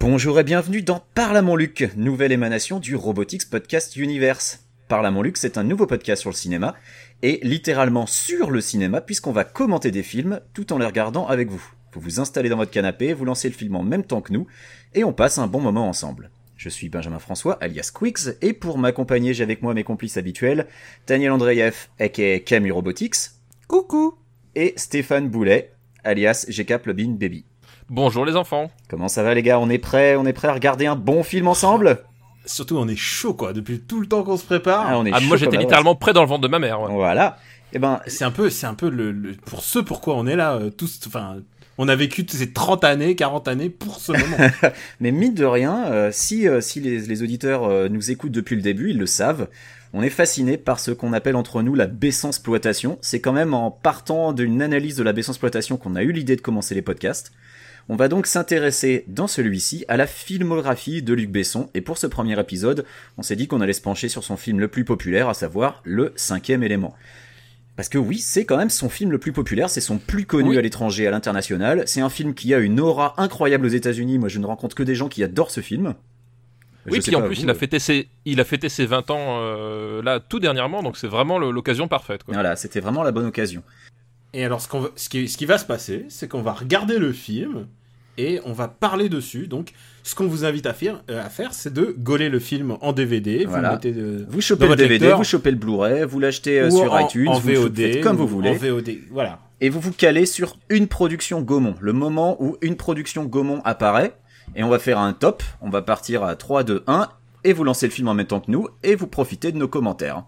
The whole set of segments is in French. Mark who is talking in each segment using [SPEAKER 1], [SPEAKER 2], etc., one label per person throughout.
[SPEAKER 1] Bonjour et bienvenue dans Parle à mon Luc, nouvelle émanation du Robotics Podcast Universe. Parle à mon Luc, c'est un nouveau podcast sur le cinéma, et littéralement sur le cinéma, puisqu'on va commenter des films tout en les regardant avec vous. Vous vous installez dans votre canapé, vous lancez le film en même temps que nous, et on passe un bon moment ensemble. Je suis Benjamin François, alias Quicks, et pour m'accompagner, j'ai avec moi mes complices habituels, Daniel Andreev, aka Camus Robotics,
[SPEAKER 2] Coucou
[SPEAKER 1] et Stéphane Boulet, alias GK Plugin Baby.
[SPEAKER 3] Bonjour les enfants.
[SPEAKER 1] Comment ça va les gars On est prêts On est prêts à regarder un bon film ensemble
[SPEAKER 2] Surtout, on est chaud, quoi, depuis tout le temps qu'on se prépare.
[SPEAKER 1] on est
[SPEAKER 3] Ah,
[SPEAKER 1] chaud
[SPEAKER 3] moi j'étais
[SPEAKER 1] comme la
[SPEAKER 3] littéralement près dans le ventre de ma mère.
[SPEAKER 1] bresse.
[SPEAKER 3] ouais.
[SPEAKER 1] Voilà. Eh ben,
[SPEAKER 2] C'est un peu, c'est un peu le, le- pour ce pourquoi on est là, euh, tous, enfin, on a vécu toutes ces 30 années, 40 années pour ce moment.
[SPEAKER 1] mais mine de rien, euh, si, euh, si les, les auditeurs euh, nous écoutent depuis le début, ils le savent, on est fasciné par ce qu'on appelle entre nous la baissance-ploitation. C'est quand même en partant d'une analyse de la baissance-ploitation qu'on a eu l'idée de commencer les podcasts. On va donc s'intéresser dans celui-ci à la filmographie de Luc Besson, et pour ce premier épisode, on s'est dit qu'on allait se pencher sur son film le plus populaire, à savoir le cinquième élément. Parce que oui, c'est quand même son film le plus populaire, c'est son plus connu
[SPEAKER 3] Oui.
[SPEAKER 1] à l'étranger, à l'international, c'est un film qui a une aura incroyable aux États-Unis, moi je ne rencontre que des gens qui adorent ce film.
[SPEAKER 3] Oui,
[SPEAKER 1] Je sais
[SPEAKER 3] puis en
[SPEAKER 1] pas,
[SPEAKER 3] plus
[SPEAKER 1] vous,
[SPEAKER 3] il a
[SPEAKER 1] euh,
[SPEAKER 3] fêté ses, il a fêté ses 20 ans euh, là tout dernièrement, donc c'est vraiment le- l'occasion parfaite. Quoi.
[SPEAKER 1] Voilà, c'était vraiment la bonne occasion.
[SPEAKER 2] et alors, ce, qu'on va- ce, qui, ce qui va se passer, c'est qu'on va regarder le film et on va parler dessus. Donc, ce qu'on vous invite à faire, euh, à faire c'est de gauler le film en DVD. Vous
[SPEAKER 1] Voilà.
[SPEAKER 2] mettez de-
[SPEAKER 1] Vous
[SPEAKER 2] Dans
[SPEAKER 1] chopez le
[SPEAKER 2] votre
[SPEAKER 1] DVD,
[SPEAKER 2] lecteur.
[SPEAKER 1] vous chopez le Blu-ray, vous l'achetez euh,
[SPEAKER 2] ou
[SPEAKER 1] sur
[SPEAKER 2] en,
[SPEAKER 1] iTunes,
[SPEAKER 2] en
[SPEAKER 1] vous le
[SPEAKER 2] VOD,
[SPEAKER 1] faites comme
[SPEAKER 2] ou
[SPEAKER 1] vous voulez,
[SPEAKER 2] En VOD, voilà.
[SPEAKER 1] et vous vous calez sur une production Gaumont. Le moment où une production Gaumont apparaît, et on va faire un top, on va partir à 3, 2, 1, et vous lancez le film en même temps que nous, et vous profitez de nos commentaires.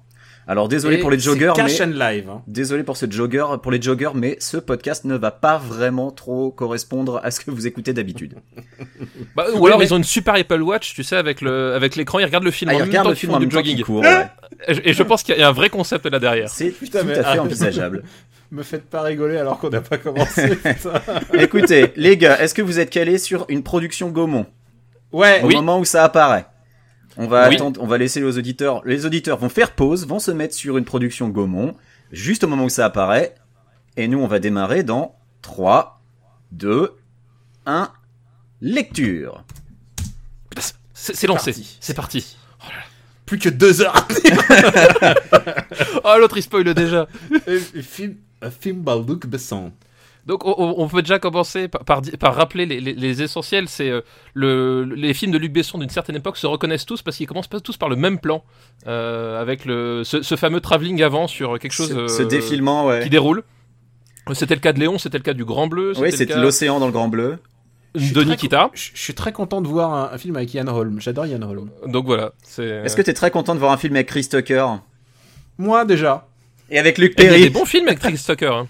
[SPEAKER 1] Alors désolé
[SPEAKER 2] Et
[SPEAKER 1] pour les
[SPEAKER 2] c'est
[SPEAKER 1] joggers, mais...
[SPEAKER 2] Cash and live. hein.
[SPEAKER 1] Désolé pour ce jogger, pour les joggers, mais ce podcast ne va pas vraiment trop correspondre à ce que vous écoutez d'habitude.
[SPEAKER 3] Bah, ou
[SPEAKER 2] Oui,
[SPEAKER 3] alors
[SPEAKER 2] mais-
[SPEAKER 3] ils ont une super Apple Watch, tu sais, avec le, avec l'écran, ils regardent le film
[SPEAKER 1] Ah,
[SPEAKER 3] en
[SPEAKER 1] ils
[SPEAKER 3] même
[SPEAKER 1] regardent
[SPEAKER 3] temps
[SPEAKER 1] le
[SPEAKER 3] qu'ils
[SPEAKER 1] film
[SPEAKER 3] font
[SPEAKER 1] en
[SPEAKER 3] du
[SPEAKER 1] même temps qu'ils
[SPEAKER 3] jogging.
[SPEAKER 1] courent. ouais.
[SPEAKER 3] Et je- Et je pense qu'il y a un vrai concept là derrière.
[SPEAKER 1] C'est tout
[SPEAKER 2] Putain, mais
[SPEAKER 1] à fait
[SPEAKER 2] arrête.
[SPEAKER 1] envisageable.
[SPEAKER 2] Me faites pas rigoler alors qu'on n'a pas commencé. putain.
[SPEAKER 1] Écoutez, les gars, est-ce que vous êtes calés sur une production Gaumont
[SPEAKER 2] ouais,
[SPEAKER 1] au
[SPEAKER 3] Oui.
[SPEAKER 1] moment où ça apparaît. On va
[SPEAKER 3] Oui.
[SPEAKER 1] attendre, on va laisser les auditeurs. Les auditeurs vont faire pause, vont se mettre sur une production Gaumont, juste au moment où ça apparaît. Et nous, on va démarrer dans 3, 2, 1, lecture.
[SPEAKER 3] C'est c'est lancé.
[SPEAKER 2] parti.
[SPEAKER 3] C'est parti.
[SPEAKER 2] plus que deux heures.
[SPEAKER 1] Ah,
[SPEAKER 3] Oh l'autre il spoil déjà.
[SPEAKER 2] Un Euh, film, un film par Luc Besson.
[SPEAKER 3] Donc on- on, on peut déjà commencer par, par, di- par rappeler les, les- les essentiels. C'est euh, le, les films de Luc Besson d'une certaine époque se reconnaissent tous parce qu'ils commencent pas tous par le même plan, euh, avec le, ce, ce fameux travelling avant sur quelque chose
[SPEAKER 1] ce,
[SPEAKER 3] euh,
[SPEAKER 1] ce défilement, ouais.
[SPEAKER 3] qui déroule. C'était le cas de Léon, c'était le cas du Grand Bleu,
[SPEAKER 1] Oui,
[SPEAKER 3] c'était
[SPEAKER 1] c'est
[SPEAKER 3] le
[SPEAKER 1] l'océan dans le grand bleu.
[SPEAKER 2] Je
[SPEAKER 3] cas
[SPEAKER 2] suis
[SPEAKER 3] de
[SPEAKER 2] très
[SPEAKER 3] Nikita.
[SPEAKER 2] Je je suis très content de voir un, un film avec Ian Holm. J'adore Ian Holm.
[SPEAKER 3] Donc voilà. C'est
[SPEAKER 1] Est-ce que t'es très content de voir un film avec Chris Tucker
[SPEAKER 2] Moi déjà.
[SPEAKER 1] et avec Luc
[SPEAKER 3] Eh bien, il y a
[SPEAKER 1] Perry
[SPEAKER 3] des bons films avec Trick Stalker. hein.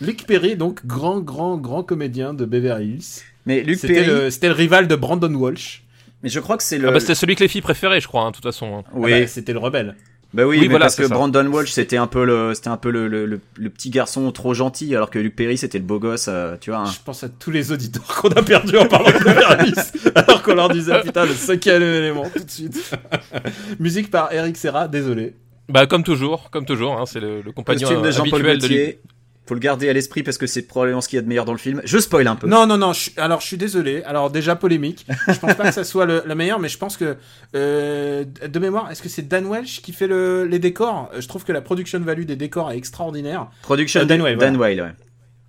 [SPEAKER 2] Luc Perry, donc grand, grand, grand comédien de Beverly Hills.
[SPEAKER 1] Mais Luc
[SPEAKER 2] C'était
[SPEAKER 1] Perry,
[SPEAKER 2] le, c'était le rival de Brandon Walsh.
[SPEAKER 1] mais je crois que c'est le.
[SPEAKER 3] Ah bah, c'était celui que les filles préféraient, je crois, hein, de toute façon. hein.
[SPEAKER 1] oui,
[SPEAKER 2] Ah bah, c'était le rebelle.
[SPEAKER 1] Bah oui,
[SPEAKER 3] Oui,
[SPEAKER 1] mais
[SPEAKER 3] voilà,
[SPEAKER 1] parce que
[SPEAKER 3] c'est ça.
[SPEAKER 1] Brandon Walsh c'était un peu le c'était un peu le, le, le- le petit garçon trop gentil alors que Luc Perry c'était le beau gosse euh, tu vois. hein.
[SPEAKER 2] Je pense à tous les auditeurs qu'on a perdus en parlant de Beverly Hills. alors qu'on leur disait putain le cinquième élément tout de suite. Musique par Eric Serra, désolé.
[SPEAKER 3] Bah comme toujours, comme toujours, hein, c'est le, le compagnon euh,
[SPEAKER 2] euh,
[SPEAKER 1] Costume de Jean-Paul
[SPEAKER 3] habituel de Luc.
[SPEAKER 1] Gaultier. Faut le garder à l'esprit parce que c'est probablement ce qu'il y a de meilleur dans le film. Je spoil un peu.
[SPEAKER 2] Non, non, non. je suis- alors, je suis désolé. Alors, déjà polémique. Je pense pas que ça soit le, la meilleure, mais je pense que euh, de mémoire, est-ce que c'est Dan Welsh qui fait le, les décors Euh, Je trouve que la production value des décors est extraordinaire.
[SPEAKER 1] Production
[SPEAKER 2] Euh, Dan Weil,
[SPEAKER 1] Dan Weil, ouais.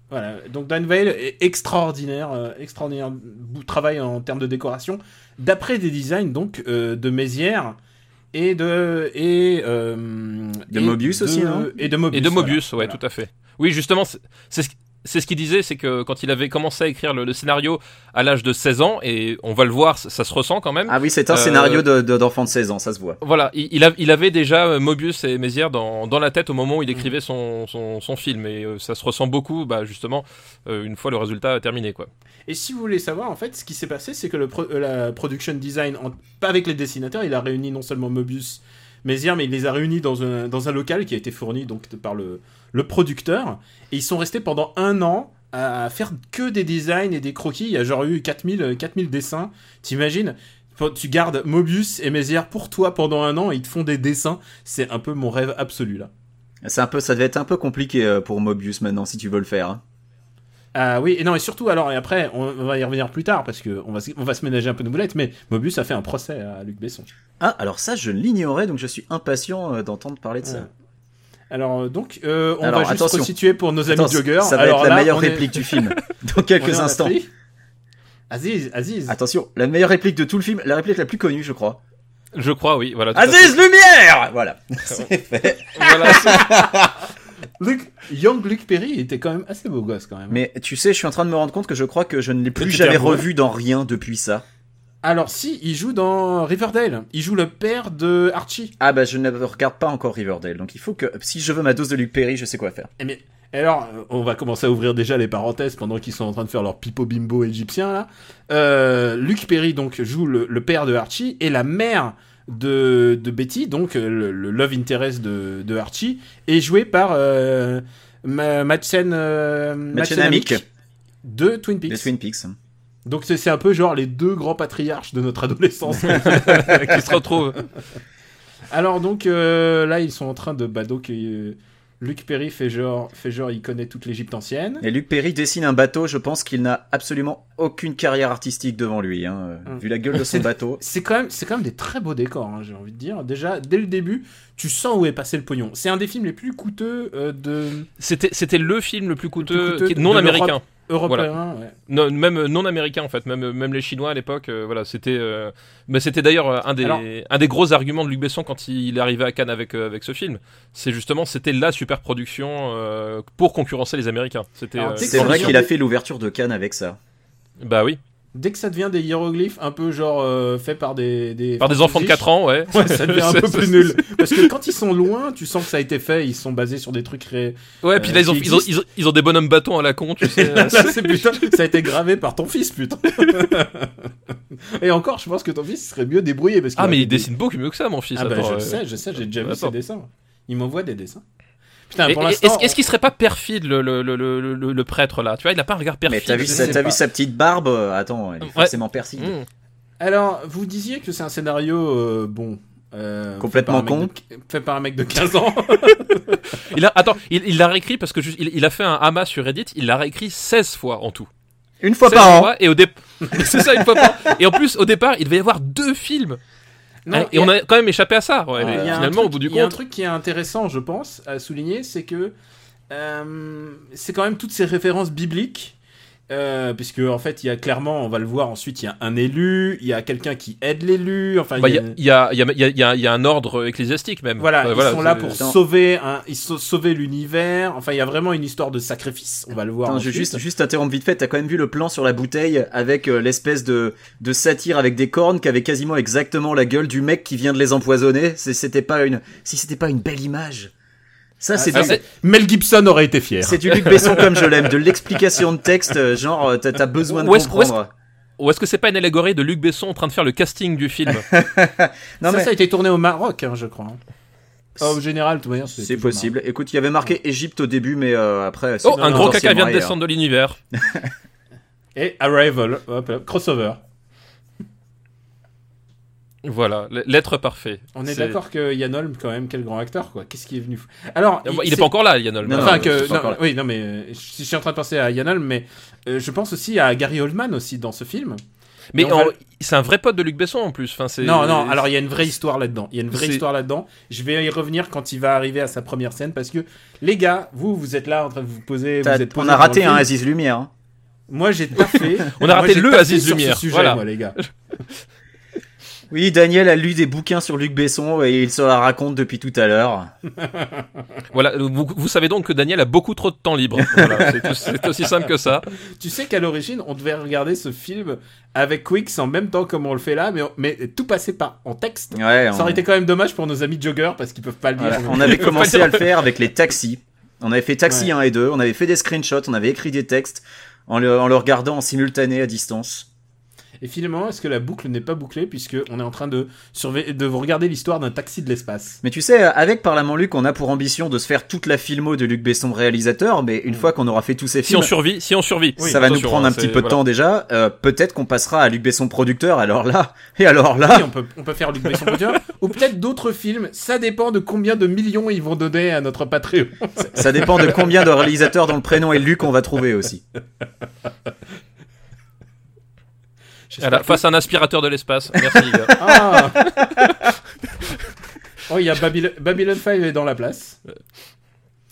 [SPEAKER 2] Voilà. Donc Dan Weil est extraordinaire, euh, extraordinaire bout de travail en termes de décoration. D'après des designs donc euh, de Mézières et de et euh,
[SPEAKER 1] De
[SPEAKER 2] et
[SPEAKER 1] Mobius
[SPEAKER 2] de-
[SPEAKER 1] aussi, non
[SPEAKER 2] et de Mobius
[SPEAKER 3] Et de Mobius,
[SPEAKER 2] voilà.
[SPEAKER 3] ouais, tout à fait. Oui, justement, c'est- c'est ce c'est ce qu'il disait, c'est que quand il avait commencé à écrire le, le scénario à l'âge de 16 ans, et on va le voir, ça, ça se ressent quand même.
[SPEAKER 1] Ah oui, c'est un
[SPEAKER 3] Euh,
[SPEAKER 1] scénario de- de- d'enfant de, 16 ans, ça se voit.
[SPEAKER 3] Voilà, il, il a- il avait déjà euh, Mobius et Mézières dans, dans la tête au moment où
[SPEAKER 2] Mm.
[SPEAKER 3] il écrivait son, son, son film, et euh, ça se ressent beaucoup, bah, justement, euh, une fois le résultat terminé, quoi.
[SPEAKER 2] Et si vous voulez savoir, en fait, ce qui s'est passé, c'est que le pro- euh, la production design, en- pas avec les dessinateurs, il a réuni non seulement Mobius, Mézières, mais il les a réunis dans un, dans un local qui a été fourni donc de- par le, le producteur. Et ils sont restés pendant un an à faire que des designs et des croquis. Il y a genre eu 4000, euh, 4000 dessins. T'imagines Faut- Tu gardes Mobius et Mézières pour toi pendant un an et ils te font des dessins. C'est un peu mon rêve absolu là.
[SPEAKER 1] C'est un peu, ça devait être un peu compliqué euh, pour Mobius maintenant si tu veux le faire. hein.
[SPEAKER 2] Ah oui, et non, et surtout, alors, et après, on va y revenir plus tard, parce qu'on va, se- on va se ménager un peu de boulettes, mais Mobius a fait un procès à Luc Besson.
[SPEAKER 1] Ah, alors ça, je l'ignorais, donc je suis impatient euh, d'entendre parler de ça.
[SPEAKER 2] Ah. Alors, euh, donc, euh, on
[SPEAKER 1] Alors,
[SPEAKER 2] va juste
[SPEAKER 1] attention.
[SPEAKER 2] resituer pour nos amis
[SPEAKER 1] Attends,
[SPEAKER 2] joggers.
[SPEAKER 1] ça va
[SPEAKER 2] alors,
[SPEAKER 1] être la
[SPEAKER 2] là,
[SPEAKER 1] meilleure
[SPEAKER 2] on est-
[SPEAKER 1] réplique du film dans
[SPEAKER 2] on est
[SPEAKER 1] quelques
[SPEAKER 2] en
[SPEAKER 1] instants.
[SPEAKER 2] Afrique. Aziz, Aziz.
[SPEAKER 1] Attention, la meilleure réplique de tout le film, la réplique la plus connue, je crois.
[SPEAKER 3] Je crois, oui. Voilà. tout à fait.
[SPEAKER 1] Aziz Lumière Voilà. C'est fait.
[SPEAKER 3] Voilà, c'est-
[SPEAKER 2] Luc, Young Luc Perry était quand même assez beau gosse, quand même.
[SPEAKER 1] Mais tu sais, je suis en train de me rendre compte que je crois que je ne l'ai plus
[SPEAKER 2] tu t'es
[SPEAKER 1] jamais
[SPEAKER 2] amoureux.
[SPEAKER 1] revu dans rien depuis ça.
[SPEAKER 2] Alors, si, il joue dans Riverdale. Il joue le père de Archie.
[SPEAKER 1] Ah bah je ne regarde pas encore Riverdale, donc il faut que si je veux ma dose de Luc Perry, je sais quoi faire.
[SPEAKER 2] Eh Mais alors, euh, on va commencer à ouvrir déjà les parenthèses pendant qu'ils sont en train de faire leur pipo bimbo égyptien là. Euh, Luc Perry donc joue le, le père de Archie et la mère de, de Betty, donc euh, le, le love interest de, de Archie, est jouée par euh, Ma- Madsen euh,
[SPEAKER 1] Madsen
[SPEAKER 2] Madsen
[SPEAKER 1] Amick.
[SPEAKER 2] Amick de Twin Peaks.
[SPEAKER 1] Les Twin Peaks.
[SPEAKER 2] Donc c'est c'est un peu genre les deux grands patriarches de notre adolescence.
[SPEAKER 3] qui se retrouve.
[SPEAKER 2] Alors donc euh, là ils sont en train de bah donc euh, Luc Perry fait genre fait genre il connaît toute l'Égypte ancienne.
[SPEAKER 1] Et Luc Perry dessine un bateau, je pense qu'il n'a absolument aucune carrière artistique devant lui, hein, euh,
[SPEAKER 2] Mm.
[SPEAKER 1] vu la gueule de son bateau.
[SPEAKER 2] C'est quand même, c'est quand même des très beaux décors, hein, j'ai envie de dire. Déjà, dès le début, tu sens où est passé le pognon. C'est un des films les plus coûteux euh, de
[SPEAKER 3] C'était, c'était le film le plus coûteux,
[SPEAKER 2] Le plus coûteux
[SPEAKER 3] qui est
[SPEAKER 2] de
[SPEAKER 3] non
[SPEAKER 2] l'Europe.
[SPEAKER 3] américain.
[SPEAKER 2] européen. ouais.
[SPEAKER 3] Non, même euh, non américain en fait, même, euh, même les Chinois à l'époque, euh, voilà, c'était, euh, mais c'était d'ailleurs euh, un des,
[SPEAKER 2] Alors-
[SPEAKER 3] un des gros arguments de Luc Besson quand il est arrivé à Cannes avec, euh, avec ce film. C'est justement, c'était la super production euh, pour concurrencer les Américains. C'était, euh,
[SPEAKER 2] Alors, dès que
[SPEAKER 1] C'est
[SPEAKER 2] ça
[SPEAKER 1] vrai
[SPEAKER 2] devient
[SPEAKER 1] qu'il a
[SPEAKER 2] des-
[SPEAKER 1] fait l'ouverture de Cannes avec ça.
[SPEAKER 3] bah oui,
[SPEAKER 2] Dès que ça devient des hiéroglyphes un peu genre euh, fait par des, des
[SPEAKER 3] par des enfants de 4 ans, ouais.
[SPEAKER 2] Ouais, ça devient un
[SPEAKER 3] C'est-
[SPEAKER 2] peu
[SPEAKER 3] c'est-
[SPEAKER 2] plus
[SPEAKER 3] c'est-
[SPEAKER 2] nul. Parce que quand ils sont loin, tu sens que ça a été fait, ils sont basés sur des trucs ré...
[SPEAKER 3] Ouais, puis là ils ont,
[SPEAKER 2] qui
[SPEAKER 3] ils ont,
[SPEAKER 2] existe.
[SPEAKER 3] ils ont- ils ont des bonhommes bâtons à la con, tu sais. Ah,
[SPEAKER 2] Là, c'est euh, putain, ça a été gravé par ton fils, putain. Et encore, je pense que ton fils serait mieux débrouillé parce qu'il
[SPEAKER 3] ah
[SPEAKER 2] aurait
[SPEAKER 3] mais il
[SPEAKER 2] des-
[SPEAKER 3] dessine beaucoup mieux que ça, mon fils.
[SPEAKER 2] Ah bah,
[SPEAKER 3] attends,
[SPEAKER 2] je
[SPEAKER 3] euh.
[SPEAKER 2] le sais, je sais, j'ai déjà vu
[SPEAKER 3] Attends.
[SPEAKER 2] ses dessins. Il m'envoie des dessins. Putain,
[SPEAKER 3] Et-
[SPEAKER 2] Ah, pour
[SPEAKER 3] et-
[SPEAKER 2] l'instant, hein.
[SPEAKER 3] est-ce, est-ce qu'il serait pas perfide le, le, le, le, le- le prêtre là Tu vois, il a pas un regard perfide. Mmh.
[SPEAKER 1] Mais t'as vu,
[SPEAKER 3] je
[SPEAKER 1] sa,
[SPEAKER 2] sais
[SPEAKER 3] sais
[SPEAKER 1] t'as
[SPEAKER 2] pas.
[SPEAKER 1] vu sa petite barbe euh, Attends, elle est
[SPEAKER 3] Ouais.
[SPEAKER 1] forcément persille.
[SPEAKER 3] pas. Mm.
[SPEAKER 2] Alors, vous disiez que c'est un scénario euh, bon. euh,
[SPEAKER 1] Complètement
[SPEAKER 2] fait par un mec de- fait par un mec de 15 ans.
[SPEAKER 3] Il a, attends, il il l'a réécrit parce que juste- il, il a fait un hamas sur Reddit, il l'a réécrit 16 fois en tout.
[SPEAKER 1] Une fois
[SPEAKER 3] 16
[SPEAKER 1] par an
[SPEAKER 3] fois, et au dé- C'est ça, une fois par an. Et en plus, au départ, il devait y avoir deux films. Hein,
[SPEAKER 2] Non,
[SPEAKER 3] Ah, et
[SPEAKER 2] il y a-
[SPEAKER 3] on a quand même échappé à ça. ouais,
[SPEAKER 1] Ah,
[SPEAKER 3] mais
[SPEAKER 1] il y a un
[SPEAKER 3] finalement, au bout du
[SPEAKER 2] Il y a un
[SPEAKER 3] compte.
[SPEAKER 2] truc qui est intéressant, je pense, à souligner, c'est que euh, c'est quand même toutes ces références bibliques. euh, puisque en fait, il y a clairement, on va le voir ensuite, il y a un élu, il y a quelqu'un qui aide l'élu. Enfin,
[SPEAKER 3] bah,
[SPEAKER 2] il
[SPEAKER 3] Il
[SPEAKER 2] y a-
[SPEAKER 3] y, a, il y, a, il y, a, il y a- il y a un ordre ecclésiastique même.
[SPEAKER 2] Voilà,
[SPEAKER 3] Ouais,
[SPEAKER 2] ils sont là
[SPEAKER 3] c'est-
[SPEAKER 2] pour
[SPEAKER 1] Attends.
[SPEAKER 2] sauver, un- ils sau- sauver l'univers. Enfin, il y a vraiment une histoire de sacrifice. On va le voir.
[SPEAKER 1] Attends, je vais
[SPEAKER 2] ensuite.
[SPEAKER 1] juste, juste interrompre vite fait, t'as quand même vu le plan sur la bouteille avec euh, l'espèce de, de satire avec des cornes qui avait quasiment exactement la gueule du mec qui vient de les empoisonner. C'est- C'était pas une, si c'était pas une belle image. Ça,
[SPEAKER 2] Ah,
[SPEAKER 1] c'est
[SPEAKER 2] ça,
[SPEAKER 1] du-
[SPEAKER 3] c'est-
[SPEAKER 2] Mel Gibson aurait été fier.
[SPEAKER 1] c'est du Luc Besson comme je l'aime, de l'explication de texte, euh, genre euh, t'as t'as besoin de
[SPEAKER 3] Où est-ce- où est-ce-
[SPEAKER 1] comprendre.
[SPEAKER 3] Ou est-ce que c'est pas une allégorie de Luc Besson en train de faire le casting du film
[SPEAKER 1] Non
[SPEAKER 2] ça,
[SPEAKER 1] mais
[SPEAKER 2] ça a été tourné au Maroc, hein, je crois. Ah, au général, de toute manière,
[SPEAKER 1] c'est possible. Écoute, il y avait marqué Égypte au début, mais euh, après. c'est
[SPEAKER 3] Oh, un
[SPEAKER 2] non,
[SPEAKER 3] gros caca vient de
[SPEAKER 2] non,
[SPEAKER 1] potentiellement ailleurs.
[SPEAKER 3] descendre de l'univers.
[SPEAKER 2] Et Arrival, hop, hop, crossover.
[SPEAKER 3] Voilà, l- l'être parfait.
[SPEAKER 2] On est,
[SPEAKER 3] C'est-
[SPEAKER 2] d'accord que Yann Holm, quand même, quel grand acteur, quoi. Qu'est-ce qui est venu fou- Alors,
[SPEAKER 3] Il est pas encore là, Yann Olm.
[SPEAKER 1] Non, non,
[SPEAKER 2] Enfin,
[SPEAKER 1] il
[SPEAKER 2] que,
[SPEAKER 1] est pas
[SPEAKER 2] non,
[SPEAKER 1] encore là.
[SPEAKER 2] oui, non, mais euh, je, je suis en train de penser à Yann Holm, mais euh, je pense aussi à Gary Oldman aussi dans ce film.
[SPEAKER 3] Mais
[SPEAKER 2] Mais on va-
[SPEAKER 3] en- c'est un vrai pote de Luc Besson en plus. Enfin, c'est-
[SPEAKER 2] Non, non, alors il y a une vraie histoire là-dedans. Il y a une vraie
[SPEAKER 3] C'est-
[SPEAKER 2] histoire là-dedans. Je vais y revenir quand il va arriver à sa première scène parce que, les gars, vous, vous êtes là en train de vous poser.
[SPEAKER 1] T'as-
[SPEAKER 2] Vous êtes
[SPEAKER 1] On
[SPEAKER 2] posés
[SPEAKER 1] a
[SPEAKER 2] devant
[SPEAKER 1] raté
[SPEAKER 2] le
[SPEAKER 1] un
[SPEAKER 2] film.
[SPEAKER 1] Aziz Lumière. hein.
[SPEAKER 2] Moi, j'ai taffé.
[SPEAKER 3] On a
[SPEAKER 2] Moi,
[SPEAKER 3] raté
[SPEAKER 2] j'ai
[SPEAKER 3] le
[SPEAKER 2] taffé
[SPEAKER 3] Aziz
[SPEAKER 2] sur ce
[SPEAKER 3] Lumière,
[SPEAKER 2] sujet,
[SPEAKER 3] voilà.
[SPEAKER 2] moi, les gars.
[SPEAKER 1] Oui, Daniel a lu des bouquins sur Luc Besson et il se la raconte depuis tout à l'heure.
[SPEAKER 3] Voilà, vous, vous savez donc que Daniel a beaucoup trop de temps libre. Voilà, c'est tout- c'est aussi simple que ça.
[SPEAKER 2] Tu sais qu'à l'origine, on devait regarder ce film avec Quicks en même temps comme on le fait là, mais, mais tout passé par en texte.
[SPEAKER 1] Ouais,
[SPEAKER 2] Ça
[SPEAKER 1] on,
[SPEAKER 2] aurait été quand même dommage pour nos amis joggers parce qu'ils peuvent pas le lire.
[SPEAKER 1] voilà, on avait commencé à le faire avec les taxis. On avait fait Taxi
[SPEAKER 2] Ouais.
[SPEAKER 1] 1 et 2, on avait fait des screenshots, on avait écrit des textes en le, en le regardant en simultané à distance.
[SPEAKER 2] Et finalement, est-ce que la boucle n'est pas bouclée puisque on est en train de surve- de vous regarder l'histoire d'un taxi de l'espace
[SPEAKER 1] Mais tu sais, avec Parlement Luc, on a pour ambition de se faire toute la filmo de Luc Besson réalisateur, mais une
[SPEAKER 2] Mm.
[SPEAKER 1] fois qu'on aura fait tous ces
[SPEAKER 3] Si
[SPEAKER 1] films,
[SPEAKER 3] on survit, si on survit.
[SPEAKER 2] Oui,
[SPEAKER 1] ça va nous
[SPEAKER 3] attention,
[SPEAKER 1] prendre
[SPEAKER 3] hein,
[SPEAKER 1] un petit
[SPEAKER 3] c'est-
[SPEAKER 1] peu de
[SPEAKER 3] voilà.
[SPEAKER 1] temps déjà. Euh, Peut-être qu'on passera à Luc Besson producteur, alors là, et alors
[SPEAKER 2] Oui,
[SPEAKER 1] là,
[SPEAKER 2] on peut, on peut faire Luc Besson producteur, ou peut-être d'autres films. Ça dépend de combien de millions ils vont donner à notre Patreon.
[SPEAKER 1] ça dépend de combien de réalisateurs dont le prénom est Luc on va trouver aussi.
[SPEAKER 2] J'espère
[SPEAKER 3] Voilà,
[SPEAKER 2] que-
[SPEAKER 3] face à un aspirateur de l'espace. Merci, les gars.
[SPEAKER 2] Ah Oh, il y a Babylon, Babylon 5 est dans la place.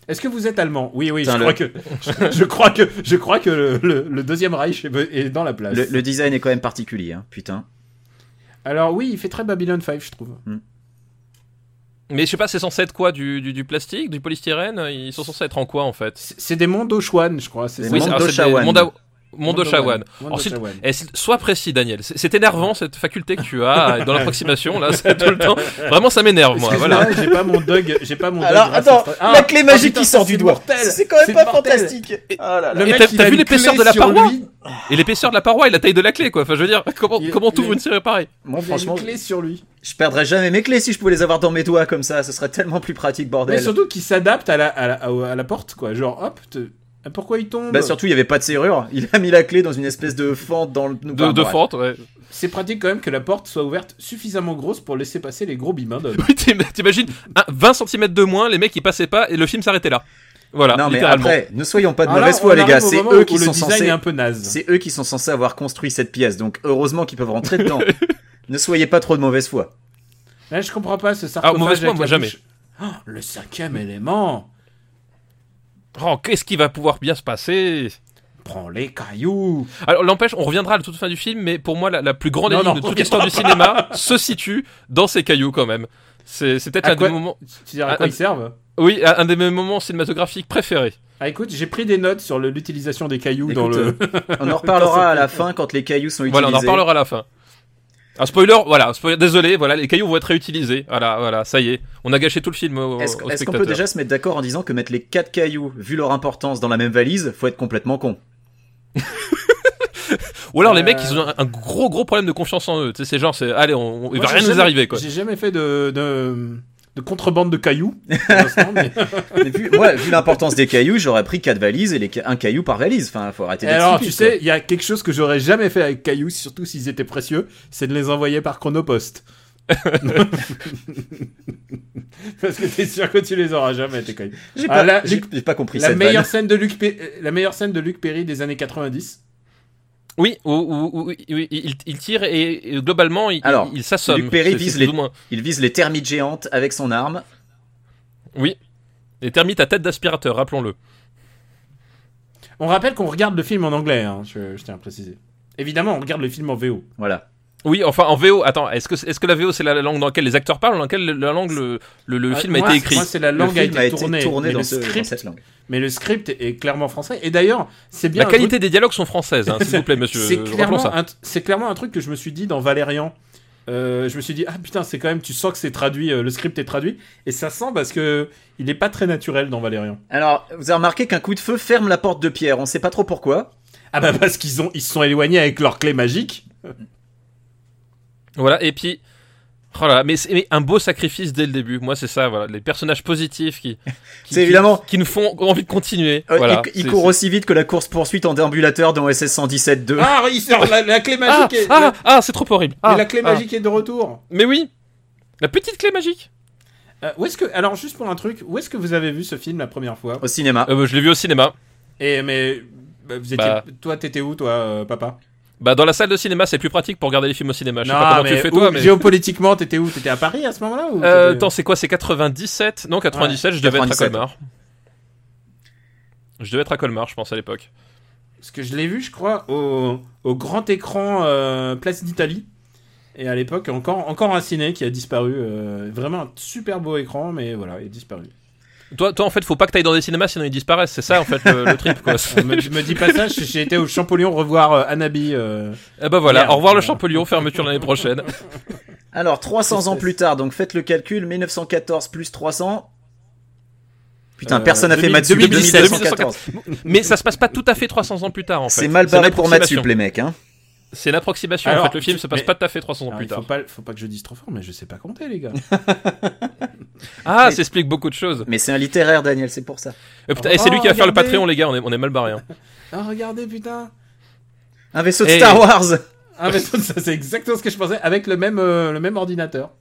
[SPEAKER 2] Est-ce que vous êtes allemand Oui, oui, je
[SPEAKER 1] Putain,
[SPEAKER 2] crois, que, je, je crois que je crois que le, le- le deuxième Reich est est dans la place.
[SPEAKER 1] Le, le design est quand même particulier, hein, putain.
[SPEAKER 2] Alors oui, il fait très Babylon 5, je trouve.
[SPEAKER 3] Mais je sais pas, c'est censé être quoi du, du, du plastique, du polystyrène Ils sont censés être en quoi en fait
[SPEAKER 2] C'est c'est des Mondoshawan, je crois. C'est
[SPEAKER 1] Des
[SPEAKER 2] ça.
[SPEAKER 1] Oui,
[SPEAKER 3] c'est-
[SPEAKER 1] Mondo
[SPEAKER 3] alors, c'est des-
[SPEAKER 1] Shawan.
[SPEAKER 3] Monda- Mondo Shawan. Ensuite-
[SPEAKER 2] Mondoshawan.
[SPEAKER 3] Eh, s'il- sois précis, Daniel. C'est c'est énervant cette faculté que tu as dans l'approximation là, c'est tout le temps. Vraiment, ça m'énerve moi.
[SPEAKER 2] Excuse-moi,
[SPEAKER 3] Voilà.
[SPEAKER 2] eh, j'ai pas mon dog, j'ai pas mon dog
[SPEAKER 1] Alors,
[SPEAKER 2] raciste.
[SPEAKER 1] attends,
[SPEAKER 2] Ah,
[SPEAKER 1] la clé
[SPEAKER 2] oh,
[SPEAKER 1] magique
[SPEAKER 2] putain,
[SPEAKER 1] qui sort du
[SPEAKER 2] c'est
[SPEAKER 1] doigt.
[SPEAKER 2] mortel,
[SPEAKER 1] C'est quand même pas
[SPEAKER 2] mortel.
[SPEAKER 1] fantastique. Ah là là.
[SPEAKER 2] Le
[SPEAKER 3] Et
[SPEAKER 2] mec,
[SPEAKER 3] t'as-
[SPEAKER 2] il
[SPEAKER 3] t'as
[SPEAKER 2] a
[SPEAKER 3] vu
[SPEAKER 2] une
[SPEAKER 3] l'épaisseur
[SPEAKER 2] clé
[SPEAKER 3] de la
[SPEAKER 2] sur
[SPEAKER 3] paroi
[SPEAKER 2] lui.
[SPEAKER 3] Et l'épaisseur de la paroi et la taille de la clé quoi. Enfin, je veux dire, comment
[SPEAKER 2] Il-
[SPEAKER 3] comment
[SPEAKER 2] il-
[SPEAKER 3] t'ouvres une série pareille
[SPEAKER 1] Moi,
[SPEAKER 2] Il a une
[SPEAKER 1] franchement,
[SPEAKER 2] clé sur lui.
[SPEAKER 1] je perdrais jamais mes clés si je pouvais les avoir dans mes doigts comme ça. Ce serait tellement plus pratique,
[SPEAKER 2] Mais
[SPEAKER 1] bordel.
[SPEAKER 2] surtout qu'il s'adapte à la, à, la, à la porte, quoi. Genre, hop, te- Ah, pourquoi il tombe
[SPEAKER 1] Bah surtout, il y avait pas de serrure. Il a mis la clé dans une espèce de fente dans le.
[SPEAKER 3] de,
[SPEAKER 1] Enfin,
[SPEAKER 3] de
[SPEAKER 1] bref.
[SPEAKER 3] fente ouais.
[SPEAKER 2] C'est pratique quand même que la porte soit ouverte suffisamment grosse pour laisser passer les gros bimins d'hommes.
[SPEAKER 3] Oui, t'im- t'imagines un- 20 cm de moins, les mecs ils passaient pas et le film s'arrêtait là. Voilà,
[SPEAKER 1] Non mais
[SPEAKER 3] hein, littéralement.
[SPEAKER 1] après, ne soyons pas de
[SPEAKER 2] Alors Ah là,
[SPEAKER 1] mauvaise
[SPEAKER 2] on
[SPEAKER 1] foi, les
[SPEAKER 2] arrive
[SPEAKER 1] gars.
[SPEAKER 2] au
[SPEAKER 1] C'est
[SPEAKER 2] moment
[SPEAKER 1] eux
[SPEAKER 2] où
[SPEAKER 1] qui
[SPEAKER 2] le
[SPEAKER 1] sont
[SPEAKER 2] design est
[SPEAKER 1] censés.
[SPEAKER 2] un peu naze.
[SPEAKER 1] C'est eux qui sont censés avoir construit cette pièce. Donc heureusement qu'ils peuvent rentrer dedans. ne soyez pas trop de mauvaise foi.
[SPEAKER 2] Là, je comprends pas ce
[SPEAKER 3] Ah,
[SPEAKER 2] sarcophage.
[SPEAKER 3] mauvaise foi,
[SPEAKER 2] avec
[SPEAKER 3] moi
[SPEAKER 2] la
[SPEAKER 3] jamais.
[SPEAKER 2] bouche. Oh, le cinquième élément.
[SPEAKER 3] Oh, qu'est-ce qui va pouvoir bien se passer
[SPEAKER 2] Prends les cailloux.
[SPEAKER 3] Alors, l'empêche, on reviendra à la toute fin du film, mais pour moi, la, la plus grande
[SPEAKER 2] Non,
[SPEAKER 3] énigme
[SPEAKER 2] non,
[SPEAKER 3] de
[SPEAKER 2] on
[SPEAKER 3] toute l'histoire du cinéma se situe dans ces cailloux, quand même. C'est c'est peut-être
[SPEAKER 2] À
[SPEAKER 3] un
[SPEAKER 2] quoi-
[SPEAKER 3] des moments.
[SPEAKER 2] Tu diras à
[SPEAKER 3] Ah,
[SPEAKER 2] quoi
[SPEAKER 3] ah,
[SPEAKER 2] ils servent
[SPEAKER 3] Oui, un un des mes moments cinématographiques préférés.
[SPEAKER 2] Ah, écoute, j'ai pris des notes sur le- l'utilisation des cailloux dans
[SPEAKER 1] Écoute,
[SPEAKER 2] le.
[SPEAKER 1] euh, on en reparlera à la fin quand les cailloux sont utilisés.
[SPEAKER 3] Voilà, on en reparlera à la fin. Un spoiler, voilà, spoiler, désolé, voilà, les cailloux vont être réutilisés. Voilà, voilà, ça y est, on a gâché tout le film au,
[SPEAKER 1] Est-ce
[SPEAKER 3] au
[SPEAKER 1] est-ce qu'on
[SPEAKER 3] spectateur.
[SPEAKER 1] peut déjà se mettre d'accord en disant que mettre les quatre cailloux, vu leur importance, dans la même valise, faut être complètement con.
[SPEAKER 3] Ou alors les
[SPEAKER 2] Euh,
[SPEAKER 3] mecs, ils ont un, un gros gros problème de confiance en eux. Tu sais, c'est genre, c'est, allez, on, on- il
[SPEAKER 2] Moi,
[SPEAKER 3] va
[SPEAKER 2] j'ai
[SPEAKER 3] rien nous
[SPEAKER 2] jamais-
[SPEAKER 3] arriver, quoi.
[SPEAKER 2] J'ai jamais fait de, de, de contrebande de cailloux. pour l'instant, mais-
[SPEAKER 1] Mais vu, moi, vu l'importance des cailloux, j'aurais pris quatre valises et les ca- un caillou par valise. Enfin, faut arrêter
[SPEAKER 2] Et
[SPEAKER 1] d'être
[SPEAKER 2] alors, tu
[SPEAKER 1] stupide,
[SPEAKER 2] sais, il y a quelque chose que j'aurais jamais fait avec cailloux, surtout s'ils étaient précieux, c'est de les envoyer par chronopost. Parce que t'es sûr que tu les auras jamais, tes cailloux.
[SPEAKER 1] quoi. J'ai
[SPEAKER 2] Ah,
[SPEAKER 1] pas,
[SPEAKER 2] la-
[SPEAKER 1] j'ai-
[SPEAKER 2] Luc-
[SPEAKER 1] j'ai pas compris
[SPEAKER 2] La
[SPEAKER 1] cette vanne.
[SPEAKER 2] meilleure, scène de Luc Pe- euh, la meilleure scène de Luc Perry des années 90.
[SPEAKER 3] Oui, ou, ou- ou- oui, il, il tire et, et globalement, il,
[SPEAKER 1] Alors,
[SPEAKER 3] il, il s'assomme.
[SPEAKER 1] Luc Perry
[SPEAKER 3] C'est-
[SPEAKER 1] vise
[SPEAKER 3] c'est
[SPEAKER 1] les-
[SPEAKER 3] plus ou moins.
[SPEAKER 1] Il vise les termites géantes avec son arme.
[SPEAKER 3] Oui. Les termites à tête d'aspirateur, rappelons-le.
[SPEAKER 2] On rappelle qu'on regarde le film en anglais, hein, je, je tiens à préciser. Évidemment, on regarde le film en VO.
[SPEAKER 1] Voilà.
[SPEAKER 3] Oui, enfin en VO. Attends, est-ce que est-ce que la VO c'est la langue dans laquelle les acteurs parlent, ou dans laquelle le- la langue le, le, le
[SPEAKER 2] Ah,
[SPEAKER 3] film a
[SPEAKER 2] moi,
[SPEAKER 3] été
[SPEAKER 2] c'est-
[SPEAKER 3] écrit
[SPEAKER 2] Moi, c'est la
[SPEAKER 1] Le
[SPEAKER 2] langue a
[SPEAKER 1] film
[SPEAKER 2] été tournée, mais
[SPEAKER 1] dans,
[SPEAKER 2] le
[SPEAKER 1] ce- dans
[SPEAKER 2] script,
[SPEAKER 1] cette langue.
[SPEAKER 2] mais le script est clairement français. Et d'ailleurs, c'est bien
[SPEAKER 3] La
[SPEAKER 2] un truc-
[SPEAKER 3] qualité des dialogues sont françaises, hein, s'il vous plaît, monsieur.
[SPEAKER 2] C'est
[SPEAKER 3] Rappelons
[SPEAKER 2] clairement,
[SPEAKER 3] ça.
[SPEAKER 2] un t- c'est clairement un truc que je me suis dit dans Valérian. Euh, je me suis dit ah putain c'est quand même tu sens que c'est traduit euh, le script est traduit et ça sent parce que il est pas très naturel dans Valérian
[SPEAKER 1] Alors, vous avez remarqué qu'un coup de feu ferme la porte de pierre. On sait pas trop pourquoi.
[SPEAKER 2] ah bah parce qu'ils ont ils se sont éloignés avec leur clé magique
[SPEAKER 3] Voilà. Et puis. Oh là là, mais, c'est- mais un beau sacrifice dès le début. Moi, c'est ça. Voilà, les personnages positifs qui, qui,
[SPEAKER 1] C'est
[SPEAKER 3] qui-
[SPEAKER 1] évidemment-
[SPEAKER 3] qui nous font envie de continuer.
[SPEAKER 1] Euh,
[SPEAKER 3] voilà,
[SPEAKER 1] il, il
[SPEAKER 3] C'est-
[SPEAKER 1] court aussi vite que la course poursuite en déambulateur dans SS 117-2.
[SPEAKER 2] ah ils sortent la, la clé
[SPEAKER 3] Ah,
[SPEAKER 2] magique est,
[SPEAKER 3] ah,
[SPEAKER 2] la-
[SPEAKER 3] ah, c'est trop horrible.
[SPEAKER 2] mais
[SPEAKER 3] Ah,
[SPEAKER 2] la clé
[SPEAKER 3] ah.
[SPEAKER 2] magique est de retour
[SPEAKER 3] Mais oui, la petite clé magique.
[SPEAKER 2] Euh, où est-ce que alors juste pour un truc où est-ce que vous avez vu ce film la première fois
[SPEAKER 1] Au cinéma.
[SPEAKER 3] Euh, bah, je l'ai vu au cinéma.
[SPEAKER 2] et mais bah, vous étiez
[SPEAKER 3] Bah.
[SPEAKER 2] toi t'étais où toi euh, papa
[SPEAKER 3] Bah dans la salle de cinéma, c'est plus pratique pour regarder les films au cinéma. Je sais
[SPEAKER 2] Non,
[SPEAKER 3] pas comment tu
[SPEAKER 2] mais
[SPEAKER 3] fais
[SPEAKER 2] où-
[SPEAKER 3] toi, mais.
[SPEAKER 2] géopolitiquement t'étais où t'étais à Paris à ce moment-là ou
[SPEAKER 3] Euh,
[SPEAKER 2] t'étais-
[SPEAKER 3] attends, c'est quoi C'est 97 Non, 97, je devais être à
[SPEAKER 1] 97.
[SPEAKER 3] Colmar. Je devais être à Colmar, je pense, à l'époque.
[SPEAKER 2] Parce que je l'ai vu, je crois, au, au grand écran euh, Place d'Italie. Et à l'époque, encore, encore un ciné qui a disparu. euh, vraiment un super beau écran, mais voilà, il est disparu.
[SPEAKER 3] Toi, toi, en fait, faut pas que t'ailles dans des cinémas, sinon ils disparaissent. C'est ça, en fait, le, le trip, quoi.
[SPEAKER 2] Euh, me, me dis pas ça, j'ai j'ai été au Champollion revoir euh, Anabi. euh.
[SPEAKER 3] Eh ben voilà,
[SPEAKER 2] Merde.
[SPEAKER 3] au revoir le Champollion, fermeture l'année prochaine.
[SPEAKER 1] Alors, 300 ans
[SPEAKER 2] Tristesse.
[SPEAKER 1] plus tard, donc faites le calcul, 1914 plus 300. Putain,
[SPEAKER 2] Euh,
[SPEAKER 1] personne n'a fait
[SPEAKER 2] 2000,
[SPEAKER 1] Mathieu
[SPEAKER 3] 2017,
[SPEAKER 1] 2214.
[SPEAKER 3] Mais ça se passe pas tout à fait 300 ans plus tard, en fait.
[SPEAKER 1] C'est mal
[SPEAKER 3] une
[SPEAKER 1] barré pour
[SPEAKER 3] approximation.
[SPEAKER 1] Mathieu, les mecs. Hein.
[SPEAKER 3] C'est l'approximation. En
[SPEAKER 2] Alors,
[SPEAKER 3] fait, le film
[SPEAKER 2] tu-
[SPEAKER 3] se passe
[SPEAKER 2] mais-
[SPEAKER 3] pas tout à fait 300 ans
[SPEAKER 2] Alors,
[SPEAKER 3] plus
[SPEAKER 2] Ah, il faut
[SPEAKER 3] tard.
[SPEAKER 2] pas, faut pas que je dise trop fort, mais je sais pas compter, les gars.
[SPEAKER 3] Ah,
[SPEAKER 1] Mais-
[SPEAKER 3] ça explique beaucoup de choses.
[SPEAKER 1] Mais c'est un littéraire, Daniel, c'est pour ça.
[SPEAKER 3] Euh, putain, et c'est
[SPEAKER 2] Oh,
[SPEAKER 3] lui qui va faire le
[SPEAKER 2] regardez.
[SPEAKER 3] Patreon, les gars. On est, on est mal barré. hein.
[SPEAKER 2] Ah, regardez, putain.
[SPEAKER 1] Un vaisseau de
[SPEAKER 3] Et-
[SPEAKER 1] Star Wars
[SPEAKER 2] Ah, mais ça, c'est exactement ce que je pensais, avec le même, euh, le même ordinateur.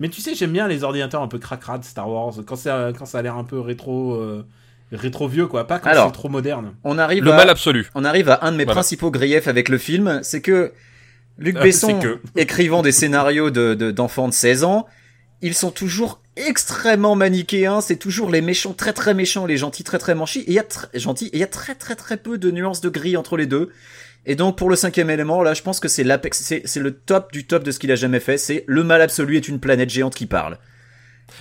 [SPEAKER 2] Mais tu sais, j'aime bien les ordinateurs un peu cracra de Star Wars, quand, c'est, euh, quand ça a l'air un peu rétro, euh, rétro vieux, quoi, pas quand
[SPEAKER 1] Alors.
[SPEAKER 2] c'est trop moderne.
[SPEAKER 1] on arrive,
[SPEAKER 3] Le
[SPEAKER 1] à,
[SPEAKER 3] mal absolu.
[SPEAKER 1] on arrive à un de mes
[SPEAKER 3] Voilà.
[SPEAKER 1] principaux griefs avec le film, c'est que Luc
[SPEAKER 3] Euh,
[SPEAKER 2] Ah,
[SPEAKER 1] Besson,
[SPEAKER 2] c'est que-
[SPEAKER 1] écrivant des scénarios de- de- d'enfants de, 16 ans, ils sont toujours extrêmement manichéens, c'est toujours les méchants très très méchants, les gentils très très manchis, et il y a tr- gentils, et il y a très très très peu de nuances de gris entre les deux. Et donc pour le cinquième élément, là je pense que c'est l'apex, c'est c'est le top du top de ce qu'il a jamais fait, c'est le mal absolu est une planète géante qui parle.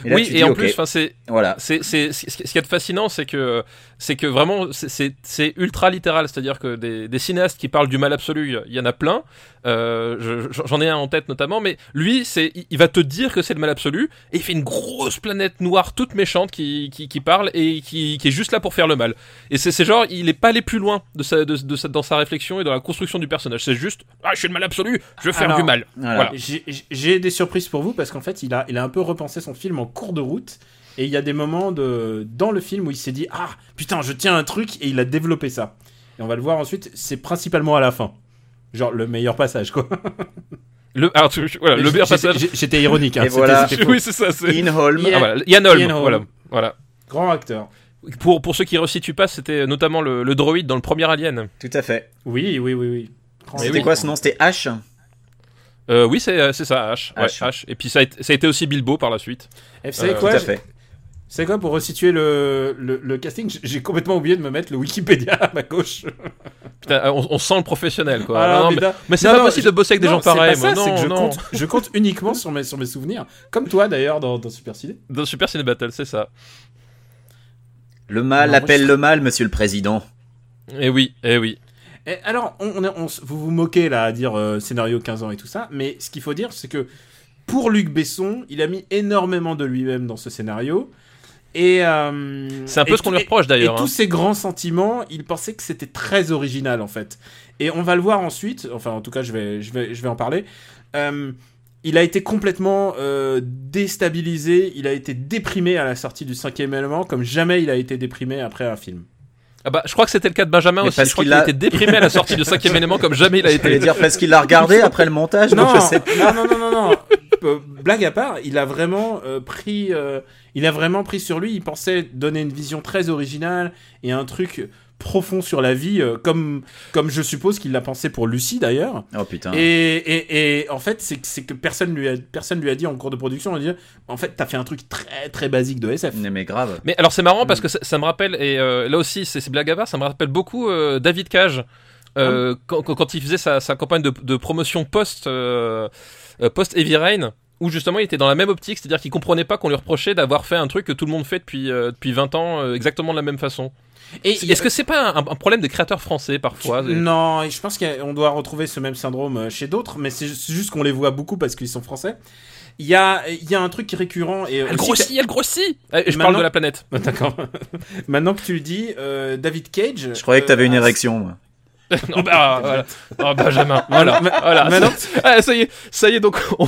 [SPEAKER 1] là,
[SPEAKER 3] oui,
[SPEAKER 1] tu
[SPEAKER 3] et
[SPEAKER 1] dis,
[SPEAKER 3] en
[SPEAKER 1] ok,
[SPEAKER 3] plus, enfin, c'est,
[SPEAKER 1] voilà.
[SPEAKER 3] c'est, c'est, c'est- ce qu'il y a de fascinant, c'est que, c'est que vraiment, c'est- c'est, c'est ultra littéral. C'est-à-dire que des, des cinéastes qui parlent du mal absolu, il y en a plein. Euh, je- je- j'en ai un en tête notamment, mais lui, c'est, il- il va te dire que c'est le mal absolu, et il fait une grosse planète noire toute méchante qui, qui, qui parle et qui, qui est juste là pour faire le mal. Et c'est, c'est genre, il est pas allé plus loin de sa, de, de sa, dans sa réflexion et dans la construction du personnage. C'est juste, ah, je suis le mal absolu, je veux faire
[SPEAKER 2] Alors,
[SPEAKER 3] du mal.
[SPEAKER 1] voilà.
[SPEAKER 2] J'ai- J'ai des surprises pour vous parce qu'en fait, il a, il a un peu repensé son film en cours de route. Et il y a des moments de, dans le film où il s'est dit Ah putain, je tiens un truc et il a développé ça. Et on va le voir ensuite, c'est principalement à la fin. Genre le meilleur passage quoi.
[SPEAKER 3] Le, alors, tu- tu- voilà, le
[SPEAKER 2] J-
[SPEAKER 3] meilleur
[SPEAKER 2] j'étais-
[SPEAKER 3] passage.
[SPEAKER 2] j'- J'étais ironique. Hein,
[SPEAKER 1] Et
[SPEAKER 2] c'était-
[SPEAKER 1] voilà.
[SPEAKER 2] c'était faux.
[SPEAKER 3] Oui, c'est ça. c'est-
[SPEAKER 1] Inholm.
[SPEAKER 2] Yeah.
[SPEAKER 3] Ah, voilà. Yann Holm,
[SPEAKER 2] Ian Holm.
[SPEAKER 3] Voilà. voilà.
[SPEAKER 2] Grand acteur.
[SPEAKER 3] Pour, pour ceux qui ne resituent pas, c'était notamment le, le droïde dans le premier Alien.
[SPEAKER 1] Tout à fait.
[SPEAKER 2] Oui, oui, oui, oui. Grand
[SPEAKER 1] C'était
[SPEAKER 2] acteur.
[SPEAKER 1] quoi ce nom C'était H
[SPEAKER 3] Euh, oui, c'est euh, c'est ça, H. Ouais,
[SPEAKER 1] H.
[SPEAKER 3] H. Et puis ça a, été, ça a été aussi Bilbo par la suite.
[SPEAKER 2] Et vous savez
[SPEAKER 3] Euh,
[SPEAKER 1] Tout
[SPEAKER 2] quoi
[SPEAKER 1] à
[SPEAKER 2] j'ai-
[SPEAKER 1] fait.
[SPEAKER 2] vous savez quoi pour resituer le, le, le casting j'- J'ai complètement oublié de me mettre le Wikipédia à ma gauche.
[SPEAKER 3] Putain, euh, on, on sent le professionnel, quoi.
[SPEAKER 2] Ah,
[SPEAKER 3] Non, non, mais
[SPEAKER 2] putain.
[SPEAKER 3] mais c'est
[SPEAKER 2] Non,
[SPEAKER 3] pas
[SPEAKER 2] non,
[SPEAKER 3] possible
[SPEAKER 2] je-
[SPEAKER 3] de bosser avec des
[SPEAKER 2] Non,
[SPEAKER 3] gens
[SPEAKER 2] c'est pas
[SPEAKER 3] pareils. moi.
[SPEAKER 2] ça, c'est que
[SPEAKER 3] Non,
[SPEAKER 2] je
[SPEAKER 3] non.
[SPEAKER 2] compte, je compte uniquement sur mes, sur mes souvenirs, comme toi d'ailleurs dans, dans Super Ciné.
[SPEAKER 3] Dans Super Ciné Battle, c'est ça.
[SPEAKER 1] Le mal
[SPEAKER 2] Non, moi,
[SPEAKER 1] appelle
[SPEAKER 2] je-
[SPEAKER 1] le mal, monsieur le président.
[SPEAKER 3] Et Eh oui, et oui.
[SPEAKER 2] Et alors, on, on est- on s- vous vous moquez là à dire euh, scénario 15 ans et tout ça, mais ce qu'il faut dire, c'est que pour Luc Besson, il a mis énormément de lui-même dans ce scénario. Et euh,
[SPEAKER 3] C'est un peu
[SPEAKER 2] et
[SPEAKER 3] ce qu'on
[SPEAKER 2] tout-
[SPEAKER 3] lui reproche
[SPEAKER 2] Et
[SPEAKER 3] d'ailleurs. hein.
[SPEAKER 2] tous ces grands sentiments, il pensait que c'était très original en fait. Et on va le voir ensuite, enfin en tout cas je vais, je vais, je vais en parler. Euh, il a été complètement euh, déstabilisé, il a été déprimé à la sortie du cinquième élément, comme jamais il a été déprimé après un film.
[SPEAKER 3] Ah bah, je crois que c'était le cas de Benjamin
[SPEAKER 1] Mais
[SPEAKER 3] aussi.
[SPEAKER 1] parce
[SPEAKER 3] Je crois
[SPEAKER 1] qu'il
[SPEAKER 3] qu'il
[SPEAKER 1] a-
[SPEAKER 3] était déprimé à la sortie du cinquième élément comme jamais il a
[SPEAKER 1] J'allais
[SPEAKER 3] été.
[SPEAKER 1] dire parce qu'il l'a regardé après le montage,
[SPEAKER 2] Non,
[SPEAKER 1] donc je sais.
[SPEAKER 2] non, non, non, non, non. Euh, Blague à part, il a vraiment euh, pris, euh, il a vraiment pris sur lui. Il pensait donner une vision très originale et un truc profond sur la vie, euh, comme, comme je suppose qu'il l'a pensé pour Lucie d'ailleurs.
[SPEAKER 1] Oh putain.
[SPEAKER 2] Et, et, et en fait, c'est que- c'est que personne lui a, personne lui a dit en cours de production, on lui a dit, en fait, t'as fait un truc très très basique de SF.
[SPEAKER 1] Mais, mais grave.
[SPEAKER 3] Mais alors c'est marrant parce
[SPEAKER 2] Mm.
[SPEAKER 3] que ça, ça me rappelle, et euh, là aussi c'est c'est blague à part, ça me rappelle beaucoup euh, David Cage.
[SPEAKER 2] Ah
[SPEAKER 3] euh, quand, quand- quand il faisait sa, sa campagne de, de promotion post, euh, euh, post Heavy Rain, où justement il était dans la même optique, c'est-à-dire qu'il comprenait pas qu'on lui reprochait d'avoir fait un truc que tout le monde fait depuis, euh, depuis 20 ans euh, exactement de la même façon.
[SPEAKER 2] Et
[SPEAKER 3] Est-ce que c'est pas un, un problème des créateurs français parfois des-
[SPEAKER 2] Non, et je pense qu'on doit retrouver ce même syndrome euh, chez d'autres, mais c'est ju- c'est juste qu'on les voit beaucoup parce qu'ils sont français. Il y a, il y a un truc qui est récurrent et
[SPEAKER 3] Elle
[SPEAKER 2] aussi-
[SPEAKER 3] grossit, elle grossit Ah, et Je parle
[SPEAKER 2] Maintenant-
[SPEAKER 3] de la planète.
[SPEAKER 2] D'accord. Maintenant que tu le dis, euh, David Cage.
[SPEAKER 1] Je croyais que t'avais une
[SPEAKER 2] euh,
[SPEAKER 1] érection. moi.
[SPEAKER 3] Non, bah, voilà. Oh, Benjamin, voilà.
[SPEAKER 2] Ma-
[SPEAKER 3] voilà.
[SPEAKER 2] maintenant-
[SPEAKER 3] Ah, ça y est, ça y est, donc on,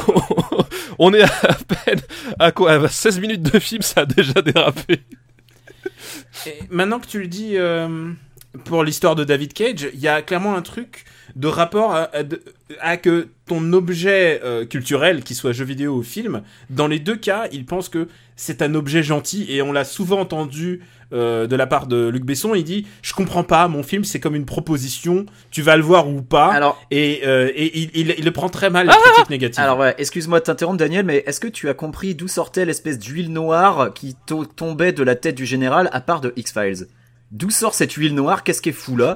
[SPEAKER 3] on est à peine à quoi à 16 minutes de film, ça a déjà dérapé.
[SPEAKER 2] Et maintenant que tu le dis, euh, pour l'histoire de David Cage, il y a clairement un truc de rapport à, à de- à que ton objet euh, culturel, qu'il soit jeu vidéo ou film, dans les deux cas, il pense que c'est un objet gentil et on l'a souvent entendu euh, de la part de Luc Besson. Il dit Je comprends pas, mon film c'est comme une proposition, tu vas le voir ou pas.
[SPEAKER 1] Alors,
[SPEAKER 2] et euh, et il, il- il le prend très mal, les critiques négatives.
[SPEAKER 1] alors ouais, excuse-moi de t'interrompre, Daniel, mais est-ce que tu as compris d'où sortait l'espèce d'huile noire qui to- tombait de la tête du général à part de X-Files D'où sort cette huile noire Qu'est-ce qui est fou là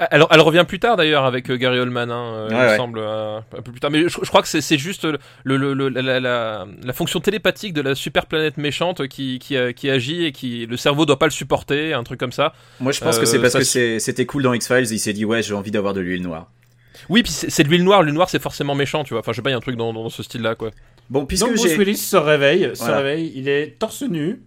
[SPEAKER 3] Ah, Alors, elle revient plus tard d'ailleurs avec euh, Gary Oldman, hein, euh, il
[SPEAKER 1] Ouais,
[SPEAKER 3] me
[SPEAKER 1] ouais.
[SPEAKER 3] semble, euh, un peu plus tard. Mais je, je crois que c'est- c'est juste le, le- le- la, la- la fonction télépathique de la super planète méchante qui, qui, euh, qui agit et qui le cerveau doit pas le supporter, un truc comme ça.
[SPEAKER 1] Moi, je pense que
[SPEAKER 3] Euh,
[SPEAKER 1] c'est parce
[SPEAKER 3] ça
[SPEAKER 1] que
[SPEAKER 3] se-
[SPEAKER 1] c'est- c'était cool dans X-Files. Il s'est dit ouais, j'ai envie d'avoir de l'huile noire.
[SPEAKER 3] Oui, puis c'est c'est de l'huile noire, l'huile noire c'est forcément méchant, tu vois. Enfin, je sais pas, il y a un truc dans, dans ce style-là, quoi.
[SPEAKER 1] Bon, puisque
[SPEAKER 2] Donc Bruce
[SPEAKER 1] j'ai
[SPEAKER 2] Willis se réveille, se
[SPEAKER 1] Voilà.
[SPEAKER 2] réveille, il est torse nu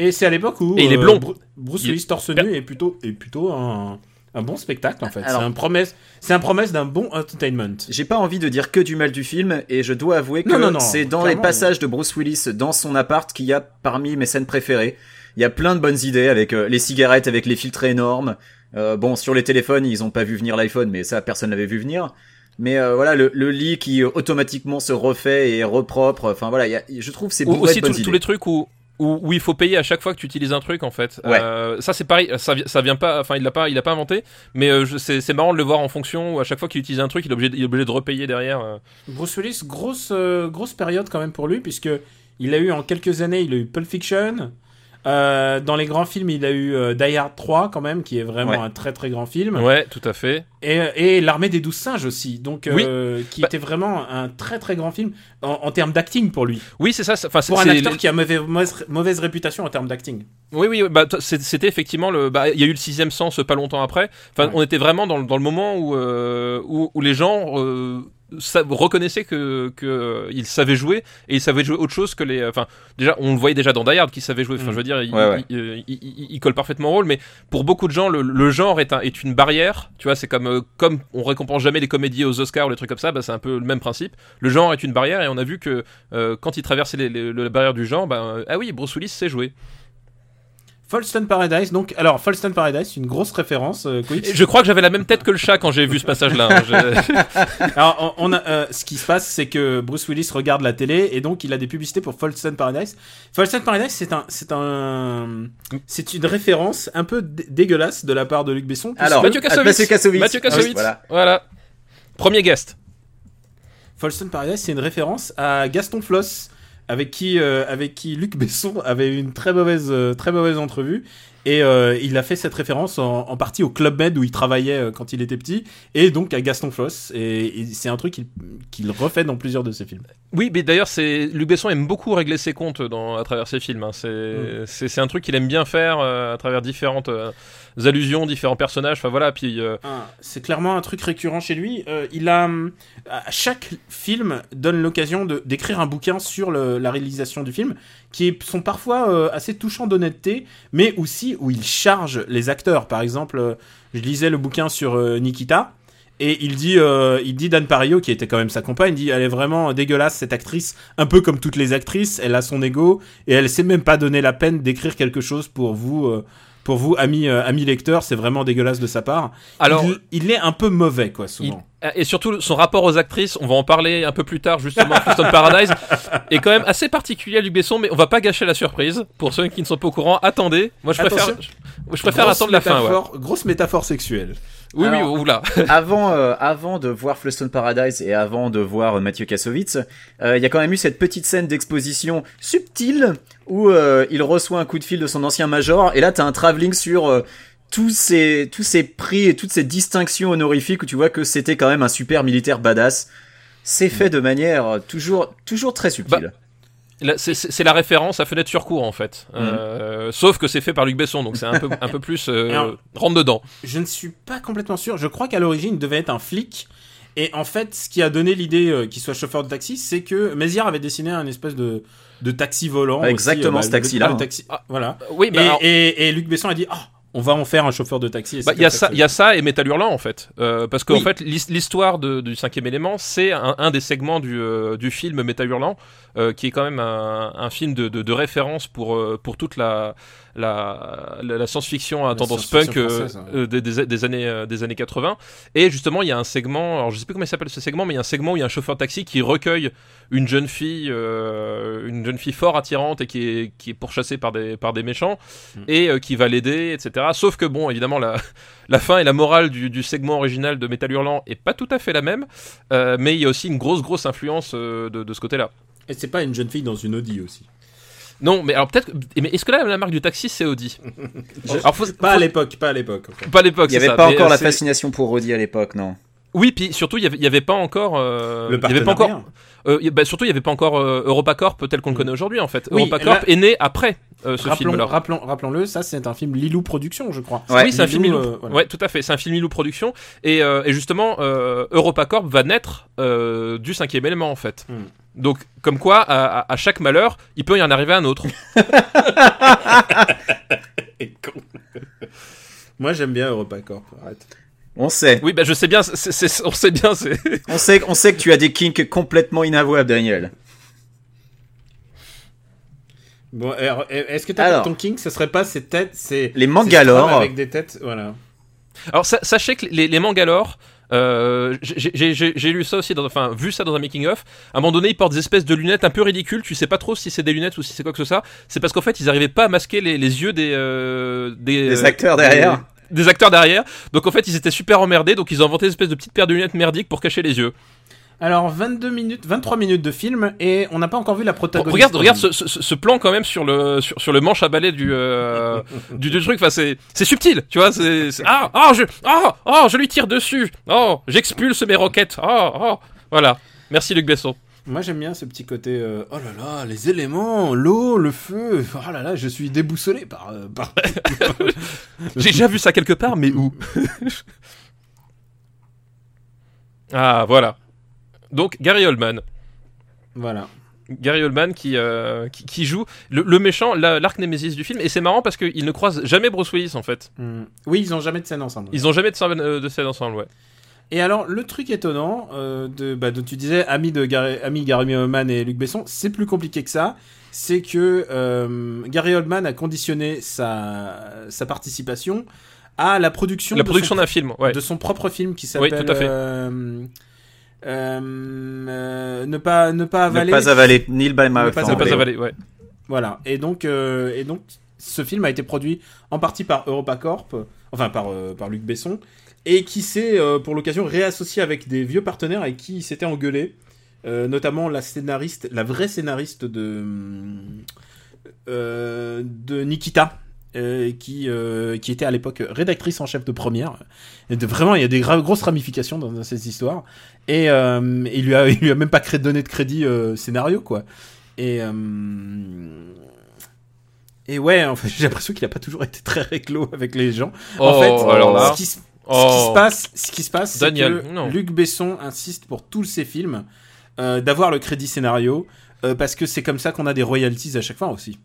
[SPEAKER 2] et c'est à l'époque où
[SPEAKER 3] Et il est
[SPEAKER 2] euh,
[SPEAKER 3] blond.
[SPEAKER 2] Bru- Bruce
[SPEAKER 3] Il-
[SPEAKER 2] Willis torse nu est plutôt est plutôt un, un un bon spectacle en fait. C'est
[SPEAKER 1] Alors-
[SPEAKER 2] un promesse, c'est un promesse d'un bon entertainment.
[SPEAKER 1] J'ai pas envie de dire que du mal du film, et je dois avouer que
[SPEAKER 2] Non, non, non,
[SPEAKER 1] c'est dans les
[SPEAKER 2] clairement.
[SPEAKER 1] passages de Bruce Willis dans son appart qu'il y a parmi mes scènes préférées. Il y a plein de bonnes idées avec euh, les cigarettes, avec les filtres énormes. Euh, bon, sur les téléphones, ils ont pas vu venir l'iPhone, mais ça, personne l'avait vu venir. Mais euh, voilà, le, le lit qui euh, automatiquement se refait et est repropre. Enfin voilà, il y a- je trouve que c'est
[SPEAKER 3] Ou-
[SPEAKER 1] bourré de
[SPEAKER 3] aussi
[SPEAKER 1] bonnes
[SPEAKER 3] tous
[SPEAKER 1] idées.
[SPEAKER 3] tous les trucs où, où où il faut payer à chaque fois que tu utilises un truc en fait.
[SPEAKER 1] Ouais.
[SPEAKER 3] Euh, ça c'est pareil, ça vi- ça vient pas, enfin il l'a pas il l'a pas inventé, mais euh, je- c'est c'est marrant de le voir en fonction. Où à chaque fois qu'il utilise un truc, il est obligé de- il est obligé de repayer derrière. euh.
[SPEAKER 2] Bruce Willis, grosse, euh, grosse période quand même pour lui, puisque il a eu en quelques années, il a eu Pulp Fiction. Euh, dans les grands films, il a eu euh, Die Hard 3 quand même, qui est vraiment
[SPEAKER 1] Ouais.
[SPEAKER 2] un très très grand film.
[SPEAKER 3] Ouais, tout à fait.
[SPEAKER 2] Et, et l'armée des douze singes aussi, donc euh, qui
[SPEAKER 3] Bah-
[SPEAKER 2] était vraiment un très très grand film en, en termes d'acting pour lui.
[SPEAKER 3] Oui, c'est ça. c'est- Enfin, c'est-
[SPEAKER 2] Pour un
[SPEAKER 3] c'est
[SPEAKER 2] acteur
[SPEAKER 3] les-
[SPEAKER 2] qui a mauvaise, mauvaise- mauvaise réputation en termes d'acting.
[SPEAKER 3] Oui, oui, bah, t- c'est- c'était effectivement le. bah, Il y a eu le sixième sens euh, pas longtemps après. Enfin,
[SPEAKER 2] Ouais.
[SPEAKER 3] on était vraiment dans, le- dans le moment où, euh, où, où les gens euh, sa- reconnaissaient que, que euh, ils savaient jouer et ils savaient jouer autre chose que les. Enfin, déjà, on le voyait déjà dans Die Hard qui savait jouer. Enfin,
[SPEAKER 2] Mm.
[SPEAKER 3] je veux dire, il,
[SPEAKER 1] Ouais, ouais.
[SPEAKER 3] il- euh, il- il- il colle parfaitement au rôle. Mais pour beaucoup de gens, le, le genre est, un- est une barrière. Tu vois, c'est comme euh, comme on récompense jamais les comédies aux Oscars ou les trucs comme ça. Bah, c'est un peu le même principe. Le genre est une barrière et on a vu que euh, quand il traversait les, les- la barrière du genre, bah, euh, ah oui, Bruce Willis sait jouer.
[SPEAKER 2] Falston Paradise, donc alors Falston Paradise, une grosse référence. euh, Quick.
[SPEAKER 3] Et Je crois que j'avais la même tête que le chat quand j'ai vu ce passage-là. hein. Je-
[SPEAKER 2] Alors, on, on a, euh, ce qui se passe, c'est que Bruce Willis regarde la télé et donc il a des publicités pour Falston Paradise. Falston Paradise, c'est un, c'est un, c'est une référence un peu dé- dégueulasse de la part de Luc Besson. puisque
[SPEAKER 1] Alors,
[SPEAKER 3] Mathieu Kassovitz.
[SPEAKER 1] Mathieu Kassovitz.
[SPEAKER 3] Mathieu
[SPEAKER 1] Ah oui,
[SPEAKER 3] Kassovitz.
[SPEAKER 1] voilà.
[SPEAKER 3] voilà. Premier guest.
[SPEAKER 2] Falston Paradise, c'est une référence à Gaston Floss, avec qui, euh, avec qui Luc Besson avait eu une très mauvaise, euh, très mauvaise entrevue. Et euh, il a fait cette référence en, en partie au Club Med où il travaillait euh, quand il était petit, et donc à Gaston Floss. Et, et c'est un truc qu'il qu'il refait dans plusieurs de ses films.
[SPEAKER 3] Oui, mais d'ailleurs, c'est Luc Besson aime beaucoup régler ses comptes dans... à travers ses films. hein. C'est c'est- c'est un truc qu'il aime bien faire euh, à travers différentes euh, allusions, différents personnages. Enfin voilà, puis euh,
[SPEAKER 2] Ah, c'est clairement un truc récurrent chez lui. Euh, il a hum, à chaque film donne l'occasion de d'écrire un bouquin sur le- la réalisation du film, qui est- sont parfois euh, assez touchants d'honnêteté, mais aussi où il charge les acteurs. Par exemple, euh, je lisais le bouquin sur euh, Nikita. Et il dit, euh, il dit Dan Pario, qui était quand même sa compagne, dit elle est vraiment dégueulasse cette actrice, un peu comme toutes les actrices, elle a son ego et elle s'est même pas donné la peine d'écrire quelque chose pour vous, euh, pour vous amis, euh, amis lecteurs, c'est vraiment dégueulasse de sa part.
[SPEAKER 3] alors. euh,
[SPEAKER 2] il, il est un peu mauvais, quoi, souvent.
[SPEAKER 3] Et surtout son rapport aux actrices, on va en parler un peu plus tard justement. Houston Paradise est quand même assez particulier à Luc Besson, mais on va pas gâcher la surprise pour ceux qui ne sont pas au courant. Attendez, moi je préfère,
[SPEAKER 2] Attention.
[SPEAKER 3] je, je préfère
[SPEAKER 2] Grosse
[SPEAKER 3] attendre la fin. ouais.
[SPEAKER 2] métaphore- Grosse métaphore sexuelle.
[SPEAKER 3] Oui,
[SPEAKER 1] Alors-
[SPEAKER 3] oui, oula.
[SPEAKER 1] avant, euh, avant de voir Flustone Paradise et avant de voir euh, Mathieu Kassovitz, euh, il y a quand même eu cette petite scène d'exposition subtile où euh, il reçoit un coup de fil de son ancien major et là t'as un travelling sur euh, tous ces tous ces prix et toutes ces distinctions honorifiques où tu vois que c'était quand même un super militaire badass. C'est fait de manière euh, toujours toujours très
[SPEAKER 3] Bah,
[SPEAKER 1] subtile.
[SPEAKER 3] Là, C'est c'est- c'est la référence à Fenêtre sur cour en fait. Euh, sauf que c'est fait par Luc Besson, donc c'est un peu, un peu plus euh,
[SPEAKER 2] Alors-
[SPEAKER 3] rentre dedans.
[SPEAKER 2] Je ne suis pas complètement sûr. Je crois qu'à l'origine, il devait être un flic. Et en fait, ce qui a donné l'idée euh, qu'il soit chauffeur de taxi, c'est que Mézières avait dessiné un espèce de, de taxi volant.
[SPEAKER 1] Ouais, exactement,
[SPEAKER 2] aussi, euh,
[SPEAKER 1] ce
[SPEAKER 2] le-
[SPEAKER 1] taxi-là,
[SPEAKER 2] le
[SPEAKER 1] hein.
[SPEAKER 2] taxi- ah, voilà.
[SPEAKER 3] Euh, Oui, bah,
[SPEAKER 2] et,
[SPEAKER 3] alors,
[SPEAKER 2] et- et Luc Besson a dit Ah, on va en faire un chauffeur de taxi. Et
[SPEAKER 3] bah,
[SPEAKER 2] c'est
[SPEAKER 3] il y a
[SPEAKER 2] comme
[SPEAKER 3] ça,
[SPEAKER 2] que-
[SPEAKER 3] il y a ça et Métal Hurlant en fait, Euh, parce qu'en
[SPEAKER 1] Oui.
[SPEAKER 3] fait l'his- l'histoire de- du cinquième élément, c'est un, un des segments du, euh, du film Métal Hurlant, euh, qui est quand même un, un film de, de- de référence pour euh, pour toute la la, la- la science-fiction à
[SPEAKER 2] La
[SPEAKER 3] tendance
[SPEAKER 2] science-fiction
[SPEAKER 3] punk euh,
[SPEAKER 2] française, hein.
[SPEAKER 3] euh, des, des- des années euh, des années 80. Et justement, il y a un segment, alors je sais plus comment il s'appelle ce segment, mais il y a un segment où il y a un chauffeur de taxi qui recueille une jeune fille, euh, une jeune fille fort attirante et qui est, qui est pourchassée par des, par des méchants
[SPEAKER 2] Mm.
[SPEAKER 3] et euh, qui va l'aider, etc. Sauf que bon, évidemment, la, la fin et la morale du, du segment original de Metal Hurlant est pas tout à fait la même, euh, mais il y a aussi une grosse, grosse influence euh, de, de ce côté-là.
[SPEAKER 2] Et c'est pas une jeune fille dans une Audi aussi.
[SPEAKER 3] Non, mais alors peut-être, que- mais est-ce que là, la marque du taxi, c'est Audi
[SPEAKER 2] Je-
[SPEAKER 3] Alors, faut-
[SPEAKER 2] Pas à
[SPEAKER 3] faut-
[SPEAKER 2] l'époque, pas à l'époque. en fait.
[SPEAKER 3] pas à l'époque,
[SPEAKER 1] Il y
[SPEAKER 3] c'est
[SPEAKER 1] avait
[SPEAKER 3] ça,
[SPEAKER 1] pas
[SPEAKER 3] mais,
[SPEAKER 1] encore
[SPEAKER 3] euh,
[SPEAKER 1] la
[SPEAKER 3] c'est-
[SPEAKER 1] fascination pour Roddy à l'époque, non.
[SPEAKER 3] Oui, puis surtout, il y avait- il y avait pas encore. euh,
[SPEAKER 2] Le
[SPEAKER 3] il y avait pas encore.
[SPEAKER 2] partenariat.
[SPEAKER 3] Euh, y- bah, surtout, il n'y avait pas encore euh, EuropaCorp tel qu'on le connaît aujourd'hui, en fait.
[SPEAKER 2] Mm. Oui,
[SPEAKER 3] EuropaCorp
[SPEAKER 2] là-
[SPEAKER 3] est né après euh, ce
[SPEAKER 2] Rappelons-
[SPEAKER 3] film-là.
[SPEAKER 2] rappelons- Rappelons-le, ça c'est un film Lilou Productions, je crois.
[SPEAKER 1] Ouais.
[SPEAKER 3] oui, c'est un film Milou.
[SPEAKER 2] euh, voilà.
[SPEAKER 3] Ouais, tout à fait. C'est un film Milou Production. Et, euh, et justement, euh, EuropaCorp va naître euh, du cinquième élément, en fait.
[SPEAKER 2] Hmm.
[SPEAKER 3] Donc, comme quoi, à, à- à chaque malheur, il peut y en arriver un autre.
[SPEAKER 2] Et con. Moi, j'aime bien EuropaCorp. Arrête.
[SPEAKER 1] On sait.
[SPEAKER 3] Oui, bah je sais bien, c'est- c'est- on sait bien, c'est.
[SPEAKER 1] On sait, on sait que tu as des kinks complètement inavouables, Daniel.
[SPEAKER 2] Bon, alors, eh, est-ce que t'as
[SPEAKER 1] Alors.
[SPEAKER 2] ton king Ce serait pas ces têtes, c'est
[SPEAKER 1] Les Mangalore.
[SPEAKER 2] avec des têtes, voilà.
[SPEAKER 3] Alors sa- sachez que les, les Mangalore, euh, j'ai- j'ai j'ai- j'ai lu ça aussi, dans, enfin vu ça dans un making of. À un moment donné, ils portent des espèces de lunettes un peu ridicules. Tu sais pas trop si c'est des lunettes ou si c'est quoi que ce soit. C'est parce qu'en fait, ils arrivaient pas à masquer les, les yeux des euh, des,
[SPEAKER 1] Des
[SPEAKER 3] euh,
[SPEAKER 1] acteurs derrière.
[SPEAKER 3] des, des acteurs derrière. Donc en fait, ils étaient super emmerdés. Donc ils ont inventé des espèces de petites paires de lunettes merdiques pour cacher les yeux.
[SPEAKER 2] Alors 22 minutes, 23 minutes de film et on n'a pas encore vu la protagoniste.
[SPEAKER 3] regarde, regarde ce, ce- ce- ce plan quand même sur le sur, sur le manche à balai du euh, du, du truc. Enfin, c'est c'est subtil, tu vois. c'est c'est- ah ah je ah ah je lui tire dessus. Oh j'expulse mes roquettes. Oh oh voilà. Merci Luc Besson.
[SPEAKER 2] Moi j'aime bien ce petit côté euh, oh là là, les éléments, l'eau, le feu. Oh là là, je suis déboussolé par euh, par
[SPEAKER 3] J'ai déjà vu ça quelque part, mais où Ah voilà. Donc Gary Oldman,
[SPEAKER 2] voilà.
[SPEAKER 3] Gary Oldman qui euh, qui, qui joue le, le méchant, la- l'arc némésis du film. Et c'est marrant parce qu'ils ne croisent jamais Bruce Willis en fait.
[SPEAKER 2] Hmm. Oui, ils ont jamais de scène ensemble.
[SPEAKER 3] Ils ont jamais de scène, euh, de scène ensemble, ouais.
[SPEAKER 2] Et alors le truc étonnant euh, de bah de- tu disais ami de Gary, ami Gary Oldman et Luc Besson, c'est plus compliqué que ça. C'est que euh, Gary Oldman a conditionné sa sa participation à la production
[SPEAKER 3] La
[SPEAKER 2] de son
[SPEAKER 3] production d'un film, ouais.
[SPEAKER 2] de son propre film qui
[SPEAKER 3] Oui,
[SPEAKER 2] s'appelle
[SPEAKER 3] tout à fait.
[SPEAKER 2] euh, euh, euh, ne pas ne pas avaler
[SPEAKER 1] Ne pas avaler. Neil by mouth.
[SPEAKER 2] pas
[SPEAKER 1] en
[SPEAKER 3] Ne pas
[SPEAKER 2] avaler.
[SPEAKER 1] anglais.
[SPEAKER 3] avaler, ouais.
[SPEAKER 2] voilà et donc euh, et donc ce film a été produit en partie par EuropaCorp enfin par euh, par Luc Besson et qui s'est euh, pour l'occasion réassocié avec des vieux partenaires avec qui il s'était engueulé euh, notamment la scénariste la vraie scénariste de euh, de Nikita euh, qui, euh, qui était à l'époque rédactrice en chef de première. Et de, vraiment, il y a des gra- grosses ramifications dans, dans ces histoires. Et euh, il, lui a, il lui a même pas cré- donné de crédit euh, scénario, quoi. Et, euh, et ouais, en fait, j'ai l'impression qu'il a pas toujours été très réglo avec les gens. en
[SPEAKER 3] Oh,
[SPEAKER 2] fait,
[SPEAKER 3] alors là.
[SPEAKER 2] ce qui se ce qui
[SPEAKER 3] Oh.
[SPEAKER 2] se passe, ce qui se passe, c'est
[SPEAKER 3] Daniel,
[SPEAKER 2] que
[SPEAKER 3] non.
[SPEAKER 2] Luc Besson insiste pour tous ses films euh, d'avoir le crédit scénario euh, parce que c'est comme ça qu'on a des royalties à chaque fois aussi.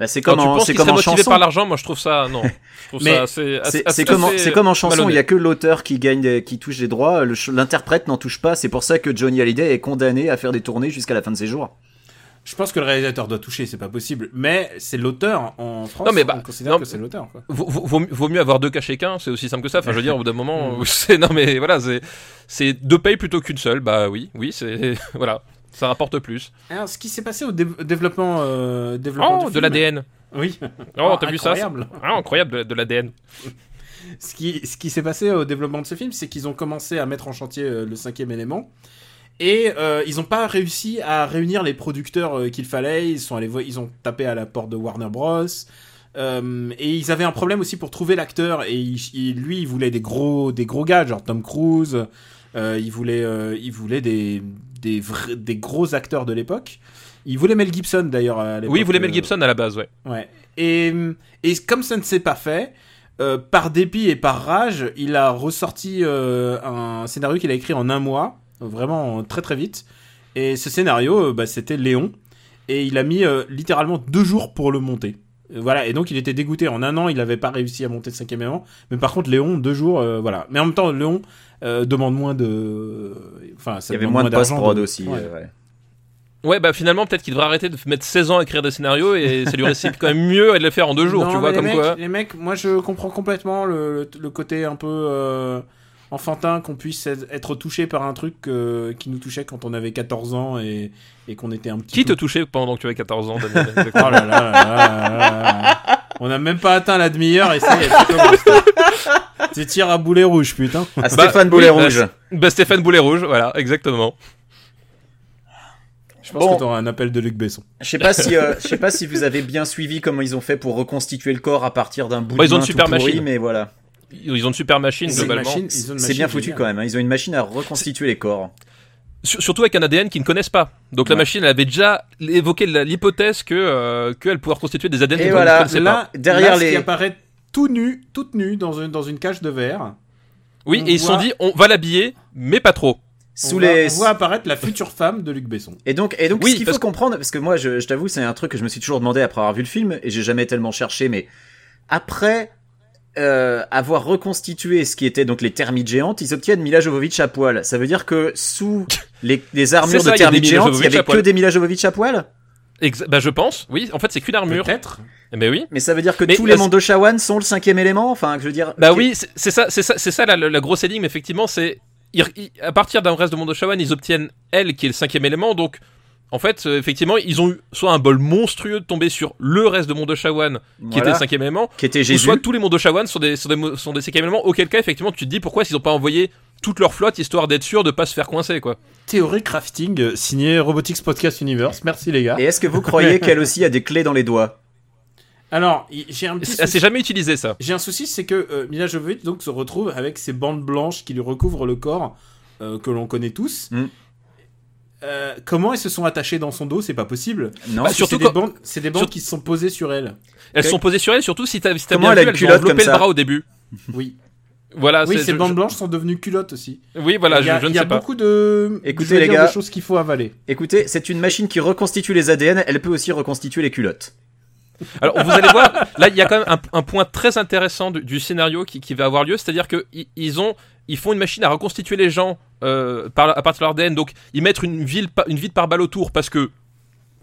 [SPEAKER 1] Bah, c'est
[SPEAKER 3] Quand
[SPEAKER 1] comme en,
[SPEAKER 3] tu penses
[SPEAKER 1] c'est
[SPEAKER 3] qu'il
[SPEAKER 1] comme
[SPEAKER 3] serait
[SPEAKER 1] en
[SPEAKER 3] motivé
[SPEAKER 1] chanson.
[SPEAKER 3] par l'argent, moi je trouve ça non. Je trouve
[SPEAKER 2] Mais
[SPEAKER 3] ça assez- assez-
[SPEAKER 1] C'est
[SPEAKER 3] assez-
[SPEAKER 1] c'est comme, en-
[SPEAKER 3] assez
[SPEAKER 1] c'est comme en chanson, il y a
[SPEAKER 3] malhonnête.
[SPEAKER 1] que l'auteur qui gagne, des- qui touche des droits, le ch- l'interprète n'en touche pas. C'est pour ça que Johnny Hallyday est condamné à faire des tournées jusqu'à la fin de ses jours.
[SPEAKER 2] Je pense que le réalisateur doit toucher, c'est pas possible. Mais c'est l'auteur en France.
[SPEAKER 3] Non, mais bah,
[SPEAKER 2] on considère
[SPEAKER 3] non,
[SPEAKER 2] que c'est l'auteur. Quoi.
[SPEAKER 3] euh, Vaut, vaut- vaut- vaut mieux avoir deux cachets qu'un, c'est aussi simple que ça. Enfin, je veux dire, au bout d'un moment, c'est non mais voilà, c'est c'est deux payes plutôt qu'une seule. Bah oui, oui, c'est voilà, ça rapporte plus.
[SPEAKER 2] Alors, ce qui s'est passé au dé- développement, euh, développement
[SPEAKER 3] Oh, de
[SPEAKER 2] du film-
[SPEAKER 3] l'ADN.
[SPEAKER 2] Oui.
[SPEAKER 3] Oh, t'as vu ça c'est-
[SPEAKER 2] Incroyable.
[SPEAKER 3] ah, Incroyable de, de l'ADN.
[SPEAKER 2] ce qui, ce qui s'est passé au développement de ce film, c'est qu'ils ont commencé à mettre en chantier euh, le cinquième élément. Et euh, ils n'ont pas réussi à réunir les producteurs euh, qu'il fallait. Ils sont allés, vo- ils ont tapé à la porte de Warner Bros. Euh, et ils avaient un problème aussi pour trouver l'acteur. Et il- il- lui, il voulait des gros, des gros gars, genre Tom Cruise. Euh, il voulait, euh, il voulait des, des, vrais- des gros acteurs de l'époque. Il voulait Mel Gibson d'ailleurs. à l'époque,
[SPEAKER 3] Oui, il voulait Mel
[SPEAKER 2] euh,
[SPEAKER 3] Gibson à la base, ouais.
[SPEAKER 2] Ouais. Et, et comme ça ne s'est pas fait, euh, par dépit et par rage, il a ressorti euh, un scénario qu'il a écrit en un mois, vraiment euh, très très vite. Et ce scénario, euh, bah, c'était Léon. Et il a mis euh, littéralement deux jours pour le monter. Euh, Voilà, et donc il était dégoûté. En un an, il n'avait pas réussi à monter le cinquième élément. Mais par contre, Léon, deux jours, euh, voilà. Mais en même temps, Léon euh, demande moins de. Enfin, ça
[SPEAKER 1] Il y avait
[SPEAKER 2] demande
[SPEAKER 1] moins de
[SPEAKER 2] d'argent,
[SPEAKER 1] post-prod
[SPEAKER 2] donc-
[SPEAKER 1] aussi.
[SPEAKER 2] Ouais.
[SPEAKER 1] euh, ouais.
[SPEAKER 3] Ouais, bah finalement peut-être qu'il devrait arrêter de mettre 16 ans à écrire des scénarios et ça lui réussit quand même mieux à le faire en deux jours,
[SPEAKER 2] Non,
[SPEAKER 3] tu
[SPEAKER 2] mais
[SPEAKER 3] vois
[SPEAKER 2] les
[SPEAKER 3] comme
[SPEAKER 2] mecs,
[SPEAKER 3] quoi.
[SPEAKER 2] Les mecs, moi je comprends complètement le, le- le côté un peu euh, enfantin qu'on puisse être touché par un truc euh, qui nous touchait quand on avait 14 ans et, et qu'on était un petit
[SPEAKER 3] Qui te
[SPEAKER 2] peu...
[SPEAKER 3] touchait pendant que tu avais 14 ans Daniel Exactement.
[SPEAKER 2] Oh là là, là là là là. On n'a même pas atteint la demi-heure et c'est... c'est comme- Tu tires à boulet rouge, putain.
[SPEAKER 1] À Stéphane Boulet
[SPEAKER 3] oui, bah,
[SPEAKER 1] Rouge.
[SPEAKER 3] Bah Stéphane Boulet Rouge, voilà, exactement.
[SPEAKER 2] Je pense
[SPEAKER 1] Bon.
[SPEAKER 2] que t'auras un appel de Luc Besson.
[SPEAKER 1] Je sais pas si, euh, je sais pas si vous avez bien suivi comment ils ont fait pour reconstituer le corps à partir d'un bout
[SPEAKER 3] Bah,
[SPEAKER 1] de
[SPEAKER 3] ils ont
[SPEAKER 1] main
[SPEAKER 3] une super
[SPEAKER 1] tout pourri,
[SPEAKER 3] machine.
[SPEAKER 1] mais voilà.
[SPEAKER 3] Ils ont de super machines
[SPEAKER 2] Ils ont une
[SPEAKER 3] globalement.
[SPEAKER 2] machine- ils ont une
[SPEAKER 1] C'est
[SPEAKER 2] machine
[SPEAKER 1] bien foutu
[SPEAKER 2] géniale.
[SPEAKER 1] quand même. hein. Ils ont une machine à reconstituer les corps.
[SPEAKER 3] Sur- surtout avec un ADN qu'ils ne connaissent pas. Donc la
[SPEAKER 1] Ouais.
[SPEAKER 3] machine elle avait déjà évoqué la- l'hypothèse que euh, qu'elle pouvait reconstituer des ADN
[SPEAKER 1] Et
[SPEAKER 3] qu'elle
[SPEAKER 1] voilà,
[SPEAKER 3] ne connaissait Ah, pas.
[SPEAKER 2] Là,
[SPEAKER 1] Derrière
[SPEAKER 2] là, ce
[SPEAKER 1] les-
[SPEAKER 2] qui apparaît tout nu, toute nue dans une, dans une cage de verre.
[SPEAKER 3] Oui,
[SPEAKER 2] on
[SPEAKER 3] et ils se sont
[SPEAKER 2] voit-
[SPEAKER 3] dit on va l'habiller, mais pas trop.
[SPEAKER 1] Sous
[SPEAKER 2] on,
[SPEAKER 1] les.
[SPEAKER 2] voit, on voit apparaître la future femme de Luc Besson.
[SPEAKER 1] Et donc, et donc
[SPEAKER 3] Oui,
[SPEAKER 1] ce qu'il
[SPEAKER 3] parce
[SPEAKER 1] faut comprendre, parce que moi, je, je t'avoue, c'est un truc que je me suis toujours demandé après avoir vu le film, et j'ai jamais tellement cherché, mais après euh, avoir reconstitué ce qui était donc les termites géantes, ils obtiennent Mila Jovovich à poil. Ça veut dire que sous les, les armures
[SPEAKER 3] ça,
[SPEAKER 1] de
[SPEAKER 3] il y a des
[SPEAKER 1] termites
[SPEAKER 3] Mila
[SPEAKER 1] géantes, il y
[SPEAKER 3] Jovovich à
[SPEAKER 1] avait que
[SPEAKER 3] poil.
[SPEAKER 1] des Mila Jovovich à poil
[SPEAKER 3] Exa- bah, je pense, oui. En fait, c'est qu'une armure.
[SPEAKER 2] Peut-être.
[SPEAKER 3] Mais oui.
[SPEAKER 1] Mais ça veut dire que
[SPEAKER 3] Mais
[SPEAKER 1] tous les
[SPEAKER 3] parce-
[SPEAKER 1] Mandoshawan sont le cinquième élément Enfin, je veux dire...
[SPEAKER 3] Bah oui, c'est c'est ça, c'est ça, c'est ça la, la- la grosse énigme, effectivement, c'est ils- ils- à partir d'un reste de Mondoshawan, ils obtiennent elle qui est le cinquième élément, donc en fait, euh, effectivement, ils ont eu soit un bol monstrueux de tomber sur le reste de Mondoshawan qui
[SPEAKER 1] Voilà.
[SPEAKER 3] était le cinquième élément,
[SPEAKER 1] Qui était
[SPEAKER 3] ou
[SPEAKER 1] Jésus.
[SPEAKER 3] soit tous les Mondoshawan sont des, sont des, mo- sont des cinquième éléments, auquel cas, effectivement, tu te dis pourquoi ils ont pas envoyé toute leur flotte histoire d'être sûr de pas se faire coincer, quoi.
[SPEAKER 2] Théorie crafting euh, signé Robotics Podcast Universe. Merci les gars.
[SPEAKER 1] Et est-ce que vous croyez qu'elle aussi a des clés dans les doigts
[SPEAKER 2] Alors, y- j'ai un petit
[SPEAKER 3] C'est
[SPEAKER 2] souci.
[SPEAKER 3] c'est jamais utilisé ça.
[SPEAKER 2] J'ai un souci, c'est que euh, Mila Jovovich donc se retrouve avec ses bandes blanches qui lui recouvrent le corps euh, que l'on connaît tous.
[SPEAKER 1] Mm.
[SPEAKER 2] Euh, comment elles se sont attachées dans son dos C'est pas possible.
[SPEAKER 1] Non
[SPEAKER 3] Bah,
[SPEAKER 2] Parce que
[SPEAKER 3] surtout
[SPEAKER 2] c'est des
[SPEAKER 3] quand-
[SPEAKER 2] bandes, c'est des bandes
[SPEAKER 3] sur-
[SPEAKER 2] qui se sont posées sur elle.
[SPEAKER 3] Elles
[SPEAKER 1] Ok.
[SPEAKER 3] se sont posées sur elle, surtout si t'as si t'as
[SPEAKER 1] Comment
[SPEAKER 3] bien
[SPEAKER 1] elle a
[SPEAKER 3] vu,
[SPEAKER 1] une
[SPEAKER 3] elles ont
[SPEAKER 1] culotte
[SPEAKER 3] enveloppé
[SPEAKER 1] comme
[SPEAKER 3] le
[SPEAKER 1] ça
[SPEAKER 3] bras au début.
[SPEAKER 2] Oui.
[SPEAKER 3] Voilà,
[SPEAKER 2] oui,
[SPEAKER 3] Ah, c'est-
[SPEAKER 2] ces
[SPEAKER 3] je-
[SPEAKER 2] bandes
[SPEAKER 3] je-
[SPEAKER 2] blanches sont devenues culottes aussi.
[SPEAKER 3] Oui, voilà,
[SPEAKER 2] il y a,
[SPEAKER 3] je, je
[SPEAKER 2] il
[SPEAKER 3] ne
[SPEAKER 2] y a
[SPEAKER 3] sais pas.
[SPEAKER 2] beaucoup de,
[SPEAKER 1] Écoutez,
[SPEAKER 2] je veux
[SPEAKER 1] les
[SPEAKER 2] dire,
[SPEAKER 1] gars.
[SPEAKER 2] de choses qu'il faut avaler.
[SPEAKER 1] Écoutez, c'est une machine qui reconstitue les ADN, elle peut aussi reconstituer les culottes.
[SPEAKER 3] Alors vous allez voir, là il y a quand même un, un point très intéressant du, du scénario qui, qui va avoir lieu, c'est-à-dire que i- ils ont, ils font une machine à reconstituer les gens euh, par, à partir de leur ADN, donc ils mettent une ville, pa- une ville par balle autour parce que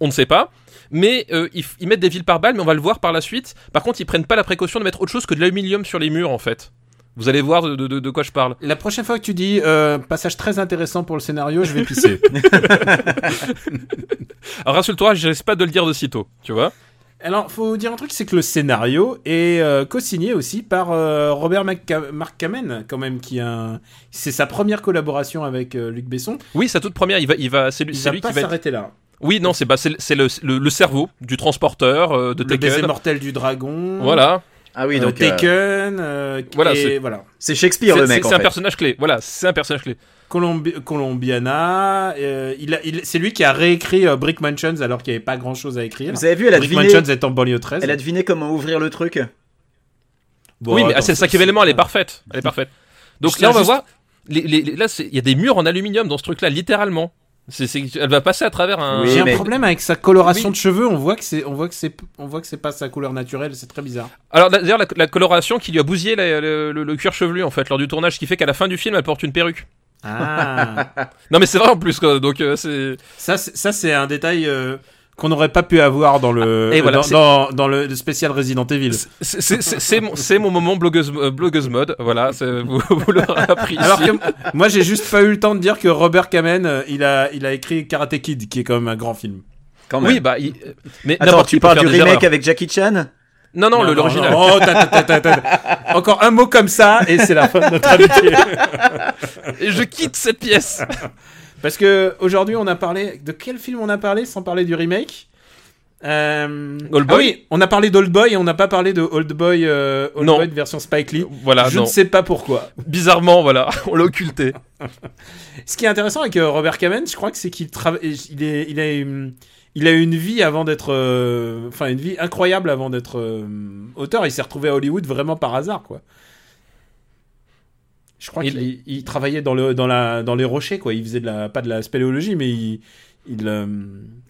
[SPEAKER 3] on ne sait pas, mais euh, ils, f- ils mettent des villes par balle, mais on va le voir par la suite. Par contre, ils prennent pas la précaution de mettre autre chose que de l'aluminium sur les murs en fait. Vous allez voir de, de- de- de quoi je parle.
[SPEAKER 2] La prochaine fois que tu dis euh, passage très intéressant pour le scénario, je vais pisser.
[SPEAKER 3] Alors rassure-toi, je risque pas de le dire de sitôt, tu vois.
[SPEAKER 2] Alors, faut dire un truc, c'est que le scénario est euh, co-signé aussi par euh, Robert McCa- Mark Kamen, quand même, qui a un- c'est sa première collaboration avec euh, Luc Besson.
[SPEAKER 3] Oui, sa toute première, il va, il va, c'est lui,
[SPEAKER 2] Il
[SPEAKER 3] c'est
[SPEAKER 2] va
[SPEAKER 3] lui
[SPEAKER 2] pas
[SPEAKER 3] qui va. être-
[SPEAKER 2] s'arrêter là.
[SPEAKER 3] Oui, non, c'est bah, c'est le- c'est le, le- le cerveau du transporteur euh, de
[SPEAKER 2] le baiser
[SPEAKER 3] Tekken.
[SPEAKER 2] mortel du dragon.
[SPEAKER 3] Voilà.
[SPEAKER 1] Ah oui,
[SPEAKER 2] euh,
[SPEAKER 1] donc euh,
[SPEAKER 2] Taken. euh,
[SPEAKER 3] voilà,
[SPEAKER 2] et
[SPEAKER 3] c'est-
[SPEAKER 2] voilà.
[SPEAKER 1] c'est Shakespeare
[SPEAKER 3] C'est-
[SPEAKER 1] le mec
[SPEAKER 3] c'est-
[SPEAKER 1] en
[SPEAKER 3] C'est un
[SPEAKER 1] fait.
[SPEAKER 3] personnage clé. Voilà, c'est un personnage clé.
[SPEAKER 2] Colombi- Colombiana. euh, il a- il- c'est lui qui a réécrit euh, Brick Mansions alors qu'il n'y avait pas grand chose à écrire.
[SPEAKER 1] Vous avez vu, elle a
[SPEAKER 2] Brick
[SPEAKER 1] deviné,
[SPEAKER 2] Mansions est en banlieue 13.
[SPEAKER 1] elle a deviné comment ouvrir le truc.
[SPEAKER 2] Bon,
[SPEAKER 3] oui, mais
[SPEAKER 2] attends,
[SPEAKER 3] ah, c'est le cinquième élément, elle est parfaite. Elle est parfaite. Donc
[SPEAKER 2] Je
[SPEAKER 3] là, on va
[SPEAKER 2] tiens juste-
[SPEAKER 3] voir. les- les- les- là, c'est- il y a des murs en aluminium dans ce truc-là, littéralement. C'est- c'est- elle va passer à travers un.
[SPEAKER 1] Oui.
[SPEAKER 2] J'ai
[SPEAKER 1] mais-
[SPEAKER 2] un problème avec sa coloration
[SPEAKER 3] Oui.
[SPEAKER 2] de cheveux. On voit que c'est, on voit que c'est, on voit que c'est pas sa couleur naturelle. C'est très bizarre.
[SPEAKER 3] Alors la- d'ailleurs, la, la coloration qui lui a bousillé la- le, le- le cuir chevelu en fait lors du tournage, ce qui fait qu'à la fin du film, elle porte une perruque.
[SPEAKER 2] Ah.
[SPEAKER 3] Non, mais c'est vrai en plus. Quoi. Donc euh, c'est.
[SPEAKER 2] ça, c'est, ça, c'est un détail euh, qu'on n'aurait pas pu avoir dans le,
[SPEAKER 3] Ah, et voilà,
[SPEAKER 2] dans,
[SPEAKER 3] c'est-
[SPEAKER 2] dans- dans le le spécial Resident Evil.
[SPEAKER 3] c'est- C'est c'est- c'est mon, c'est mon moment blogueuse, euh, blogueuse mode. Voilà, c'est- vous, vous l'aurez appris.
[SPEAKER 2] Alors
[SPEAKER 3] ici.
[SPEAKER 2] que moi, j'ai juste pas eu le temps de dire que Robert Kamen, euh, il a, il a écrit Karate Kid, qui est quand même un grand film.
[SPEAKER 1] Quand même.
[SPEAKER 3] Oui, bah. il- Mais
[SPEAKER 1] Attends,
[SPEAKER 3] n'importe
[SPEAKER 1] tu
[SPEAKER 3] qui peut
[SPEAKER 1] parles
[SPEAKER 3] faire
[SPEAKER 1] du
[SPEAKER 3] des
[SPEAKER 1] remake
[SPEAKER 3] erreurs.
[SPEAKER 1] avec Jackie Chan
[SPEAKER 3] Non, non, le-
[SPEAKER 2] non,
[SPEAKER 3] l'original.
[SPEAKER 2] non. Oh, ta, ta, ta, ta, ta. Encore un mot comme ça, et c'est la fin de notre amitié.
[SPEAKER 3] Et Je quitte cette pièce.
[SPEAKER 2] Parce que aujourd'hui, on a parlé de quel film on a parlé sans parler du remake euh...
[SPEAKER 3] Old
[SPEAKER 2] ah
[SPEAKER 3] Boy
[SPEAKER 2] oui, on a parlé d'Old Boy et on n'a pas parlé de Old Boy, euh, Old
[SPEAKER 3] Non.
[SPEAKER 2] Boy version Spike Lee.
[SPEAKER 3] Voilà,
[SPEAKER 2] je
[SPEAKER 3] non.
[SPEAKER 2] ne sais pas pourquoi.
[SPEAKER 3] Bizarrement, voilà, on l'a occulté.
[SPEAKER 2] Ce qui est intéressant avec euh, Robert Kamen, je crois que c'est qu'il travaille, il est, il a, une- il a eu une vie avant d'être, euh, enfin une vie incroyable avant d'être euh, auteur. Il s'est retrouvé à Hollywood vraiment par hasard, quoi. Je crois
[SPEAKER 3] Il-
[SPEAKER 2] qu'il il travaillait dans le, dans la, dans les rochers, quoi. Il faisait de la, pas de la spéléologie, mais il, il, euh,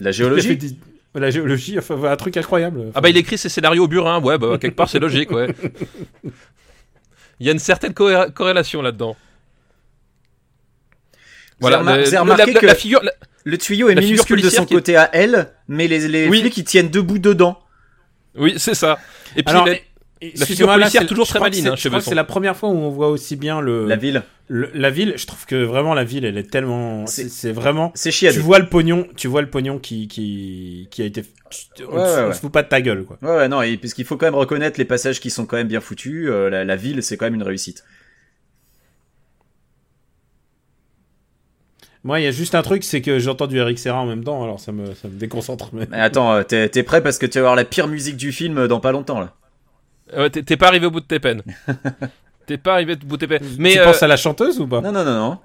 [SPEAKER 1] La
[SPEAKER 2] il a fait
[SPEAKER 1] géologie
[SPEAKER 2] des- la géologie, enfin voilà, un truc incroyable.
[SPEAKER 3] Ah bah il écrit ses scénarios au burin, ouais bah quelque part c'est logique ouais. Il y a une certaine corré- corrélation là-dedans. Voilà,
[SPEAKER 1] remar-
[SPEAKER 3] le-
[SPEAKER 1] vous avez
[SPEAKER 3] le-
[SPEAKER 1] remarqué
[SPEAKER 3] la, la- la
[SPEAKER 1] que-
[SPEAKER 3] figure, la-
[SPEAKER 1] Le tuyau est
[SPEAKER 3] La figure
[SPEAKER 1] minuscule de
[SPEAKER 3] policière
[SPEAKER 1] son
[SPEAKER 3] qui-
[SPEAKER 1] côté à elle, mais les, les
[SPEAKER 3] Oui.
[SPEAKER 1] flics ils tiennent debout dedans.
[SPEAKER 3] oui c'est ça. Et puis
[SPEAKER 2] Alors,
[SPEAKER 3] la-
[SPEAKER 2] Excusez-moi,
[SPEAKER 3] figure
[SPEAKER 2] là,
[SPEAKER 3] policière
[SPEAKER 2] c'est-
[SPEAKER 3] toujours
[SPEAKER 2] je
[SPEAKER 3] très
[SPEAKER 2] crois que
[SPEAKER 3] maligne,
[SPEAKER 2] c'est-
[SPEAKER 3] hein,
[SPEAKER 2] je
[SPEAKER 3] chez
[SPEAKER 2] crois que
[SPEAKER 3] Besson.
[SPEAKER 2] c'est la première fois où on voit aussi bien le,
[SPEAKER 3] Euh,
[SPEAKER 1] La ville,
[SPEAKER 2] Le- la ville, je trouve que vraiment la ville, elle est tellement,
[SPEAKER 1] C'est-
[SPEAKER 2] c'est c'est vraiment.
[SPEAKER 1] c'est
[SPEAKER 2] Tu
[SPEAKER 1] chiadé.
[SPEAKER 2] vois le pognon, tu vois le pognon qui qui qui a été. tu- on,
[SPEAKER 1] Ouais,
[SPEAKER 2] se-
[SPEAKER 1] ouais,
[SPEAKER 2] on
[SPEAKER 1] ouais.
[SPEAKER 2] se fout pas de ta gueule, quoi.
[SPEAKER 1] Ouais, ouais, non, et- parce qu'il faut quand même reconnaître les passages qui sont quand même bien foutus. euh, la, la ville, c'est quand même une réussite.
[SPEAKER 2] Moi, il y a juste un truc, c'est que j'ai entendu Eric Serra en même temps, alors ça me ça me déconcentre. mais-
[SPEAKER 1] Mais attends, euh, t'es t'es prêt parce que tu vas avoir la pire musique du film euh, dans pas longtemps là.
[SPEAKER 3] Ah ouais, t'es t'es pas arrivé au bout de tes peines. t'es pas arrivé au bout de tes peines. Mais
[SPEAKER 2] tu
[SPEAKER 3] euh,
[SPEAKER 2] penses à la chanteuse ou pas
[SPEAKER 1] Non, non, non, non.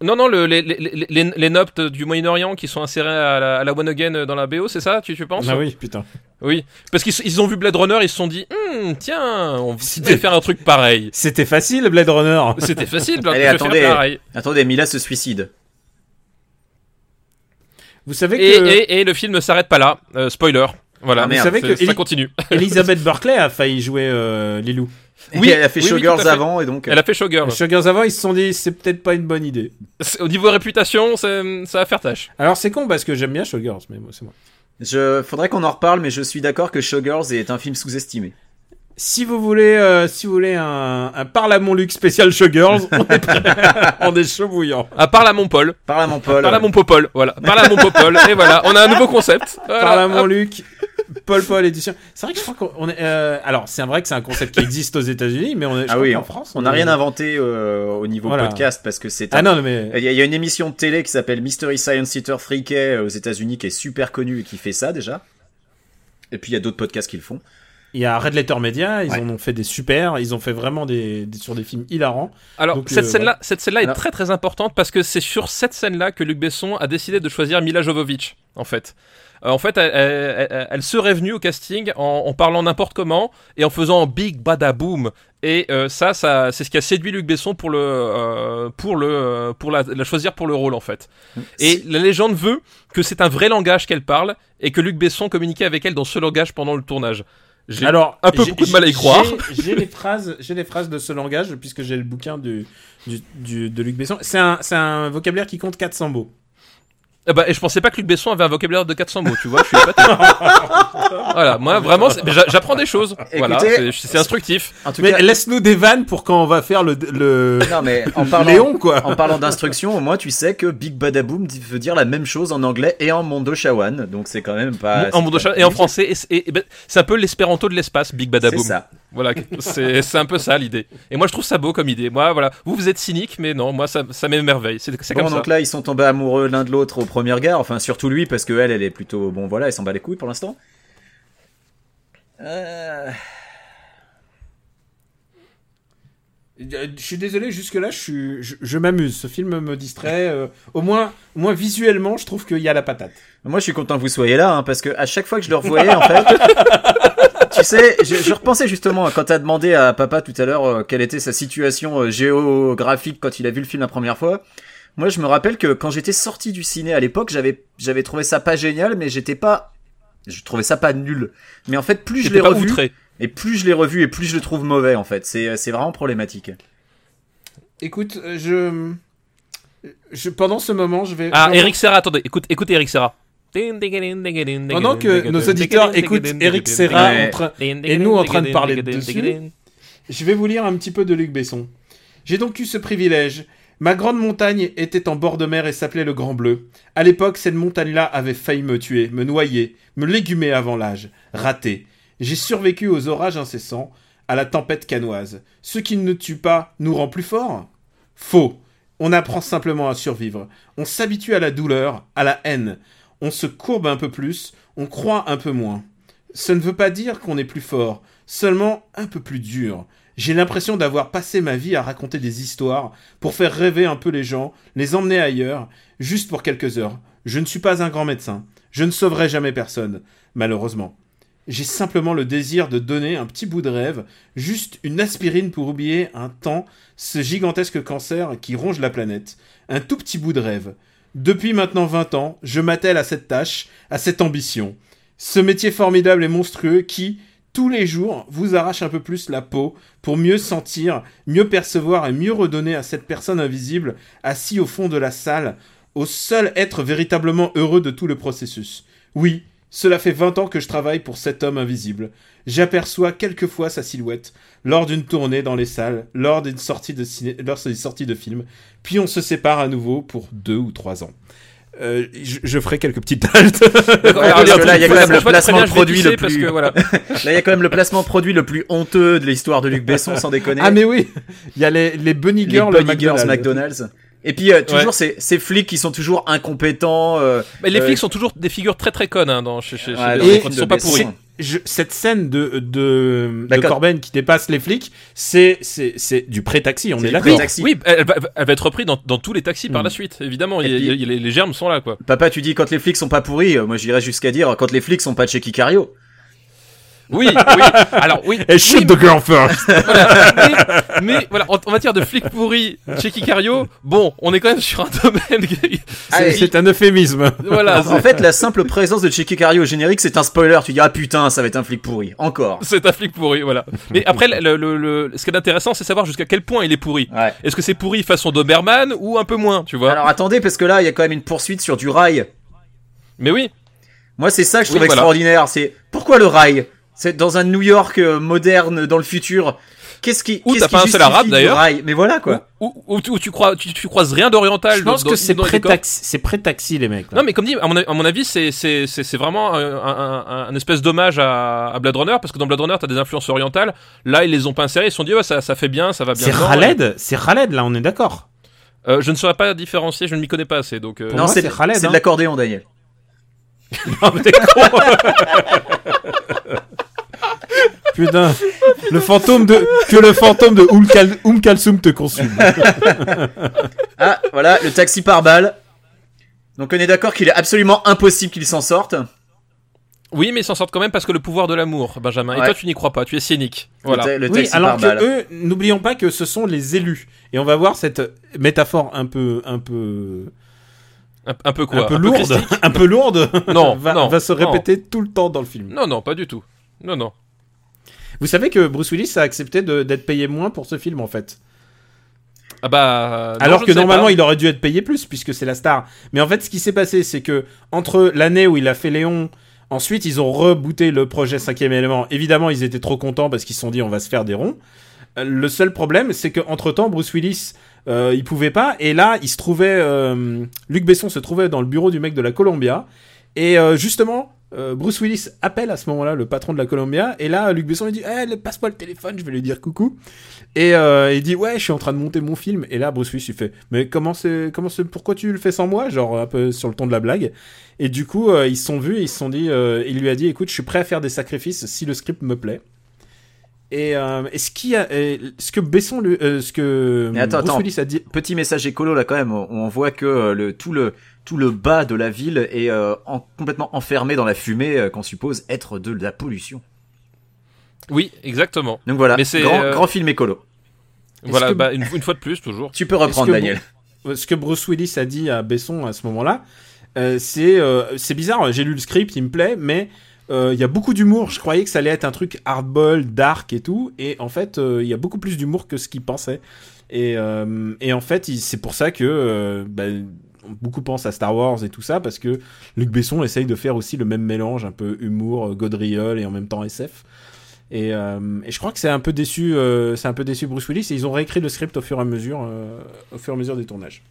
[SPEAKER 3] non non le- les, les, les- les- les noptes du Moyen-Orient qui sont insérés à la, à la One Again dans la BO c'est ça tu, tu penses
[SPEAKER 2] Ah oui, putain.
[SPEAKER 3] Oui. parce qu'ils ils ont vu Blade Runner ils se sont dit Hmm, tiens on va faire un truc pareil.
[SPEAKER 2] C'était facile, Blade Runner.
[SPEAKER 3] C'était facile.
[SPEAKER 1] Allez,
[SPEAKER 3] je vais
[SPEAKER 1] attendez.
[SPEAKER 3] faire pareil.
[SPEAKER 1] Attendez, Mila se suicide.
[SPEAKER 2] Vous savez
[SPEAKER 3] Et,
[SPEAKER 2] que
[SPEAKER 3] et- et le film ne s'arrête pas là. Euh, spoiler. Voilà,
[SPEAKER 1] Ah,
[SPEAKER 3] mais
[SPEAKER 1] merde,
[SPEAKER 2] vous savez
[SPEAKER 3] c'est-
[SPEAKER 2] que
[SPEAKER 3] ça
[SPEAKER 2] Eli-
[SPEAKER 3] continue.
[SPEAKER 2] Elisabeth Barclay a failli jouer euh, Lilou.
[SPEAKER 3] Oui,
[SPEAKER 1] Oui, elle a fait
[SPEAKER 3] oui, oui,
[SPEAKER 1] Showgirls
[SPEAKER 3] tout à fait.
[SPEAKER 1] avant et donc.
[SPEAKER 3] Elle a fait
[SPEAKER 1] Ah
[SPEAKER 3] Showgirl.
[SPEAKER 1] bah.
[SPEAKER 2] Les Sugars avant, ils se sont dit, c'est peut-être pas une bonne idée.
[SPEAKER 3] C'est- Au niveau réputation, c'est- ça va faire tâche.
[SPEAKER 2] Alors c'est con parce que j'aime bien Showgirls, mais moi, c'est moi.
[SPEAKER 1] Je faudrait qu'on en reparle, mais je suis d'accord que Showgirls est un film sous-estimé.
[SPEAKER 2] Si vous voulez, euh, si vous voulez un, un Parle à mon Luc spécial Showgirls, on est prêt. on est chaud bouillant.
[SPEAKER 1] Ah.
[SPEAKER 3] À part la Montpol,
[SPEAKER 1] Parle à mon Paul.
[SPEAKER 3] par la Montpopol, voilà, par la Montpopol, et voilà, on a un nouveau concept. Voilà.
[SPEAKER 2] Parle à mon Luc, Paul Paul édition. C'est vrai que je crois qu'on est. euh, alors c'est vrai que c'est un concept qui existe aux États-Unis, mais on est. je
[SPEAKER 1] Ah
[SPEAKER 2] crois
[SPEAKER 1] oui,
[SPEAKER 2] qu'en France,
[SPEAKER 1] On n'a
[SPEAKER 2] est-
[SPEAKER 1] rien inventé euh, au niveau
[SPEAKER 2] Voilà.
[SPEAKER 1] podcast parce que c'est.
[SPEAKER 2] Ah
[SPEAKER 1] un-
[SPEAKER 2] non, mais
[SPEAKER 1] Il y, a- il y a une émission de télé qui s'appelle Mystery Science Theater Freaky aux États-Unis qui est super connue et qui fait ça déjà. Et puis il y a d'autres podcasts qui le font.
[SPEAKER 2] il y a Red Letter Media, ils
[SPEAKER 1] Ouais.
[SPEAKER 2] en ont fait des super, ils ont fait vraiment des, des- sur des films hilarants.
[SPEAKER 3] Alors,
[SPEAKER 2] Donc,
[SPEAKER 3] cette
[SPEAKER 2] euh,
[SPEAKER 3] scène-là cette scène est
[SPEAKER 1] Alors-
[SPEAKER 3] très très importante parce que c'est sur cette scène-là que Luc Besson a décidé de choisir Mila Jovovich, en fait. Euh, en fait, elle, elle- elle- elle serait venue au casting en, en parlant n'importe comment et en faisant Big Badaboom. Et euh, ça, ça c'est ce qui a séduit Luc Besson pour, le, euh, pour, le, euh, pour la, la choisir pour le rôle, en fait. Et la légende veut que c'est un vrai langage qu'elle parle et que Luc Besson communiquait avec elle dans ce langage pendant le tournage. J'ai-
[SPEAKER 2] Alors,
[SPEAKER 3] un peu
[SPEAKER 2] j'ai-
[SPEAKER 3] beaucoup de mal à y
[SPEAKER 2] j'ai-
[SPEAKER 3] croire.
[SPEAKER 2] J'ai les phrases, j'ai les phrases de ce langage puisque j'ai le bouquin du, du, du- de Luc Besson. C'est un, c'est un vocabulaire qui compte 400 mots.
[SPEAKER 3] Ah bah, et je pensais pas que Luc Besson avait un vocabulaire de 400 mots, tu vois, je suis épaté. voilà, moi vraiment, c'est- mais j'a- j'apprends des choses. voilà, c'est
[SPEAKER 1] Écoutez-
[SPEAKER 3] c'est instructif.
[SPEAKER 1] En tout
[SPEAKER 2] Mais
[SPEAKER 1] cas,
[SPEAKER 2] laisse-nous des vannes pour quand on va faire le, le
[SPEAKER 1] non mais en parlant.
[SPEAKER 2] Léon quoi.
[SPEAKER 1] En parlant d'instruction, au moins tu sais que Big Badaboom dit- veut dire la même chose en anglais et en mondoshawan, donc ah, c'est quand même pas.
[SPEAKER 3] en Mondosha- et en français, et c'est- et- et ben, c'est un peu l'espéranto de l'espace, Big
[SPEAKER 1] C'est
[SPEAKER 3] Badaboom.
[SPEAKER 1] ça.
[SPEAKER 3] Voilà, c'est c'est un peu ça l'idée. Et moi je trouve ça beau comme idée. Moi, voilà, vous vous êtes cynique, mais non, moi ça, ça m'émerveille. C'est c'est
[SPEAKER 1] Bon,
[SPEAKER 3] comme ça.
[SPEAKER 1] donc là, ils sont tombés amoureux l'un de l'autre au premier regard. Enfin, surtout lui, parce que elle, elle est plutôt. Bon, voilà, elle s'en bat les couilles pour l'instant. Euh,
[SPEAKER 2] Euh, Je suis désolé jusque là, je suis, je, je m'amuse. Ce film me distrait. euh, au moins, au moins visuellement, je trouve qu'il y a la patate.
[SPEAKER 1] Moi, je suis content que vous soyez là, hein, parce que à chaque fois que je le revoyais, en fait. Tu sais, je, je repensais justement quand t'as demandé à papa tout à l'heure euh, quelle était sa situation euh, géographique quand il a vu le film la première fois. Moi, je me rappelle que quand j'étais sorti du ciné à l'époque, j'avais j'avais trouvé ça pas génial, mais j'étais pas je trouvais ça pas nul. Mais en fait, plus je
[SPEAKER 3] J'étais
[SPEAKER 1] l'ai
[SPEAKER 3] pas
[SPEAKER 1] revu
[SPEAKER 3] outré.
[SPEAKER 1] et plus je l'ai revu et plus je le trouve mauvais en fait. C'est c'est vraiment problématique.
[SPEAKER 2] Écoute, euh, je, je pendant ce moment, je vais.
[SPEAKER 3] Ah,
[SPEAKER 2] j'en-
[SPEAKER 3] Eric Serra, attendez, écoute, écoutez Eric Serra. Pendant
[SPEAKER 2] Pendant que nos auditeurs écoutent Eric Serra
[SPEAKER 1] Ouais.
[SPEAKER 2] en train- Et nous, en train de parler dessus. Je vais vous lire un petit peu de Luc Besson. J'ai donc eu ce privilège. Ma grande montagne était en bord de mer et s'appelait le Grand Bleu. À l'époque, cette montagne-là avait failli me tuer, me noyer, me légumer avant l'âge. Raté. J'ai survécu aux orages incessants, à la tempête canoise. Ce qui ne tue pas nous rend plus forts Faux. On apprend simplement à survivre. On s'habitue à la douleur, à la haine. On se courbe un peu plus, on croit un peu moins. Ce ne veut pas dire qu'on est plus fort, seulement un peu plus dur. J'ai l'impression d'avoir passé ma vie à raconter des histoires pour faire rêver un peu les gens, les emmener ailleurs, juste pour quelques heures. Je ne suis pas un grand médecin. Je ne sauverai jamais personne, malheureusement. J'ai simplement le désir de donner un petit bout de rêve, juste une aspirine pour oublier un temps ce gigantesque cancer qui ronge la planète. Un tout petit bout de rêve. Depuis maintenant 20 ans, je m'attelle à cette tâche, à cette ambition. Ce métier formidable et monstrueux qui, tous les jours, vous arrache un peu plus la peau pour mieux sentir, mieux percevoir et mieux redonner à cette personne invisible, assis au fond de la salle, au seul être véritablement heureux de tout le processus. Oui, cela fait 20 ans que je travaille pour cet homme invisible. J'aperçois quelquefois sa silhouette, lors d'une tournée dans les salles, lors d'une sortie de, ciné... lors d'une sortie de film, puis on se sépare à nouveau pour deux ou trois ans. Euh, je, je ferai quelques petites haltes.
[SPEAKER 1] parce que là, il y a quand même le placement de produit le
[SPEAKER 3] Parce
[SPEAKER 1] plus-
[SPEAKER 3] que, voilà.
[SPEAKER 1] Là, il y a quand même le placement produit le plus honteux de l'histoire de Luc Besson, sans déconner.
[SPEAKER 2] Ah mais oui, il y a les, les bunny
[SPEAKER 1] les
[SPEAKER 2] girls,
[SPEAKER 1] Bunny
[SPEAKER 2] McDonald's.
[SPEAKER 1] Girls McDonald's. Et puis euh, toujours
[SPEAKER 3] Ouais.
[SPEAKER 1] ces, ces flics qui sont toujours incompétents. euh,
[SPEAKER 3] Mais les
[SPEAKER 1] Euh,
[SPEAKER 3] flics sont toujours des figures très très connes hein, dans, chez, chez,
[SPEAKER 1] ouais,
[SPEAKER 3] chez-
[SPEAKER 1] dans
[SPEAKER 3] ils
[SPEAKER 1] les
[SPEAKER 2] et-
[SPEAKER 1] films de
[SPEAKER 3] sont pas
[SPEAKER 1] Besson.
[SPEAKER 3] pourris.
[SPEAKER 2] Je- cette scène de de, de
[SPEAKER 1] D'accord.
[SPEAKER 2] Corben qui dépasse les flics, c'est c'est c'est du pré-taxi, on
[SPEAKER 1] C'est
[SPEAKER 2] est
[SPEAKER 1] du
[SPEAKER 2] d'accord.
[SPEAKER 1] pré-taxi.
[SPEAKER 3] Oui, elle va, elle va être reprise dans, dans tous les taxis par
[SPEAKER 2] Mm.
[SPEAKER 3] la suite, évidemment.
[SPEAKER 1] Et
[SPEAKER 3] Il y a-
[SPEAKER 1] puis-
[SPEAKER 3] il y a- les, les germes sont là, quoi.
[SPEAKER 1] Papa, tu dis quand les flics sont pas pourris. euh, Moi, j'irais jusqu'à dire quand les flics sont pas de chez Kikario.
[SPEAKER 3] Oui, oui. Alors, oui.
[SPEAKER 2] Et shoot
[SPEAKER 3] oui,
[SPEAKER 2] the girl first.
[SPEAKER 3] voilà. mais, mais voilà, en, en matière de flic pourri chez Kikario, bon, on est quand même sur un domaine. qui-
[SPEAKER 1] Allez.
[SPEAKER 2] C'est un euphémisme.
[SPEAKER 3] voilà,
[SPEAKER 1] en fait, la simple présence de Chicky Cario au générique, c'est un spoiler. Tu dis, ah putain, ça va être un flic pourri. Encore.
[SPEAKER 3] c'est un flic pourri, voilà. Mais après, le, le- le- ce qui est intéressant, c'est savoir jusqu'à quel point il est pourri.
[SPEAKER 1] Ouais.
[SPEAKER 3] Est-ce que c'est pourri façon Doberman ou un peu moins, tu vois
[SPEAKER 1] Alors attendez, parce que là, il y a quand même une poursuite sur du rail.
[SPEAKER 3] Mais oui,
[SPEAKER 1] Moi, c'est ça que je
[SPEAKER 3] Oui,
[SPEAKER 1] trouve
[SPEAKER 3] voilà.
[SPEAKER 1] extraordinaire. C'est pourquoi le rail C'est dans un New York euh, moderne, dans le futur. Qu'est-ce qui
[SPEAKER 3] Ou
[SPEAKER 1] qu'est-ce
[SPEAKER 3] t'as
[SPEAKER 1] qui
[SPEAKER 3] pas un seul arabe,
[SPEAKER 1] justifie le
[SPEAKER 3] d'ailleurs.
[SPEAKER 1] rail Mais voilà quoi.
[SPEAKER 3] ou, ou, ou tu, crois, tu, tu croises rien d'oriental.
[SPEAKER 2] Je pense
[SPEAKER 3] dans-
[SPEAKER 2] que
[SPEAKER 3] dans-
[SPEAKER 2] c'est
[SPEAKER 3] dans les décors.
[SPEAKER 2] pré-taxi, c'est pré-taxi les mecs. là.
[SPEAKER 3] Non, mais comme dit, à mon, à mon avis, c'est c'est c'est c'est vraiment euh, un, un, un espèce d'hommage à, à Blade Runner parce que dans Blade Runner, t'as des influences orientales. Là, ils les ont pas insérées. Ils se sont dit, ouais, ça ça fait bien, ça va bien.
[SPEAKER 2] c'est
[SPEAKER 3] dedans.
[SPEAKER 2] Khaled, c'est Khaled là, on est d'accord.
[SPEAKER 3] Euh, je ne saurais pas différencier, je ne m'y connais pas assez. Donc, euh,
[SPEAKER 2] Pour moi,
[SPEAKER 1] c'est
[SPEAKER 2] c'est Khaled,
[SPEAKER 1] c'est
[SPEAKER 2] hein.
[SPEAKER 1] de l'accordéon, Daniel.
[SPEAKER 2] Non, mais t'es con. Putain, le fantôme de que le fantôme de Oum Kal- Oum Kalsum te consume.
[SPEAKER 1] Ah, voilà, le taxi par balle. Donc on est d'accord qu'il est absolument impossible qu'il s'en sorte.
[SPEAKER 3] oui, mais ils s'en sortent quand même parce que le pouvoir de l'amour, Benjamin. Et
[SPEAKER 1] Ouais.
[SPEAKER 3] toi, tu n'y crois pas, tu es cynique.
[SPEAKER 1] Le,
[SPEAKER 3] Voilà.
[SPEAKER 1] ta- le
[SPEAKER 2] Oui,
[SPEAKER 1] taxi
[SPEAKER 2] alors
[SPEAKER 1] par balle.
[SPEAKER 2] que eux, n'oublions pas que ce sont les élus. Et on va voir cette métaphore un peu, un peu,
[SPEAKER 3] Un, un peu quoi
[SPEAKER 2] un peu
[SPEAKER 3] Un peu
[SPEAKER 2] lourde,
[SPEAKER 3] christique
[SPEAKER 2] un peu lourde,
[SPEAKER 3] Non,
[SPEAKER 2] va,
[SPEAKER 3] non,
[SPEAKER 2] va se
[SPEAKER 3] non.
[SPEAKER 2] répéter tout le temps dans le film.
[SPEAKER 3] Non, non, pas du tout. Non, non.
[SPEAKER 2] Vous savez que Bruce Willis a accepté de- d'être payé moins pour ce film en fait.
[SPEAKER 3] Ah bah. euh, non,
[SPEAKER 2] Alors
[SPEAKER 3] je
[SPEAKER 2] que
[SPEAKER 3] ne sais
[SPEAKER 2] normalement
[SPEAKER 3] pas.
[SPEAKER 2] il aurait dû être payé plus puisque c'est la star. Mais en fait ce qui s'est passé c'est que entre l'année où il a fait Léon, ensuite ils ont rebooté le projet cinquième élément. Évidemment ils étaient trop contents parce qu'ils se sont dit on va se faire des ronds. Euh, Le seul problème c'est que entre temps Bruce Willis euh, il pouvait pas et là il se trouvait euh, Luc Besson se trouvait dans le bureau du mec de la Columbia et euh, justement euh, Bruce Willis appelle à ce moment-là le patron de la Columbia et là Luc Besson lui dit Eh, passe-moi le téléphone je vais lui dire coucou et euh, il dit ouais, je suis en train de monter mon film. Et là, Bruce Willis il fait mais comment c'est comment c'est pourquoi tu le fais sans moi Genre un peu sur le ton de la blague. Et du coup, euh, ils se sont vus, ils se sont dit, euh, il lui a dit écoute, je suis prêt à faire des sacrifices si le script me plaît. Et, euh, et ce qui a, et ce que Besson, lui- euh, ce que
[SPEAKER 1] Mais attends,
[SPEAKER 2] Bruce
[SPEAKER 1] attends.
[SPEAKER 2] Willis a dit,
[SPEAKER 1] Petit message écolo là quand même, on voit que euh, le, tout, le, tout le bas de la ville est euh, en- complètement enfermé dans la fumée euh, qu'on suppose être de la pollution.
[SPEAKER 3] Oui, exactement.
[SPEAKER 1] Donc voilà,
[SPEAKER 3] Mais c'est,
[SPEAKER 1] grand,
[SPEAKER 3] euh,
[SPEAKER 1] grand film écolo.
[SPEAKER 2] Est-ce
[SPEAKER 3] Voilà,
[SPEAKER 2] que-
[SPEAKER 3] bah, une, une fois de plus, toujours.
[SPEAKER 1] Tu peux
[SPEAKER 2] que
[SPEAKER 1] reprendre Daniel.
[SPEAKER 2] ce que Bruce Willis a dit à Besson à ce moment-là, euh, c'est euh, c'est bizarre. J'ai lu le script, il me plaît, mais euh, il y a beaucoup d'humour. Je croyais que ça allait être un truc hardball, dark et tout, et en fait, euh, il y a beaucoup plus d'humour que ce qu'il pensait. Et, euh, et en fait, il- c'est pour ça que euh, bah, beaucoup pensent à Star Wars et tout ça parce que Luc Besson essaye de faire aussi le même mélange, un peu humour, euh, gaudriole et en même temps SF. Et, euh, et je crois que c'est un peu déçu, euh, c'est un peu déçu Bruce Willis. Et ils ont réécrit le script au fur et à mesure, euh, au fur et à mesure des tournages.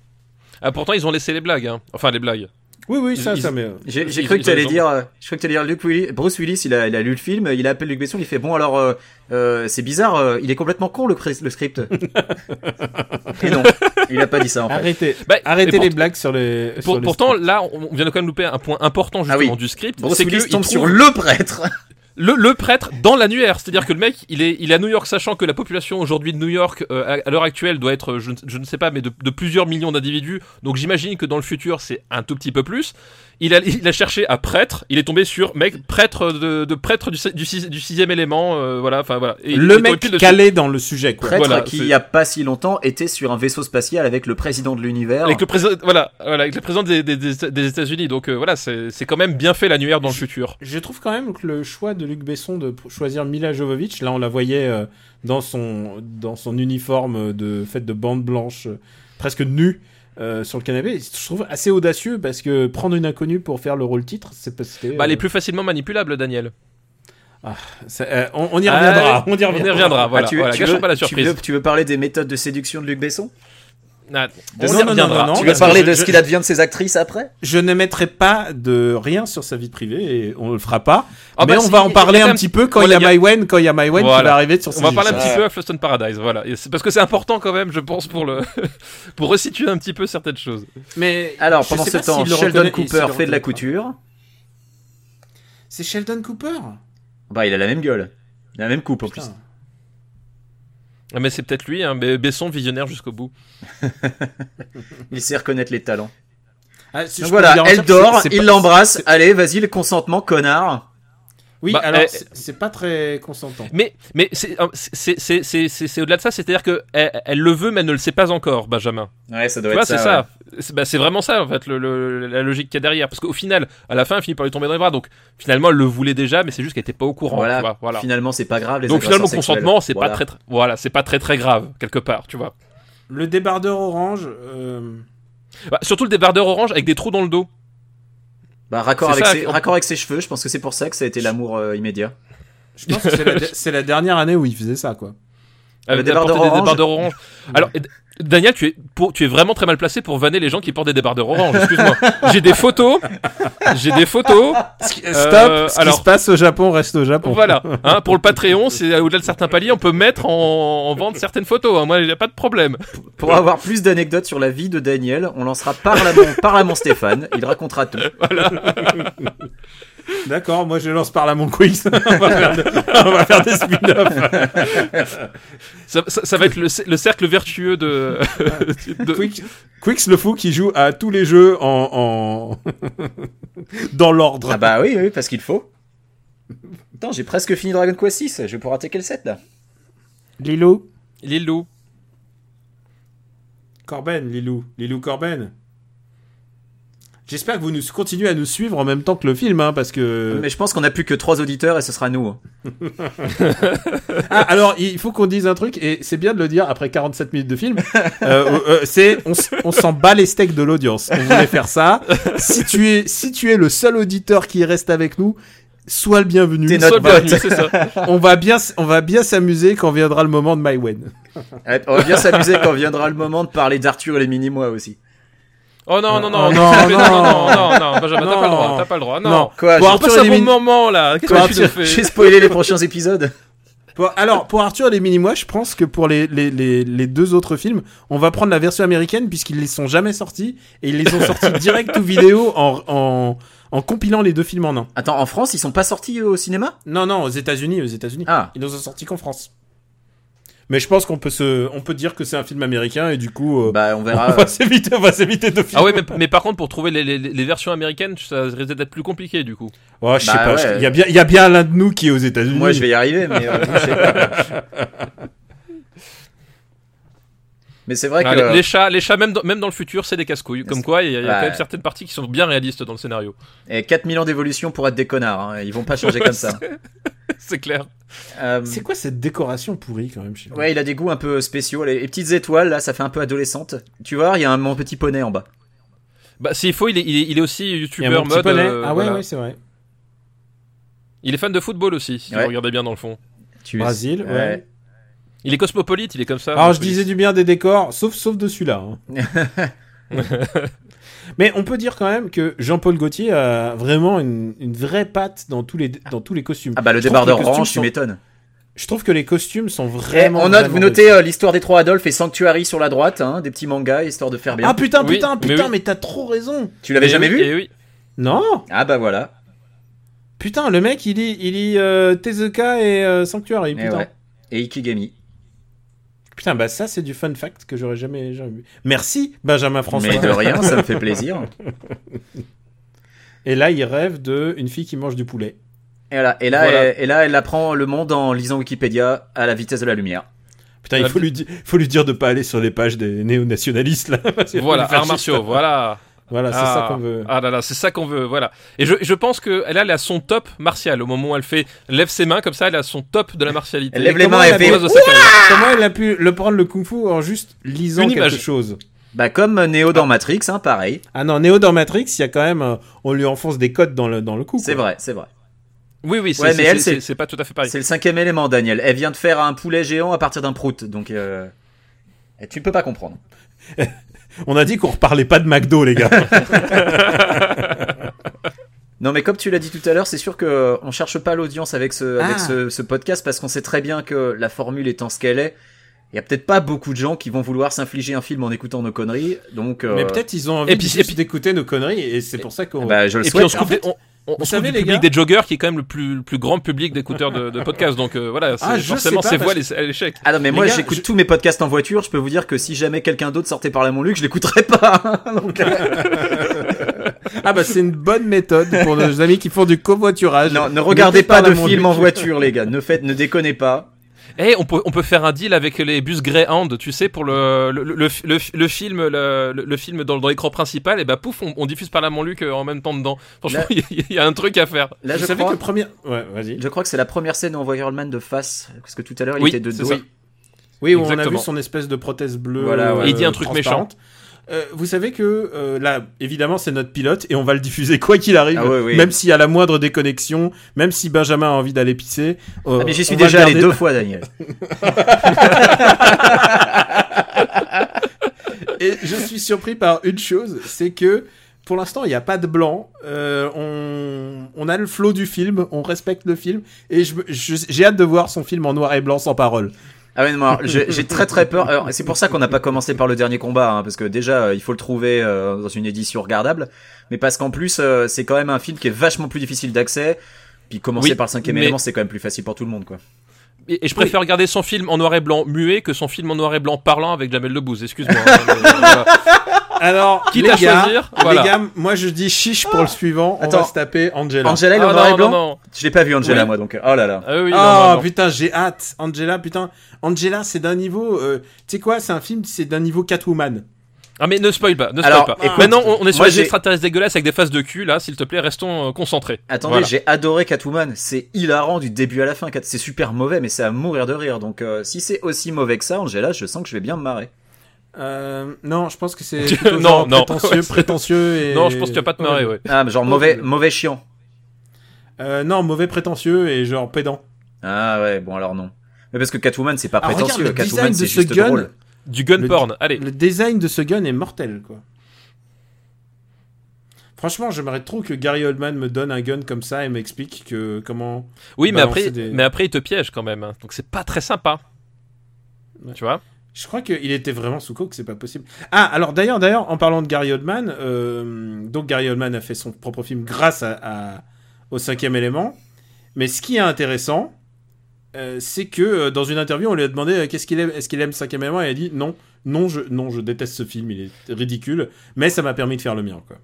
[SPEAKER 3] Ah, pourtant, ils ont laissé les blagues. hein. Enfin, les blagues.
[SPEAKER 2] Oui, oui, ça,
[SPEAKER 3] Ils-
[SPEAKER 2] ça, mais.
[SPEAKER 1] J'ai j'ai
[SPEAKER 3] Ils-
[SPEAKER 1] cru
[SPEAKER 3] ils
[SPEAKER 1] que
[SPEAKER 3] ont
[SPEAKER 1] tu allais
[SPEAKER 3] raison.
[SPEAKER 1] dire, euh, je crois que t'allais dire Luc Willis- Bruce Willis, il a, il a lu le film, il appelle Luc Besson, il fait bon alors euh, euh, c'est bizarre, euh, il est complètement con le, cri- le script. Et non, il a pas dit ça en fait.
[SPEAKER 2] Arrêtez,
[SPEAKER 3] Bah,
[SPEAKER 2] arrêtez
[SPEAKER 3] et
[SPEAKER 2] les
[SPEAKER 3] pour-
[SPEAKER 2] blagues sur les.
[SPEAKER 3] pour-
[SPEAKER 2] sur les
[SPEAKER 3] pourtant,
[SPEAKER 2] scripts.
[SPEAKER 3] là, on on vient de quand même louper un point important
[SPEAKER 1] Ah
[SPEAKER 3] justement
[SPEAKER 1] oui.
[SPEAKER 3] du script.
[SPEAKER 1] Bruce
[SPEAKER 3] c'est que
[SPEAKER 1] Willis
[SPEAKER 3] il
[SPEAKER 1] tombe
[SPEAKER 3] trouve
[SPEAKER 1] sur le prêtre.
[SPEAKER 3] le, le prêtre dans l'annuaire. C'est-à-dire que le mec, il est, il est à New York, sachant que la population aujourd'hui de New York, euh, à, à l'heure actuelle, doit être, euh, je, ne- je ne sais pas, mais de, de plusieurs millions d'individus. Donc j'imagine que dans le futur, c'est un tout petit peu plus. Il a, il a cherché à prêtre. Il est tombé sur mec prêtre de, de prêtre du, si- du, si- du sixième élément. euh, voilà, enfin voilà. Et il- il est
[SPEAKER 2] le
[SPEAKER 3] tombé
[SPEAKER 2] mec
[SPEAKER 3] pile dessus.
[SPEAKER 2] calé dans le sujet, quoi.
[SPEAKER 1] Prêtre
[SPEAKER 3] Voilà,
[SPEAKER 1] qui
[SPEAKER 3] c'est-
[SPEAKER 1] il y a pas si longtemps était sur un vaisseau spatial avec le président de l'univers. Ah,
[SPEAKER 3] Avec le président, voilà, voilà, avec le président des, des, des- des États-Unis. Donc euh, voilà, c'est c'est quand même bien fait l'annuaire dans le futur.
[SPEAKER 2] Je trouve quand même que le choix de Luc Besson de p- choisir Mila Jovovich, là on la voyait euh, dans son dans son uniforme de faite de bandes blanches, euh, presque nue euh, sur le canapé, je trouve assez audacieux parce que prendre une inconnue pour faire le rôle titre, c'est parce que
[SPEAKER 3] Bah, elle
[SPEAKER 2] euh,
[SPEAKER 3] est plus facilement manipulable, Daniel.
[SPEAKER 2] c'est- euh, on, on y reviendra,
[SPEAKER 3] Ah,
[SPEAKER 2] on y
[SPEAKER 3] On y
[SPEAKER 2] reviendra.
[SPEAKER 3] reviendra, voilà.
[SPEAKER 1] Ah, tu veux-
[SPEAKER 3] voilà,
[SPEAKER 1] tu
[SPEAKER 3] gâchons
[SPEAKER 1] veux-
[SPEAKER 3] pas la
[SPEAKER 1] tu
[SPEAKER 3] surprise.
[SPEAKER 1] veux- tu veux parler des méthodes de séduction de Luc Besson
[SPEAKER 3] Ah,
[SPEAKER 2] De-
[SPEAKER 3] on
[SPEAKER 2] non,
[SPEAKER 3] y
[SPEAKER 2] non,
[SPEAKER 3] reviendra.
[SPEAKER 2] non, Ah, bah,
[SPEAKER 1] Tu
[SPEAKER 2] non, parce
[SPEAKER 1] veux
[SPEAKER 2] que
[SPEAKER 1] parler
[SPEAKER 2] je-
[SPEAKER 1] de ce
[SPEAKER 2] je-
[SPEAKER 1] qu'il advient de ses actrices après
[SPEAKER 2] Je ne mettrai pas de rien sur sa vie privée et on le fera pas.
[SPEAKER 3] Ah,
[SPEAKER 2] mais
[SPEAKER 3] bah,
[SPEAKER 2] on
[SPEAKER 3] si,
[SPEAKER 2] va en
[SPEAKER 3] il-
[SPEAKER 2] parler
[SPEAKER 3] il y a
[SPEAKER 2] un
[SPEAKER 3] un
[SPEAKER 2] petit peu quand il y
[SPEAKER 3] voilà,
[SPEAKER 2] a
[SPEAKER 3] il y a-
[SPEAKER 2] Mywen, quand il y a Mywen
[SPEAKER 3] Voilà.
[SPEAKER 2] qui va arriver sur
[SPEAKER 3] On
[SPEAKER 2] son
[SPEAKER 3] va parler un
[SPEAKER 2] sujet.
[SPEAKER 3] petit
[SPEAKER 1] Ouais.
[SPEAKER 3] peu à Floston Paradise, voilà. Et c'est- Parce que c'est important quand même, je pense, pour le pour resituer un petit peu certaines choses.
[SPEAKER 2] Mais
[SPEAKER 1] Alors
[SPEAKER 2] je
[SPEAKER 1] pendant
[SPEAKER 2] sais
[SPEAKER 1] ce
[SPEAKER 2] pas
[SPEAKER 1] temps,
[SPEAKER 2] s'il le
[SPEAKER 1] Sheldon
[SPEAKER 2] reconnaît- s'il
[SPEAKER 1] Cooper
[SPEAKER 2] le
[SPEAKER 1] fait de la
[SPEAKER 2] reconnaît pas.
[SPEAKER 1] couture.
[SPEAKER 2] Ah, C'est Sheldon Cooper
[SPEAKER 1] Bah il a la même gueule, la même coupe en plus.
[SPEAKER 2] Putain.
[SPEAKER 3] Ah, Mais c'est peut-être lui, hein, mais Besson visionnaire jusqu'au bout.
[SPEAKER 1] Il sait reconnaître les talents.
[SPEAKER 2] Ah, si
[SPEAKER 1] Donc
[SPEAKER 2] je peux
[SPEAKER 1] voilà,
[SPEAKER 2] vous garantir
[SPEAKER 1] elle
[SPEAKER 2] que c'est-
[SPEAKER 1] dort,
[SPEAKER 2] c'est
[SPEAKER 1] il
[SPEAKER 2] pas-
[SPEAKER 1] l'embrasse. Allez, vas-y, le consentement, connard.
[SPEAKER 2] Oui,
[SPEAKER 3] Bah,
[SPEAKER 2] alors
[SPEAKER 3] eh,
[SPEAKER 2] c'est- c'est pas très consentant.
[SPEAKER 3] Mais, mais c'est c'est- c'est- c'est- c'est- c'est au-delà de ça, c'est-à-dire que elle, elle le veut, mais elle ne le sait pas encore, Benjamin.
[SPEAKER 1] Ouais, ça doit
[SPEAKER 3] Tu
[SPEAKER 1] être
[SPEAKER 3] vois, c'est
[SPEAKER 1] ça.
[SPEAKER 3] ça. C'est bah, c'est vraiment ça, en fait, le- le- la logique qu'il y a derrière. Parce qu'au final, à la fin, elle finit par lui tomber dans les bras. Donc, finalement, elle le voulait déjà, mais c'est juste qu'elle n'était pas au
[SPEAKER 1] ouais.
[SPEAKER 3] courant.
[SPEAKER 1] Voilà.
[SPEAKER 3] tu vois, voilà.
[SPEAKER 1] Finalement, c'est pas grave. Les
[SPEAKER 3] Donc, finalement, le
[SPEAKER 1] agresseurs sexuels.
[SPEAKER 3] consentement, c'est
[SPEAKER 1] Voilà.
[SPEAKER 3] pas très, très- voilà, c'est pas très très grave quelque part, tu vois.
[SPEAKER 2] Le débardeur orange, euh,
[SPEAKER 3] Bah, surtout le débardeur orange avec des trous dans le dos.
[SPEAKER 1] Bah, raccord,
[SPEAKER 3] C'est
[SPEAKER 1] avec
[SPEAKER 3] ça,
[SPEAKER 1] ses,
[SPEAKER 3] en-
[SPEAKER 1] raccord avec ses cheveux, je pense que c'est pour ça que ça a été l'amour euh, immédiat.
[SPEAKER 2] je pense que c'est la, c'est la dernière année où il faisait ça, quoi.
[SPEAKER 3] Avec
[SPEAKER 1] Le débardeur
[SPEAKER 3] Euh, porter des
[SPEAKER 1] orange.
[SPEAKER 3] débardeurs orange. Alors, D- Daniel, tu es, pour- tu es vraiment très mal placé pour vanner les gens qui portent des débardeurs orange. Excuse-moi. J'ai des photos. J'ai des photos.
[SPEAKER 2] Stop
[SPEAKER 3] Euh,
[SPEAKER 2] Ce qui
[SPEAKER 3] alors-
[SPEAKER 2] se passe au Japon reste au Japon.
[SPEAKER 3] Voilà. Hein, pour le Patreon, c'est au-delà de certains paliers, on peut mettre en, en vente certaines photos. hein. Moi, il n'y a pas de problème.
[SPEAKER 1] Pour avoir plus d'anecdotes sur la vie de Daniel, on lancera par la mon, par la mon Stéphane. Il racontera tout.
[SPEAKER 2] D'accord, moi je lance par là mon quiz. on, va faire de- on va faire des spin-offs.
[SPEAKER 3] Ça, ça- ça va être le, le cercle vertueux de. de-
[SPEAKER 2] Quix, Quix le fou qui joue à tous les jeux en, en... dans l'ordre.
[SPEAKER 1] Ah bah oui, oui, parce qu'il faut. Attends, j'ai presque fini Dragon Quest 6. Je vais pouvoir attaquer le 7 là.
[SPEAKER 2] Lilou
[SPEAKER 3] Lilou.
[SPEAKER 2] Corben, Lilou, Lilou Corben. J'espère que vous nous continuez à nous suivre en même temps que le film, hein, parce que.
[SPEAKER 1] Ah, Mais je pense qu'on a plus que trois auditeurs et ce sera nous. hein.
[SPEAKER 2] Ah, alors il faut qu'on dise un truc et c'est bien de le dire après 47 minutes de film. Euh, euh, c'est on, s- on s'en bat les steaks de l'audience. On voulait faire ça. Si tu es si tu es le seul auditeur qui reste avec nous, sois le bienvenu.
[SPEAKER 1] T'es
[SPEAKER 3] Soit
[SPEAKER 1] Notre
[SPEAKER 3] bienvenue,
[SPEAKER 1] botte.
[SPEAKER 3] c'est ça.
[SPEAKER 2] On va bien s- on va bien s'amuser quand viendra le moment de Mywen.
[SPEAKER 1] Ouais, Eh, On va bien s'amuser quand viendra le moment de parler d'Arthur et les mini-mois aussi.
[SPEAKER 3] Oh non, non,
[SPEAKER 2] Oh
[SPEAKER 3] non, non,
[SPEAKER 2] non,
[SPEAKER 3] non,
[SPEAKER 2] non.
[SPEAKER 3] non, non, non, Benjamin, t'as pas le
[SPEAKER 2] Non.
[SPEAKER 3] droit, t'as pas le droit. Non.
[SPEAKER 2] Non.
[SPEAKER 1] Quoi
[SPEAKER 3] Bon,
[SPEAKER 1] j'ai-
[SPEAKER 3] on
[SPEAKER 2] Arthur
[SPEAKER 3] passe un bon
[SPEAKER 2] Elimine-
[SPEAKER 3] moment là. Qu'est-ce
[SPEAKER 1] quoi,
[SPEAKER 3] que tu nous
[SPEAKER 1] Arthur,
[SPEAKER 3] fais
[SPEAKER 1] J'ai spoilé les prochains épisodes.
[SPEAKER 2] Pour- alors, pour Arthur et les Minimois, je pense que pour les, les, les, les deux autres films, on va prendre la version américaine puisqu'ils ne sont jamais sortis et ils les ont sortis direct ou vidéo en, en, en compilant les deux films en un.
[SPEAKER 1] Attends, en France, ils sont pas sortis eux, au cinéma
[SPEAKER 2] Non, non, aux États-Unis, aux États-Unis.
[SPEAKER 1] Ah.
[SPEAKER 2] Ils ne sont sortis qu'en France. Mais je pense qu'on peut, se, on peut dire que c'est un film américain et du coup, euh,
[SPEAKER 1] Bah, on verra.
[SPEAKER 2] on va s'éviter- on va s'éviter de films.
[SPEAKER 3] Ah ouais, mais, mais par contre, pour trouver les, les- les versions américaines, ça risque d'être plus compliqué du coup.
[SPEAKER 2] Oh, je sais
[SPEAKER 1] Bah
[SPEAKER 2] pas,
[SPEAKER 1] ouais.
[SPEAKER 2] je- il y a bien il y a bien l'un de nous qui est aux États-Unis.
[SPEAKER 1] Moi, je vais y arriver, mais. euh, je sais pas. mais c'est vrai que. euh,
[SPEAKER 3] Ah, les, les chats, les chats même, dans, même dans le futur, c'est des casse-couilles. Comme quoi, il y a, il y a
[SPEAKER 1] Ouais.
[SPEAKER 3] quand même certaines parties qui sont bien réalistes dans le scénario.
[SPEAKER 1] Et 4000 ans d'évolution pour être des connards, hein. ils vont pas changer comme ça.
[SPEAKER 3] C'est clair.
[SPEAKER 1] Euh,
[SPEAKER 2] C'est quoi cette décoration pourrie quand même chez nous
[SPEAKER 1] ouais, il a des goûts un peu spéciaux, les, les petites étoiles là, ça fait un peu adolescente. Tu vois, il y a un mon petit poney en bas.
[SPEAKER 3] Bah, s'il faut, il est, il est, il est aussi
[SPEAKER 2] Il y a
[SPEAKER 3] youtubeur
[SPEAKER 2] mon petit
[SPEAKER 3] mode.
[SPEAKER 2] poney.
[SPEAKER 3] euh,
[SPEAKER 2] ah ouais,
[SPEAKER 3] voilà.
[SPEAKER 2] ouais, c'est vrai.
[SPEAKER 3] Il est fan de football aussi, si
[SPEAKER 1] Ouais.
[SPEAKER 3] vous regardez bien dans le fond.
[SPEAKER 1] Tu
[SPEAKER 2] Brésil, ouais.
[SPEAKER 3] Il est cosmopolite, il est comme ça. Eh
[SPEAKER 2] Alors Ah, je
[SPEAKER 3] cosmopolite.
[SPEAKER 2] disais du bien des décors, sauf sauf de celui-là. hein. Mais on peut dire quand même que Jean-Paul Gaultier a vraiment une, une vraie patte dans tous les dans tous les costumes.
[SPEAKER 1] Ah bah le
[SPEAKER 2] Je trouve
[SPEAKER 1] débardeur
[SPEAKER 2] que les costumes
[SPEAKER 1] orange, tu
[SPEAKER 2] sont-
[SPEAKER 1] m'étonnes.
[SPEAKER 2] Je trouve que les costumes sont
[SPEAKER 1] Eh,
[SPEAKER 2] vraiment.
[SPEAKER 1] on note,
[SPEAKER 2] vraiment
[SPEAKER 1] vous notez euh, l'histoire des trois Adolphes et Sanctuary sur la droite, hein, des petits mangas histoire de faire
[SPEAKER 2] réussis.
[SPEAKER 1] bien.
[SPEAKER 2] Ah putain
[SPEAKER 3] Oui,
[SPEAKER 2] putain
[SPEAKER 3] mais
[SPEAKER 2] putain
[SPEAKER 3] oui.
[SPEAKER 2] mais t'as trop raison.
[SPEAKER 1] tu l'avais
[SPEAKER 3] Eh
[SPEAKER 1] jamais
[SPEAKER 3] oui,
[SPEAKER 1] vu
[SPEAKER 3] eh oui.
[SPEAKER 2] Non
[SPEAKER 1] Ah bah voilà.
[SPEAKER 2] putain le mec il lit il lit euh, Tezuka et euh, Sanctuary
[SPEAKER 1] Eh
[SPEAKER 2] putain.
[SPEAKER 1] ouais. Et Ikigami.
[SPEAKER 2] Putain bah ça c'est du fun fact que j'aurais jamais jamais vu. Merci Benjamin François.
[SPEAKER 1] Mais de rien, ça me fait plaisir.
[SPEAKER 2] Et là il rêve de une fille qui mange du poulet.
[SPEAKER 1] Et, voilà. et, là,
[SPEAKER 3] Voilà.
[SPEAKER 1] Elle, et là, elle apprend le monde en lisant Wikipédia à la vitesse de la lumière.
[SPEAKER 2] Putain,
[SPEAKER 3] La
[SPEAKER 2] il faut lui, di- faut lui dire de pas aller sur les pages des néo-nationalistes là. parce qu'il y a
[SPEAKER 3] Voilà,
[SPEAKER 2] des fascistes.
[SPEAKER 3] arts martiaux, voilà.
[SPEAKER 2] Voilà, c'est ça
[SPEAKER 3] Ah.
[SPEAKER 2] qu'on veut.
[SPEAKER 3] Ah là là, c'est ça qu'on veut, voilà. Et je, je pense que elle, elle a son top martial au moment où elle fait lève ses mains comme ça, elle a son top de la martialité.
[SPEAKER 1] Elle lève
[SPEAKER 2] Et
[SPEAKER 1] les
[SPEAKER 2] comment
[SPEAKER 1] mains
[SPEAKER 2] elle
[SPEAKER 1] et
[SPEAKER 2] a
[SPEAKER 1] fait.
[SPEAKER 2] fait- Comment elle a pu le prendre le kung-fu en juste lisant
[SPEAKER 3] Une
[SPEAKER 2] quelque
[SPEAKER 3] image.
[SPEAKER 2] chose
[SPEAKER 1] Bah, comme Neo dans Matrix, hein, pareil.
[SPEAKER 2] Ah non, Néo dans Matrix, il y a quand même, euh, on lui enfonce des codes dans le dans le cou.
[SPEAKER 1] C'est
[SPEAKER 2] quoi.
[SPEAKER 1] vrai, c'est vrai.
[SPEAKER 3] Oui oui, c'est
[SPEAKER 1] Ouais, mais
[SPEAKER 3] c'est-
[SPEAKER 1] elle,
[SPEAKER 3] c'est-
[SPEAKER 1] c'est-
[SPEAKER 3] c'est pas tout à fait pareil.
[SPEAKER 1] C'est le cinquième élément, Daniel. Elle vient de faire un poulet géant à partir d'un prout, donc euh, et tu peux pas comprendre.
[SPEAKER 2] On a dit qu'on reparlait pas de McDo, les gars.
[SPEAKER 1] Non, mais comme tu l'as dit tout à l'heure, c'est sûr que euh, on cherche pas l'audience avec ce avec
[SPEAKER 2] Ah.
[SPEAKER 1] ce, ce podcast parce qu'on sait très bien que la formule étant ce qu'elle est, il y a peut-être pas beaucoup de gens qui vont vouloir s'infliger un film en écoutant nos conneries. Donc, euh,
[SPEAKER 2] Mais peut-être ils ont envie
[SPEAKER 3] Et puis-
[SPEAKER 2] de-
[SPEAKER 3] et puis-
[SPEAKER 2] d'écouter nos conneries et c'est pour ça qu'on.
[SPEAKER 1] bah, je le
[SPEAKER 3] Et puis on
[SPEAKER 1] souhaite.
[SPEAKER 3] se
[SPEAKER 2] En
[SPEAKER 3] coupe,
[SPEAKER 2] fait,
[SPEAKER 3] on, on- on
[SPEAKER 2] vous
[SPEAKER 3] se coupe
[SPEAKER 2] savez,
[SPEAKER 3] du
[SPEAKER 2] les
[SPEAKER 3] public
[SPEAKER 2] gars-
[SPEAKER 3] des joggers qui est quand même le plus, le plus grand public d'écouteurs de, de podcasts. Donc euh, voilà, c'est
[SPEAKER 2] Ah, je sais
[SPEAKER 3] forcément
[SPEAKER 2] pas,
[SPEAKER 3] ses
[SPEAKER 2] parce
[SPEAKER 3] voix les- à l'échec.
[SPEAKER 1] Ah non, mais
[SPEAKER 2] Les
[SPEAKER 1] moi
[SPEAKER 2] gars,
[SPEAKER 1] j'écoute
[SPEAKER 2] je-
[SPEAKER 1] tous mes podcasts en voiture. Je peux Ah, vous dire que si jamais quelqu'un d'autre sortait par la Montluc, je l'écouterais pas. Donc,
[SPEAKER 2] Ah bah c'est une bonne méthode pour nos amis qui font du covoiturage.
[SPEAKER 1] euh, Non, ne regardez pas de
[SPEAKER 2] film
[SPEAKER 1] film en voiture, les gars. Ne faites, ne déconnez pas.
[SPEAKER 3] Eh, on peut, on peut faire un deal avec les bus Greyhound, tu sais, pour le, le, le, le, le film, le, le- le film dans, dans l'écran principal, et bah pouf, on, on diffuse par la Montluc euh, en même temps dedans. Franchement, il y, a- il y a un truc à faire.
[SPEAKER 1] Là, je
[SPEAKER 2] savais que
[SPEAKER 1] crois,
[SPEAKER 2] le premier. Ouais, vas-y.
[SPEAKER 1] je crois que c'est la première scène où on voit Iron Man de face, parce que tout à l'heure il
[SPEAKER 3] Oui,
[SPEAKER 1] était de
[SPEAKER 3] c'est
[SPEAKER 1] dos.
[SPEAKER 3] ça.
[SPEAKER 2] Oui, où on a
[SPEAKER 3] Exactement.
[SPEAKER 2] vu son espèce de prothèse bleue.
[SPEAKER 1] Voilà, ouais.
[SPEAKER 2] euh,
[SPEAKER 1] Et
[SPEAKER 3] il dit un truc
[SPEAKER 2] transparente. Euh, vous savez que euh, là, évidemment, c'est notre pilote et on va le diffuser quoi qu'il arrive,
[SPEAKER 1] Ah ouais, oui.
[SPEAKER 2] même s'il y a la moindre déconnexion, même si Benjamin a envie d'aller pisser. euh,
[SPEAKER 1] Ah, mais j'y suis
[SPEAKER 2] on va
[SPEAKER 1] déjà
[SPEAKER 2] le
[SPEAKER 1] allé
[SPEAKER 2] garder-
[SPEAKER 1] deux fois, Daniel.
[SPEAKER 2] Et je suis surpris par une chose, c'est que pour l'instant, il n'y a pas de blanc. Euh, on, on a le flow du film, on respecte le film, et je me- je- j'ai hâte de voir son film en noir et blanc sans parole.
[SPEAKER 1] Ah ouais, non, alors, j'ai j'ai très très peur. Alors, C'est pour ça qu'on n'a pas commencé par le dernier combat, hein, parce que déjà euh, il faut le trouver euh, dans une édition regardable, mais parce qu'en plus euh, c'est quand même un film qui est vachement plus difficile d'accès. Puis commencer
[SPEAKER 3] Oui,
[SPEAKER 1] par le cinquième
[SPEAKER 3] mais-
[SPEAKER 1] élément, c'est quand même plus facile pour tout le monde, quoi.
[SPEAKER 3] Et, et je préfère regarder son film en noir et blanc muet que son film en noir et blanc parlant avec Jamel Debbouze, excuse-moi. hein, mais, voilà.
[SPEAKER 2] Alors,
[SPEAKER 3] Quitte
[SPEAKER 2] les
[SPEAKER 3] à
[SPEAKER 2] gars,
[SPEAKER 3] choisir,
[SPEAKER 2] les
[SPEAKER 3] voilà.
[SPEAKER 2] gars, moi je dis chiche pour le suivant. On
[SPEAKER 1] Attends.
[SPEAKER 2] va se taper Angela.
[SPEAKER 1] Angela, il est
[SPEAKER 3] Ah,
[SPEAKER 1] en noir
[SPEAKER 3] non,
[SPEAKER 1] et blanc.
[SPEAKER 3] non, non.
[SPEAKER 1] Je l'ai pas vu Angela,
[SPEAKER 2] Oui.
[SPEAKER 1] moi, donc. euh, Oh là là.
[SPEAKER 3] Ah oui, non,
[SPEAKER 2] Ah,
[SPEAKER 3] non, non.
[SPEAKER 2] putain, j'ai hâte. Angela, putain, Angela, c'est d'un niveau. euh, tu sais quoi, c'est un film, c'est d'un niveau Catwoman.
[SPEAKER 3] Ah, mais ne spoil pas, ne spoil
[SPEAKER 1] Alors,
[SPEAKER 3] pas.
[SPEAKER 1] écoute,
[SPEAKER 3] Maintenant, on, on est sur
[SPEAKER 1] moi,
[SPEAKER 3] les
[SPEAKER 1] j'ai-
[SPEAKER 3] extraterrestres dégueulasses avec des faces de cul, là, s'il te plaît, restons euh, concentrés.
[SPEAKER 1] Attendez,
[SPEAKER 3] Voilà.
[SPEAKER 1] j'ai adoré Catwoman. C'est hilarant du début à la fin. Cat- C'est super mauvais, mais c'est à mourir de rire. Donc, euh, si c'est aussi mauvais que ça, Angela, je sens que je vais bien me marrer.
[SPEAKER 2] Euh, non, je pense que c'est
[SPEAKER 3] Tu-
[SPEAKER 2] plutôt
[SPEAKER 3] non,
[SPEAKER 2] genre
[SPEAKER 3] non.
[SPEAKER 2] prétentieux,
[SPEAKER 3] Ouais, c'est-
[SPEAKER 2] prétentieux et.
[SPEAKER 3] Non, je pense que tu vas pas te marrer, ouais.
[SPEAKER 1] Ah, mais genre mauvais, mauvais chiant.
[SPEAKER 2] Euh, non, mauvais prétentieux et genre pédant.
[SPEAKER 1] Ah ouais, bon alors non. Mais parce que Catwoman, c'est pas
[SPEAKER 2] Ah, regarde,
[SPEAKER 1] prétentieux.
[SPEAKER 2] le
[SPEAKER 1] Catwoman,
[SPEAKER 2] design de
[SPEAKER 1] c'est
[SPEAKER 2] ce
[SPEAKER 1] juste
[SPEAKER 2] gun.
[SPEAKER 1] drôle.
[SPEAKER 3] Du gun
[SPEAKER 2] Le-
[SPEAKER 3] porn, allez.
[SPEAKER 2] Le design de ce gun est mortel, quoi. Franchement, j'aimerais trop que Gary Oldman me donne un gun comme ça et m'explique que comment.
[SPEAKER 3] Oui, mais
[SPEAKER 2] balancer
[SPEAKER 3] après,
[SPEAKER 2] des-
[SPEAKER 3] mais après, il te piège quand même. hein. Donc c'est pas très sympa.
[SPEAKER 2] Ouais.
[SPEAKER 3] Tu vois
[SPEAKER 2] Je crois qu'il était vraiment sous coke, c'est pas possible. Ah, alors d'ailleurs, d'ailleurs, en parlant de Gary Oldman, euh, donc Gary Oldman a fait son propre film grâce à, à- au cinquième élément. Mais ce qui est intéressant, euh, c'est que euh, dans une interview, on lui a demandé euh, qu'est-ce qu'il aime, est-ce qu'il aime cinquième élément, et il a dit non, non, je, non, je déteste ce film, il est ridicule, mais ça m'a permis de faire le mien, quoi.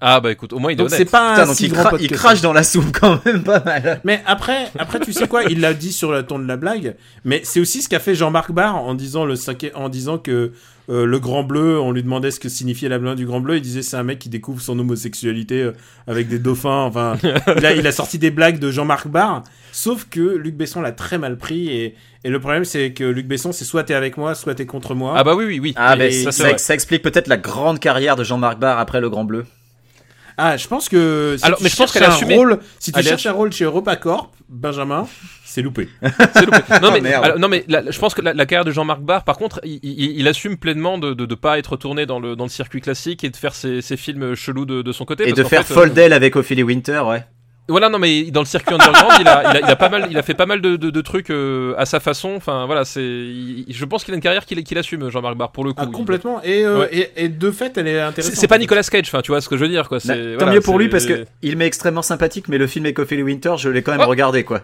[SPEAKER 3] Ah bah écoute, au moins il est
[SPEAKER 2] Donc c'est
[SPEAKER 3] honnête.
[SPEAKER 2] pas un
[SPEAKER 1] Putain, donc
[SPEAKER 2] si
[SPEAKER 1] il,
[SPEAKER 2] grand
[SPEAKER 1] cra-
[SPEAKER 2] pote
[SPEAKER 1] il
[SPEAKER 2] que ça.
[SPEAKER 1] crache dans la soupe quand même pas mal.
[SPEAKER 2] Mais après, après tu sais quoi, il l'a dit sur le ton de la blague, mais c'est aussi ce qu'a fait Jean-Marc Barr en disant, le cinqui- en disant que euh, le Grand Bleu, on lui demandait ce que signifiait la blague du Grand Bleu, il disait c'est un mec qui découvre son homosexualité euh, avec des dauphins, enfin, il a, il a sorti des blagues de Jean-Marc Barr, sauf que Luc Besson l'a très mal pris, et, et le problème c'est que Luc Besson, c'est soit t'es avec moi, soit t'es contre moi.
[SPEAKER 3] Ah bah oui, oui, oui.
[SPEAKER 1] Ah
[SPEAKER 3] Et
[SPEAKER 1] ben
[SPEAKER 3] ça,
[SPEAKER 1] ça,
[SPEAKER 3] c'est vrai.
[SPEAKER 1] ça explique peut-être la grande carrière de Jean-Marc Barr après Le Grand Bleu.
[SPEAKER 2] Ah, je pense que si
[SPEAKER 3] Alors,
[SPEAKER 2] tu
[SPEAKER 3] mais je pense
[SPEAKER 2] cherches
[SPEAKER 3] qu'elle a
[SPEAKER 2] un
[SPEAKER 3] assumé.
[SPEAKER 2] rôle, si tu
[SPEAKER 3] Elle a-
[SPEAKER 2] cherches un rôle chez EuropaCorp, Benjamin, c'est loupé.
[SPEAKER 3] C'est loupé. Non mais,
[SPEAKER 1] Oh, Merde.
[SPEAKER 3] alors, non, mais la- la- je pense que la, la carrière de Jean-Marc Barr, par contre, il, il- il assume pleinement de ne pas être tourné dans le, dans le circuit classique et de faire ses, ses films chelous de, de son côté.
[SPEAKER 1] Et
[SPEAKER 3] parce
[SPEAKER 1] de
[SPEAKER 3] qu'en
[SPEAKER 1] faire
[SPEAKER 3] fait, euh,
[SPEAKER 1] Foldel avec Ophélie Winter, ouais.
[SPEAKER 3] Voilà, non mais dans le circuit underground, il, a, il, a, il a pas mal, il a fait pas mal de, de- de trucs euh, à sa façon. Enfin voilà, c'est, il- je pense qu'il a une carrière qu'il qu'il assume, Jean-Marc Barr pour le coup.
[SPEAKER 2] Ah,
[SPEAKER 3] Il-
[SPEAKER 2] complètement. Et, euh,
[SPEAKER 3] Ouais.
[SPEAKER 2] et, et de fait, elle est
[SPEAKER 3] C'est
[SPEAKER 2] intéressante.
[SPEAKER 3] c'est pas Nicolas Cage, enfin tu vois ce que je veux dire quoi. c'est-
[SPEAKER 1] Bah,
[SPEAKER 3] voilà,
[SPEAKER 1] Tant mieux pour
[SPEAKER 3] c'est-
[SPEAKER 1] lui parce que il m'est extrêmement sympathique, mais le film avec Ophélie Winter, je l'ai quand même
[SPEAKER 3] Oh.
[SPEAKER 1] regardé quoi.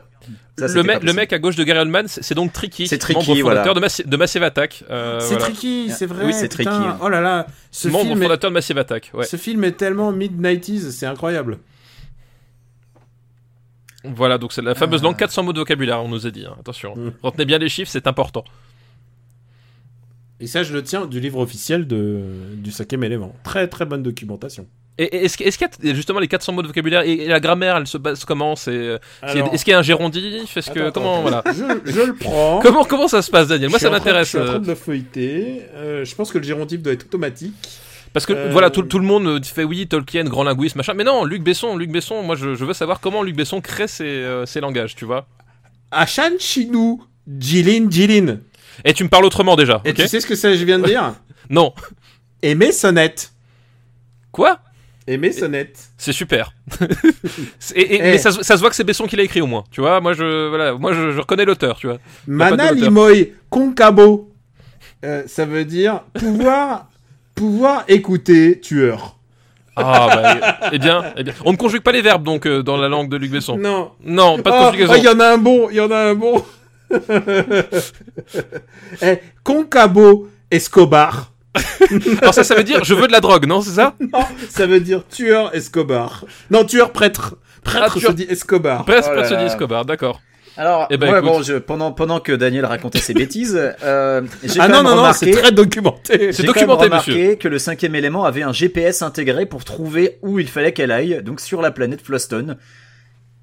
[SPEAKER 1] Ça, c'était
[SPEAKER 3] le, mec-
[SPEAKER 1] pas
[SPEAKER 3] le
[SPEAKER 1] possible.
[SPEAKER 3] mec à gauche de Gary Oldman, c'est c'est donc Tricky,
[SPEAKER 1] C'est Tricky,
[SPEAKER 3] membre
[SPEAKER 1] voilà.
[SPEAKER 3] fondateur de, Massi- de Massive Attack. euh,
[SPEAKER 2] C'est
[SPEAKER 3] voilà.
[SPEAKER 2] tricky, c'est vrai.
[SPEAKER 1] Oui, c'est
[SPEAKER 2] putain.
[SPEAKER 1] tricky, hein.
[SPEAKER 2] Oh là là, ce
[SPEAKER 3] membre
[SPEAKER 2] film, est,
[SPEAKER 3] fondateur de Massive Attack. Ouais.
[SPEAKER 2] ce film est tellement mid-90s, c'est incroyable.
[SPEAKER 3] Voilà, donc c'est la fameuse langue 400 mots de vocabulaire, on nous a dit. hein, Attention,
[SPEAKER 2] Ah. Mm.
[SPEAKER 3] retenez bien les chiffres, c'est important.
[SPEAKER 2] Et ça, je le tiens du livre officiel de, du cinquième élément. Très très bonne documentation.
[SPEAKER 3] Et, et est-ce que- est-ce qu'il y a justement les 400 mots de vocabulaire et, et la grammaire, elle se base comment C'est euh, s'il y a-
[SPEAKER 2] Alors,
[SPEAKER 3] est-ce qu'il y a un gérondif Est-ce que
[SPEAKER 2] attends,
[SPEAKER 3] comment
[SPEAKER 2] attends,
[SPEAKER 3] voilà
[SPEAKER 2] je, je le prends.
[SPEAKER 3] Comment comment ça se passe, Daniel Moi,
[SPEAKER 2] Je
[SPEAKER 3] ça
[SPEAKER 2] suis en train-
[SPEAKER 3] m'intéresse.
[SPEAKER 2] Je suis en train
[SPEAKER 3] euh,
[SPEAKER 2] de le feuilleter. Euh, je pense que le gérondif doit être automatique.
[SPEAKER 3] Parce que
[SPEAKER 2] Euh,
[SPEAKER 3] voilà, tout, tout le monde euh, fait oui, Tolkien, grand linguiste, machin. Mais non, Luc Besson, Luc Besson, moi je, je veux savoir comment Luc Besson crée ses, euh, ses langages, tu vois.
[SPEAKER 2] Ashan Chinu, Jilin Jilin.
[SPEAKER 3] Et tu me parles autrement déjà,
[SPEAKER 2] Et
[SPEAKER 3] ok
[SPEAKER 2] tu sais ce que ça, je viens de dire
[SPEAKER 3] Non.
[SPEAKER 2] Aimer sonnette.
[SPEAKER 3] Quoi
[SPEAKER 2] Aimer sonnette.
[SPEAKER 3] C'est super. C'est- et- et-
[SPEAKER 2] Eh.
[SPEAKER 3] Mais ça, se- ça se voit que c'est Besson qui l'a écrit au moins, tu vois. Moi je, voilà, moi je, je reconnais l'auteur, tu vois. a pas de
[SPEAKER 2] Mana
[SPEAKER 3] moteur.
[SPEAKER 2] limoy concabo. Euh, ça veut dire pouvoir, pouvoir écouter tueur.
[SPEAKER 3] Ah bah, eh bien, eh bien. On ne conjugue pas les verbes donc euh, dans la langue de Luc Besson.
[SPEAKER 2] Non.
[SPEAKER 3] Non, pas de
[SPEAKER 1] Oh,
[SPEAKER 2] Ah,
[SPEAKER 3] conjugaison.
[SPEAKER 2] ah, il y en a un bon, il y en a un bon. Eh, concabo Escobar.
[SPEAKER 3] Alors ça, ça veut dire je veux de la drogue, non C'est
[SPEAKER 1] Oh
[SPEAKER 3] ça
[SPEAKER 2] Non, ça veut dire tueur Escobar. Non, tueur prêtre. Prêtre
[SPEAKER 3] Ah, tueur-
[SPEAKER 2] se dit Escobar.
[SPEAKER 3] Presque
[SPEAKER 1] Oh là
[SPEAKER 3] pas se
[SPEAKER 1] là.
[SPEAKER 3] dit Escobar, d'accord.
[SPEAKER 1] Alors,
[SPEAKER 3] Eh ben,
[SPEAKER 1] ouais,
[SPEAKER 3] écoute.
[SPEAKER 1] bon, je, pendant, pendant que Daniel racontait ses bêtises, euh, j'ai
[SPEAKER 2] Ah
[SPEAKER 1] quand
[SPEAKER 2] non,
[SPEAKER 1] même
[SPEAKER 2] non, non,
[SPEAKER 1] remarqué,
[SPEAKER 2] c'est très documenté.
[SPEAKER 3] C'est
[SPEAKER 1] j'ai quand même
[SPEAKER 3] documenté,
[SPEAKER 1] remarqué que le cinquième élément avait un GPS intégré pour trouver où il fallait qu'elle aille, donc sur la planète Floston.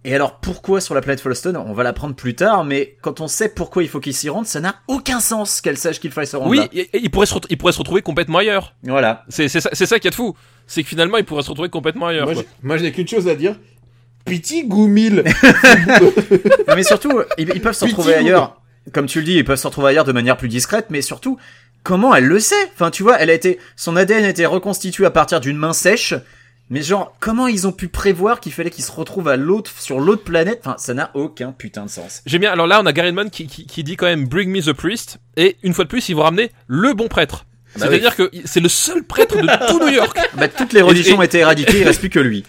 [SPEAKER 1] Et alors, pourquoi sur la planète Floston On va l'apprendre plus tard, mais quand on sait pourquoi il faut qu'il s'y rende, ça n'a aucun sens qu'elle sache qu'il faille se rendre
[SPEAKER 3] Oui,
[SPEAKER 1] là.
[SPEAKER 3] et- et il pourrait se, ret- il pourrait se retrouver complètement ailleurs.
[SPEAKER 1] Voilà.
[SPEAKER 3] C'est c'est ça, c'est ça qui est de fou. C'est que finalement, il pourrait se retrouver complètement ailleurs.
[SPEAKER 2] Moi,
[SPEAKER 3] quoi.
[SPEAKER 2] j'ai- Moi, je n'ai qu'une chose à dire. Piti Goumil.
[SPEAKER 1] Non, mais surtout, ils, ils peuvent se
[SPEAKER 2] Pitié,
[SPEAKER 1] retrouver
[SPEAKER 2] vous.
[SPEAKER 1] ailleurs. Comme tu le dis, ils peuvent se retrouver ailleurs de manière plus discrète, mais surtout, comment elle le sait Enfin, tu vois, elle a été, son ADN a été reconstitué à partir d'une main sèche. Mais genre, comment ils ont pu prévoir qu'il fallait qu'ils se retrouvent à l'autre, sur l'autre planète Enfin, ça n'a aucun putain de sens.
[SPEAKER 3] J'aime bien. Alors là, on a Gary Oldman qui, qui, qui dit quand même Bring me the priest. Et une fois de plus, ils vont ramener le bon prêtre.
[SPEAKER 1] Bah
[SPEAKER 3] C'est-à-dire que c'est le seul prêtre de tout New York.
[SPEAKER 1] Bah, toutes les religions ont été éradiquées, il reste plus que lui.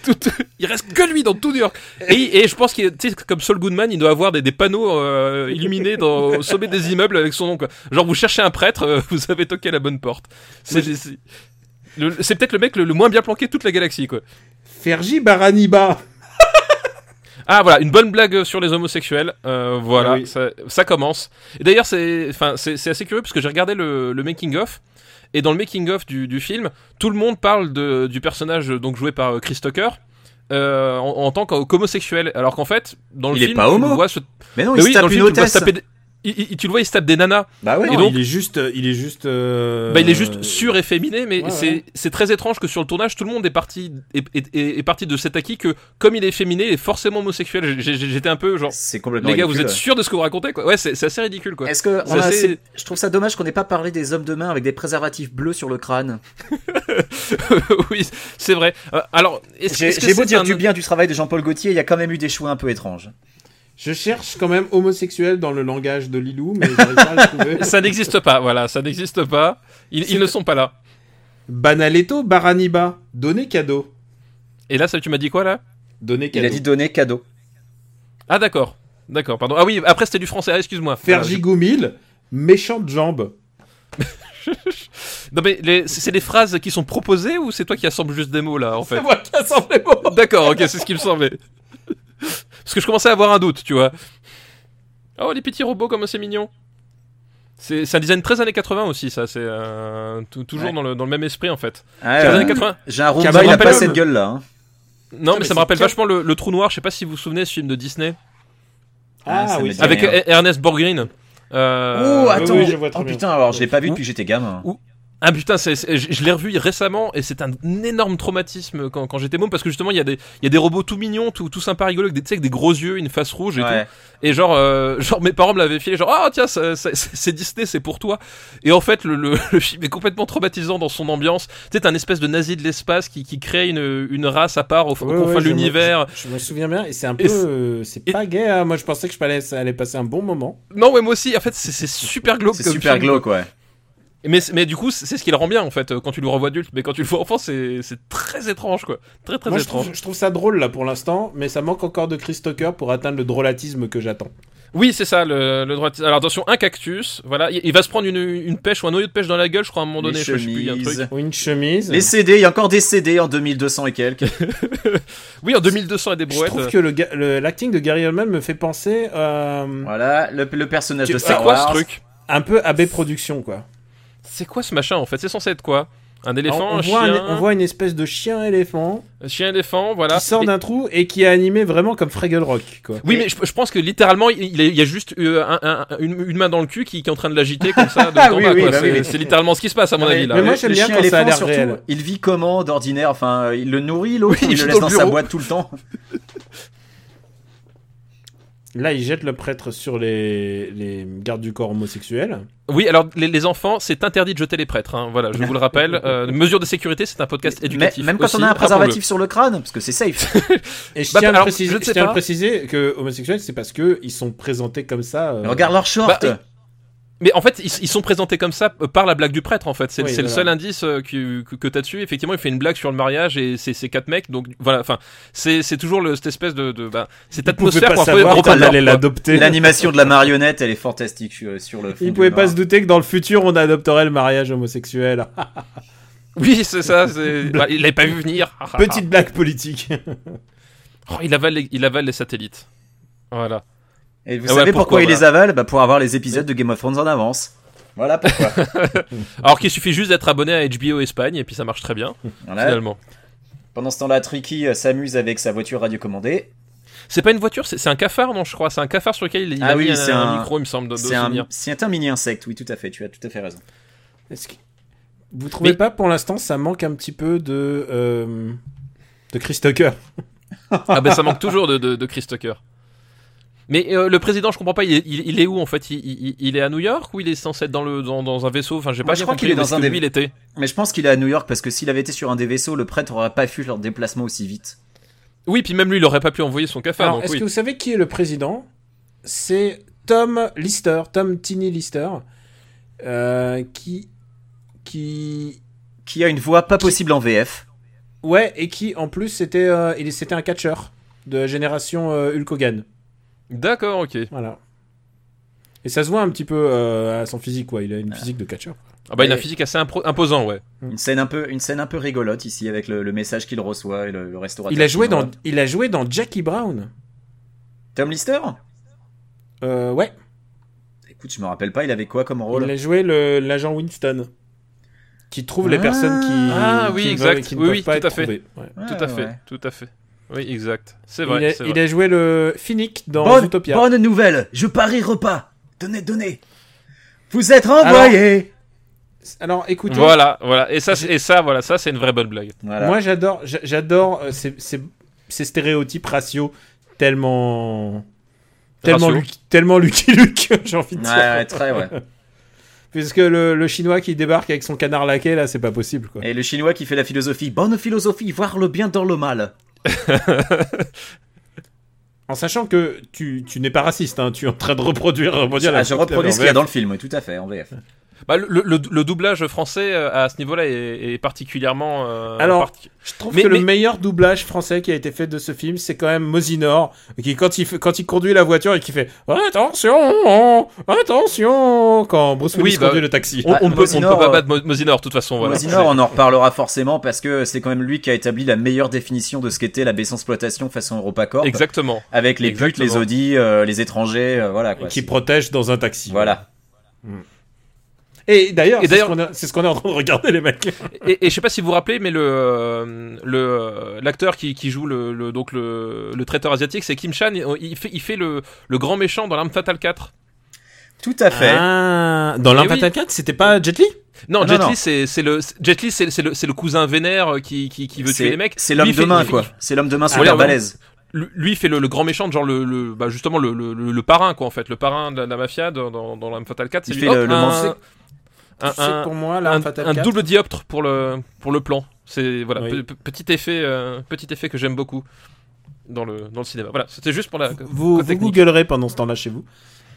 [SPEAKER 3] Il reste que lui dans tout New York. Et, et je pense qu'il, est- tu sais, comme Saul Goodman, il doit avoir des, des panneaux euh, illuminés dans, au sommet des immeubles avec son nom. Quoi. Genre, vous cherchez un prêtre, euh, vous avez toqué à la bonne porte. C'est, c'est- le- c'est peut-être le mec le, le moins bien planqué de toute la galaxie, quoi.
[SPEAKER 2] Fergie Baraniba.
[SPEAKER 3] Ah voilà, une bonne blague sur les homosexuels. Euh, voilà,
[SPEAKER 2] Ah oui.
[SPEAKER 3] ça, ça commence. Et d'ailleurs, c'est, enfin, c'est, c'est assez curieux parce que j'ai regardé le, le making of. Et dans le making of du, du film, tout le monde parle de, du personnage euh, donc joué par euh, Chris Tucker euh, en, en tant qu'homosexuel. Alors qu'en fait, dans le
[SPEAKER 1] Il est
[SPEAKER 3] film,
[SPEAKER 1] pas
[SPEAKER 3] tu
[SPEAKER 1] homo.
[SPEAKER 3] le vois se-
[SPEAKER 1] Mais non,
[SPEAKER 3] Bah
[SPEAKER 1] il
[SPEAKER 3] oui,
[SPEAKER 1] se
[SPEAKER 3] dans
[SPEAKER 1] tape
[SPEAKER 3] le
[SPEAKER 1] une
[SPEAKER 3] film, tu le vois se
[SPEAKER 1] hôtesse.
[SPEAKER 3] taper des- il- il- tu le vois, il se tape des nanas.
[SPEAKER 1] Bah ouais.
[SPEAKER 3] Et donc-
[SPEAKER 2] il est juste, euh, il est juste. euh,
[SPEAKER 3] Bah, il est
[SPEAKER 1] Euh.
[SPEAKER 3] juste suréféminé, mais
[SPEAKER 2] ouais,
[SPEAKER 3] c'est,
[SPEAKER 2] ouais.
[SPEAKER 3] c'est très étrange que sur le tournage, tout le monde est parti, est, est- est- est parti de cet acquis que, comme il est féminé, il est forcément homosexuel. J'ai- j'ai- J'étais un peu genre,
[SPEAKER 1] C'est complètement
[SPEAKER 3] les gars, vous
[SPEAKER 1] ridicule.
[SPEAKER 3] êtes sûrs de ce que vous racontez quoi Ouais, c'est c'est assez ridicule quoi.
[SPEAKER 1] Est-ce que on
[SPEAKER 3] C'est
[SPEAKER 1] a
[SPEAKER 3] assez-
[SPEAKER 1] assez- je trouve ça dommage qu'on n'ait pas parlé des hommes de main avec des préservatifs bleus sur le crâne.
[SPEAKER 3] oui, c'est vrai. Euh, Alors, est-ce
[SPEAKER 1] J'ai
[SPEAKER 3] est-ce que
[SPEAKER 1] j'ai beau
[SPEAKER 3] c'est
[SPEAKER 1] dire
[SPEAKER 3] un-
[SPEAKER 1] du bien du travail de Jean-Paul Gaultier, il y a quand même eu des choix un peu étranges.
[SPEAKER 2] Je cherche quand même homosexuel dans le langage de Lilou, mais j'arrive pas à le trouver.
[SPEAKER 3] Ça n'existe pas, voilà, ça n'existe pas. Ils,
[SPEAKER 2] C'est-
[SPEAKER 3] ils ne sont pas là.
[SPEAKER 2] Banaletto Baraniba. Donner cadeau.
[SPEAKER 3] Et là, ça, tu m'as dit quoi là
[SPEAKER 2] Donner
[SPEAKER 1] Il
[SPEAKER 2] cadeau.
[SPEAKER 1] a dit donner cadeau.
[SPEAKER 3] Ah d'accord, d'accord, pardon. Ah oui, après c'était du français, ah, excuse-moi.
[SPEAKER 2] Fergie Goumil. Méchante jambe.
[SPEAKER 3] Voilà. Non mais les- c'est c'est des phrases qui sont proposées ou c'est toi qui assemble juste des mots là en fait
[SPEAKER 2] moi qui assemble les mots.
[SPEAKER 3] D'accord, ok, c'est ce qu'il me semblait. Parce que je commençais à avoir un doute, tu vois. Oh, les petits robots, comme c'est mignon. C'est c'est un design très années 80 aussi, ça. C'est euh, tou- toujours
[SPEAKER 1] Ouais.
[SPEAKER 3] dans, le, dans le même esprit, en fait.
[SPEAKER 1] Ah,
[SPEAKER 3] C'est les
[SPEAKER 1] euh,
[SPEAKER 3] années 80.
[SPEAKER 1] J'ai un
[SPEAKER 2] Ça
[SPEAKER 1] Roomba,
[SPEAKER 2] me
[SPEAKER 1] il a
[SPEAKER 3] rappelle
[SPEAKER 1] pas
[SPEAKER 3] le-
[SPEAKER 1] cette gueule-là. hein.
[SPEAKER 3] Non, mais,
[SPEAKER 2] mais
[SPEAKER 3] ça
[SPEAKER 2] c'est
[SPEAKER 3] me rappelle
[SPEAKER 2] quel-
[SPEAKER 3] vachement le, le Trou Noir. Je sais pas si vous vous souvenez de ce film de Disney
[SPEAKER 1] Ah,
[SPEAKER 2] Ah,
[SPEAKER 1] ça me
[SPEAKER 2] oui.
[SPEAKER 1] dit
[SPEAKER 2] ça-
[SPEAKER 3] avec
[SPEAKER 1] merde.
[SPEAKER 3] E- Ernest Borgnine. Euh,
[SPEAKER 1] oh, attends.
[SPEAKER 2] oui, je vois très
[SPEAKER 1] oh
[SPEAKER 2] bien.
[SPEAKER 1] putain, alors je l'ai pas vu depuis que j'étais gamin.
[SPEAKER 3] Ouh. Ah putain, c'est- c'est- je je l'ai revu récemment et c'est un énorme traumatisme quand, quand j'étais môme parce que justement il y, a des- il y a des robots tout mignons, tout, tout sympa rigolo, avec des, tu sais, avec des gros yeux, une face rouge et tout.
[SPEAKER 1] Ouais.
[SPEAKER 3] Et genre, euh, genre mes parents me l'avaient filé, genre ah tiens ça- ça- c'est c'est Disney, c'est pour toi. Et en fait le, le, le film est complètement traumatisant dans son ambiance. Tu sais, t'es un espèce de nazi de l'espace qui, qui crée une, une race à part au, au
[SPEAKER 2] Ouais,
[SPEAKER 3] confins
[SPEAKER 2] ouais,
[SPEAKER 3] de
[SPEAKER 2] je me-
[SPEAKER 3] l'univers.
[SPEAKER 2] Je me souviens bien, et c'est un
[SPEAKER 3] Et
[SPEAKER 2] peu. euh, C'est
[SPEAKER 3] et-
[SPEAKER 2] pas gay, hein. moi je pensais que je allais, ça allait passer un bon moment.
[SPEAKER 3] Non ouais moi aussi, en fait c'est c'est super glauque.
[SPEAKER 1] C'est
[SPEAKER 3] comme
[SPEAKER 1] super
[SPEAKER 3] film.
[SPEAKER 1] glauque, ouais.
[SPEAKER 3] Mais, c'est- mais du coup c'est c'est ce qui le rend bien en fait euh, quand tu le revois adulte. Mais quand tu le vois enfant c'est c'est très étrange quoi. Très très
[SPEAKER 2] moi je
[SPEAKER 3] étrange.
[SPEAKER 2] trouve, je trouve ça drôle là pour l'instant, mais ça manque encore de Chris Tucker pour atteindre le drôlatisme que j'attends.
[SPEAKER 3] Oui c'est ça le, le droit. de- Alors attention un cactus, voilà, il, il va se prendre une, une pêche ou un noyau de pêche dans la gueule je crois à un moment
[SPEAKER 1] Les
[SPEAKER 3] donné. je sais plus, il y a un truc.
[SPEAKER 1] chemises.
[SPEAKER 2] Ou une chemise.
[SPEAKER 1] Les CD, il y a encore des CD en 2200 et quelques.
[SPEAKER 3] Oui en 2200 et des
[SPEAKER 2] je
[SPEAKER 3] brouettes.
[SPEAKER 2] trouve que le ga- le- l'acting de Gary Oldman me fait penser euh,
[SPEAKER 1] Voilà, le, le personnage de
[SPEAKER 3] C'est
[SPEAKER 1] Star
[SPEAKER 3] quoi ce
[SPEAKER 1] Wars.
[SPEAKER 3] truc
[SPEAKER 2] un peu à B Productions quoi.
[SPEAKER 3] C'est quoi ce machin en fait C'est censé être quoi Un éléphant,
[SPEAKER 2] on,
[SPEAKER 3] un
[SPEAKER 2] voit
[SPEAKER 3] chien,
[SPEAKER 2] un- on voit une espèce de chien éléphant
[SPEAKER 3] un chien éléphant, voilà.
[SPEAKER 2] qui sort
[SPEAKER 3] Et-
[SPEAKER 2] d'un trou et qui est animé vraiment comme Fraggle Rock quoi.
[SPEAKER 3] Oui, mais je, je pense que littéralement, il il y a, il y a juste euh, un- un- un- une, une main dans le cul qui, qui est en train de l'agiter comme ça. de
[SPEAKER 2] Ah
[SPEAKER 3] haut en
[SPEAKER 1] Oui,
[SPEAKER 3] bas,
[SPEAKER 1] oui,
[SPEAKER 3] quoi.
[SPEAKER 1] bah
[SPEAKER 3] c'est,
[SPEAKER 1] oui, oui.
[SPEAKER 3] c'est littéralement ce qui se passe à mon
[SPEAKER 1] Ouais,
[SPEAKER 3] avis là.
[SPEAKER 2] Mais moi,
[SPEAKER 1] le-
[SPEAKER 2] j'aime
[SPEAKER 1] le
[SPEAKER 2] bien
[SPEAKER 1] chien
[SPEAKER 2] quand ça a
[SPEAKER 1] éléphant, surtout,
[SPEAKER 2] l'air réel.
[SPEAKER 1] Il vit comment d'ordinaire Enfin, euh, il le nourrit, l'autre,
[SPEAKER 3] Oui,
[SPEAKER 1] il
[SPEAKER 3] il
[SPEAKER 1] le
[SPEAKER 3] est
[SPEAKER 1] laisse
[SPEAKER 3] dans
[SPEAKER 1] dans
[SPEAKER 3] le
[SPEAKER 1] sa
[SPEAKER 3] bureau.
[SPEAKER 1] boîte tout le temps.
[SPEAKER 2] Là, il jette le prêtre sur les, les gardes du corps homosexuels.
[SPEAKER 3] Oui, alors les, les enfants, c'est interdit de jeter les prêtres. hein, Voilà, je vous le rappelle. Euh, mesure de sécurité, c'est un podcast
[SPEAKER 1] Mais-
[SPEAKER 3] éducatif.
[SPEAKER 1] même quand
[SPEAKER 3] aussi,
[SPEAKER 1] on a un
[SPEAKER 3] rappelons-le.
[SPEAKER 1] préservatif sur le crâne, parce que c'est safe.
[SPEAKER 2] Et je
[SPEAKER 3] Bah,
[SPEAKER 2] tiens, à,
[SPEAKER 3] alors,
[SPEAKER 2] le préciser,
[SPEAKER 3] je ne
[SPEAKER 2] je
[SPEAKER 3] sais
[SPEAKER 2] tiens à le
[SPEAKER 3] pas.
[SPEAKER 2] préciser que homosexuels, c'est parce que ils sont présentés comme ça. euh,
[SPEAKER 1] Regarde leur short.
[SPEAKER 3] Bah, Mais en fait, ils, ils sont présentés comme ça euh, par la blague du prêtre, en fait. C'est
[SPEAKER 2] Oui,
[SPEAKER 3] c'est le
[SPEAKER 2] voilà.
[SPEAKER 3] seul indice euh, que, que, que t'as dessus. Effectivement, il fait une blague sur le mariage et c'est c'est quatre mecs. Donc voilà, enfin, c'est c'est toujours le, cette espèce de. de bah, cette
[SPEAKER 4] Vous pouvez
[SPEAKER 3] atmosphère
[SPEAKER 4] pas
[SPEAKER 3] qu'on retrouve
[SPEAKER 4] savoir
[SPEAKER 3] dans
[SPEAKER 4] qu'on
[SPEAKER 3] Open
[SPEAKER 4] allait
[SPEAKER 3] Door, quoi.
[SPEAKER 4] l'adopter.
[SPEAKER 1] L'animation de la marionnette, elle est fantastique sur sur le. fond
[SPEAKER 2] Ils
[SPEAKER 1] du
[SPEAKER 2] pouvaient pas
[SPEAKER 1] marin.
[SPEAKER 2] se douter que dans le futur on adopterait le mariage homosexuel.
[SPEAKER 3] Oui, c'est ça. c'est- bah, il l'avait pas vu venir.
[SPEAKER 2] Petite blague politique.
[SPEAKER 3] Oh, il, avale les, il avale les satellites. Voilà.
[SPEAKER 1] Et vous
[SPEAKER 3] Ah ouais,
[SPEAKER 1] savez pourquoi,
[SPEAKER 3] pourquoi,
[SPEAKER 1] il
[SPEAKER 3] voilà.
[SPEAKER 1] les avale Bah pour avoir les épisodes de Game of Thrones en avance. Voilà pourquoi.
[SPEAKER 3] Alors qu'il suffit juste d'être abonné à HBO Espagne et puis ça marche très bien,
[SPEAKER 1] Voilà.
[SPEAKER 3] finalement.
[SPEAKER 1] Pendant ce temps-là, Tricky euh, s'amuse avec sa voiture radiocommandée.
[SPEAKER 3] C'est pas une voiture, c'est c'est un cafard, non, je crois. C'est un cafard sur lequel il, il
[SPEAKER 1] Ah
[SPEAKER 3] a
[SPEAKER 1] oui,
[SPEAKER 3] mis
[SPEAKER 1] c'est
[SPEAKER 3] un, un
[SPEAKER 1] un-
[SPEAKER 3] micro, il me semble, de, de
[SPEAKER 1] C'est un,
[SPEAKER 3] souvenir.
[SPEAKER 1] c'est un mini insecte, oui, tout à fait. Tu as tout à fait raison.
[SPEAKER 2] Est-ce que- Vous trouvez
[SPEAKER 3] Mais-
[SPEAKER 2] pas pour l'instant ça manque un petit peu de euh, de Chris Tucker
[SPEAKER 3] Ah ben ça manque toujours de, de, de Chris Tucker. Mais euh, le président, je comprends pas, il est, il- il est où en fait il, il- il est à New York ou il est censé être dans, le, dans, dans un vaisseau Enfin, j'ai
[SPEAKER 1] Moi,
[SPEAKER 3] pas
[SPEAKER 1] je
[SPEAKER 3] bien
[SPEAKER 1] crois
[SPEAKER 3] compris
[SPEAKER 1] qu'il est
[SPEAKER 3] où
[SPEAKER 1] dans
[SPEAKER 3] est-ce
[SPEAKER 1] un
[SPEAKER 3] que
[SPEAKER 1] des-
[SPEAKER 3] lui, il était.
[SPEAKER 1] Mais je pense qu'il est à New York parce que s'il avait été sur un des vaisseaux, le prêtre aurait pas vu leur déplacement aussi vite.
[SPEAKER 3] Oui, puis même lui, il aurait pas pu envoyer son cafard.
[SPEAKER 2] Alors,
[SPEAKER 3] donc
[SPEAKER 2] est-ce
[SPEAKER 3] oui.
[SPEAKER 2] que vous savez qui est le président C'est Tom Lister, Tom Tiny Lister, euh, qui, qui,
[SPEAKER 1] Qui a une voix pas possible en VF.
[SPEAKER 2] ouais, et qui en plus c'était, euh, il c'était un catcheur de la génération euh, Hulk Hogan,
[SPEAKER 3] D'accord, ok.
[SPEAKER 2] voilà. Et ça se voit un petit peu euh, à son physique, quoi. Il a une physique de catcheur.
[SPEAKER 3] Ah bah il a un
[SPEAKER 1] Et-
[SPEAKER 3] physique assez impro- imposant, ouais.
[SPEAKER 1] Une scène un peu, une scène un peu rigolote ici avec le, le message qu'il reçoit et le, le restaurateur.
[SPEAKER 2] Il a joué
[SPEAKER 1] chinois.
[SPEAKER 2] dans, il a joué dans Jackie Brown.
[SPEAKER 1] Tom Lister
[SPEAKER 2] Euh, ouais.
[SPEAKER 1] Écoute, je me rappelle pas. Il avait quoi
[SPEAKER 3] Oh
[SPEAKER 1] comme rôle
[SPEAKER 2] Il a joué le- l'agent Winston, qui trouve les
[SPEAKER 1] Ah.
[SPEAKER 2] personnes qui,
[SPEAKER 3] Ah, oui,
[SPEAKER 2] qui ne
[SPEAKER 3] exact.
[SPEAKER 2] veulent- qui ne
[SPEAKER 3] Oui,
[SPEAKER 2] peuvent
[SPEAKER 3] oui,
[SPEAKER 2] pas
[SPEAKER 3] tout
[SPEAKER 2] être
[SPEAKER 3] à fait.
[SPEAKER 2] trouvées. Ouais.
[SPEAKER 1] Ouais,
[SPEAKER 3] tout à fait,
[SPEAKER 1] Ah, ouais.
[SPEAKER 3] tout à fait. Oui, exact. C'est
[SPEAKER 2] il,
[SPEAKER 3] vrai.
[SPEAKER 2] a,
[SPEAKER 3] c'est
[SPEAKER 2] il
[SPEAKER 3] vrai.
[SPEAKER 2] a joué le Finnick dans
[SPEAKER 1] Bonne,
[SPEAKER 2] Zootopia.
[SPEAKER 1] bonne nouvelle. Je parie repas. Donnez, donnez. Vous êtes renvoyé.
[SPEAKER 2] Alors écoutez,
[SPEAKER 3] Voilà, voilà. Et ça, c'est- et ça, voilà, ça c'est une vraie bonne blague.
[SPEAKER 1] Voilà.
[SPEAKER 2] moi j'adore, j'a- j'adore euh, ces, ces- ces stéréotypes raciaux tellement. Tellement,
[SPEAKER 3] Raciaux.
[SPEAKER 2] Lucky- tellement Lucky Luke, j'ai envie de
[SPEAKER 1] Ouais,
[SPEAKER 2] dire.
[SPEAKER 1] ouais, très, ouais.
[SPEAKER 2] Puisque le, le chinois qui débarque avec son canard laqué, là, c'est pas possible, quoi.
[SPEAKER 1] Et le chinois qui fait la philosophie. Bonne philosophie, voir le bien dans le mal.
[SPEAKER 2] En sachant que tu, tu n'es pas raciste, hein, tu es en train de reproduire. reproduire
[SPEAKER 1] Ah,
[SPEAKER 2] la
[SPEAKER 1] je reproduis ce qu'il y a dans le film, oui, tout à fait, en VF.
[SPEAKER 3] Bah, le, le- le doublage français euh, à ce niveau-là est, est particulièrement. euh,
[SPEAKER 2] Alors,
[SPEAKER 3] parti-
[SPEAKER 2] Je trouve
[SPEAKER 3] Mais-
[SPEAKER 2] que le
[SPEAKER 3] mais-
[SPEAKER 2] meilleur doublage français qui a été fait de ce film, c'est quand même Mosinor, qui quand il, fait- quand il conduit la voiture et qui fait attention, hein, attention quand Bruce Willis
[SPEAKER 3] Oui, bah-
[SPEAKER 2] conduit le taxi.
[SPEAKER 3] on,
[SPEAKER 1] Ah,
[SPEAKER 3] on peut, on peut
[SPEAKER 1] Mosinor,
[SPEAKER 3] pas
[SPEAKER 1] euh,
[SPEAKER 3] battre Mo- Mosinor de toute façon. Voilà.
[SPEAKER 1] Mosinor, on en reparlera forcément parce que c'est quand même lui qui a établi la meilleure définition de ce qu'était la baisse exploitation façon EuropaCorp.
[SPEAKER 3] Exactement.
[SPEAKER 1] Avec les putes,
[SPEAKER 3] Exactement.
[SPEAKER 1] les audits, euh, les étrangers, euh, voilà quoi.
[SPEAKER 2] Ah, qui
[SPEAKER 1] C'est-
[SPEAKER 2] protège dans un taxi.
[SPEAKER 1] Voilà.
[SPEAKER 2] Et d'ailleurs,
[SPEAKER 3] Et
[SPEAKER 2] c'est ce
[SPEAKER 3] d'ailleurs-
[SPEAKER 2] qu'on est- c'est ce qu'on est en train de regarder les mecs.
[SPEAKER 3] Et, et je sais pas si vous vous rappelez, mais le euh, le euh, l'acteur qui, qui joue le, le- donc le, le traiteur asiatique, c'est Kim Chan. Il, il fait il fait le, le grand méchant dans l'arme fatale 4.
[SPEAKER 1] Tout à fait.
[SPEAKER 3] Ah,
[SPEAKER 2] Ah, dans
[SPEAKER 3] l'Impact
[SPEAKER 2] l'Impact 4, c'était pas Jet Li
[SPEAKER 3] Non,
[SPEAKER 1] Ah, Non,
[SPEAKER 3] Jet
[SPEAKER 1] non.
[SPEAKER 3] Li, c'est c'est le c'est- Jet Li, c'est c'est le c'est le cousin vénère euh, qui qui, qui veut
[SPEAKER 1] C'est-
[SPEAKER 3] tuer les mecs.
[SPEAKER 1] C'est
[SPEAKER 3] Lui,
[SPEAKER 1] l'homme
[SPEAKER 3] il
[SPEAKER 1] de
[SPEAKER 3] fait- Ah,
[SPEAKER 1] main
[SPEAKER 3] il fait-
[SPEAKER 1] quoi. C'est l'homme de main
[SPEAKER 3] voilà,
[SPEAKER 1] super
[SPEAKER 3] vraiment.
[SPEAKER 1] balèze.
[SPEAKER 3] Lui- lui il fait le, le grand méchant de genre le, le- bah, justement le, le, le- le parrain quoi en fait le parrain de la, de la mafia dans dans, dans l'arme fatale 4 c'est
[SPEAKER 1] Il
[SPEAKER 3] lui
[SPEAKER 1] fait le-
[SPEAKER 3] Hop,
[SPEAKER 1] le
[SPEAKER 3] un,
[SPEAKER 1] manche.
[SPEAKER 3] un, un-
[SPEAKER 2] pour moi
[SPEAKER 3] un-
[SPEAKER 2] l'Impact
[SPEAKER 3] un double dioptre pour le pour le plan c'est voilà
[SPEAKER 2] Oui.
[SPEAKER 3] pe- pe- petit effet euh, petit effet que j'aime beaucoup dans le dans le cinéma voilà c'était juste pour la
[SPEAKER 2] Vous,
[SPEAKER 3] côté
[SPEAKER 2] vous
[SPEAKER 3] technique.
[SPEAKER 2] googlerez pendant ce temps-là chez vous.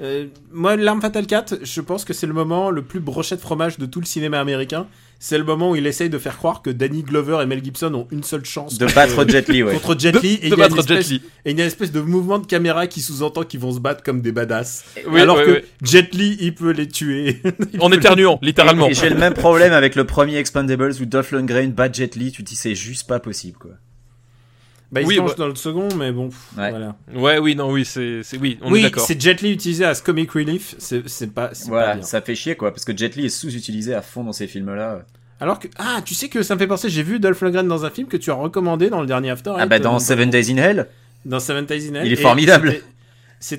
[SPEAKER 2] Euh, moi, l'arme fatale 4, je pense que c'est le moment le plus brochet de fromage de tout le cinéma américain. C'est le moment où il essaye de faire croire que Danny Glover et Mel Gibson ont une seule chance
[SPEAKER 1] De
[SPEAKER 2] contre-
[SPEAKER 1] battre Jet Li, ouais.
[SPEAKER 2] contre Jet
[SPEAKER 3] de,
[SPEAKER 2] Li. et
[SPEAKER 3] de
[SPEAKER 2] il y a
[SPEAKER 3] battre
[SPEAKER 2] une espèce-
[SPEAKER 3] Jet Li
[SPEAKER 2] Et il y a une espèce de mouvement de caméra qui sous-entend qu'ils vont se battre comme des badass.
[SPEAKER 3] Oui,
[SPEAKER 2] alors
[SPEAKER 3] oui,
[SPEAKER 2] que
[SPEAKER 3] oui.
[SPEAKER 2] Jet Li, il peut les tuer. Il
[SPEAKER 3] en
[SPEAKER 2] peut
[SPEAKER 3] éternuant littéralement
[SPEAKER 1] Et j'ai le même problème avec le premier Expandables où Dolph Lundgren bat Jet Li, tu te dis c'est juste pas possible quoi.
[SPEAKER 2] les- Bah, il
[SPEAKER 3] Oui,
[SPEAKER 2] se lance
[SPEAKER 3] bah-
[SPEAKER 2] dans le second, mais bon, pff,
[SPEAKER 1] Ouais.
[SPEAKER 2] voilà.
[SPEAKER 3] ouais oui non oui c'est c'est oui on est
[SPEAKER 2] oui,
[SPEAKER 3] d'accord
[SPEAKER 2] c'est Jet Li utilisé à ce comic relief. C'est c'est pas, c'est pas
[SPEAKER 1] Voilà,
[SPEAKER 2] bien.
[SPEAKER 1] ça fait chier quoi, parce que Jet Li est sous-utilisé à fond dans ces films là.
[SPEAKER 2] Alors que ah tu sais que ça me fait penser j'ai vu Dolph Lundgren dans un film que tu as recommandé dans le dernier After
[SPEAKER 1] Ah
[SPEAKER 2] Eight,
[SPEAKER 1] bah
[SPEAKER 2] euh,
[SPEAKER 1] dans Seven Days in Hell
[SPEAKER 2] dans Seven Days in Hell,
[SPEAKER 1] Il est
[SPEAKER 2] et
[SPEAKER 1] formidable.
[SPEAKER 2] c'était-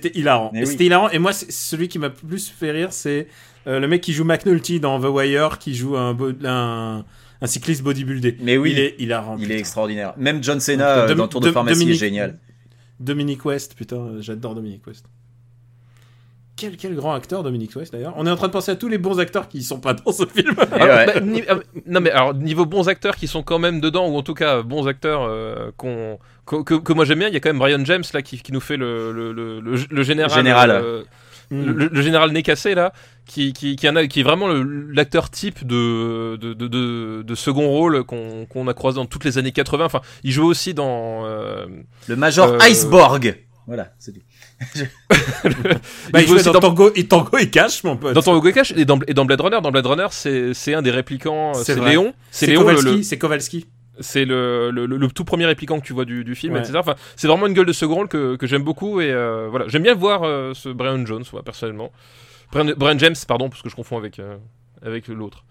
[SPEAKER 2] c'était hilarant
[SPEAKER 1] Mais
[SPEAKER 2] Et
[SPEAKER 1] oui.
[SPEAKER 2] c'était hilarant et moi c'est- celui qui m'a plus fait rire c'est euh, le mec qui joue McNulty dans The Wire qui joue un bo- un, un cycliste bodybuildé
[SPEAKER 1] Mais oui.
[SPEAKER 2] il est hilarant
[SPEAKER 1] Il
[SPEAKER 2] putain.
[SPEAKER 1] est extraordinaire. Même John Cena euh,
[SPEAKER 2] Dom-
[SPEAKER 1] dans Tour de
[SPEAKER 2] Dom-
[SPEAKER 1] pharmacie
[SPEAKER 2] Dominique-
[SPEAKER 1] est génial.
[SPEAKER 2] Dominique West putain euh, j'adore Dominique West quel, quel grand acteur Dominique West d'ailleurs on est en train de penser à tous les bons acteurs qui sont pas dans ce film
[SPEAKER 1] Et
[SPEAKER 3] Alors,
[SPEAKER 1] ouais.
[SPEAKER 3] bah, ni- ah, non mais alors niveau bons acteurs qui sont quand même dedans ou en tout cas bons acteurs euh, qu'on qu'on- que, que moi j'aime bien il y a quand même Brian James là qui, qui nous fait le le, le, le- le général
[SPEAKER 1] Général.
[SPEAKER 3] euh,
[SPEAKER 2] Mm.
[SPEAKER 3] le, le général nez cassé là, qui, qui, qui, en a- qui est vraiment le- l'acteur type de, de, de, de- de second rôle qu'on qu'on a croisé dans toutes les années 80. Enfin, il joue aussi dans. euh,
[SPEAKER 1] Le Major
[SPEAKER 3] Euh,
[SPEAKER 1] Iceborg. Voilà, c'est tout.
[SPEAKER 2] Bah, il
[SPEAKER 3] joue
[SPEAKER 2] jouait
[SPEAKER 3] aussi
[SPEAKER 2] dans, Tango, et Tango et Cash, mon pote.
[SPEAKER 3] Dans Tango et Cash et dans, et dans Blade Runner, dans Blade Runner, c'est c'est un des réplicants, euh, c'est
[SPEAKER 2] C'est vrai.
[SPEAKER 3] Léon, c'est
[SPEAKER 2] c'est
[SPEAKER 3] Léon le-
[SPEAKER 2] Kowalski.
[SPEAKER 3] le,
[SPEAKER 2] C'est Kowalski.
[SPEAKER 3] c'est le, le, le- le tout premier réplicant que tu vois du, du film,
[SPEAKER 2] Ouais.
[SPEAKER 3] etc. Enfin, c'est vraiment une gueule de second rôle que, que j'aime beaucoup et euh, voilà, j'aime bien voir euh, ce Brian Jones, moi, personnellement. Brian, Brian James, pardon, parce que je confonds avec euh, avec l'autre.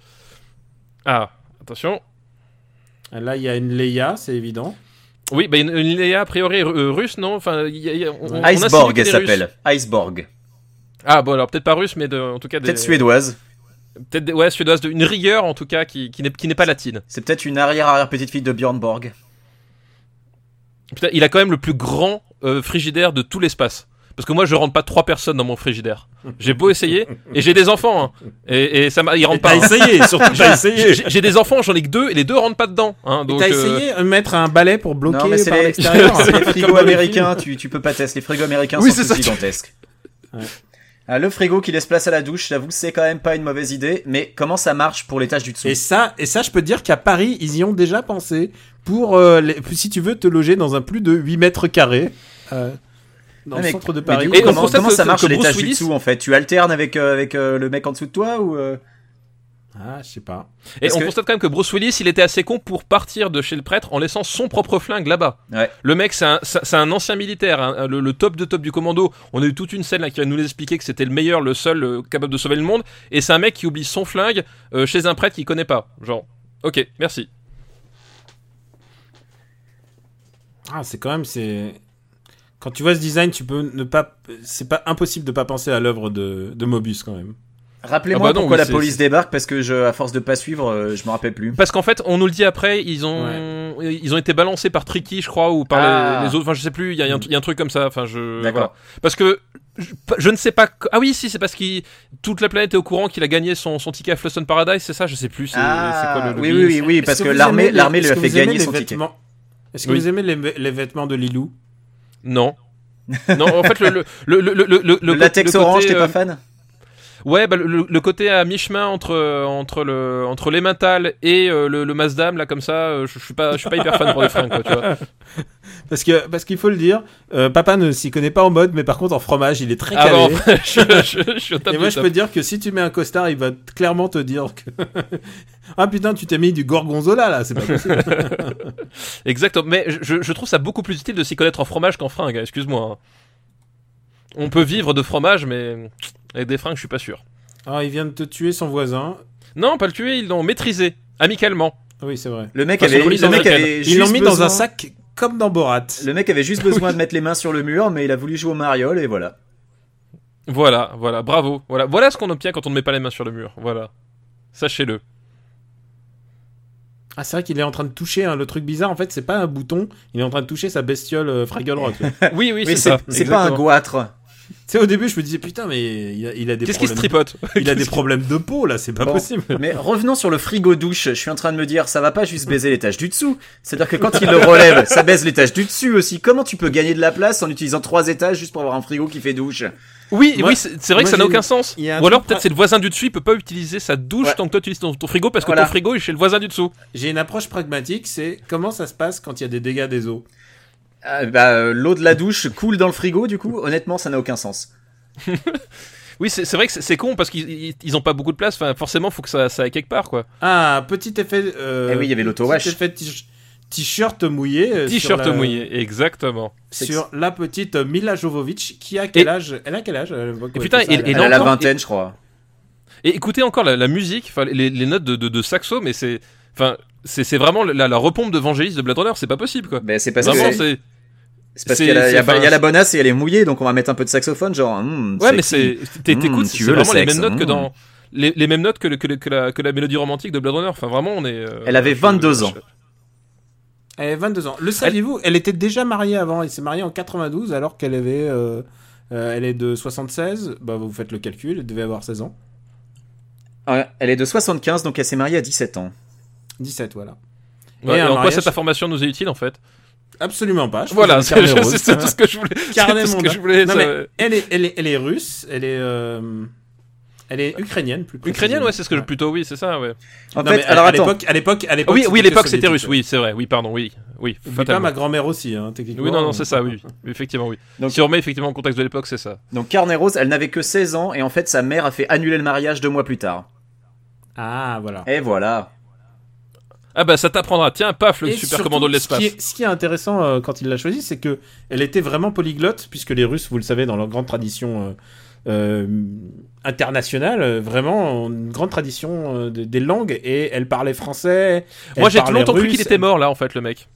[SPEAKER 3] Ah, attention.
[SPEAKER 2] Là, il y a une Leia, c'est évident.
[SPEAKER 3] Oui, bah, une, une Léa, a priori ru- euh, russe, non Enfin, il y a- il y a- on- on a signé
[SPEAKER 1] Iceborg,
[SPEAKER 3] que
[SPEAKER 1] elle
[SPEAKER 3] des Russes.
[SPEAKER 1] s'appelle. Iceborg.
[SPEAKER 3] Ah bon, alors peut-être pas russe, mais de- en tout cas des-
[SPEAKER 1] Peut-être suédoise.
[SPEAKER 3] peut-être des- ouais suédoise, de- une rigueur en tout cas qui, qui n'est qui n'est pas latine.
[SPEAKER 1] C'est peut-être une arrière-arrière petite fille de Björn Borg.
[SPEAKER 3] Putain, il a quand même le plus grand euh, frigidaire de tout l'espace. Parce que moi, je rentre pas trois personnes dans mon frigidaire. J'ai beau essayer, et j'ai des enfants, hein. et, et ça m'a, ils
[SPEAKER 2] Et
[SPEAKER 3] rentrent
[SPEAKER 2] T'as
[SPEAKER 3] pas. hein.
[SPEAKER 2] essayé, surtout que t'as essayé.
[SPEAKER 3] J'ai j'ai des enfants, j'en ai que deux, et les deux rentrent pas dedans. Hein, donc, euh,
[SPEAKER 2] T'as essayé de mettre un balai pour bloquer
[SPEAKER 1] Non, mais
[SPEAKER 3] bah,
[SPEAKER 1] c'est
[SPEAKER 2] par
[SPEAKER 1] les,
[SPEAKER 2] l'extérieur
[SPEAKER 3] hein.
[SPEAKER 1] c'est les
[SPEAKER 2] Comme
[SPEAKER 1] frigos
[SPEAKER 2] dans les
[SPEAKER 1] américains, tu, tu peux pas tester. Les frigos américains
[SPEAKER 3] Oui,
[SPEAKER 1] sont
[SPEAKER 3] c'est
[SPEAKER 1] tous
[SPEAKER 3] ça.
[SPEAKER 1] gigantesques.
[SPEAKER 2] Ouais.
[SPEAKER 1] Ah, le frigo qui laisse place à la douche, j'avoue, c'est quand même pas une mauvaise idée, mais comment ça marche pour les tâches du dessous
[SPEAKER 2] Et ça, et ça, je peux te dire qu'à Paris, ils y ont déjà pensé pour euh, les- si tu veux te loger dans un plus de 8 mètres carrés euh,
[SPEAKER 1] Ouais, Ah,
[SPEAKER 2] dans
[SPEAKER 1] mais-
[SPEAKER 2] le centre de
[SPEAKER 1] mais
[SPEAKER 2] Paris.
[SPEAKER 1] du
[SPEAKER 3] Et
[SPEAKER 1] coup,
[SPEAKER 3] on
[SPEAKER 1] comment,
[SPEAKER 3] constate
[SPEAKER 1] comment
[SPEAKER 3] que-
[SPEAKER 1] ça
[SPEAKER 3] que
[SPEAKER 1] marche les
[SPEAKER 3] Bruce
[SPEAKER 1] tâches du
[SPEAKER 3] Willis-
[SPEAKER 1] dessous en fait Tu alternes avec, euh, avec euh, le mec en dessous de toi ou euh,
[SPEAKER 2] Ah, je sais pas.
[SPEAKER 3] Et
[SPEAKER 1] Parce
[SPEAKER 3] on
[SPEAKER 1] que-
[SPEAKER 3] constate quand même que Bruce Willis, il était assez con pour partir de chez le prêtre en laissant son propre flingue là-bas.
[SPEAKER 1] Ouais.
[SPEAKER 3] Le mec, c'est un, c'est c'est un ancien militaire, hein, le, le top de top du commando. On a eu toute une scène là qui va nous expliquer que c'était le meilleur, le seul euh, capable de sauver le monde. Et c'est un mec qui oublie son flingue euh, chez un prêtre qu'il connaît pas. Genre, ok, merci.
[SPEAKER 2] Ah, c'est quand même c'est quand tu vois ce design, tu peux ne pas c'est pas impossible de pas penser à l'œuvre de, de Mobius quand même.
[SPEAKER 1] Rappelez-moi
[SPEAKER 3] Ah bah non,
[SPEAKER 1] pourquoi
[SPEAKER 3] oui,
[SPEAKER 1] la
[SPEAKER 3] c'est-
[SPEAKER 1] police débarque parce que je, à force de pas suivre, euh, je me rappelle plus.
[SPEAKER 3] Parce qu'en fait, on nous le dit après, ils ont, ils ont été balancés par Tricky, je crois, ou par
[SPEAKER 1] Ah.
[SPEAKER 3] les, les autres. Enfin, je sais plus. Il y a, il y a un tru- il y a un truc comme ça. Enfin, je.
[SPEAKER 1] D'accord.
[SPEAKER 3] voilà. Parce que je, je ne sais pas. que- Ah oui, si, c'est parce que toute la planète est au courant qu'il a gagné son, son ticket à Floston Paradise. C'est ça, je sais plus. C'est c'est
[SPEAKER 2] Ah,
[SPEAKER 3] quoi le, le
[SPEAKER 1] Ah, oui,
[SPEAKER 3] business
[SPEAKER 1] oui, oui, oui, parce
[SPEAKER 2] Est-ce
[SPEAKER 1] que
[SPEAKER 2] vous
[SPEAKER 1] l'armée,
[SPEAKER 2] aimez les-
[SPEAKER 1] l'armée
[SPEAKER 2] est-ce
[SPEAKER 1] lui a
[SPEAKER 2] que
[SPEAKER 1] fait
[SPEAKER 2] vous aimez
[SPEAKER 1] gagner
[SPEAKER 2] les
[SPEAKER 1] son ticket.
[SPEAKER 2] vêtements- Est-ce que
[SPEAKER 3] Oui.
[SPEAKER 2] vous aimez les, les vêtements de Lilou
[SPEAKER 3] Non. non, en fait, le, le, le, le, le, le,
[SPEAKER 1] Le
[SPEAKER 3] co-
[SPEAKER 1] latex
[SPEAKER 3] le côté,
[SPEAKER 1] orange, t'es
[SPEAKER 3] euh,
[SPEAKER 1] pas fan
[SPEAKER 3] Ouais, bah, le- le, le côté à mi-chemin entre, euh, entre, le, entre l'Emmental et euh, le, le Mazdam, là, comme ça, euh, je, je suis pas, je suis pas hyper fan pour les fringues, quoi, tu vois.
[SPEAKER 2] Parce que parce qu'il faut le dire, euh, papa ne s'y connaît pas en mode, mais par contre en fromage, il est très
[SPEAKER 3] Ah
[SPEAKER 2] calé.
[SPEAKER 3] bon, je, je- je suis au top
[SPEAKER 2] Et
[SPEAKER 3] du
[SPEAKER 2] moi, je
[SPEAKER 3] top.
[SPEAKER 2] peux te dire que si tu mets un costard, il va t- clairement te dire que ah putain, tu t'es mis du gorgonzola là, c'est pas possible.
[SPEAKER 3] Exactement, mais je, je trouve ça beaucoup plus utile de s'y connaître en fromage qu'en fringues, hein, excuse-moi. hein. On peut vivre de fromage, mais avec des fringues, je suis pas sûr.
[SPEAKER 2] Alors, Ah, il vient de te tuer son voisin.
[SPEAKER 3] Non, pas le tuer, ils l'ont maîtrisé, amicalement.
[SPEAKER 2] Ah Oui, c'est vrai.
[SPEAKER 1] Le mec
[SPEAKER 3] Parce
[SPEAKER 1] avait,
[SPEAKER 3] qu'on lit
[SPEAKER 1] le
[SPEAKER 3] dans
[SPEAKER 1] mec
[SPEAKER 3] un
[SPEAKER 1] avait
[SPEAKER 2] Ils l'ont
[SPEAKER 1] juste
[SPEAKER 2] mis dans
[SPEAKER 1] besoin-
[SPEAKER 2] un sac comme dans Borat.
[SPEAKER 1] Le mec avait juste besoin de mettre les mains sur le mur, mais il a voulu jouer au mariole et voilà.
[SPEAKER 3] Voilà, voilà, bravo. Voilà, voilà ce qu'on obtient quand on ne met pas les mains sur le mur. Voilà. Sachez-le.
[SPEAKER 2] Ah, c'est vrai qu'il est en train de toucher hein, le truc bizarre. En fait, c'est pas un bouton. Il est en train de toucher sa bestiole euh, Fraggle Rock. là.
[SPEAKER 3] Oui, oui, c'est
[SPEAKER 1] Oui,
[SPEAKER 3] ça.
[SPEAKER 1] c'est c'est pas un
[SPEAKER 3] exactement.
[SPEAKER 1] goitre.
[SPEAKER 2] tu sais, au début, je me disais putain, mais il a, il a des
[SPEAKER 3] Qu'est-ce qui se
[SPEAKER 2] problèmes.
[SPEAKER 3] tripote
[SPEAKER 2] il a des problèmes de peau là, c'est pas
[SPEAKER 1] Bon.
[SPEAKER 2] possible.
[SPEAKER 1] Mais revenons sur le frigo douche. Je suis en train de me dire, ça va pas juste baiser les tâches du dessous. C'est-à-dire que quand il le relève, ça baise les tâches du dessus aussi. Comment tu peux gagner de la place en utilisant trois étages juste pour avoir un frigo qui fait douche
[SPEAKER 3] Oui,
[SPEAKER 2] Moi-
[SPEAKER 3] oui, c'est c'est vrai que
[SPEAKER 2] moi,
[SPEAKER 3] ça n'a
[SPEAKER 2] j'ai-
[SPEAKER 3] aucun sens.
[SPEAKER 2] il y a un
[SPEAKER 3] Ou alors
[SPEAKER 2] truc-
[SPEAKER 3] peut-être c'est le voisin du dessus, il peut pas utiliser sa douche
[SPEAKER 1] Ouais.
[SPEAKER 3] tant que toi tu utilises ton, ton frigo parce que
[SPEAKER 1] Voilà.
[SPEAKER 3] ton frigo est chez le voisin du dessous.
[SPEAKER 2] J'ai une approche pragmatique. C'est comment ça se passe quand il y a des dégâts des eaux.
[SPEAKER 1] Ah, Bah, euh, l'eau de la douche coule dans le frigo, du coup. Honnêtement, ça n'a aucun sens.
[SPEAKER 3] Oui, c'est c'est vrai que c'est- c'est con parce qu'ils ils- ils ont pas beaucoup de place. Enfin, forcément, faut que ça, ça aille quelque part, quoi.
[SPEAKER 2] Ah, petit effet. Euh,
[SPEAKER 1] Eh oui, il y avait l'auto-wash.
[SPEAKER 2] petit effet t- t-shirt mouillé. euh, sur
[SPEAKER 3] T-shirt
[SPEAKER 2] la-
[SPEAKER 3] mouillé, exactement.
[SPEAKER 2] Sur la petite euh, Mila Jovovic qui a quel
[SPEAKER 3] Et-
[SPEAKER 2] âge Elle a quel âge euh, ouais,
[SPEAKER 3] putain,
[SPEAKER 2] c'est ça,
[SPEAKER 3] et-
[SPEAKER 2] elle a-
[SPEAKER 1] Elle
[SPEAKER 3] non,
[SPEAKER 1] a la
[SPEAKER 3] non,
[SPEAKER 1] vingtaine, je crois.
[SPEAKER 3] Et écoutez encore la, la musique, enfin, les, les notes de, de- de saxo, mais c'est, enfin, c'est c'est vraiment la, la repompe d'Evangelist de Blade Runner, c'est pas possible, quoi.
[SPEAKER 1] Ben, c'est parce
[SPEAKER 3] vraiment,
[SPEAKER 1] que
[SPEAKER 3] c'est.
[SPEAKER 1] c'est parce
[SPEAKER 3] c'est-
[SPEAKER 1] qu'il y, a la- il y a
[SPEAKER 3] c'est-
[SPEAKER 1] pas- il y a la bonasse et elle est mouillée, donc on va mettre un peu de saxophone, genre. hmm,
[SPEAKER 3] Ouais, mais
[SPEAKER 1] sexy.
[SPEAKER 3] c'est. t'é-
[SPEAKER 1] Mmh,
[SPEAKER 3] T'écoutes,
[SPEAKER 1] tu
[SPEAKER 3] c'est
[SPEAKER 1] veux le
[SPEAKER 3] vraiment les
[SPEAKER 1] sexe,
[SPEAKER 3] mêmes notes que
[SPEAKER 1] mmh.
[SPEAKER 3] dans. Les, les mêmes notes que, le- que, le- que la, que la mélodie romantique de Blade Runner. Enfin, vraiment, on est. euh,
[SPEAKER 1] Elle avait
[SPEAKER 3] je-
[SPEAKER 1] 22
[SPEAKER 3] je-
[SPEAKER 1] ans.
[SPEAKER 2] Elle a 22 ans. Le saviez-vous Elle était déjà mariée avant. Elle s'est mariée en 92 alors qu'elle avait. euh, euh, elle est de 76. Bah, vous faites le calcul. Elle devait avoir 16 ans.
[SPEAKER 1] Ouais, Ah, Elle est de 75, donc elle s'est mariée à 17 ans.
[SPEAKER 2] 17, voilà.
[SPEAKER 3] Ouais,
[SPEAKER 2] Et
[SPEAKER 3] et
[SPEAKER 2] un
[SPEAKER 3] en quoi
[SPEAKER 2] mariage.
[SPEAKER 3] cette information nous est utile, en fait
[SPEAKER 2] Absolument pas. je
[SPEAKER 3] Voilà,
[SPEAKER 2] faisais
[SPEAKER 3] c'est
[SPEAKER 2] des carnets
[SPEAKER 3] c'est-
[SPEAKER 2] roses.
[SPEAKER 3] c'est tout ce que je voulais. c'est
[SPEAKER 2] Carnet
[SPEAKER 3] tout ce que
[SPEAKER 2] mandat.
[SPEAKER 3] je voulais.
[SPEAKER 2] Non,
[SPEAKER 3] ça-
[SPEAKER 2] mais elle est, elle est, elle est russe, elle est, euh, elle est ukrainienne plus
[SPEAKER 3] Ukrainienne,
[SPEAKER 2] précisément.
[SPEAKER 3] ouais, c'est ce que je plutôt oui, c'est ça, ouais.
[SPEAKER 1] En
[SPEAKER 2] Non,
[SPEAKER 1] fait,
[SPEAKER 2] mais à-
[SPEAKER 1] alors
[SPEAKER 2] à
[SPEAKER 1] attends.
[SPEAKER 2] l'époque- à l'époque, à
[SPEAKER 3] Ah
[SPEAKER 2] l'époque,
[SPEAKER 3] oui, oui, à
[SPEAKER 2] que
[SPEAKER 3] l'époque c'était russe,
[SPEAKER 2] soviétique.
[SPEAKER 3] oui, c'est vrai, oui, pardon, oui, oui.
[SPEAKER 2] Oublie pas
[SPEAKER 3] fatalement.
[SPEAKER 2] ma grand-mère aussi, hein, techniquement.
[SPEAKER 3] Oui, non, non,
[SPEAKER 2] Euh,
[SPEAKER 3] c'est ça, oui, oui, effectivement, oui.
[SPEAKER 1] Donc-
[SPEAKER 3] si on remet effectivement en contexte de l'époque, c'est ça.
[SPEAKER 1] Donc Carnet Rose, elle n'avait que 16 ans et en fait sa mère a fait annuler le mariage deux mois plus tard.
[SPEAKER 2] Ah, voilà.
[SPEAKER 1] Et voilà.
[SPEAKER 3] Ah bah ça t'apprendra, tiens, paf, le
[SPEAKER 2] Et
[SPEAKER 3] super
[SPEAKER 2] surtout,
[SPEAKER 3] commando de l'espace.
[SPEAKER 2] Ce qui est, ce qui est intéressant euh, quand il l'a choisi, c'est que elle était vraiment polyglotte, puisque les Russes, vous le savez, dans leur grande tradition euh, euh, internationale, euh, vraiment une grande tradition euh, des- des langues, et elle parlait français.
[SPEAKER 3] Moi
[SPEAKER 2] elle
[SPEAKER 3] j'ai
[SPEAKER 2] parlait
[SPEAKER 3] longtemps cru
[SPEAKER 2] russe,
[SPEAKER 3] qu'il était mort là en fait, le mec.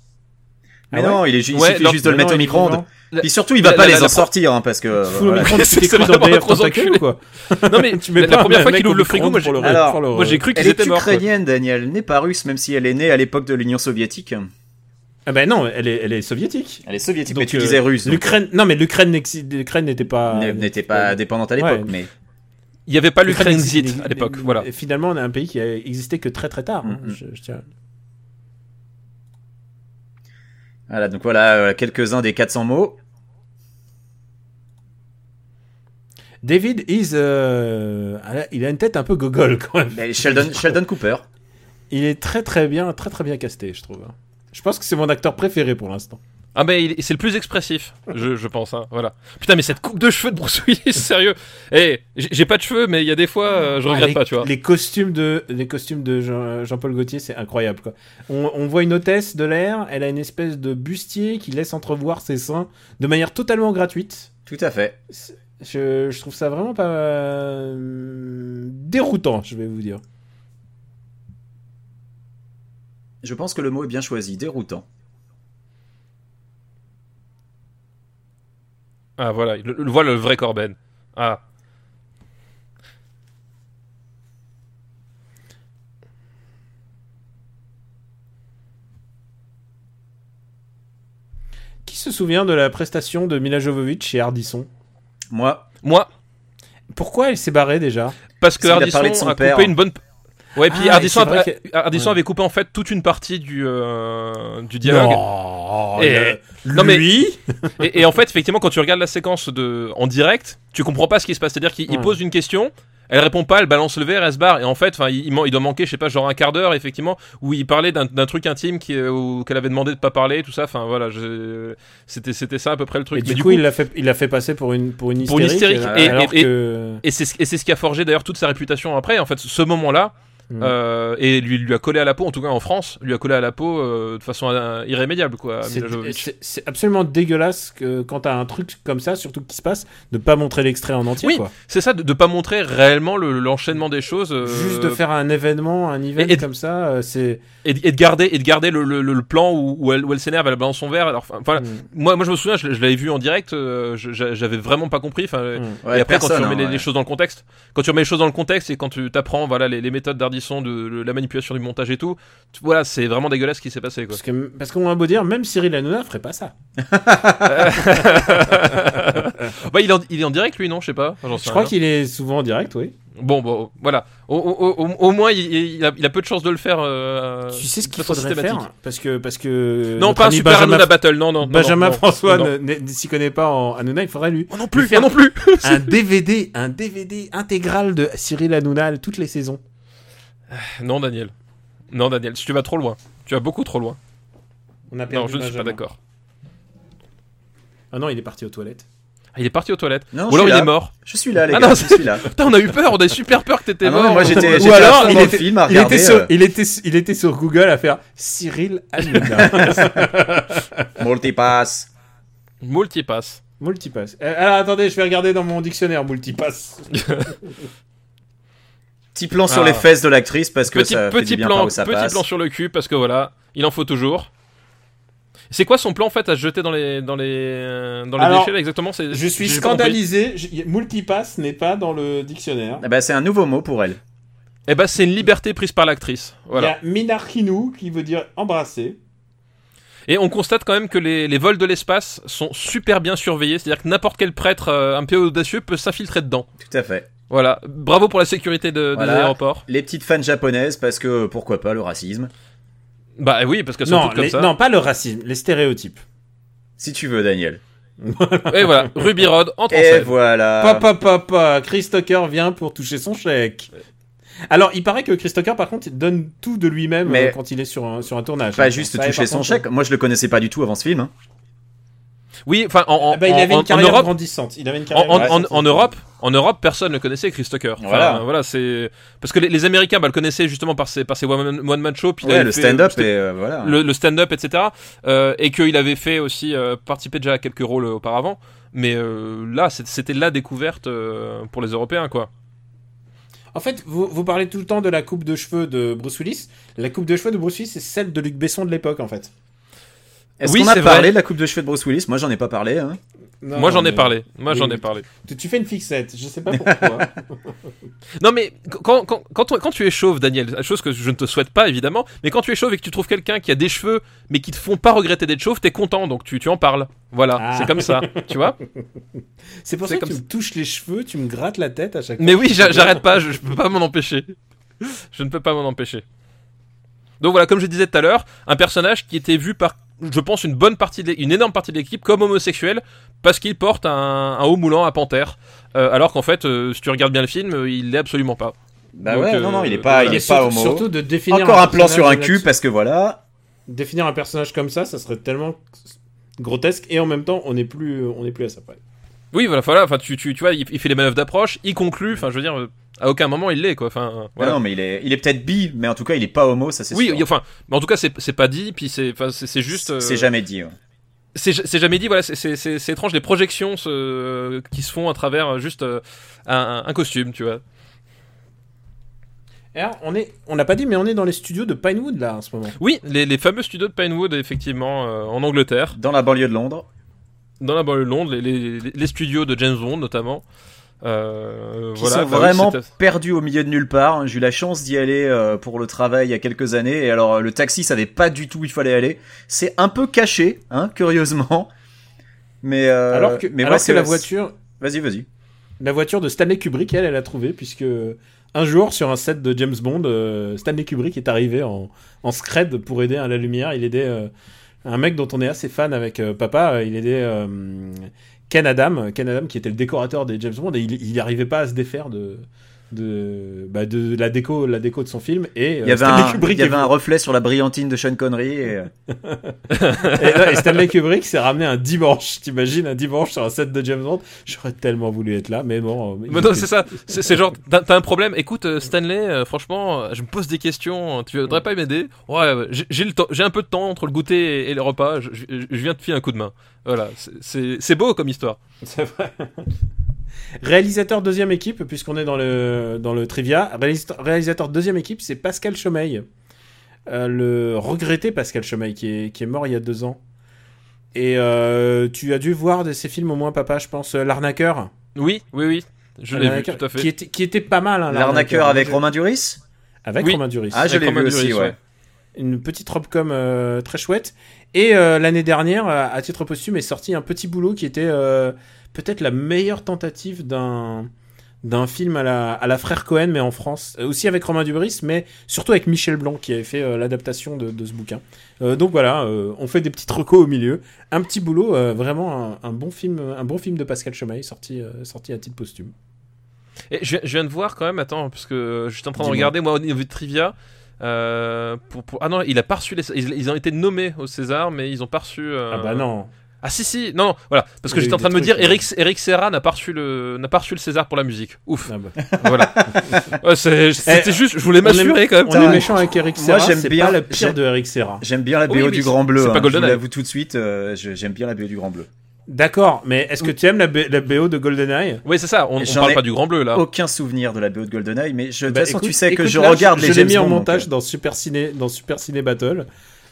[SPEAKER 1] Mais
[SPEAKER 2] Ah ouais
[SPEAKER 1] non, il, est, ju- il
[SPEAKER 3] Ouais,
[SPEAKER 1] suffit
[SPEAKER 3] non, Bah,
[SPEAKER 1] juste de le
[SPEAKER 2] mais
[SPEAKER 1] mettre
[SPEAKER 2] non,
[SPEAKER 1] au
[SPEAKER 2] il est
[SPEAKER 1] micro-ondes.
[SPEAKER 2] vivant.
[SPEAKER 1] Et surtout, il va
[SPEAKER 3] La-
[SPEAKER 1] pas
[SPEAKER 3] la-
[SPEAKER 1] les
[SPEAKER 3] la-
[SPEAKER 1] en sortir, hein, parce que. euh,
[SPEAKER 2] Tu fous le
[SPEAKER 1] voilà.
[SPEAKER 2] micro-ondes,
[SPEAKER 3] C'est
[SPEAKER 2] tu t'écris dans
[SPEAKER 3] vraiment
[SPEAKER 2] Day
[SPEAKER 3] trop
[SPEAKER 2] of Tentacle,
[SPEAKER 3] enculé.
[SPEAKER 2] quoi.
[SPEAKER 3] Non mais
[SPEAKER 2] Tu mets
[SPEAKER 3] la,
[SPEAKER 2] pas
[SPEAKER 3] la première
[SPEAKER 2] un
[SPEAKER 3] fois
[SPEAKER 2] mec
[SPEAKER 3] qu'il
[SPEAKER 2] au
[SPEAKER 3] ouvre le frigo,
[SPEAKER 2] micro-ondes
[SPEAKER 3] moi j'ai
[SPEAKER 2] pour le-
[SPEAKER 1] Alors,
[SPEAKER 2] pour le-
[SPEAKER 3] moi, j'ai cru
[SPEAKER 1] Elle
[SPEAKER 3] qu'ils
[SPEAKER 1] est
[SPEAKER 3] étaient morts. quoi.
[SPEAKER 1] ukrainienne, Daniel, n'est pas russe, même si elle est née à l'époque de l'Union soviétique.
[SPEAKER 2] Ah ben non, elle est, elle est soviétique.
[SPEAKER 1] Elle est soviétique,
[SPEAKER 2] Donc,
[SPEAKER 1] mais tu
[SPEAKER 2] euh,
[SPEAKER 1] disais russe. donc,
[SPEAKER 2] L'Ukraine, non mais l'Ukraine n'exi- l'Ukraine n'était pas
[SPEAKER 1] euh, n'était pas dépendante à l'époque, mais.
[SPEAKER 3] Il n'y avait pas l'Ukraine
[SPEAKER 2] n'existait-
[SPEAKER 3] zit à l'époque,
[SPEAKER 2] n'exi-
[SPEAKER 3] voilà. Mm-hmm.
[SPEAKER 2] Et Finalement, on a un pays qui a existé que très très tard. hein.
[SPEAKER 1] Mhm.
[SPEAKER 2] Je- je tiens-
[SPEAKER 1] Voilà, donc voilà euh, quelques-uns des 400 mots.
[SPEAKER 2] David is, euh, ah, il a une tête un peu gogol quand même.
[SPEAKER 1] Mais Sheldon, Sheldon Cooper.
[SPEAKER 2] Il est très très bien, très très bien casté, je trouve. hein. Je pense que c'est mon acteur préféré pour l'instant.
[SPEAKER 3] Ah bah il- c'est le plus expressif, je, je pense, hein, voilà. Putain mais cette coupe de cheveux de Bruce Willis, sérieux. Eh, j'ai j'ai pas de cheveux mais il y a des fois, euh, je
[SPEAKER 2] Ah,
[SPEAKER 3] regrette
[SPEAKER 2] les,
[SPEAKER 3] pas, tu vois.
[SPEAKER 2] Les costumes de, les costumes de Jean- Jean-Paul Gaultier, c'est incroyable. Quoi. On, on voit une hôtesse de l'air, elle a une espèce de bustier qui laisse entrevoir ses seins de manière totalement gratuite.
[SPEAKER 1] Tout à fait.
[SPEAKER 2] C'est- Je, je trouve ça vraiment pas euh, déroutant, je vais vous dire.
[SPEAKER 1] Je pense que le mot est bien choisi, déroutant.
[SPEAKER 3] Ah voilà, le, le- voilà le vrai Corben. Ah.
[SPEAKER 2] Qui se souvient de la prestation de Mila Jovovich chez Hardisson
[SPEAKER 1] Moi,
[SPEAKER 3] Moi,
[SPEAKER 2] Pourquoi elle s'est barrée déjà
[SPEAKER 3] Parce
[SPEAKER 1] Parce
[SPEAKER 3] que
[SPEAKER 1] qu'il a
[SPEAKER 3] Hardisson a,
[SPEAKER 1] parlé de son
[SPEAKER 3] coupé
[SPEAKER 1] père.
[SPEAKER 3] une bonne. Ouais, puis
[SPEAKER 2] Ah,
[SPEAKER 3] Hardisson,
[SPEAKER 2] et c'est
[SPEAKER 3] a-
[SPEAKER 2] vrai
[SPEAKER 3] Hardisson
[SPEAKER 2] Ouais.
[SPEAKER 3] avait coupé en fait toute une partie du, euh, du dialogue.
[SPEAKER 2] Non,
[SPEAKER 3] Et-
[SPEAKER 2] le-
[SPEAKER 3] non, mais-
[SPEAKER 2] lui
[SPEAKER 3] Et, et en fait, effectivement, quand tu regardes la séquence de... en direct, tu comprends pas ce qui se passe. C'est-à-dire qu'il il
[SPEAKER 2] Ouais.
[SPEAKER 3] pose une question. Elle répond pas, elle balance le verre, elle se barre. Et en fait, enfin, il, il man- il doit manquer, je sais pas, genre un quart d'heure, effectivement, où il parlait d'un- d'un truc intime qui, euh, où- qu'elle avait demandé de pas parler, tout ça. Enfin, voilà, je- c'était c'était ça à peu près le truc.
[SPEAKER 2] Et
[SPEAKER 3] Mais
[SPEAKER 2] du, coup, il l'a fait, il l'a fait passer pour une, pour une hystérique.
[SPEAKER 3] Pour
[SPEAKER 2] euh,
[SPEAKER 3] une hystérique,
[SPEAKER 1] et-
[SPEAKER 2] alors
[SPEAKER 3] et-
[SPEAKER 2] que...
[SPEAKER 3] Et c'est ce- et c'est ce qui a forgé d'ailleurs toute sa réputation après. En fait, ce moment-là,
[SPEAKER 2] Mm.
[SPEAKER 3] euh, et lui, lui a collé à la peau, en tout cas en France, lui a collé à la peau euh, de façon euh, irrémédiable, quoi. à
[SPEAKER 2] C'est-
[SPEAKER 3] Mila Jovovich.
[SPEAKER 2] C'est c'est absolument dégueulasse que, quand t'as un truc comme ça, surtout qui se passe, de pas montrer l'extrait en entier.
[SPEAKER 3] Oui,
[SPEAKER 2] quoi.
[SPEAKER 3] C'est ça, de, de pas montrer réellement le- l'enchaînement des choses. euh,
[SPEAKER 2] Juste de faire un événement, un event
[SPEAKER 3] et- et-
[SPEAKER 2] comme ça, euh, c'est.
[SPEAKER 3] Et, de- et de garder, et de garder le, le- le- le plan où, où elle, où elle s'énerve, elle balance son verre. Alors, enfin, voilà.
[SPEAKER 2] Mm,
[SPEAKER 3] moi, moi, je me souviens, je, je l'avais vu en direct, euh, je- j'a- j'avais vraiment pas compris. Enfin,
[SPEAKER 2] mm.
[SPEAKER 1] ouais,
[SPEAKER 3] et après,
[SPEAKER 1] personne,
[SPEAKER 3] quand tu
[SPEAKER 1] hein,
[SPEAKER 3] remets les,
[SPEAKER 1] ouais.
[SPEAKER 3] les choses dans le contexte, quand tu remets les choses dans le contexte et quand tu t'apprends voilà, les, les méthodes d'Ardisson, de, le- la manipulation du montage et tout, tu- voilà, c'est vraiment dégueulasse ce qui s'est passé. Quoi.
[SPEAKER 2] Parce que parce qu'on a beau dire, même Cyril Hanouna ferait pas ça.
[SPEAKER 3] bah, il, est en, il est en direct, lui, non Je sais pas. J'en sais
[SPEAKER 2] Je crois
[SPEAKER 3] rien.
[SPEAKER 2] qu'il est souvent en direct, oui.
[SPEAKER 3] Bon, bon, voilà. Au, au- au- au moins, il, il a, il a peu de chances de le faire. euh,
[SPEAKER 2] tu sais ce
[SPEAKER 3] de
[SPEAKER 2] qu'il
[SPEAKER 3] façon
[SPEAKER 2] faudrait
[SPEAKER 3] systématique.
[SPEAKER 2] faire parce que parce que
[SPEAKER 3] Non,
[SPEAKER 2] notre
[SPEAKER 3] pas un
[SPEAKER 2] ami
[SPEAKER 3] super
[SPEAKER 2] Benjamin,
[SPEAKER 3] Hanouna Battle, non, non. non,
[SPEAKER 2] Benjamin
[SPEAKER 3] non, non,
[SPEAKER 2] François
[SPEAKER 3] non.
[SPEAKER 2] ne- ne- s'y connaît pas en Hanouna, il faudrait lui
[SPEAKER 3] Moi non plus,
[SPEAKER 2] lui faire-
[SPEAKER 3] moi non plus.
[SPEAKER 2] un DVD, un DVD intégral de Cyril Hanouna toutes les saisons.
[SPEAKER 3] Non, Daniel. Non, Daniel, tu vas trop loin. Tu vas beaucoup trop loin.
[SPEAKER 2] On a perdu
[SPEAKER 3] Non, je ne suis pas
[SPEAKER 2] Benjamin.
[SPEAKER 3] d'accord.
[SPEAKER 2] Ah non, il est parti aux toilettes.
[SPEAKER 3] Ah, il est parti aux toilettes.
[SPEAKER 1] Non,
[SPEAKER 3] Ou
[SPEAKER 1] je
[SPEAKER 3] alors
[SPEAKER 1] suis
[SPEAKER 3] il
[SPEAKER 1] là.
[SPEAKER 3] est mort.
[SPEAKER 1] Je suis là, les
[SPEAKER 3] Ah
[SPEAKER 1] gars,
[SPEAKER 3] non,
[SPEAKER 1] je suis là.
[SPEAKER 3] Putain, on a eu peur, on a eu super peur que t'étais
[SPEAKER 1] Ah non,
[SPEAKER 3] mort.
[SPEAKER 1] mais moi j'étais
[SPEAKER 2] Ou
[SPEAKER 1] j'étais à
[SPEAKER 2] alors,
[SPEAKER 1] fond
[SPEAKER 2] il
[SPEAKER 1] dans
[SPEAKER 2] était-
[SPEAKER 1] le film à
[SPEAKER 2] Il
[SPEAKER 1] regarder.
[SPEAKER 2] était, sur,
[SPEAKER 1] euh,
[SPEAKER 2] il, était, il était sur Google à faire Cyril Hanouna.
[SPEAKER 1] Multipass.
[SPEAKER 3] Multipass.
[SPEAKER 2] multipass. Euh, alors attendez, je vais regarder dans mon dictionnaire multipass.
[SPEAKER 1] Petit plan sur
[SPEAKER 3] Ah.
[SPEAKER 1] les fesses de l'actrice parce que
[SPEAKER 3] Petit,
[SPEAKER 1] ça fait
[SPEAKER 3] petit
[SPEAKER 1] du bien
[SPEAKER 3] plan,
[SPEAKER 1] par où ça
[SPEAKER 3] petit
[SPEAKER 1] passe.
[SPEAKER 3] plan sur le cul, parce que voilà, il en faut toujours. C'est quoi son plan en fait à se jeter dans les dans les dans les
[SPEAKER 2] Alors,
[SPEAKER 3] déchets là, exactement C'est-
[SPEAKER 2] Je suis
[SPEAKER 3] j'ai pas compris.
[SPEAKER 2] scandalisé. je- multipass n'est pas dans le dictionnaire.
[SPEAKER 1] Ah bah, c'est un nouveau mot pour elle.
[SPEAKER 3] Eh ben c'est une liberté prise par l'actrice. Voilà.
[SPEAKER 2] Il y a Minarkinou qui veut dire embrasser.
[SPEAKER 3] Et on constate quand même que les, les vols de l'espace sont super bien surveillés, c'est-à-dire que n'importe quel prêtre euh, un peu audacieux peut s'infiltrer dedans.
[SPEAKER 1] Tout à fait.
[SPEAKER 3] Voilà. Bravo pour la sécurité de,
[SPEAKER 1] Voilà.
[SPEAKER 3] des aéroports.
[SPEAKER 1] Les petites fans japonaises parce que pourquoi pas le racisme.
[SPEAKER 3] Bah oui, parce que sont
[SPEAKER 2] Non,
[SPEAKER 3] toutes comme
[SPEAKER 2] les-
[SPEAKER 3] ça.
[SPEAKER 2] non, pas le racisme, les stéréotypes.
[SPEAKER 1] Si tu veux, Daniel.
[SPEAKER 3] Et voilà, Ruby Road
[SPEAKER 2] Eh,
[SPEAKER 3] en
[SPEAKER 1] Et
[SPEAKER 3] 37. Euh.
[SPEAKER 1] voilà.
[SPEAKER 2] Papa, papa, euh, Chris Tucker vient pour toucher son chèque. Alors, il paraît que Chris Tucker, par contre, il donne tout de lui-même
[SPEAKER 1] Mais-
[SPEAKER 2] euh, quand il est sur un, sur un tournage.
[SPEAKER 1] Pas
[SPEAKER 2] hein.
[SPEAKER 1] juste
[SPEAKER 2] Ça, par
[SPEAKER 1] toucher son
[SPEAKER 2] contre,
[SPEAKER 1] chèque. Moi, je le connaissais pas du tout avant ce film. hein.
[SPEAKER 3] Oui, enfin en, en,
[SPEAKER 2] Ah bah, il
[SPEAKER 3] en-
[SPEAKER 2] avait
[SPEAKER 3] en- en
[SPEAKER 2] une carrière
[SPEAKER 3] Europe,
[SPEAKER 2] grandissante. Il avait une
[SPEAKER 3] en,
[SPEAKER 2] carrière
[SPEAKER 3] en- en-
[SPEAKER 2] grandissante.
[SPEAKER 3] en Europe, en Europe, personne ne connaissait Chris Tucker. Enfin,
[SPEAKER 1] Voilà.
[SPEAKER 3] voilà, c'est parce que les, les Américains bah, le connaissaient justement par ses par ses one, man show, puis il
[SPEAKER 1] Ouais,
[SPEAKER 3] avait
[SPEAKER 1] le
[SPEAKER 3] fait-
[SPEAKER 1] stand-up
[SPEAKER 3] c'était-
[SPEAKER 1] et euh, voilà.
[SPEAKER 3] le, le stand-up, etc. Euh, et qu'il avait fait aussi euh, participer déjà à quelques rôles euh, auparavant. Mais euh, là, c'est- c'était la découverte euh, pour les Européens, quoi.
[SPEAKER 2] En fait, vous, vous parlez tout le temps de la coupe de cheveux de Bruce Willis. La coupe de cheveux de Bruce Willis, c'est celle de Luc Besson de l'époque, en fait.
[SPEAKER 1] Est-ce
[SPEAKER 3] Oui,
[SPEAKER 1] qu'on a
[SPEAKER 3] c'est
[SPEAKER 1] parlé
[SPEAKER 3] vrai.
[SPEAKER 1] de la coupe de cheveux de Bruce Willis Moi, j'en ai pas parlé. hein.
[SPEAKER 2] Non,
[SPEAKER 3] Moi, j'en ai
[SPEAKER 2] Ah, mais-
[SPEAKER 3] parlé. Moi,
[SPEAKER 2] oui,
[SPEAKER 3] j'en
[SPEAKER 2] oui.
[SPEAKER 3] ai parlé.
[SPEAKER 2] Tu, tu fais une fixette, je sais pas pourquoi.
[SPEAKER 3] Non, mais quand, quand, quand, quand tu es chauve, Daniel, chose que je ne te souhaite pas, évidemment, mais quand tu es chauve et que tu trouves quelqu'un qui a des cheveux, mais qui te font pas regretter d'être chauve, t'es content, donc tu, tu en parles. Voilà,
[SPEAKER 2] Ah.
[SPEAKER 3] c'est comme ça, tu vois.
[SPEAKER 2] c'est pour
[SPEAKER 3] C'est
[SPEAKER 2] ça que
[SPEAKER 3] comme
[SPEAKER 2] tu me touches les cheveux, tu me grattes la tête à chaque fois.
[SPEAKER 3] Mais oui, j'a- j'arrête pas, je, je peux pas m'en empêcher. Je ne peux pas m'en empêcher. Donc voilà, comme je disais tout à l'heure, un personnage qui était vu par, je pense, une bonne partie, de l'é- une énorme partie de l'équipe comme homosexuel parce qu'il porte un, un haut moulant à panthère. Euh, alors qu'en fait, euh, si tu regardes bien le film, euh, il l'est absolument pas.
[SPEAKER 1] Bah
[SPEAKER 3] Donc,
[SPEAKER 1] ouais,
[SPEAKER 3] euh,
[SPEAKER 1] non, non, il est
[SPEAKER 3] donc
[SPEAKER 1] pas,
[SPEAKER 3] voilà.
[SPEAKER 1] il
[SPEAKER 2] Et
[SPEAKER 1] est pas
[SPEAKER 2] surtout-
[SPEAKER 1] homo.
[SPEAKER 2] Surtout de définir
[SPEAKER 1] Encore un plan
[SPEAKER 2] personnage
[SPEAKER 1] sur un cul
[SPEAKER 2] là-dessus.
[SPEAKER 1] parce que voilà. Ah
[SPEAKER 2] Définir un personnage comme ça, ça serait tellement grotesque et en même temps, on n'est plus, on n'est plus à ça près.
[SPEAKER 3] Oui, voilà, voilà, enfin, tu, tu, tu vois, il, il fait les manœuvres d'approche, il conclut, enfin, je veux dire, euh, à aucun moment il l'est, quoi. Enfin, euh, voilà.
[SPEAKER 1] Ah non, mais il est, il est peut-être bi, mais en tout cas, il est pas homo, ça c'est
[SPEAKER 3] oui,
[SPEAKER 1] sûr.
[SPEAKER 3] il- enfin, mais en tout cas, c'est c'est pas dit, puis c'est enfin, c'est- c'est juste. euh,
[SPEAKER 1] C'est jamais dit. hein. ouais.
[SPEAKER 3] C'est ja- c'est jamais dit, voilà, c'est- c'est c'est- c'est étrange les projections ce- qui se font à travers euh, juste euh, un, un costume, tu vois.
[SPEAKER 2] Alors, on est, on l'a pas dit, mais on est dans les studios de Pinewood là en ce moment.
[SPEAKER 3] Oui, les, les fameux studios de Pinewood, effectivement, euh, en Angleterre,
[SPEAKER 1] Dans la banlieue de Londres.
[SPEAKER 3] dans la banlieue de Londres, les, les- les studios de James Bond notamment. Euh,
[SPEAKER 1] qui
[SPEAKER 3] voilà,
[SPEAKER 1] sont
[SPEAKER 3] Enfin, oui,
[SPEAKER 1] vraiment
[SPEAKER 3] c'était-
[SPEAKER 1] perdus au milieu de nulle part. hein. J'ai eu la chance d'y aller euh, pour le travail il y a quelques années. Et alors, euh, le taxi savait pas du tout où il fallait aller. C'est un peu caché, hein, curieusement. Mais euh,
[SPEAKER 2] alors que,
[SPEAKER 1] mais
[SPEAKER 2] alors
[SPEAKER 1] moi, c'est-
[SPEAKER 2] que la voiture,
[SPEAKER 1] Vas-y, vas-y.
[SPEAKER 2] la voiture de Stanley Kubrick, elle, elle a trouvé puisque un jour sur un set de James Bond, euh, Stanley Kubrick est arrivé en, en scred pour aider à la lumière. Il aidait euh, un mec dont on est assez fan avec euh, papa. euh, Il aidait euh, Ken Adam, Ken Adam qui était le décorateur des James Bond et il, il arrivait pas à se défaire de de, bah, de la déco, la déco de son film. Et euh,
[SPEAKER 1] Il y avait
[SPEAKER 2] Stanley
[SPEAKER 1] un, il
[SPEAKER 2] Kubrick
[SPEAKER 1] y
[SPEAKER 2] est
[SPEAKER 1] avait un
[SPEAKER 2] venu.
[SPEAKER 1] reflet sur la brillantine de Sean Connery. Et, euh,
[SPEAKER 2] Et, non, et Stanley Kubrick s'est ramené un dimanche, t'imagines, un dimanche sur un set de James Bond. J'aurais tellement voulu être là, mais bon. euh, il
[SPEAKER 3] Mais non,
[SPEAKER 2] était-
[SPEAKER 3] c'est ça, c'est c'est genre, t'as t'as un problème, écoute euh, Stanley, euh, franchement, euh, je me pose des questions, tu voudrais pas m'aider Ouais, ouais, j'ai- j'ai le temps- j'ai un peu de temps entre le goûter et, et le repas, je, je- je viens te filer un coup de main. Voilà, c'est- c'est c'est beau comme histoire.
[SPEAKER 2] C'est vrai. réalisateur deuxième équipe, puisqu'on est dans le, dans le trivia, réalisa- réalisateur deuxième équipe, c'est Pascal Chomeil. Euh, le regretté Pascal Chomeil, qui est, qui est mort il y a deux ans. Et euh, tu as dû voir de ses films, au moins, papa, je pense, euh, L'arnaqueur.
[SPEAKER 3] Oui, oui, oui. Je l'ai vu,
[SPEAKER 2] L'arnaqueur,
[SPEAKER 3] tout à fait.
[SPEAKER 2] Qui était, qui était pas mal, hein,
[SPEAKER 1] L'arnaqueur avec Romain Duris
[SPEAKER 2] Avec
[SPEAKER 3] Oui.
[SPEAKER 2] Romain Duris.
[SPEAKER 1] Ah, je
[SPEAKER 3] Avec
[SPEAKER 1] l'ai vu
[SPEAKER 3] Romain
[SPEAKER 1] aussi,
[SPEAKER 3] Duris,
[SPEAKER 1] ouais.
[SPEAKER 3] ouais.
[SPEAKER 2] une petite robe comme euh, très chouette. Et euh, l'année dernière, à à titre posthume, est sorti un petit boulot qui était euh, peut-être la meilleure tentative d'un d'un film à la, à la frère Cohen, mais en France. Euh, Aussi avec Romain Dubris, mais surtout avec Michel Blanc qui avait fait euh, l'adaptation de, de ce bouquin. Euh, donc voilà, euh, on fait des petites recos au milieu. Un petit boulot, euh, vraiment un, un bon film, un bon film de Pascal Chemaille sorti, euh, sorti à titre posthume.
[SPEAKER 3] Et je, viens- je viens de voir quand même, attends, parce que euh, je suis en train de
[SPEAKER 1] Dis-moi.
[SPEAKER 3] regarder, moi, au niveau de trivia. euh, pour, pour- Ah non, il a pas reçu les. Ils, ils ont été nommés au César, mais ils ont pas reçu. euh,
[SPEAKER 2] Ah bah non.
[SPEAKER 3] Ah si, si, non, non, voilà. Parce que
[SPEAKER 2] Il y a
[SPEAKER 3] j'étais en
[SPEAKER 2] eu
[SPEAKER 3] train de
[SPEAKER 2] des
[SPEAKER 3] me
[SPEAKER 2] trucs,
[SPEAKER 3] dire,
[SPEAKER 2] ouais.
[SPEAKER 3] Eric, Eric Serra n'a pas, reçu le... n'a pas reçu le César pour la musique. Ouf,
[SPEAKER 2] Ah bah.
[SPEAKER 3] voilà. Ouais, c'est- C'était
[SPEAKER 2] Eh,
[SPEAKER 3] juste, je voulais
[SPEAKER 2] on est-
[SPEAKER 3] m'assurer quand même.
[SPEAKER 2] On est méchant avec Eric
[SPEAKER 1] Moi,
[SPEAKER 2] Serra.
[SPEAKER 1] j'aime
[SPEAKER 2] c'est
[SPEAKER 1] bien-
[SPEAKER 2] pas le pire
[SPEAKER 1] j'aime-
[SPEAKER 2] de Eric Serra.
[SPEAKER 1] J'aime bien la BO
[SPEAKER 3] Oui, mais
[SPEAKER 1] du
[SPEAKER 3] c'est-
[SPEAKER 1] Grand Bleu.
[SPEAKER 3] c'est
[SPEAKER 1] hein.
[SPEAKER 3] pas
[SPEAKER 1] Je vous
[SPEAKER 3] GoldenEye.
[SPEAKER 1] l'avoue tout de suite. euh, je- J'aime bien la BO du Grand Bleu.
[SPEAKER 2] D'accord, mais est-ce que tu aimes la, B- la BO de GoldenEye
[SPEAKER 3] Oui, c'est ça, on, on
[SPEAKER 1] J'en
[SPEAKER 3] parle
[SPEAKER 1] ai-
[SPEAKER 3] pas du grand bleu là.
[SPEAKER 1] Aucun souvenir de la BO de GoldenEye, mais je, de
[SPEAKER 2] Bah,
[SPEAKER 1] toute façon,
[SPEAKER 2] écoute-
[SPEAKER 1] tu sais que
[SPEAKER 2] écoute,
[SPEAKER 1] je
[SPEAKER 2] là,
[SPEAKER 1] regarde les
[SPEAKER 2] Je l'ai
[SPEAKER 1] James
[SPEAKER 2] mis en
[SPEAKER 1] Bond, donc,
[SPEAKER 2] montage
[SPEAKER 1] euh,
[SPEAKER 2] dans Super Ciné, dans Super Ciné Battle.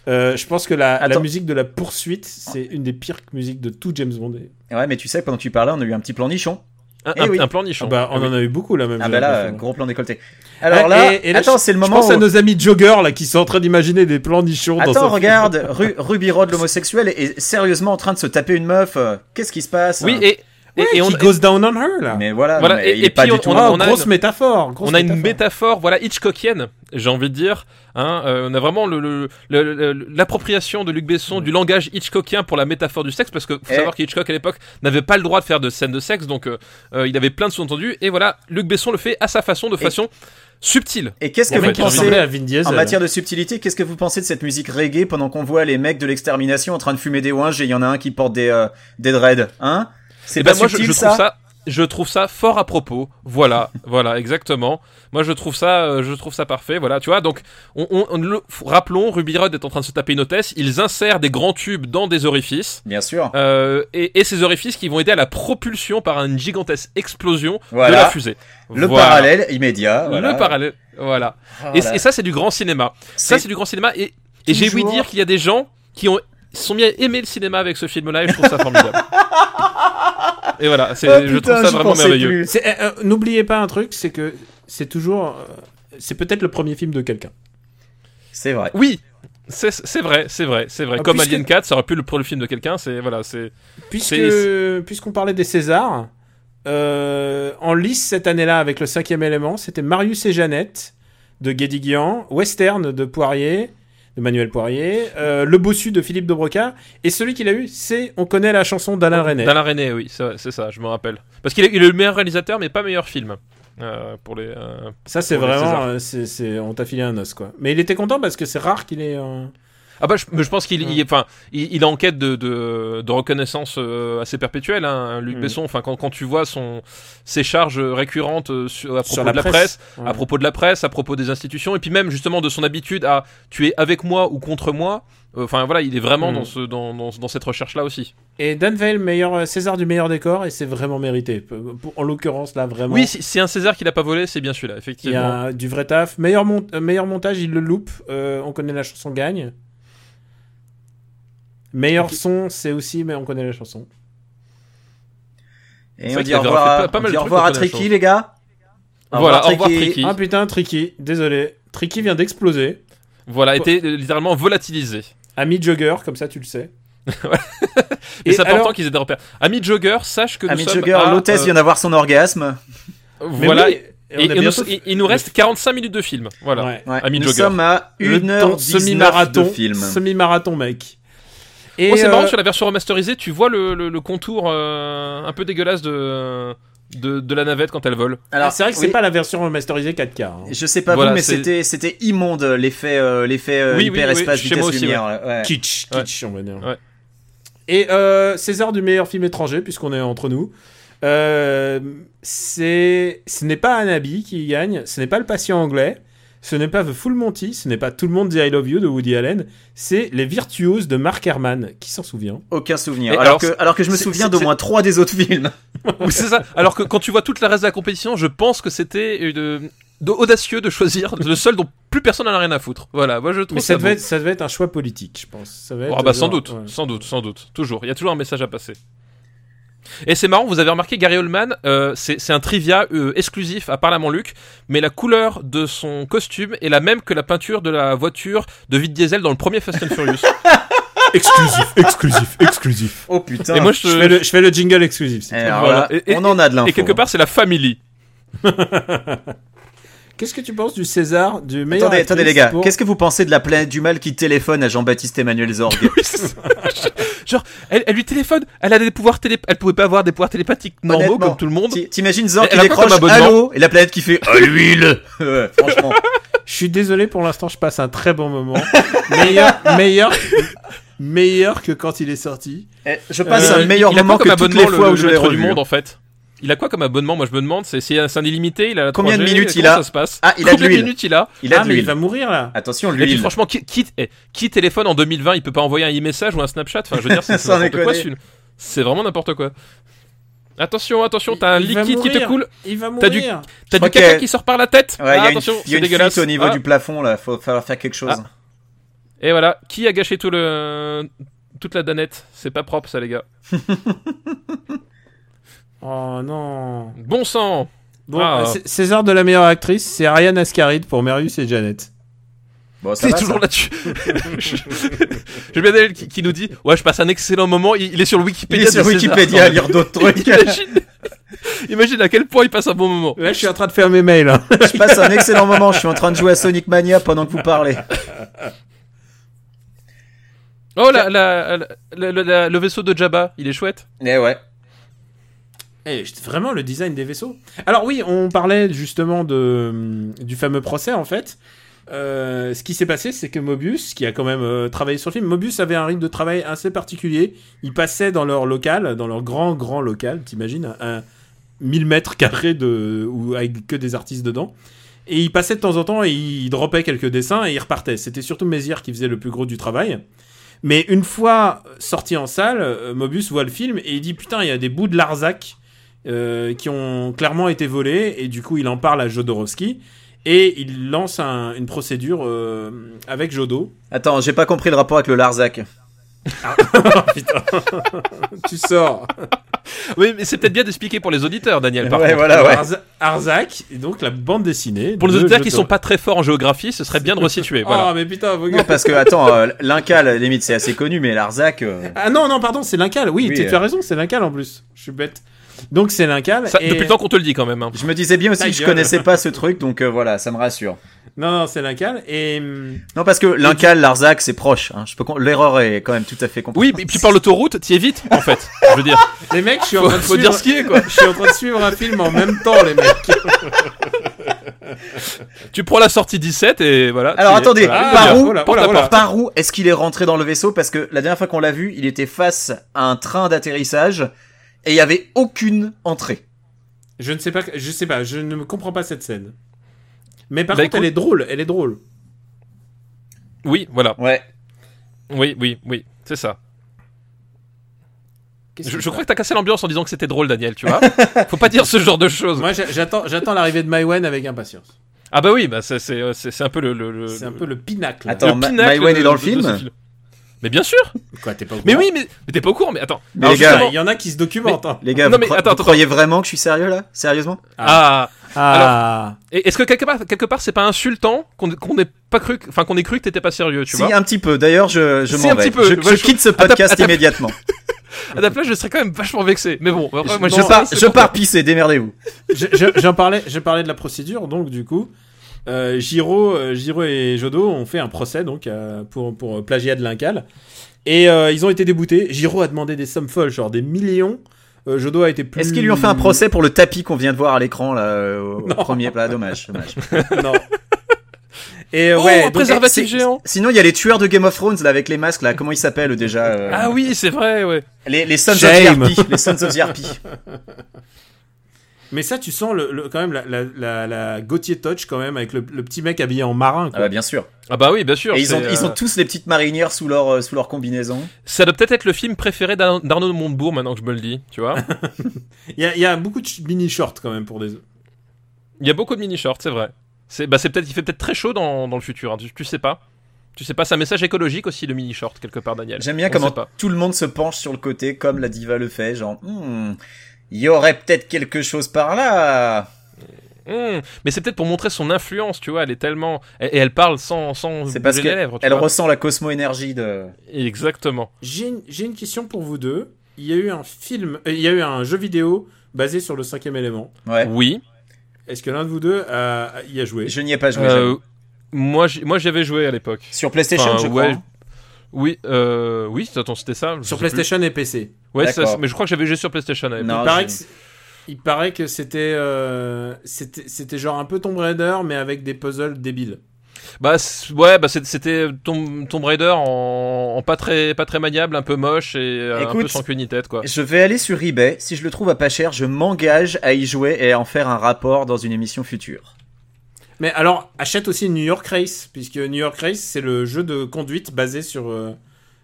[SPEAKER 2] Euh, je pense que la, la
[SPEAKER 1] Attends.
[SPEAKER 2] musique de la poursuite, c'est une des pires musiques de tout James Bond.
[SPEAKER 1] Ouais, mais tu sais que pendant que tu parlais, on a eu un petit plan nichon.
[SPEAKER 3] Un,
[SPEAKER 1] Eh
[SPEAKER 3] un-
[SPEAKER 1] oui.
[SPEAKER 3] un plan nichon.
[SPEAKER 2] Ah bah, on en a eu beaucoup là même.
[SPEAKER 1] Ah
[SPEAKER 2] j'ai
[SPEAKER 1] bah là,
[SPEAKER 2] l'impression.
[SPEAKER 1] gros plan décolleté. Alors
[SPEAKER 2] Ah,
[SPEAKER 1] là,
[SPEAKER 2] et- et là,
[SPEAKER 1] attends, c'est le
[SPEAKER 2] je
[SPEAKER 1] moment
[SPEAKER 2] pense
[SPEAKER 1] où...
[SPEAKER 2] à nos amis joggers là qui sont en train d'imaginer des plans nichons. dans
[SPEAKER 1] Attends,
[SPEAKER 2] un-
[SPEAKER 1] regarde, Ru- Ruby Rod l'homosexuel est sérieusement en train de se taper une meuf. euh, Qu'est-ce qui se passe
[SPEAKER 3] Oui, et,
[SPEAKER 2] Et,
[SPEAKER 3] et on,
[SPEAKER 2] on goes down on her là.
[SPEAKER 1] Mais voilà,
[SPEAKER 3] Voilà,
[SPEAKER 1] non, mais
[SPEAKER 3] et-
[SPEAKER 1] il
[SPEAKER 3] et
[SPEAKER 1] est pas
[SPEAKER 3] puis
[SPEAKER 1] du
[SPEAKER 3] on-
[SPEAKER 1] tout.
[SPEAKER 3] on
[SPEAKER 2] Ah,
[SPEAKER 3] a
[SPEAKER 2] grosse
[SPEAKER 3] une-
[SPEAKER 2] métaphore. grosse
[SPEAKER 3] on a une métaphore, voilà, Hitchcockienne, j'ai envie de dire. Hein, euh, on a vraiment le- le- le- le- l'appropriation de Luc Besson du langage Hitchcockien pour la métaphore du sexe, parce que faut
[SPEAKER 1] Eh.
[SPEAKER 3] savoir qu'Hitchcock à l'époque n'avait pas le droit de faire de scènes de sexe, donc euh, euh, il avait plein de sous-entendus. Et voilà, Luc Besson le fait à sa façon, de façon subtile.
[SPEAKER 1] Et qu'est-ce que
[SPEAKER 3] Bon,
[SPEAKER 1] vous
[SPEAKER 3] mec, il
[SPEAKER 1] pensez
[SPEAKER 2] ressemblait à Vin Diesel.
[SPEAKER 3] Euh,
[SPEAKER 1] En matière de subtilité, qu'est-ce que vous pensez de cette musique reggae pendant qu'on voit les mecs de l'extermination en train de fumer des wings et il y en a un qui porte des, euh, des dreads Hein C'est
[SPEAKER 3] Et
[SPEAKER 1] pas
[SPEAKER 3] ben moi je,
[SPEAKER 1] subtil
[SPEAKER 3] je trouve ça je trouve ça fort à propos. Voilà, voilà, exactement. Moi je trouve ça euh, je trouve ça parfait. Voilà, tu vois. Donc on, on- on le- rappelons Ruby Rod est en train de se taper une hôtesse, ils insèrent des grands tubes dans des orifices.
[SPEAKER 1] Bien sûr.
[SPEAKER 3] euh, et, et ces orifices qui vont aider à la propulsion par une gigantesque explosion de la
[SPEAKER 1] Voilà.
[SPEAKER 3] fusée.
[SPEAKER 1] Le
[SPEAKER 3] Voilà.
[SPEAKER 1] parallèle immédiat. voilà.
[SPEAKER 3] Le parallèle. Voilà.
[SPEAKER 1] Ah
[SPEAKER 3] Et,
[SPEAKER 1] là.
[SPEAKER 3] et ça, c'est du grand cinéma. Ça,
[SPEAKER 1] C'est-
[SPEAKER 3] c'est du grand cinéma. Et, et j'ai ouï
[SPEAKER 1] Toujours.
[SPEAKER 3] dire qu'il y a des gens qui ont se sont mis à aimer le cinéma avec ce film-là et je trouve ça formidable. et voilà, c'est-
[SPEAKER 1] Ah,
[SPEAKER 3] je
[SPEAKER 1] putain,
[SPEAKER 3] trouve ça
[SPEAKER 1] j'y
[SPEAKER 3] vraiment
[SPEAKER 1] pensais
[SPEAKER 3] merveilleux.
[SPEAKER 1] plus.
[SPEAKER 2] C'est- euh, euh, N'oubliez pas un truc, c'est que c'est toujours. euh, c'est peut-être le premier film de quelqu'un.
[SPEAKER 1] C'est vrai.
[SPEAKER 3] Oui, c'est c'est vrai, c'est vrai, c'est vrai.
[SPEAKER 2] Ah,
[SPEAKER 3] Comme
[SPEAKER 2] puisque-
[SPEAKER 3] Alien 4, ça aurait pu le pour le film de quelqu'un. C'est voilà, c'est
[SPEAKER 2] Puisque
[SPEAKER 3] C'est-
[SPEAKER 2] puisqu'on parlait des Césars, euh, en lice cette année-là avec le cinquième élément, c'était Marius et Jeannette de Guédiguian, Western de Poirier, de Manuel Poirier, euh, Le Bossu de Philippe de Broca, et celui qu'il a eu, c'est On connaît la chanson d'Alain René.
[SPEAKER 3] Alain René, oui, c'est c'est ça, je me rappelle. Parce qu'il est, il est le meilleur réalisateur, mais pas meilleur film. Euh, pour les, euh,
[SPEAKER 2] Ça c'est
[SPEAKER 3] Pour les
[SPEAKER 2] vraiment,
[SPEAKER 3] Césars.
[SPEAKER 2] euh, c'est c'est- on t'a filé un os quoi. Mais il était content parce que c'est rare qu'il ait. euh,
[SPEAKER 3] Ah bah je, mais je pense qu'il il est- enfin il, il est en quête de, de, de reconnaissance euh, assez perpétuelle hein, Luc
[SPEAKER 2] Mm.
[SPEAKER 3] Besson enfin quand, quand tu vois son ses charges récurrentes euh, sur, à propos
[SPEAKER 2] sur la
[SPEAKER 3] de la presse,
[SPEAKER 2] presse. Ouais.
[SPEAKER 3] à propos de la presse à propos des institutions et puis même justement de son habitude à tu es avec moi ou contre moi Euh, enfin voilà il est vraiment
[SPEAKER 2] Mm.
[SPEAKER 3] dans ce dans, dans, dans cette recherche là aussi
[SPEAKER 2] Et Dan Veil, meilleur euh, César du meilleur décor, et c'est vraiment mérité. P- pour- en l'occurrence, là, vraiment.
[SPEAKER 3] oui si- c'est un César qu'il a pas volé c'est bien celui-là
[SPEAKER 2] il y
[SPEAKER 3] effectivement
[SPEAKER 2] a du vrai taf. Meilleur, mon- euh, meilleur montage, il le loupe. Euh, on connaît la chanson Gagne. Meilleur son, c'est aussi, mais on connaît la chanson.
[SPEAKER 3] C'est
[SPEAKER 1] Et on
[SPEAKER 3] vrai
[SPEAKER 1] dit
[SPEAKER 3] qu'il
[SPEAKER 1] au
[SPEAKER 3] avait
[SPEAKER 1] revoir,
[SPEAKER 3] fait
[SPEAKER 1] à-
[SPEAKER 3] pas- pas
[SPEAKER 1] on
[SPEAKER 3] mal
[SPEAKER 1] dit
[SPEAKER 3] de
[SPEAKER 1] au
[SPEAKER 3] trucs
[SPEAKER 1] revoir
[SPEAKER 3] qu'on
[SPEAKER 1] à
[SPEAKER 3] connaît,
[SPEAKER 1] Tricky, les gars.
[SPEAKER 3] voilà au revoir Tricky
[SPEAKER 2] Ah putain, Tricky, désolé. Tricky vient d'exploser.
[SPEAKER 3] voilà était euh, littéralement volatilisé
[SPEAKER 2] Ami Jogger, comme ça tu le sais.
[SPEAKER 3] et
[SPEAKER 2] Et
[SPEAKER 3] c'est important
[SPEAKER 2] alors-
[SPEAKER 3] qu'ils aient des repères ami Jogger sache que nous
[SPEAKER 1] Ami
[SPEAKER 3] sommes
[SPEAKER 1] Jugger,
[SPEAKER 3] à,
[SPEAKER 1] l'hôtesse
[SPEAKER 3] euh,
[SPEAKER 1] vient d'avoir son orgasme.
[SPEAKER 2] Mais
[SPEAKER 3] voilà
[SPEAKER 2] oui, on
[SPEAKER 3] Et,
[SPEAKER 2] a
[SPEAKER 3] et
[SPEAKER 2] bientôt-
[SPEAKER 3] nous- et- il nous reste 45 minutes de film. Voilà.
[SPEAKER 2] Ouais.
[SPEAKER 1] Ouais.
[SPEAKER 3] Ami
[SPEAKER 1] Nous
[SPEAKER 3] Jugger.
[SPEAKER 1] sommes à
[SPEAKER 2] Le
[SPEAKER 1] 1h19 de
[SPEAKER 2] semi-marathon.
[SPEAKER 1] film.
[SPEAKER 2] Semi-marathon, mec. Et
[SPEAKER 3] Oh, c'est
[SPEAKER 2] euh,
[SPEAKER 3] marrant sur la version remasterisée, tu vois le, le- le contour euh, un peu dégueulasse de, de, de la navette quand elle vole.
[SPEAKER 2] ah, c'est vrai que c'est
[SPEAKER 1] oui,
[SPEAKER 2] pas la version remasterisée 4K. hein.
[SPEAKER 1] Je sais pas
[SPEAKER 3] Voilà,
[SPEAKER 1] vous, mais
[SPEAKER 3] c'est-
[SPEAKER 1] c'était c'était immonde l'effet euh, l'effet euh,
[SPEAKER 3] Oui, oui,
[SPEAKER 1] hyperespace
[SPEAKER 3] oui, chez
[SPEAKER 1] vitesse
[SPEAKER 3] moi aussi,
[SPEAKER 1] lumière. ouais.
[SPEAKER 2] kitsch,
[SPEAKER 3] Ouais.
[SPEAKER 2] kitsch, on va dire.
[SPEAKER 3] Ouais.
[SPEAKER 2] Et euh, César du meilleur film étranger, puisqu'on est entre nous. Euh, c'est, ce n'est pas Anabi qui gagne, ce n'est pas le patient anglais, ce n'est pas The Full Monty, ce n'est pas Tout le monde dit I Love You de Woody Allen, c'est Les Virtuoses de Mark Herman. Qui s'en souvient
[SPEAKER 1] Aucun souvenir.
[SPEAKER 3] Et
[SPEAKER 1] Alors,
[SPEAKER 3] alors,
[SPEAKER 1] que alors que je me
[SPEAKER 3] c'est-
[SPEAKER 1] souviens
[SPEAKER 3] c'est-
[SPEAKER 1] d'au
[SPEAKER 3] c'est-
[SPEAKER 1] moins trois des autres films.
[SPEAKER 3] Ou c'est ça. Alors que quand tu vois toute la reste de la compétition, je pense que c'était une- de- audacieux de choisir le seul dont plus personne n'en a rien à foutre. Voilà, moi je trouve
[SPEAKER 2] Mais
[SPEAKER 3] ça.
[SPEAKER 2] ça devait,
[SPEAKER 3] beau.
[SPEAKER 2] être, ça devait être un choix politique, je pense. Ça devait
[SPEAKER 3] Oh,
[SPEAKER 2] être,
[SPEAKER 3] bah,
[SPEAKER 2] euh,
[SPEAKER 3] sans
[SPEAKER 2] genre,
[SPEAKER 3] doute,
[SPEAKER 2] ouais.
[SPEAKER 3] sans doute, sans doute. Toujours. Il y a toujours un message à passer. Et c'est marrant, vous avez remarqué, Gary Oldman, euh, c'est c'est un trivia euh, exclusif à Parlement Luc, mais la couleur de son costume est la même que la peinture de la voiture de Vin Diesel dans le premier Fast and Furious.
[SPEAKER 2] Exclusif, exclusif, exclusif.
[SPEAKER 1] Oh putain.
[SPEAKER 3] et moi, je,
[SPEAKER 2] Je fais le, je fais le jingle exclusif. c'est
[SPEAKER 1] Alors,
[SPEAKER 3] Voilà.
[SPEAKER 1] voilà,
[SPEAKER 3] Et- et-
[SPEAKER 1] on en a de l'info.
[SPEAKER 3] et quelque part, c'est la family.
[SPEAKER 2] Qu'est-ce que tu penses du César, du meilleur
[SPEAKER 1] Attendez, attendez les
[SPEAKER 2] actrice
[SPEAKER 1] gars,
[SPEAKER 2] pour-
[SPEAKER 1] qu'est-ce que vous pensez de la planète du mal qui téléphone à Jean-Baptiste Emmanuel Zorg
[SPEAKER 3] Oui, c'est ça. Genre, elle, elle lui téléphone, elle a des pouvoirs télé, elle pouvait pas avoir des pouvoirs télépathiques normaux
[SPEAKER 1] Honnêtement,
[SPEAKER 3] comme tout le monde. Euh,
[SPEAKER 1] Ti- T'imagines Zorg
[SPEAKER 3] Elle-
[SPEAKER 1] qui
[SPEAKER 3] elle a quoi comme
[SPEAKER 1] décroche
[SPEAKER 3] abonnement
[SPEAKER 1] Allô et la planète qui fait à l'huile. Ouais, Franchement,
[SPEAKER 2] Je suis désolé pour l'instant, je passe un très bon moment. meilleur, meilleur, meilleur que quand il est sorti.
[SPEAKER 1] Eh, je passe
[SPEAKER 2] Euh,
[SPEAKER 1] un meilleur
[SPEAKER 3] il a
[SPEAKER 1] moment
[SPEAKER 3] quoi comme
[SPEAKER 1] que toutes les
[SPEAKER 3] abonnement le,
[SPEAKER 1] fois
[SPEAKER 3] le
[SPEAKER 1] où je l'ai
[SPEAKER 3] maître du
[SPEAKER 1] revu.
[SPEAKER 3] monde en fait. Il a quoi comme abonnement Moi je me demande, c'est c'est un c'est un illimité, il a la
[SPEAKER 1] Combien de
[SPEAKER 3] 3G,
[SPEAKER 1] minutes
[SPEAKER 3] comment
[SPEAKER 1] il a
[SPEAKER 3] ça se passe
[SPEAKER 1] Ah, il a de
[SPEAKER 3] Combien de
[SPEAKER 1] l'huile.
[SPEAKER 3] minutes il a
[SPEAKER 1] Il a
[SPEAKER 2] ah,
[SPEAKER 1] de
[SPEAKER 2] mais il
[SPEAKER 1] l'huile.
[SPEAKER 2] va mourir là.
[SPEAKER 1] Attention,
[SPEAKER 3] Et puis
[SPEAKER 1] l'huile.
[SPEAKER 3] franchement, qui, qui, eh, qui téléphone en 2020 Il peut pas envoyer un e-message ou un Snapchat Enfin, je veux dire, c'est c'est
[SPEAKER 1] Sans
[SPEAKER 3] n'importe quoi ce
[SPEAKER 1] déconner.
[SPEAKER 3] film. C'est vraiment n'importe quoi. Attention, attention, t'as un
[SPEAKER 2] Il va
[SPEAKER 3] liquide qui te
[SPEAKER 2] mourir.
[SPEAKER 3] coule,
[SPEAKER 2] Il va
[SPEAKER 3] T'as du-
[SPEAKER 2] mourir.
[SPEAKER 3] t'as du
[SPEAKER 1] crois
[SPEAKER 3] caca
[SPEAKER 1] que-
[SPEAKER 3] qui sort par la tête.
[SPEAKER 1] Ouais, il
[SPEAKER 3] Ah,
[SPEAKER 1] y a une,
[SPEAKER 3] attention,
[SPEAKER 1] il y a
[SPEAKER 3] c'est
[SPEAKER 1] une
[SPEAKER 3] dégueulasse.
[SPEAKER 1] fuite au niveau
[SPEAKER 3] Ah,
[SPEAKER 1] du plafond là, faut falloir faire quelque chose.
[SPEAKER 3] Et voilà, qui a gâché tout le toute la danette C'est pas propre ça les gars.
[SPEAKER 2] Oh non.
[SPEAKER 3] Bon sang.
[SPEAKER 2] Bon,
[SPEAKER 3] Ah.
[SPEAKER 2] euh, C- César de la meilleure actrice, c'est Ariane Ascaride pour Marius et Janet.
[SPEAKER 1] Bon, ça
[SPEAKER 3] C'est
[SPEAKER 1] va,
[SPEAKER 3] toujours
[SPEAKER 1] ça.
[SPEAKER 3] là-dessus. J'ai bien Daniel qui, qui nous dit Ouais, je passe un excellent moment. Il, il est sur le
[SPEAKER 1] Il
[SPEAKER 3] Wikipédia.
[SPEAKER 1] est sur
[SPEAKER 3] de César.
[SPEAKER 1] Wikipédia à lire d'autres trucs.
[SPEAKER 3] Imagine... Imagine à quel point il passe un bon moment.
[SPEAKER 2] Là, je suis en train de faire mes mails. hein.
[SPEAKER 1] Je passe un excellent moment. Je suis en train de jouer à Sonic Mania pendant que vous parlez.
[SPEAKER 3] Oh, la, la- la- la- la- la- le vaisseau de Jabba, il est chouette.
[SPEAKER 1] Eh ouais.
[SPEAKER 2] Eh, je- vraiment le design des vaisseaux. Alors oui, on parlait justement de, euh, du fameux procès en fait. Euh, ce qui s'est passé, c'est que Mobius, qui a quand même euh, travaillé sur le film, Mobius avait un rythme de travail assez particulier. Il passait dans leur local, dans leur grand grand local, t'imagines, un, un 1000 mètres carrés de, ou avec que des artistes dedans. Et il passait de temps en temps et il dropait quelques dessins et il repartait. C'était surtout Mézières qui faisait le plus gros du travail. Mais une fois sorti en salle, euh, Mobius voit le film et il dit putain, il y a des bouts de Larzac euh, qui ont clairement été volés et du coup il en parle à Jodorowsky et il lance un- une procédure euh, avec Jodo.
[SPEAKER 1] Attends, j'ai pas compris le rapport avec le Larzac.
[SPEAKER 2] Oh, Putain, tu sors.
[SPEAKER 3] Oui, mais c'est peut-être bien d'expliquer pour les auditeurs, Daniel. Par
[SPEAKER 1] Ouais,
[SPEAKER 3] contre.
[SPEAKER 1] voilà, ouais.
[SPEAKER 2] Arza- Arzak et donc la bande dessinée.
[SPEAKER 3] Ah, Pour les
[SPEAKER 2] de
[SPEAKER 3] auditeurs qui
[SPEAKER 2] Jodor-
[SPEAKER 3] sont pas très forts en géographie, ce serait bien de resituer. Voilà.
[SPEAKER 2] Ah mais putain, vos
[SPEAKER 1] Non,
[SPEAKER 2] gars.
[SPEAKER 1] parce que, attends, euh, l'Inca, à la limite, c'est assez connu, mais Larzac. euh,
[SPEAKER 2] Ah non non pardon, c'est l'incal. Oui,
[SPEAKER 1] Oui,
[SPEAKER 2] tu tu
[SPEAKER 1] euh.
[SPEAKER 2] as raison, c'est l'incal en plus. Je suis bête. Donc c'est l'incal.
[SPEAKER 3] Ça,
[SPEAKER 2] Ah, et-
[SPEAKER 3] Depuis le temps qu'on te le dit quand même. hein.
[SPEAKER 1] Je me disais bien aussi
[SPEAKER 2] Ta
[SPEAKER 1] que je
[SPEAKER 2] gueule.
[SPEAKER 1] connaissais pas ce truc, donc euh, voilà, ça me rassure.
[SPEAKER 2] Non non, c'est l'incal et hum,
[SPEAKER 1] Non, parce que l'Inca, Larzac, c'est proche. hein. Je peux con- L'erreur est quand même tout à fait comprise.
[SPEAKER 3] Oui, et puis par l'autoroute, t'y es vite, en fait. Je veux dire,
[SPEAKER 2] les mecs, je suis en
[SPEAKER 3] faut,
[SPEAKER 2] train de
[SPEAKER 3] faut dire
[SPEAKER 2] suivre.
[SPEAKER 3] ce qui est, quoi.
[SPEAKER 2] Je suis en train de suivre un film en même temps, les mecs.
[SPEAKER 3] Tu prends la sortie 17 et voilà.
[SPEAKER 1] Alors
[SPEAKER 3] t'y es.
[SPEAKER 1] attendez,
[SPEAKER 3] Voilà.
[SPEAKER 1] par,
[SPEAKER 2] bien.
[SPEAKER 1] où,
[SPEAKER 2] Oh là, oh
[SPEAKER 1] par-
[SPEAKER 2] là, oh
[SPEAKER 3] euh,
[SPEAKER 2] là.
[SPEAKER 1] par où est-ce qu'il est rentré dans le vaisseau Parce que la dernière fois qu'on l'a vu, il était face à un train d'atterrissage et il y avait aucune entrée.
[SPEAKER 2] Je ne sais pas, je sais pas, je ne me comprends pas cette scène. Mais par
[SPEAKER 3] Bah,
[SPEAKER 2] contre,
[SPEAKER 3] écoute-
[SPEAKER 2] elle est drôle, elle est drôle.
[SPEAKER 3] Oui, voilà.
[SPEAKER 1] Ouais.
[SPEAKER 3] Oui, oui, oui. C'est ça.
[SPEAKER 2] Qu'est-ce
[SPEAKER 3] Je,
[SPEAKER 2] que-
[SPEAKER 3] je crois que t'as cassé l'ambiance en disant que c'était drôle, Daniel, tu vois. Faut pas dire ce genre de choses.
[SPEAKER 2] Moi, j'a- j'attends, j'attends l'arrivée de Maïwen avec impatience.
[SPEAKER 3] Ah bah oui, bah c'est- c'est euh, c'est- c'est un peu le, le, le-
[SPEAKER 2] C'est un peu le pinacle.
[SPEAKER 1] Attends. Ma-
[SPEAKER 3] pinacle
[SPEAKER 1] Maïwenn
[SPEAKER 3] de-
[SPEAKER 1] est dans le
[SPEAKER 3] de-
[SPEAKER 1] film
[SPEAKER 3] de ce Mais bien sûr
[SPEAKER 2] Quoi, t'es pas au
[SPEAKER 3] Mais
[SPEAKER 2] courant
[SPEAKER 3] oui, mais, mais t'es pas au courant, mais attends.
[SPEAKER 1] Mais
[SPEAKER 3] Alors
[SPEAKER 1] les gars-
[SPEAKER 3] justement-
[SPEAKER 2] il y en a qui se documentent. hein.
[SPEAKER 1] Les gars,
[SPEAKER 3] Non,
[SPEAKER 1] vous,
[SPEAKER 3] mais
[SPEAKER 1] cro-
[SPEAKER 3] attends,
[SPEAKER 1] vous
[SPEAKER 3] attends.
[SPEAKER 1] croyez vraiment que je suis sérieux là Sérieusement
[SPEAKER 3] Ah,
[SPEAKER 2] Ah.
[SPEAKER 3] Et est-ce que quelque part, quelque part c'est pas insultant qu'on qu'on ait pas cru, que- enfin qu'on ait cru que t'étais pas sérieux, tu
[SPEAKER 1] Si, hein.
[SPEAKER 3] vois
[SPEAKER 1] un petit peu. D'ailleurs, je, je
[SPEAKER 3] Si,
[SPEAKER 1] m'en
[SPEAKER 3] un
[SPEAKER 1] vais.
[SPEAKER 3] petit peu.
[SPEAKER 1] Je,
[SPEAKER 3] Moi,
[SPEAKER 1] je
[SPEAKER 3] je-
[SPEAKER 1] quitte ce
[SPEAKER 3] Attends,
[SPEAKER 1] podcast
[SPEAKER 3] attends.
[SPEAKER 1] immédiatement.
[SPEAKER 3] À ta place, je serais quand même vachement vexé. Mais bon, après, moi,
[SPEAKER 1] je
[SPEAKER 3] je
[SPEAKER 1] pars,
[SPEAKER 3] c'est
[SPEAKER 1] je
[SPEAKER 3] pour
[SPEAKER 1] pars pisser, démerdez-vous.
[SPEAKER 2] Je- je- j'en parlais, je parlais de la procédure, donc du coup, euh, Giro, euh, Giro et Jodo ont fait un procès donc euh, pour pour plagiat de l'incal, et euh, ils ont été déboutés. Giro a demandé des sommes folles, genre des millions. Euh, Jodo a été plus.
[SPEAKER 1] Est-ce qu'ils lui ont fait un procès pour le tapis qu'on vient de voir à l'écran là euh, au au premier plat Dommage, dommage.
[SPEAKER 2] Non. Et euh,
[SPEAKER 3] Oh,
[SPEAKER 2] ouais,
[SPEAKER 3] un
[SPEAKER 2] donc-
[SPEAKER 3] préservatif
[SPEAKER 2] c'est-
[SPEAKER 3] géant
[SPEAKER 1] Sinon, il y a les tueurs de Game of Thrones là avec les masques là. Comment ils s'appellent déjà euh,
[SPEAKER 3] Ah oui, c'est vrai, ouais.
[SPEAKER 1] Les, les Sons of
[SPEAKER 2] Shame.
[SPEAKER 1] the Les Sons of the RP.
[SPEAKER 2] Mais ça, tu sens le, le- quand même la, la, la, la Gauthier Touch, quand même, avec le, le petit mec habillé en marin.
[SPEAKER 1] Ah
[SPEAKER 2] Quoi.
[SPEAKER 1] bah bien sûr.
[SPEAKER 3] Ah bah oui, bien sûr.
[SPEAKER 1] Et ils ont,
[SPEAKER 3] c'est,
[SPEAKER 1] ils
[SPEAKER 3] euh,
[SPEAKER 1] ont tous les petites marinières sous leur, euh, sous leur combinaison.
[SPEAKER 3] Ça doit peut-être être le film préféré d'Ar- d'Arnaud de Montebourg, maintenant que je me le dis, tu vois.
[SPEAKER 2] Il y, a, il y a beaucoup de mini-shorts, quand même, pour des.
[SPEAKER 3] Il y a beaucoup de mini-shorts, c'est vrai. C'est bah, c'est peut-être, il fait peut-être très chaud dans, dans le futur, hein, tu, tu sais pas. Tu sais pas, c'est un message écologique aussi, le mini-short, quelque part, Daniel.
[SPEAKER 1] J'aime bien
[SPEAKER 3] On
[SPEAKER 1] comment
[SPEAKER 3] sait pas.
[SPEAKER 1] tout le monde se penche sur le côté, comme la diva le fait, genre, Hmm, il y aurait peut-être quelque chose par là.
[SPEAKER 3] Hum, Mais c'est peut-être pour montrer son influence, tu vois, elle est tellement... Et, et elle parle sans, sans
[SPEAKER 1] C'est parce
[SPEAKER 3] bouger
[SPEAKER 1] que
[SPEAKER 3] les lèvres, tu
[SPEAKER 1] elle
[SPEAKER 3] vois.
[SPEAKER 1] ressent la cosmo-énergie de...
[SPEAKER 3] Exactement.
[SPEAKER 2] J'ai une, j'ai une question pour vous deux. Il y a eu un film, euh, il y a eu un jeu vidéo basé sur le cinquième élément.
[SPEAKER 1] Ouais.
[SPEAKER 3] Oui.
[SPEAKER 2] Est-ce que l'un de vous deux euh, y a joué
[SPEAKER 1] Je n'y ai pas joué.
[SPEAKER 3] Euh,
[SPEAKER 1] j'avoue.
[SPEAKER 3] moi, j'y- moi, j'avais joué à l'époque.
[SPEAKER 1] Sur PlayStation,
[SPEAKER 3] Enfin,
[SPEAKER 1] je
[SPEAKER 3] ouais,
[SPEAKER 1] crois.
[SPEAKER 3] Oui, euh, oui, attends, c'était ça. je sais
[SPEAKER 2] Sur
[SPEAKER 3] plus.
[SPEAKER 2] PlayStation et PC.
[SPEAKER 3] Ouais, ça,
[SPEAKER 1] D'accord.
[SPEAKER 3] c'est- mais je crois que j'avais joué sur PlayStation. à l'époque.
[SPEAKER 1] Non,
[SPEAKER 2] il, paraît
[SPEAKER 1] je-
[SPEAKER 2] que c'est- il paraît que c'était, euh, c'était, c'était genre un peu Tomb Raider, mais avec des puzzles débiles.
[SPEAKER 3] Bah c- ouais, bah c'est- c'était Tomb, Tomb Raider en, en pas très pas très maniable, un peu moche et euh, un
[SPEAKER 1] Écoute,
[SPEAKER 3] peu sans queue ni tête quoi.
[SPEAKER 1] Je vais aller sur eBay. Si je le trouve à pas cher, je m'engage à y jouer et à en faire un rapport dans une émission future.
[SPEAKER 2] Mais alors, achète aussi New York Race, puisque New York Race, c'est le jeu de conduite basé sur, euh,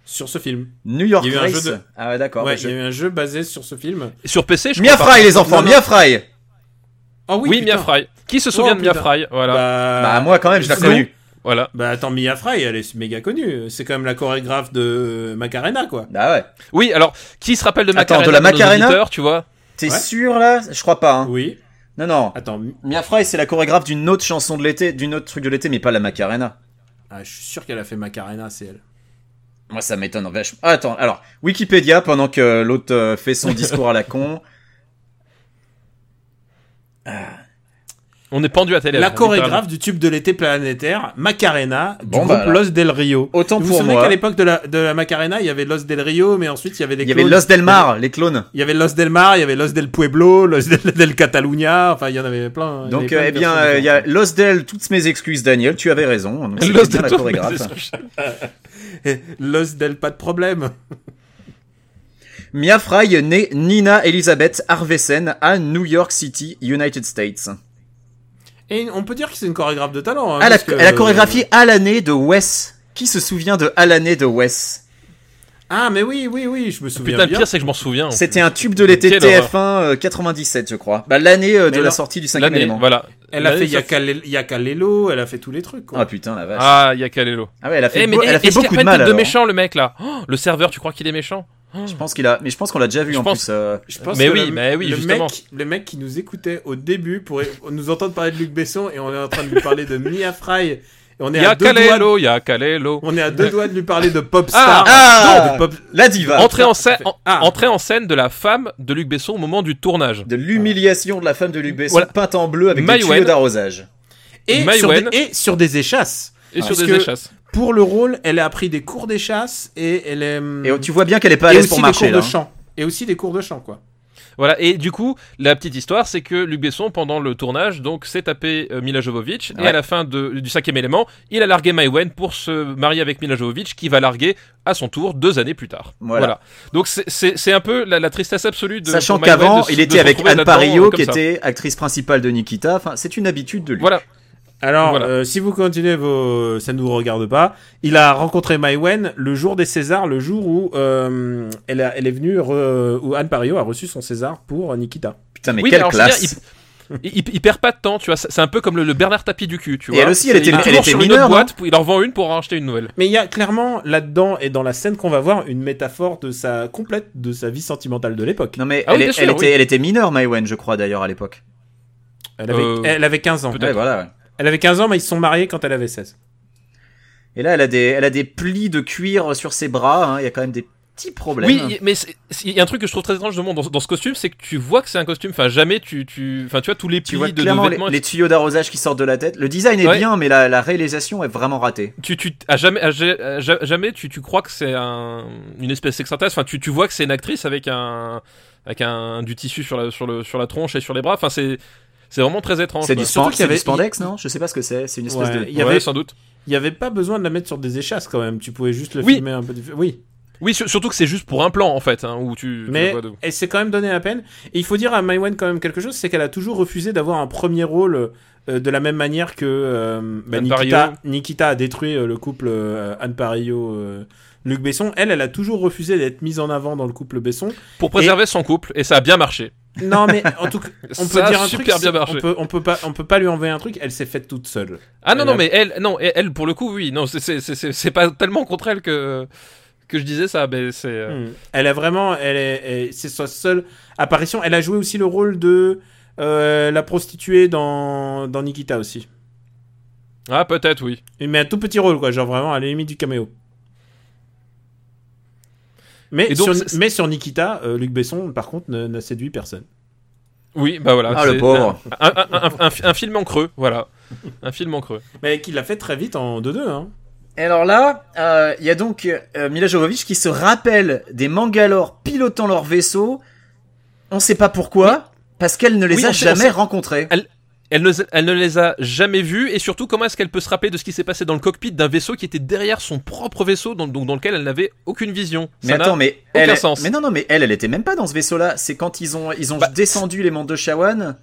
[SPEAKER 2] sur ce film.
[SPEAKER 1] New York
[SPEAKER 2] Il y a eu un
[SPEAKER 1] Race.
[SPEAKER 2] jeu de-
[SPEAKER 1] Ah ouais, d'accord.
[SPEAKER 2] ouais,
[SPEAKER 1] bah, je-
[SPEAKER 2] il y a eu un jeu basé sur ce film.
[SPEAKER 3] Et Sur PC, je
[SPEAKER 1] Mia
[SPEAKER 3] crois pas.
[SPEAKER 1] Fry, les enfants,
[SPEAKER 2] Non, Euh, non.
[SPEAKER 1] Mia Fry.
[SPEAKER 2] Ah
[SPEAKER 3] Oui, Mia Fry. Qui se souvient
[SPEAKER 2] Oh,
[SPEAKER 3] de Mia
[SPEAKER 2] putain.
[SPEAKER 3] Fry Voilà,
[SPEAKER 2] Bah,
[SPEAKER 1] Bah, moi quand même, je l'ai
[SPEAKER 2] sinon-
[SPEAKER 1] reconnu.
[SPEAKER 3] voilà.
[SPEAKER 2] Bah, attends, Mia Fry, elle est méga connue. C'est quand même la chorégraphe de Macarena, quoi.
[SPEAKER 1] Ah ouais.
[SPEAKER 3] Oui, alors qui se rappelle de
[SPEAKER 1] Attends,
[SPEAKER 3] Macarena
[SPEAKER 1] de la
[SPEAKER 3] nos
[SPEAKER 1] Macarena
[SPEAKER 3] auditeurs, tu vois
[SPEAKER 1] T'es
[SPEAKER 2] Ouais.
[SPEAKER 1] sûr là Je crois pas. Hein.
[SPEAKER 2] Oui.
[SPEAKER 1] Non, non.
[SPEAKER 2] Attends. mi-
[SPEAKER 1] Mia Fry, c'est la chorégraphe d'une autre chanson de l'été, d'une autre truc de l'été, mais pas la Macarena.
[SPEAKER 2] Ah, je suis sûr qu'elle a fait Macarena, c'est elle.
[SPEAKER 1] Moi, ça m'étonne vachement. Ah, attends, alors, Wikipédia, pendant que l'autre euh, fait son discours à la con. Ah,
[SPEAKER 3] On est pendu à télé.
[SPEAKER 2] La chorégraphe du tube de l'été planétaire, Macarena, du
[SPEAKER 1] Bon, bah
[SPEAKER 2] groupe
[SPEAKER 1] alors.
[SPEAKER 2] Los Del Rio.
[SPEAKER 1] Autant
[SPEAKER 2] vous
[SPEAKER 1] pour
[SPEAKER 2] vous souvenez
[SPEAKER 1] moi.
[SPEAKER 2] qu'à l'époque de la, de la Macarena, il y avait Los Del Rio, mais ensuite il y avait les
[SPEAKER 1] Il y avait
[SPEAKER 2] clones.
[SPEAKER 1] Los Del Mar, les clones.
[SPEAKER 2] Il y avait Los Del Mar, il y avait Los del Pueblo, Los del, del Catalunya, enfin il y en avait plein. il y avait
[SPEAKER 1] Donc,
[SPEAKER 2] plein
[SPEAKER 1] euh,
[SPEAKER 2] de
[SPEAKER 1] eh bien,
[SPEAKER 2] versions
[SPEAKER 1] euh, il y a
[SPEAKER 2] différentes.
[SPEAKER 1] Los Del, toutes mes excuses, Daniel, tu avais raison. Donc, c'était
[SPEAKER 3] Los
[SPEAKER 1] bien
[SPEAKER 3] de
[SPEAKER 1] la
[SPEAKER 3] Tour-
[SPEAKER 1] chorégraphe.
[SPEAKER 2] Los del pas de problème.
[SPEAKER 1] Mia Fry, née Nina Elizabeth Arvesen à New York City, United States.
[SPEAKER 2] Et on peut dire que c'est une chorégraphe de talent. hein,
[SPEAKER 1] Elle a,
[SPEAKER 2] Ah, parce que-
[SPEAKER 1] Ah, elle a chorégraphié À l'année de Wes. Qui se souvient de À l'année de Wes
[SPEAKER 2] Ah mais oui, oui, oui, je me souviens
[SPEAKER 3] Putain, le
[SPEAKER 2] bien.
[SPEAKER 3] pire, c'est que je m'en
[SPEAKER 2] Oh,
[SPEAKER 3] souviens.
[SPEAKER 1] C'était un tube de l'été
[SPEAKER 3] Quelle
[SPEAKER 1] TF1 euh, 97, je crois. Bah, l'année euh, de
[SPEAKER 2] Mais
[SPEAKER 1] la
[SPEAKER 2] non,
[SPEAKER 1] sortie du cinquième
[SPEAKER 3] L'année,
[SPEAKER 1] élément.
[SPEAKER 3] voilà.
[SPEAKER 2] Elle a
[SPEAKER 3] L'année,
[SPEAKER 2] fait
[SPEAKER 3] ça-
[SPEAKER 2] Yakale- Yakalelo, elle a fait tous les trucs. Quoi.
[SPEAKER 1] Ah putain, la vache. Ah,
[SPEAKER 3] Ah, Yakalelo.
[SPEAKER 1] ouais, elle a fait,
[SPEAKER 3] Eh, mais
[SPEAKER 1] beau- elle a fait
[SPEAKER 3] est-ce qu'il a
[SPEAKER 1] beaucoup
[SPEAKER 3] pas
[SPEAKER 1] de
[SPEAKER 3] une
[SPEAKER 1] mal.
[SPEAKER 3] tête de
[SPEAKER 1] alors. hein.
[SPEAKER 3] méchant, le mec, là. Oh, le serveur, tu crois qu'il est méchant
[SPEAKER 1] Je pense qu'il a, mais je pense qu'on l'a déjà vu
[SPEAKER 3] Je
[SPEAKER 1] en
[SPEAKER 3] pense-
[SPEAKER 1] plus. euh,
[SPEAKER 2] Je pense
[SPEAKER 3] Mais
[SPEAKER 2] que
[SPEAKER 3] oui,
[SPEAKER 2] le,
[SPEAKER 3] mais oui,
[SPEAKER 2] le
[SPEAKER 3] justement.
[SPEAKER 2] Mec, le mec qui nous écoutait au début pour nous entendre parler de Luc Besson et on est en train de lui parler de Mia Fry. Et on est à deux doigts. de-
[SPEAKER 3] Yakalelo, Yakalelo.
[SPEAKER 2] On est à deux doigts de lui parler de Popstar.
[SPEAKER 1] Ah,
[SPEAKER 2] Non, de Pop-
[SPEAKER 1] La diva.
[SPEAKER 3] Entrée en, scène,
[SPEAKER 2] parfait. Ah.
[SPEAKER 3] entrée en scène de la femme de Luc Besson au moment du tournage.
[SPEAKER 1] De l'humiliation de la femme de Luc Besson
[SPEAKER 3] Voilà.
[SPEAKER 1] peinte en bleu avec des
[SPEAKER 3] Maïwenn.
[SPEAKER 1] tuyaux d'arrosage.
[SPEAKER 2] et, sur
[SPEAKER 3] Maïwenn.
[SPEAKER 2] des, et sur des échasses.
[SPEAKER 3] Et
[SPEAKER 1] Ah,
[SPEAKER 3] sur
[SPEAKER 2] parce
[SPEAKER 3] des
[SPEAKER 2] que-
[SPEAKER 3] échasses.
[SPEAKER 2] Pour le rôle, elle a appris des cours d'échasse et elle est. hum,
[SPEAKER 1] Et tu vois bien qu'elle est pas à
[SPEAKER 2] et
[SPEAKER 1] l'aise
[SPEAKER 2] aussi
[SPEAKER 1] pour
[SPEAKER 2] des
[SPEAKER 1] marcher
[SPEAKER 2] cours
[SPEAKER 1] là. hein.
[SPEAKER 2] de chant. Et aussi des cours de chant, quoi.
[SPEAKER 3] Voilà. Et du coup, la petite histoire, c'est que Luc Besson, pendant le tournage, donc, s'est tapé euh, Mila Jovovich.
[SPEAKER 1] Ouais.
[SPEAKER 3] Et à la fin de- du cinquième élément, il a largué Maïwen pour se marier avec Mila Jovovich, qui va larguer à son tour deux années plus tard.
[SPEAKER 1] Voilà.
[SPEAKER 3] Donc, c'est- c'est c'est un peu la, la tristesse absolue de.
[SPEAKER 1] Sachant
[SPEAKER 3] pour Maïwenn de
[SPEAKER 1] qu'avant,
[SPEAKER 3] se-
[SPEAKER 1] il
[SPEAKER 3] de
[SPEAKER 1] était
[SPEAKER 3] se
[SPEAKER 1] avec
[SPEAKER 3] retrouver
[SPEAKER 1] Anne
[SPEAKER 3] là-dedans,
[SPEAKER 1] Parillo,
[SPEAKER 3] euh,
[SPEAKER 1] qui
[SPEAKER 3] comme ça.
[SPEAKER 1] était actrice principale de Nikita. Enfin, c'est une habitude de lui.
[SPEAKER 3] Voilà.
[SPEAKER 2] Alors,
[SPEAKER 3] Voilà.
[SPEAKER 2] euh, si vous continuez vos, ça ne vous regarde pas. Il a rencontré Maïwen le jour des Césars, le jour où euh, elle, a- elle est venue, re- où Anne Pario a reçu son César pour Nikita.
[SPEAKER 1] Putain, mais
[SPEAKER 3] Oui, mais
[SPEAKER 1] quelle
[SPEAKER 3] alors,
[SPEAKER 1] classe.
[SPEAKER 3] c'est-à-dire, il, il- il perd pas de temps, tu vois. C'est c'est un peu comme le, le Bernard Tapie du cul, tu
[SPEAKER 1] Et
[SPEAKER 3] vois.
[SPEAKER 1] elle aussi, elle
[SPEAKER 3] C'est-
[SPEAKER 1] était-
[SPEAKER 3] il est
[SPEAKER 1] elle
[SPEAKER 3] toujours
[SPEAKER 1] était
[SPEAKER 3] sur une
[SPEAKER 1] mineure, hein.
[SPEAKER 3] autre boîte, il en vend une pour en acheter une nouvelle.
[SPEAKER 2] Mais il y a clairement là-dedans et dans la scène qu'on va voir une métaphore de sa complète de sa vie sentimentale de l'époque.
[SPEAKER 1] Non mais
[SPEAKER 3] Ah oui,
[SPEAKER 1] elle, est-
[SPEAKER 3] bien sûr,
[SPEAKER 1] elle
[SPEAKER 3] oui.
[SPEAKER 1] était, elle était mineure, Maïwen, je crois d'ailleurs à l'époque.
[SPEAKER 2] Elle avait,
[SPEAKER 3] Euh,
[SPEAKER 2] elle avait 15 ans.
[SPEAKER 3] peut-être.
[SPEAKER 1] Ouais, voilà. ouais.
[SPEAKER 2] Elle avait 15 ans, mais ils se sont mariés quand elle avait 16.
[SPEAKER 1] Et là, elle a des, elle a des plis de cuir sur ses bras. hein, Il y a quand même des petits problèmes.
[SPEAKER 3] Oui, il- mais c'est- c'est- il y a un truc que je trouve très étrange de mon- dans, dans ce costume, c'est que tu vois que c'est un costume. Enfin, jamais tu, tu, enfin, tu vois tous les
[SPEAKER 1] tu
[SPEAKER 3] plis
[SPEAKER 1] vois
[SPEAKER 3] de, de
[SPEAKER 1] clairement les,
[SPEAKER 3] vêtements.
[SPEAKER 1] les tuyaux d'arrosage qui sortent de la tête. Le design est
[SPEAKER 3] Ouais.
[SPEAKER 1] bien, mais la, la réalisation est vraiment ratée.
[SPEAKER 3] Tu, tu, à jamais, à ja- à ja- jamais, tu, tu crois que c'est un, une espèce extraterrestre. Enfin, tu, tu vois que c'est une actrice avec un, avec un du tissu sur la, sur le, sur la tronche et sur les bras. Enfin, c'est, c'est vraiment très étrange.
[SPEAKER 1] C'est du,
[SPEAKER 3] quoi.
[SPEAKER 2] Surtout
[SPEAKER 1] span-
[SPEAKER 2] qu'il y
[SPEAKER 1] c'est du
[SPEAKER 2] avait-
[SPEAKER 1] spandex, non Je sais pas ce que c'est. C'est une espèce
[SPEAKER 2] Ouais.
[SPEAKER 1] de.
[SPEAKER 2] Il y
[SPEAKER 3] Ouais,
[SPEAKER 2] avait-
[SPEAKER 3] sans doute.
[SPEAKER 2] Il n'y avait pas besoin de la mettre sur des échasses quand même. Tu pouvais juste le
[SPEAKER 3] Oui.
[SPEAKER 2] filmer un peu. dif- Oui.
[SPEAKER 3] Oui, sur- surtout que c'est juste pour un plan en fait, hein, où tu. tu le
[SPEAKER 2] Mais
[SPEAKER 3] vois de-
[SPEAKER 2] elle s'est quand même donné la peine. Et il faut dire à Maïwen quand même quelque chose, c'est qu'elle a toujours refusé d'avoir un premier rôle euh, de la même manière que euh, bah,
[SPEAKER 3] Anne
[SPEAKER 2] Nikita,
[SPEAKER 3] Parillo.
[SPEAKER 2] Nikita a détruit euh, le couple euh, Anne Parillo. euh, Luc Besson, elle, elle a toujours refusé d'être mise en avant dans le couple Besson.
[SPEAKER 3] pour préserver son couple et ça a bien marché.
[SPEAKER 2] Non, mais en tout cas, on peut
[SPEAKER 3] Ça a
[SPEAKER 2] dire un
[SPEAKER 3] super
[SPEAKER 2] truc. c'est-
[SPEAKER 3] bien marché.
[SPEAKER 2] On peut, on peut pas, on peut pas lui envoyer un truc. Elle s'est faite toute seule.
[SPEAKER 3] Ah non
[SPEAKER 2] Elle
[SPEAKER 3] non
[SPEAKER 2] a-
[SPEAKER 3] mais elle non et- elle pour le coup oui non c'est- c'est c'est- c'est c'est pas tellement contre elle que que je disais ça mais c'est euh,
[SPEAKER 2] Hmm. Elle a vraiment, elle est, elle- c'est sa seule apparition. Elle a joué aussi le rôle de euh, la prostituée dans, dans Nikita aussi.
[SPEAKER 3] ah peut-être oui
[SPEAKER 2] Mais un tout petit rôle, quoi, genre vraiment à la limite du caméo. Mais,
[SPEAKER 3] Et donc,
[SPEAKER 2] sur,
[SPEAKER 3] c'est-
[SPEAKER 2] mais sur Nikita, euh, Luc Besson, par contre, ne- n'a séduit personne.
[SPEAKER 3] oui bah voilà
[SPEAKER 1] Ah le
[SPEAKER 3] c'est
[SPEAKER 1] pauvre.
[SPEAKER 3] un, un- un- un- un fi- un film en creux voilà un film en creux
[SPEAKER 2] Mais qu'il l'a fait très vite en 2-2. Hein.
[SPEAKER 1] Et alors là, euh, il y a donc euh, Mila Jovovich qui se rappelle des Mangalore pilotant leur vaisseau. On sait pas pourquoi, parce qu'elle ne les
[SPEAKER 3] Oui,
[SPEAKER 1] a
[SPEAKER 3] on sait- on
[SPEAKER 1] jamais
[SPEAKER 3] sait-
[SPEAKER 1] rencontrés.
[SPEAKER 3] elle ne, elle ne les a jamais vus et surtout comment est-ce qu'elle peut se rappeler de ce qui s'est passé dans le cockpit d'un vaisseau qui était derrière son propre vaisseau donc donc dans lequel elle n'avait aucune vision
[SPEAKER 1] Mais
[SPEAKER 3] Ça n'a-
[SPEAKER 1] attends, mais elle, elle-
[SPEAKER 3] sens.
[SPEAKER 1] mais non, non, mais elle, elle était même pas dans ce vaisseau-là. C'est quand ils ont, ils ont
[SPEAKER 3] Bah,
[SPEAKER 1] descendu les mondes de Shawan.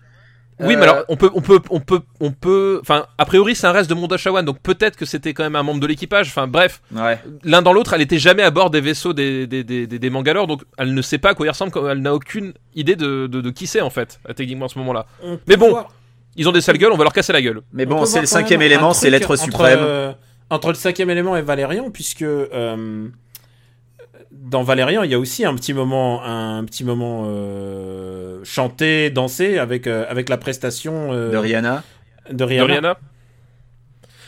[SPEAKER 3] Oui,
[SPEAKER 1] Euh,
[SPEAKER 3] mais alors on peut, on peut, on peut, on peut. Enfin, a priori, c'est un reste de Mondashawan, donc peut-être que c'était quand même un membre de l'équipage. Enfin, bref,
[SPEAKER 1] Euh, Ouais.
[SPEAKER 3] l'un dans l'autre, elle était jamais à bord des vaisseaux des, des, des, des, des Mangalore, donc elle ne sait pas à quoi il ressemble, comme elle n'a aucune idée de, de, de qui c'est en fait, techniquement à ce moment-là.
[SPEAKER 2] On peut
[SPEAKER 3] Mais bon,
[SPEAKER 2] voir-
[SPEAKER 3] Ils ont des sales gueules, on va leur casser la gueule.
[SPEAKER 1] Mais
[SPEAKER 2] on
[SPEAKER 1] bon,
[SPEAKER 2] peut
[SPEAKER 1] c'est
[SPEAKER 2] voir
[SPEAKER 1] le
[SPEAKER 2] quand même
[SPEAKER 1] cinquième
[SPEAKER 2] un
[SPEAKER 1] élément, c'est
[SPEAKER 2] truc
[SPEAKER 1] l'être
[SPEAKER 2] entre,
[SPEAKER 1] suprême.
[SPEAKER 2] euh, entre le cinquième élément et Valérian, puisque euh, dans Valérian, il y a aussi un petit moment, un petit moment euh, chanté, dansé avec, euh, avec la prestation euh,
[SPEAKER 1] De Rihanna.
[SPEAKER 2] de
[SPEAKER 3] De
[SPEAKER 2] Rihanna.
[SPEAKER 3] Rihanna.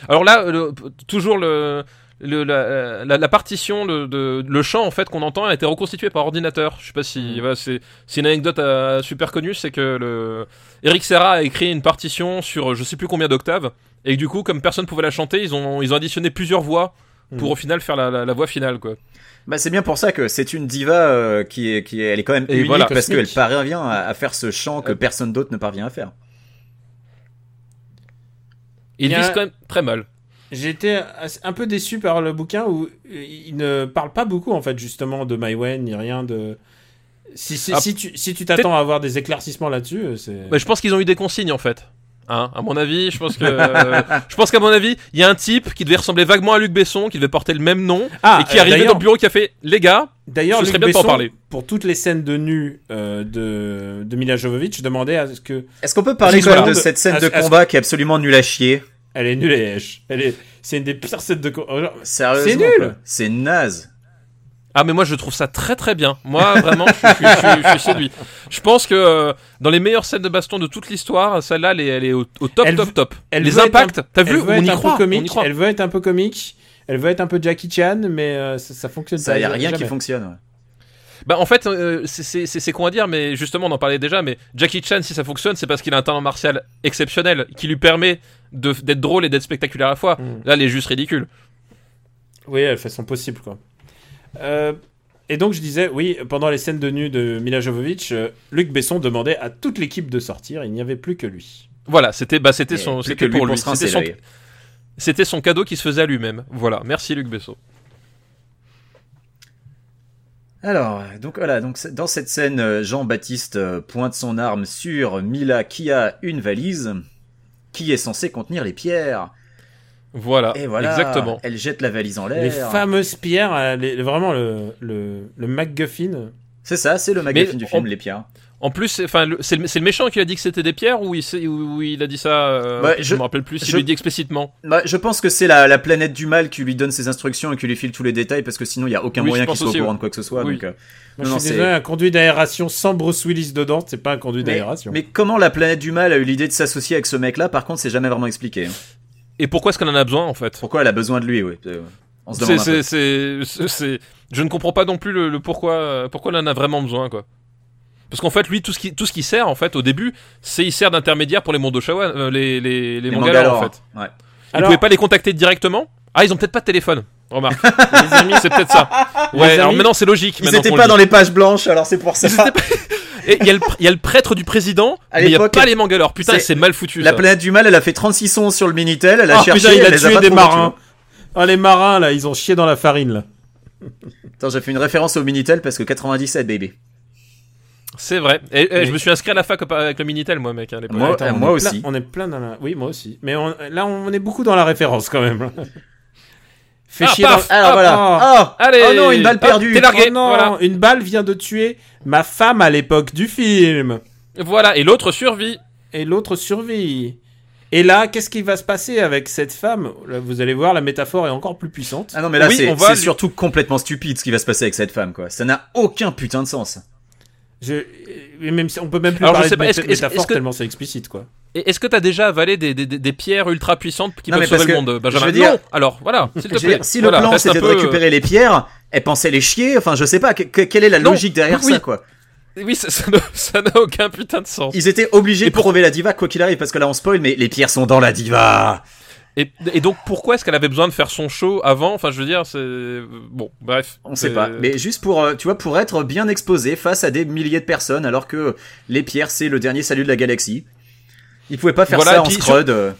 [SPEAKER 3] Alors là, le- toujours le, le- la, la- la partition, le, de- le chant en fait qu'on entend a été reconstitué par ordinateur. Je sais pas si voilà, c'est c'est une anecdote euh, super connue, c'est que le Eric Serra a écrit une partition sur euh, je sais plus combien d'octaves et que, du coup comme personne pouvait la chanter, ils ont ils ont additionné plusieurs voix pour
[SPEAKER 2] Mm.
[SPEAKER 3] au final faire la, la- la voix finale quoi.
[SPEAKER 1] Bah c'est bien pour ça que c'est une diva euh, qui est qui est, elle est quand même
[SPEAKER 3] Et
[SPEAKER 1] unique
[SPEAKER 3] voilà,
[SPEAKER 1] parce
[SPEAKER 3] cosmique.
[SPEAKER 1] qu'elle parvient à, à faire ce chant que
[SPEAKER 3] Euh.
[SPEAKER 1] personne d'autre ne parvient à faire.
[SPEAKER 3] Et ils
[SPEAKER 2] Il y a-
[SPEAKER 3] disent quand même très mal.
[SPEAKER 2] J'étais assez- un peu déçu par le bouquin où euh, il ne parle pas beaucoup en fait justement de Mywen ni rien de. Si, si,
[SPEAKER 3] Ah,
[SPEAKER 2] si tu si tu t'attends à avoir des éclaircissements là-dessus, euh, c'est.
[SPEAKER 3] Bah, je pense qu'ils ont eu des consignes en fait. Hein, à mon avis, je pense que euh, je pense qu'à mon avis, il y a un type qui devait ressembler vaguement à Luc Besson, qui devait porter le même nom
[SPEAKER 2] Ah,
[SPEAKER 3] et qui
[SPEAKER 2] euh,
[SPEAKER 3] arrivait dans
[SPEAKER 2] d'ailleurs-
[SPEAKER 3] le bureau qui a fait les gars,
[SPEAKER 2] D'ailleurs,
[SPEAKER 3] ce
[SPEAKER 2] Luc
[SPEAKER 3] serait bien de pas en
[SPEAKER 2] Besson,
[SPEAKER 3] parler.
[SPEAKER 2] pour toutes les scènes de nu euh, de, de Mila Jovovich, je demandais à ce que.
[SPEAKER 1] Est-ce qu'on peut parler
[SPEAKER 2] Est-ce
[SPEAKER 1] quand même
[SPEAKER 2] qu'on
[SPEAKER 1] de
[SPEAKER 2] peut-
[SPEAKER 1] cette scène
[SPEAKER 2] est-ce-
[SPEAKER 1] de
[SPEAKER 2] est-ce-
[SPEAKER 1] combat qui est absolument nulle à chier
[SPEAKER 2] Elle est nulle et hèche. Elle est. C'est une des pires scènes de. co- euh, Genre,
[SPEAKER 1] Sérieusement
[SPEAKER 2] C'est nul.
[SPEAKER 1] quoi. C'est naze.
[SPEAKER 3] Ah mais moi je trouve ça très très bien. Moi vraiment je suis, je suis- je suis- je suis séduit. Je pense que euh, dans les meilleures scènes de baston de toute l'histoire, celle-là elle est, elle est au, au top
[SPEAKER 2] Elle
[SPEAKER 3] top
[SPEAKER 2] veut-
[SPEAKER 3] top.
[SPEAKER 2] elle
[SPEAKER 3] les
[SPEAKER 2] veut être
[SPEAKER 3] impacts, t'as vu
[SPEAKER 2] elle veut
[SPEAKER 3] on
[SPEAKER 2] être
[SPEAKER 3] y,
[SPEAKER 2] un
[SPEAKER 3] croit,
[SPEAKER 2] peu
[SPEAKER 3] on y
[SPEAKER 2] comique.
[SPEAKER 3] croit.
[SPEAKER 2] Elle veut être un peu comique. Elle veut être un peu Jackie Chan, mais euh, ça, ça fonctionne
[SPEAKER 1] Ça
[SPEAKER 2] pas.
[SPEAKER 1] y a rien qui
[SPEAKER 2] jamais.
[SPEAKER 1] fonctionne. ouais.
[SPEAKER 3] Bah en fait euh, c'est- c'est c'est- c'est con à dire mais justement on en parlait déjà mais Jackie Chan si ça fonctionne c'est parce qu'il a un talent martial exceptionnel qui lui permet de- d'être drôle et d'être spectaculaire à la fois.
[SPEAKER 2] Mm.
[SPEAKER 3] Là elle est juste ridicule.
[SPEAKER 2] Oui, elle fait son possible, quoi. Euh, et donc, je disais, oui, pendant les scènes de nu de Mila Jovovich, euh, Luc Besson demandait à toute l'équipe de sortir. Il n'y avait plus que lui.
[SPEAKER 3] Voilà c'était bah c'était
[SPEAKER 1] Et
[SPEAKER 3] son
[SPEAKER 1] plus
[SPEAKER 3] c'était
[SPEAKER 1] que
[SPEAKER 3] pour lui
[SPEAKER 1] se rincer
[SPEAKER 3] c'était son,
[SPEAKER 1] l'œil.
[SPEAKER 3] c'était son cadeau qui se faisait à lui-même. Voilà merci Luc Besson.
[SPEAKER 1] Alors, euh, donc voilà, donc c'est- dans cette scène, euh, Jean-Baptiste euh, pointe son arme sur Mila qui a une valise qui est censée contenir les pierres.
[SPEAKER 3] Voilà,
[SPEAKER 1] Et voilà,
[SPEAKER 3] exactement.
[SPEAKER 1] elle jette la valise en l'air.
[SPEAKER 2] Les fameuses pierres, euh, les- vraiment le, le, le MacGuffin.
[SPEAKER 1] C'est ça, c'est le magazine
[SPEAKER 3] Mais
[SPEAKER 1] du film,
[SPEAKER 3] on-
[SPEAKER 1] les pierres.
[SPEAKER 3] En plus, c'est- enfin, le- c'est le, c'est le méchant qui a dit que c'était des pierres ou il, sait- ou- ou il a dit ça euh,
[SPEAKER 1] Bah,
[SPEAKER 3] Je
[SPEAKER 1] je-
[SPEAKER 3] me rappelle plus. Il
[SPEAKER 1] je-
[SPEAKER 3] lui dit explicitement.
[SPEAKER 1] Bah, je pense que c'est la, la planète du mal qui lui donne ses instructions et qui lui file tous les détails parce que sinon il y a aucun
[SPEAKER 3] Oui, je
[SPEAKER 1] moyen
[SPEAKER 3] pense
[SPEAKER 1] qu'il soit
[SPEAKER 3] aussi,
[SPEAKER 1] au courant
[SPEAKER 3] ouais.
[SPEAKER 1] de quoi que ce soit.
[SPEAKER 3] Oui.
[SPEAKER 1] donc, euh,
[SPEAKER 2] Moi,
[SPEAKER 1] non, non,
[SPEAKER 2] je suis
[SPEAKER 1] c'est-
[SPEAKER 2] désolé, un conduit d'aération sans Bruce Willis dedans, c'est pas un conduit
[SPEAKER 1] mais,
[SPEAKER 2] d'aération.
[SPEAKER 1] mais comment la planète du mal a eu l'idée de s'associer avec ce mec-là Par contre, c'est jamais vraiment expliqué. hein.
[SPEAKER 3] Et pourquoi est-ce qu'on en a besoin en fait
[SPEAKER 1] Pourquoi elle a besoin de lui oui. euh, On se
[SPEAKER 3] C'est,
[SPEAKER 1] demande. un peu.
[SPEAKER 3] c'est, c'est- c'est- c'est- je ne comprends pas non plus le, le pourquoi, euh, pourquoi on en a vraiment besoin quoi. Parce qu'en fait, lui, tout ce qui, tout ce qui sert en fait au début, c'est il sert d'intermédiaire pour les Mondoshawa, euh, les, les, les,
[SPEAKER 1] Les
[SPEAKER 3] Mangalore, en fait.
[SPEAKER 1] ouais.
[SPEAKER 3] Il
[SPEAKER 2] Alors-
[SPEAKER 3] pouvait pas les contacter directement. Ah, ils ont peut-être pas de téléphone. Remarque,
[SPEAKER 2] les amis,
[SPEAKER 3] c'est peut-être ça. Ouais.
[SPEAKER 2] Les
[SPEAKER 3] alors
[SPEAKER 2] amis,
[SPEAKER 3] maintenant, c'est logique.
[SPEAKER 1] Ils
[SPEAKER 3] maintenant
[SPEAKER 1] étaient
[SPEAKER 3] qu'on
[SPEAKER 1] pas
[SPEAKER 3] le
[SPEAKER 1] dans les pages blanches, alors c'est pour ça.
[SPEAKER 3] Ils étaient dit. Et il y, a le pr- il y a le prêtre du président,
[SPEAKER 1] À
[SPEAKER 3] mais il y a
[SPEAKER 1] l'époque,
[SPEAKER 3] pas les Mangalore. Putain,
[SPEAKER 1] c'est-
[SPEAKER 3] c'est, mal foutu.
[SPEAKER 1] La
[SPEAKER 3] ça.
[SPEAKER 1] planète du mal, elle a fait 36 sons sur le minitel, elle a
[SPEAKER 2] Ah,
[SPEAKER 1] cherché,
[SPEAKER 2] putain, il
[SPEAKER 1] elle
[SPEAKER 2] a
[SPEAKER 1] les a
[SPEAKER 2] tué
[SPEAKER 1] pas
[SPEAKER 2] des
[SPEAKER 1] trouvés, tu
[SPEAKER 2] marins. Ah, les marins, là, ils ont chié dans la farine, là.
[SPEAKER 1] vois. Attends, j'ai fait une référence au minitel parce que 97, baby.
[SPEAKER 3] C'est vrai. Et, et
[SPEAKER 2] Mais-
[SPEAKER 3] je me suis inscrit à la fac avec le Minitel, moi, mec, à l'époque.
[SPEAKER 1] Moi- euh,
[SPEAKER 2] on
[SPEAKER 1] moi
[SPEAKER 2] est plein-
[SPEAKER 1] aussi.
[SPEAKER 2] on est plein dans la. Oui, moi aussi. Mais on- là, on est beaucoup dans la référence quand même. Fait
[SPEAKER 3] Ah,
[SPEAKER 2] chier
[SPEAKER 3] paf
[SPEAKER 2] dans-
[SPEAKER 1] Alors voilà. Ah,
[SPEAKER 3] Allez.
[SPEAKER 1] Oh non, une balle
[SPEAKER 3] Hop,
[SPEAKER 1] perdue.
[SPEAKER 3] T'es largué.
[SPEAKER 2] Oh non,
[SPEAKER 3] Voilà.
[SPEAKER 2] une balle vient de tuer ma femme à l'époque du film.
[SPEAKER 3] Voilà. Et l'autre survit.
[SPEAKER 2] Et l'autre survit. Et là, qu'est-ce qui va se passer avec cette femme Là, Vous allez voir, la métaphore est encore plus puissante.
[SPEAKER 1] Ah non, mais là,
[SPEAKER 3] Oui,
[SPEAKER 1] c'est
[SPEAKER 3] on va
[SPEAKER 1] c'est
[SPEAKER 3] lui-
[SPEAKER 1] surtout complètement stupide ce qui va se passer avec cette femme, quoi. Ça n'a aucun putain de sens.
[SPEAKER 2] Je... et Même si- on peut même plus
[SPEAKER 3] Alors, je
[SPEAKER 2] parler
[SPEAKER 3] sais
[SPEAKER 2] de
[SPEAKER 3] pas,
[SPEAKER 2] méta-
[SPEAKER 3] est-ce que- est-ce que-
[SPEAKER 2] métaphore
[SPEAKER 3] est-ce que-
[SPEAKER 2] tellement c'est explicite, quoi.
[SPEAKER 3] Et est-ce que t'as déjà avalé des, des, des- des pierres ultra puissantes qui
[SPEAKER 1] Non, mais
[SPEAKER 3] peuvent sauver
[SPEAKER 1] parce
[SPEAKER 3] le
[SPEAKER 1] que,
[SPEAKER 3] monde, euh, Benjamin
[SPEAKER 1] je veux dire-
[SPEAKER 3] Non. Alors, voilà. S'il te
[SPEAKER 1] Je veux
[SPEAKER 3] plaît.
[SPEAKER 1] dire, si
[SPEAKER 3] Voilà,
[SPEAKER 1] le plan
[SPEAKER 3] reste un
[SPEAKER 1] c'était de
[SPEAKER 3] peu, euh,
[SPEAKER 1] récupérer les pierres, elle pensait les chier, enfin je sais pas, que- que- quelle est la
[SPEAKER 3] Non,
[SPEAKER 1] logique derrière
[SPEAKER 3] oui.
[SPEAKER 1] ça quoi
[SPEAKER 3] Oui, ça- ça n'a- ça n'a aucun putain de sens.
[SPEAKER 1] Ils étaient obligés
[SPEAKER 3] Et
[SPEAKER 1] de crever la diva quoi qu'il arrive, parce que là on spoil, mais les pierres sont dans la diva
[SPEAKER 3] Et, et donc, pourquoi est-ce qu'elle avait besoin de faire son show avant Enfin, je veux dire, c'est bon. Bref.
[SPEAKER 1] On sait
[SPEAKER 3] C'est-
[SPEAKER 1] pas, mais juste pour, euh, tu vois, pour être bien exposé face à des milliers de personnes, alors que les pierres c'est le dernier salut de la galaxie. Ils pouvaient pas faire
[SPEAKER 3] Voilà,
[SPEAKER 1] ça
[SPEAKER 3] et
[SPEAKER 1] en
[SPEAKER 3] puis
[SPEAKER 1] scrud. euh.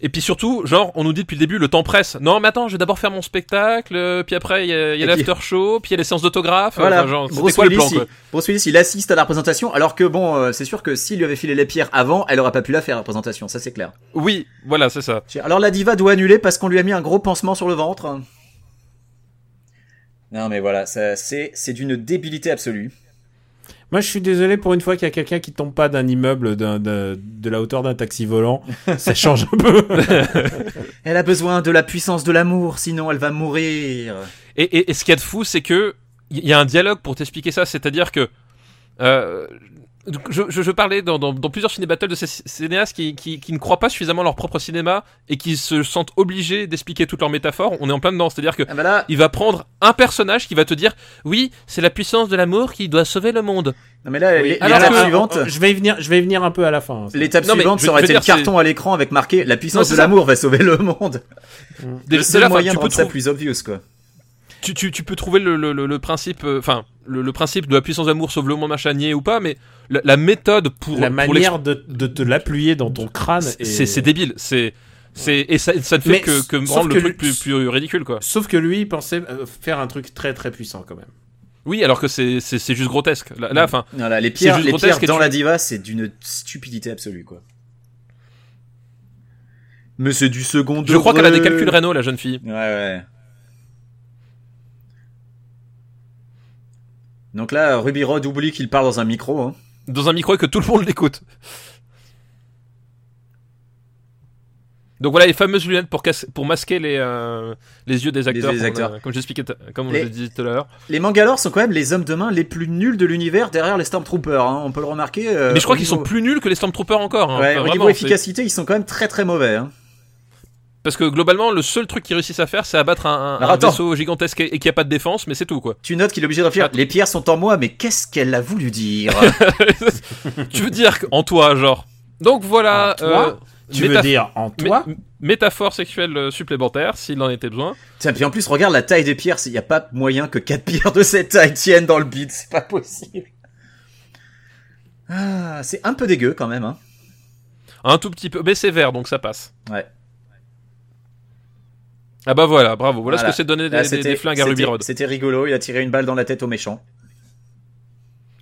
[SPEAKER 3] Et puis surtout, genre, on nous dit depuis le début, le temps presse. Non, mais attends, je vais d'abord faire mon spectacle, euh, puis après, il y a, il y a
[SPEAKER 1] Et puis-
[SPEAKER 3] l'after show, puis il y a les séances d'autographe.
[SPEAKER 1] Voilà,
[SPEAKER 3] Enfin, genre, c'était
[SPEAKER 1] Bruce,
[SPEAKER 3] quoi le
[SPEAKER 1] Willis,
[SPEAKER 3] plan, quoi
[SPEAKER 1] il, Bruce Willis, il assiste à la représentation, alors que bon, euh, c'est sûr que s'il lui avait filé les pierres avant, elle aurait pas pu la faire la représentation, ça c'est clair.
[SPEAKER 3] Oui, voilà, c'est ça.
[SPEAKER 1] Alors la diva doit annuler parce qu'on lui a mis un gros pansement sur le ventre. Non mais voilà, ça, c'est, c'est d'une débilité absolue.
[SPEAKER 2] Moi, je suis désolé pour une fois qu'il y a quelqu'un qui tombe pas d'un immeuble d'un- d'un- de la hauteur d'un taxi volant. Ça change un peu.
[SPEAKER 1] Elle a besoin de la puissance de l'amour, sinon elle va mourir.
[SPEAKER 3] Et, et, et ce qu'il y a de fou, c'est que il y a un dialogue pour t'expliquer ça, c'est-à-dire que euh, donc, je, je- je parlais dans, dans- dans plusieurs ciné battles de ces cinéastes qui, qui- qui ne croient pas suffisamment à leur propre cinéma et qui se sentent obligés d'expliquer toutes leurs métaphores. On est en plein dedans, c'est-à-dire que
[SPEAKER 1] Ah bah là,
[SPEAKER 3] il va prendre un personnage qui va te dire oui, c'est la puissance de l'amour qui doit sauver le monde.
[SPEAKER 1] non mais là,
[SPEAKER 2] Oui.
[SPEAKER 1] l'é-
[SPEAKER 3] Alors
[SPEAKER 1] l'étape
[SPEAKER 3] que-
[SPEAKER 1] suivante,
[SPEAKER 2] Je vais y venir, je vais y venir un peu à la fin. hein.
[SPEAKER 1] l'étape
[SPEAKER 3] Non, mais
[SPEAKER 1] suivante,
[SPEAKER 3] je-
[SPEAKER 1] ça aurait
[SPEAKER 3] je veux
[SPEAKER 1] été le
[SPEAKER 3] dire, c'est-
[SPEAKER 1] carton à l'écran avec marqué la puissance
[SPEAKER 3] c'est
[SPEAKER 1] de
[SPEAKER 3] ça.
[SPEAKER 1] l'amour va sauver le monde.
[SPEAKER 3] Dé-
[SPEAKER 1] le seul
[SPEAKER 3] déjà, enfin,
[SPEAKER 1] moyen de
[SPEAKER 3] tu peux
[SPEAKER 1] rendre ça
[SPEAKER 3] trou-
[SPEAKER 1] plus obvious quoi.
[SPEAKER 3] tu, tu- tu peux trouver le, le- le- le principe, euh, enfin le, le principe de la puissance d'amour sauve le monde machin nier ou pas, mais la, la méthode pour
[SPEAKER 2] la
[SPEAKER 3] pour
[SPEAKER 2] manière de, de te l'appuyer dans ton crâne.
[SPEAKER 3] l'ex-
[SPEAKER 2] est-
[SPEAKER 3] c'est c'est débile, c'est c'est et ça, ça ne fait
[SPEAKER 2] Mais
[SPEAKER 3] que, que
[SPEAKER 2] sauf
[SPEAKER 3] rendre
[SPEAKER 2] que
[SPEAKER 3] le truc
[SPEAKER 2] lui-
[SPEAKER 3] plus, plus ridicule quoi.
[SPEAKER 2] Sauf que lui, il pensait euh, faire un truc très très puissant quand même.
[SPEAKER 3] Oui, alors que c'est c'est c'est juste grotesque. Là, là, enfin
[SPEAKER 1] Voilà, les
[SPEAKER 3] C'est
[SPEAKER 1] pierres,
[SPEAKER 3] juste
[SPEAKER 1] les
[SPEAKER 3] grotesque
[SPEAKER 1] pierres
[SPEAKER 3] et
[SPEAKER 1] dans
[SPEAKER 3] tu-
[SPEAKER 1] la diva, c'est d'une stupidité absolue, quoi. Mais c'est du second
[SPEAKER 3] je crois qu'elle a des
[SPEAKER 1] degré.
[SPEAKER 3] calculs rénaux la jeune fille.
[SPEAKER 1] Ouais, ouais. Donc là, Ruby Rod oublie qu'il parle dans un micro. Hein.
[SPEAKER 3] dans un micro et que tout le monde l'écoute. Donc voilà les fameuses lunettes pour, cas- pour masquer les, euh, les yeux des acteurs,
[SPEAKER 1] des
[SPEAKER 3] qu'on a-
[SPEAKER 1] acteurs.
[SPEAKER 3] comme j'expliquais t- comme
[SPEAKER 1] Les-
[SPEAKER 3] je le disais tout à l'heure.
[SPEAKER 1] Les Mangalores sont quand même les hommes de main les plus nuls de l'univers derrière les Stormtroopers. Hein. On peut le remarquer. euh,
[SPEAKER 3] Mais je crois
[SPEAKER 1] au
[SPEAKER 3] qu'ils
[SPEAKER 1] niveau-
[SPEAKER 3] sont plus nuls que les Stormtroopers encore. hein.
[SPEAKER 1] Ouais,
[SPEAKER 3] Enfin,
[SPEAKER 1] au
[SPEAKER 3] vraiment,
[SPEAKER 1] niveau
[SPEAKER 3] c'est-
[SPEAKER 1] efficacité, ils sont quand même très très mauvais. Hein.
[SPEAKER 3] Parce que globalement, le seul truc qu'ils réussissent à faire, c'est abattre un, un-
[SPEAKER 1] Alors,
[SPEAKER 3] un
[SPEAKER 1] attends.
[SPEAKER 3] vaisseau gigantesque et, et qui a pas de défense, mais c'est tout quoi.
[SPEAKER 1] Tu notes qu'il est obligé de réfléchir. Les pierres sont en moi, mais qu'est-ce qu'elle a voulu dire
[SPEAKER 3] tu veux dire qu'en toi, genre. Donc voilà.
[SPEAKER 2] En toi, Tu veux
[SPEAKER 3] métaph-
[SPEAKER 2] dire en
[SPEAKER 3] mé-
[SPEAKER 2] toi
[SPEAKER 3] m- métaphore sexuelle euh, supplémentaire, s'il en était besoin.
[SPEAKER 1] Tiens, puis en plus, regarde la taille des pierres. Il n'y a pas moyen que quatre pierres de cette taille tiennent dans le bide. C'est pas possible. Ah, c'est un peu dégueu quand même. Hein.
[SPEAKER 3] Un tout petit peu, mais c'est vert, donc ça passe.
[SPEAKER 1] Ouais.
[SPEAKER 3] Ah bah voilà, bravo. Voilà,
[SPEAKER 1] Voilà.
[SPEAKER 3] ce que c'est donner des,
[SPEAKER 1] Là,
[SPEAKER 3] des- des flingues à
[SPEAKER 1] Ah, c'était-
[SPEAKER 3] Ruby Rod.
[SPEAKER 1] C'était rigolo. Il a tiré une balle dans la tête au méchant.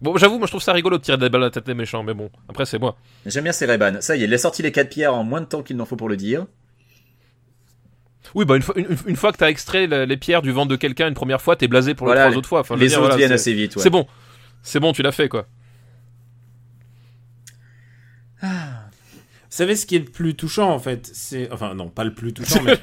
[SPEAKER 3] Bon, j'avoue, moi je trouve ça rigolo de tirer des balles à la tête des méchants, mais bon, après c'est moi.
[SPEAKER 1] J'aime bien ces Reban. Ça y est, il a sorti les quatre pierres en moins de temps qu'il n'en faut pour le dire.
[SPEAKER 3] Oui, bah une fois, une, une- une fois que t'as extrait le- les pierres du ventre de quelqu'un une première fois, t'es blasé pour
[SPEAKER 1] Voilà,
[SPEAKER 3] les trois autres fois. Enfin, je veux
[SPEAKER 1] Les
[SPEAKER 3] dire,
[SPEAKER 1] autres
[SPEAKER 3] voilà,
[SPEAKER 1] viennent
[SPEAKER 3] c'est-
[SPEAKER 1] assez vite. Ouais.
[SPEAKER 3] C'est bon, c'est bon, tu l'as fait quoi.
[SPEAKER 2] Vous savez ce qui est le plus touchant en fait C'est enfin non, pas le plus touchant, mais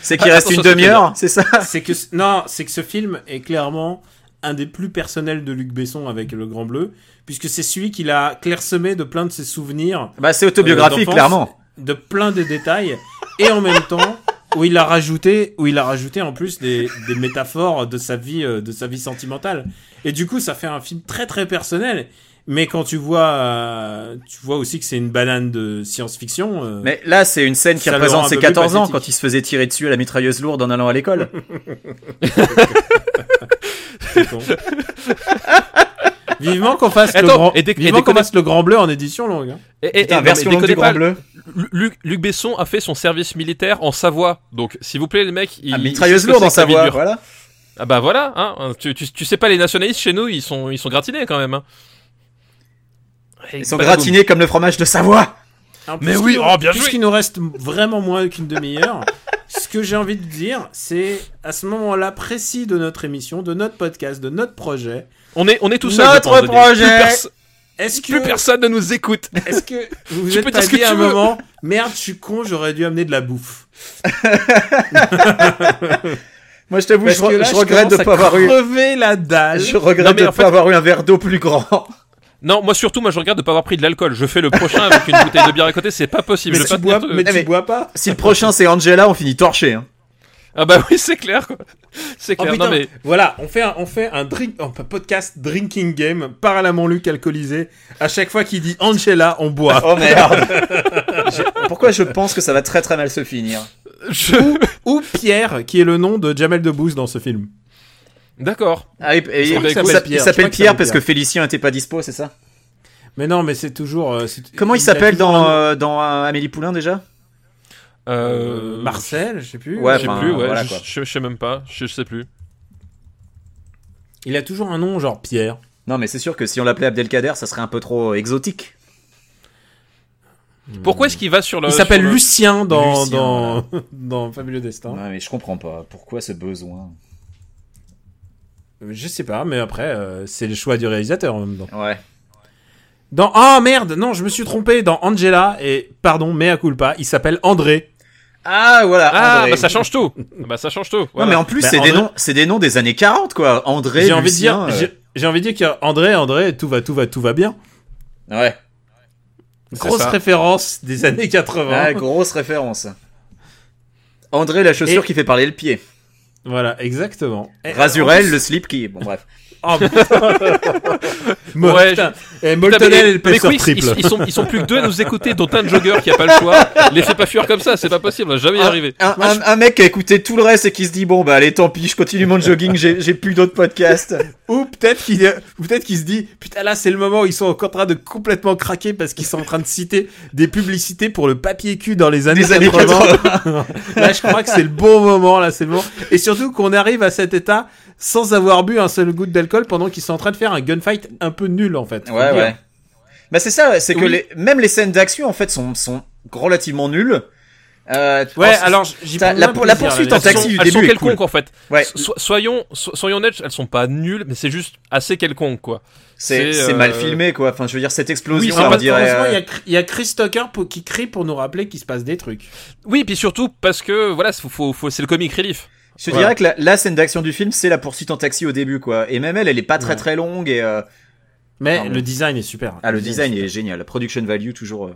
[SPEAKER 1] C'est qu'il
[SPEAKER 3] Ah,
[SPEAKER 1] reste
[SPEAKER 3] attention,
[SPEAKER 1] une
[SPEAKER 3] c'est
[SPEAKER 1] demi-heure, c'est ça
[SPEAKER 2] c'est que ce- non, c'est que ce film est clairement un des plus personnels de Luc Besson avec Le Grand Bleu, puisque c'est celui qu'il a clairsemé de plein de ses souvenirs,
[SPEAKER 1] Bah, c'est autobiographique,
[SPEAKER 2] Euh, d'enfance.
[SPEAKER 1] clairement.
[SPEAKER 2] de plein de détails, et en même temps où il a rajouté, où il a rajouté en plus des, des métaphores de sa vie, euh, de sa vie sentimentale. Et du coup, ça fait un film très très personnel. Mais quand tu vois, euh, tu vois aussi que c'est une banane de science-fiction. euh,
[SPEAKER 1] Mais là, c'est une scène qui
[SPEAKER 2] Ça le rend
[SPEAKER 1] représente
[SPEAKER 2] un
[SPEAKER 1] ses
[SPEAKER 2] peu plus
[SPEAKER 1] 14 ans
[SPEAKER 2] pathétique.
[SPEAKER 1] quand il se faisait tirer dessus à la mitrailleuse lourde en allant à l'école.
[SPEAKER 2] C'est con. Vivement qu'on fasse, le
[SPEAKER 3] Attends,
[SPEAKER 2] grand...
[SPEAKER 3] et dé- et
[SPEAKER 2] Vivement qu'on
[SPEAKER 3] déconnecte-
[SPEAKER 2] fasse le grand bleu en édition longue. hein.
[SPEAKER 3] Et, et- et-
[SPEAKER 1] Putain,
[SPEAKER 3] non,
[SPEAKER 1] version
[SPEAKER 3] mais
[SPEAKER 1] longue du
[SPEAKER 3] déconnez pas,
[SPEAKER 1] Grand Bleu.
[SPEAKER 3] Lu- Luc, Luc Besson a fait son service militaire en Savoie, donc s'il vous plaît les mecs, il,
[SPEAKER 1] Ah,
[SPEAKER 3] il sait
[SPEAKER 1] mitrailleuse
[SPEAKER 3] ce que
[SPEAKER 1] lourde en
[SPEAKER 3] c'est que la vie
[SPEAKER 1] Savoie,
[SPEAKER 3] dure.
[SPEAKER 1] voilà.
[SPEAKER 3] Ah bah voilà, hein, hein, tu, tu, tu sais pas les nationalistes chez nous, ils sont ils sont gratinés quand même. hein.
[SPEAKER 1] Ils
[SPEAKER 3] Et
[SPEAKER 1] Bah, sont
[SPEAKER 3] patagoum.
[SPEAKER 1] gratinés comme le fromage de Savoie.
[SPEAKER 2] Alors,
[SPEAKER 3] Mais
[SPEAKER 2] puisqu'il
[SPEAKER 3] oui,
[SPEAKER 2] nous-
[SPEAKER 3] oh, bien joué.
[SPEAKER 2] Puisqu'il nous reste vraiment moins qu'une demi-heure, ce que j'ai envie de dire, c'est à ce moment-là précis de notre émission, de notre podcast, de notre projet,
[SPEAKER 3] On est on est tout seul. je
[SPEAKER 1] Notre
[SPEAKER 3] pense, Denis.
[SPEAKER 1] projet.
[SPEAKER 3] Plus perso-
[SPEAKER 2] est-ce que,
[SPEAKER 3] Plus personne ne nous écoute.
[SPEAKER 2] est-ce que vous vous
[SPEAKER 3] Tu
[SPEAKER 2] êtes
[SPEAKER 3] peux
[SPEAKER 2] pas
[SPEAKER 3] dire ce que
[SPEAKER 2] dit à
[SPEAKER 3] tu
[SPEAKER 2] un
[SPEAKER 3] veux.
[SPEAKER 2] moment, merde, je suis con, j'aurais dû amener de la bouffe.
[SPEAKER 1] Moi, je t'avoue,
[SPEAKER 2] Parce
[SPEAKER 1] je,
[SPEAKER 2] que
[SPEAKER 1] re-
[SPEAKER 2] là,
[SPEAKER 1] je regrette de
[SPEAKER 2] commence
[SPEAKER 1] pas
[SPEAKER 2] à
[SPEAKER 1] avoir eu. Ah,
[SPEAKER 2] crever la dalle.
[SPEAKER 1] Je regrette
[SPEAKER 3] Non, mais
[SPEAKER 1] de
[SPEAKER 3] en
[SPEAKER 1] pas
[SPEAKER 3] fait-
[SPEAKER 1] avoir eu un verre d'eau plus grand.
[SPEAKER 3] Non, moi surtout, moi je regarde de pas avoir pris de l'alcool. Je fais le prochain avec une bouteille de bière à côté, c'est pas possible.
[SPEAKER 2] Mais
[SPEAKER 3] Je vais
[SPEAKER 2] tu
[SPEAKER 3] pas Eh, tenir
[SPEAKER 2] bois,
[SPEAKER 3] tout-
[SPEAKER 2] mais tu
[SPEAKER 1] mais-
[SPEAKER 2] bois pas.
[SPEAKER 1] Si le prochain c'est Angela, on finit torché. Hein.
[SPEAKER 3] Ah bah oui, c'est clair quoi. C'est
[SPEAKER 2] Oh,
[SPEAKER 3] clair.
[SPEAKER 2] putain,
[SPEAKER 3] non mais
[SPEAKER 2] Voilà, on fait un, on fait un drink, un podcast drinking game par à la Montluc alcoolisé. À chaque fois qu'il dit Angela, on boit.
[SPEAKER 1] Oh merde. Je- Pourquoi je pense que ça va très très mal se finir
[SPEAKER 3] je
[SPEAKER 2] Ou Pierre, qui est le nom de Jamel Debbouze dans ce film.
[SPEAKER 3] D'accord.
[SPEAKER 1] ah, et- et-
[SPEAKER 3] Je crois
[SPEAKER 1] Il
[SPEAKER 3] qu'il s'appelle
[SPEAKER 1] s'appelle
[SPEAKER 2] Pierre.
[SPEAKER 1] Pierre,
[SPEAKER 2] Je crois qu'il s'appelle
[SPEAKER 1] parce que
[SPEAKER 2] Pierre.
[SPEAKER 1] Félicien n'était pas dispo, c'est ça
[SPEAKER 2] Mais non, mais c'est toujours. euh, c'est-
[SPEAKER 1] Comment il
[SPEAKER 2] a
[SPEAKER 1] s'appelle
[SPEAKER 2] toujours
[SPEAKER 1] dans,
[SPEAKER 2] un-
[SPEAKER 1] euh, dans euh, Amélie Poulain déjà
[SPEAKER 3] Euh,
[SPEAKER 2] Marcel, je sais plus.
[SPEAKER 1] Ouais, ben,
[SPEAKER 3] je sais
[SPEAKER 1] enfin,
[SPEAKER 3] plus, ouais,
[SPEAKER 1] voilà,
[SPEAKER 3] je,
[SPEAKER 1] quoi.
[SPEAKER 3] je- je sais même pas, je, je sais plus.
[SPEAKER 2] Il a toujours un nom genre Pierre.
[SPEAKER 1] Non, mais c'est sûr que si on l'appelait Abdelkader, ça serait un peu trop exotique.
[SPEAKER 3] Pourquoi est-ce qu'il va sur le
[SPEAKER 2] Il s'appelle
[SPEAKER 3] sur le-
[SPEAKER 2] Lucien dans
[SPEAKER 1] Lucien,
[SPEAKER 2] dans dans Fabuleux Destin.
[SPEAKER 1] Ouais, mais je comprends pas. Pourquoi ce besoin
[SPEAKER 2] Je sais pas, mais après euh, c'est le choix du réalisateur en même temps.
[SPEAKER 1] Ouais.
[SPEAKER 2] Dans ah merde, non, je me suis trompé dans Angela et pardon, mea culpa, il s'appelle André.
[SPEAKER 1] Ah voilà.
[SPEAKER 3] Ah
[SPEAKER 1] André.
[SPEAKER 3] bah ça change tout. Ah, bah ça change tout.
[SPEAKER 1] Non
[SPEAKER 3] voilà.
[SPEAKER 1] mais en plus
[SPEAKER 2] Bah,
[SPEAKER 1] c'est des
[SPEAKER 2] André-
[SPEAKER 1] noms, c'est des noms des années 40 quoi. André.
[SPEAKER 2] J'ai envie de dire
[SPEAKER 1] Lucien, euh,
[SPEAKER 2] j'ai- j'ai envie de dire qu'André André tout va tout va tout va bien.
[SPEAKER 1] euh, Ouais.
[SPEAKER 2] Grosse
[SPEAKER 3] ça.
[SPEAKER 2] référence des années 80.
[SPEAKER 1] Ah, grosse référence. André, la chaussure
[SPEAKER 2] Et-
[SPEAKER 1] qui fait parler le pied.
[SPEAKER 2] Voilà, exactement. Et-
[SPEAKER 1] Razurel, le slip qui. Bon, bref.
[SPEAKER 2] Oh putain Mo-
[SPEAKER 3] Ouais,
[SPEAKER 2] putain.
[SPEAKER 3] Putain,
[SPEAKER 2] Et
[SPEAKER 3] mais
[SPEAKER 2] Moltonel,
[SPEAKER 3] les-
[SPEAKER 2] le
[SPEAKER 3] les
[SPEAKER 2] pêcheur
[SPEAKER 3] quiz,
[SPEAKER 2] triple.
[SPEAKER 3] Ils, ils sont, ils sont plus que deux à nous écouter, dont un jogger qui a pas le choix. Les fais pas fuir comme ça, c'est pas possible, on va jamais y
[SPEAKER 1] Ah,
[SPEAKER 3] arriver.
[SPEAKER 1] Un,
[SPEAKER 2] Moi,
[SPEAKER 1] un- un mec qui a écouté tout le reste et qui se dit bon bah allez tant pis je continue mon jogging j'ai j'ai plus d'autres podcasts
[SPEAKER 2] Ou peut-être qu'il ou peut-être qu'il se dit putain là c'est le moment où ils sont en train de complètement craquer parce qu'ils sont en train de citer des publicités pour le papier cul dans les années,
[SPEAKER 1] des années 80.
[SPEAKER 2] là je crois que c'est le bon moment là c'est le moment et surtout qu'on arrive à cet état sans avoir bu un seul goutte d'alcool pendant qu'ils sont en train de faire un gunfight un peu nul en fait. Faut
[SPEAKER 1] Ouais,
[SPEAKER 2] dire.
[SPEAKER 1] ouais. Bah, c'est ça, ouais, c'est que
[SPEAKER 2] Oui.
[SPEAKER 1] les, même les scènes d'action, en fait, sont, sont relativement nulles. Euh,
[SPEAKER 2] Ouais,
[SPEAKER 1] alors,
[SPEAKER 2] alors j'y
[SPEAKER 1] ça-
[SPEAKER 2] prends
[SPEAKER 1] la
[SPEAKER 2] bien
[SPEAKER 1] pour- la
[SPEAKER 2] plaisir,
[SPEAKER 1] poursuite
[SPEAKER 2] là,
[SPEAKER 1] en
[SPEAKER 2] les-
[SPEAKER 1] taxi,
[SPEAKER 3] sont-
[SPEAKER 1] du
[SPEAKER 3] elles sont
[SPEAKER 1] début est
[SPEAKER 3] quelconques
[SPEAKER 1] cool.
[SPEAKER 3] en fait.
[SPEAKER 1] ouais,
[SPEAKER 3] So- soyons, so- soyons honnêtes, elles sont pas nulles, mais c'est juste assez quelconque quoi.
[SPEAKER 1] c'est,
[SPEAKER 3] c'est,
[SPEAKER 1] c'est
[SPEAKER 3] euh,
[SPEAKER 1] mal filmé, quoi. Enfin, je veux dire, cette explosion,
[SPEAKER 3] Oui, c'est
[SPEAKER 1] là, on
[SPEAKER 2] Heureusement,
[SPEAKER 1] dirait.
[SPEAKER 2] heureusement, il y
[SPEAKER 1] euh,
[SPEAKER 2] a Cr- il y a Chris Tucker pour- qui crie pour nous rappeler qu'il se passe des trucs.
[SPEAKER 3] Oui, et puis surtout parce que voilà, faut, faut, faut- c'est le comic relief.
[SPEAKER 1] Je
[SPEAKER 2] voilà.
[SPEAKER 1] dirais que la, la scène d'action du film, c'est la poursuite en taxi au début, quoi. Et même elle, elle est pas très
[SPEAKER 2] Ouais.
[SPEAKER 1] très longue et, euh,
[SPEAKER 2] Mais
[SPEAKER 1] Ah bon.
[SPEAKER 2] le design est super.
[SPEAKER 1] ah, le design est génial. La production value, toujours. euh.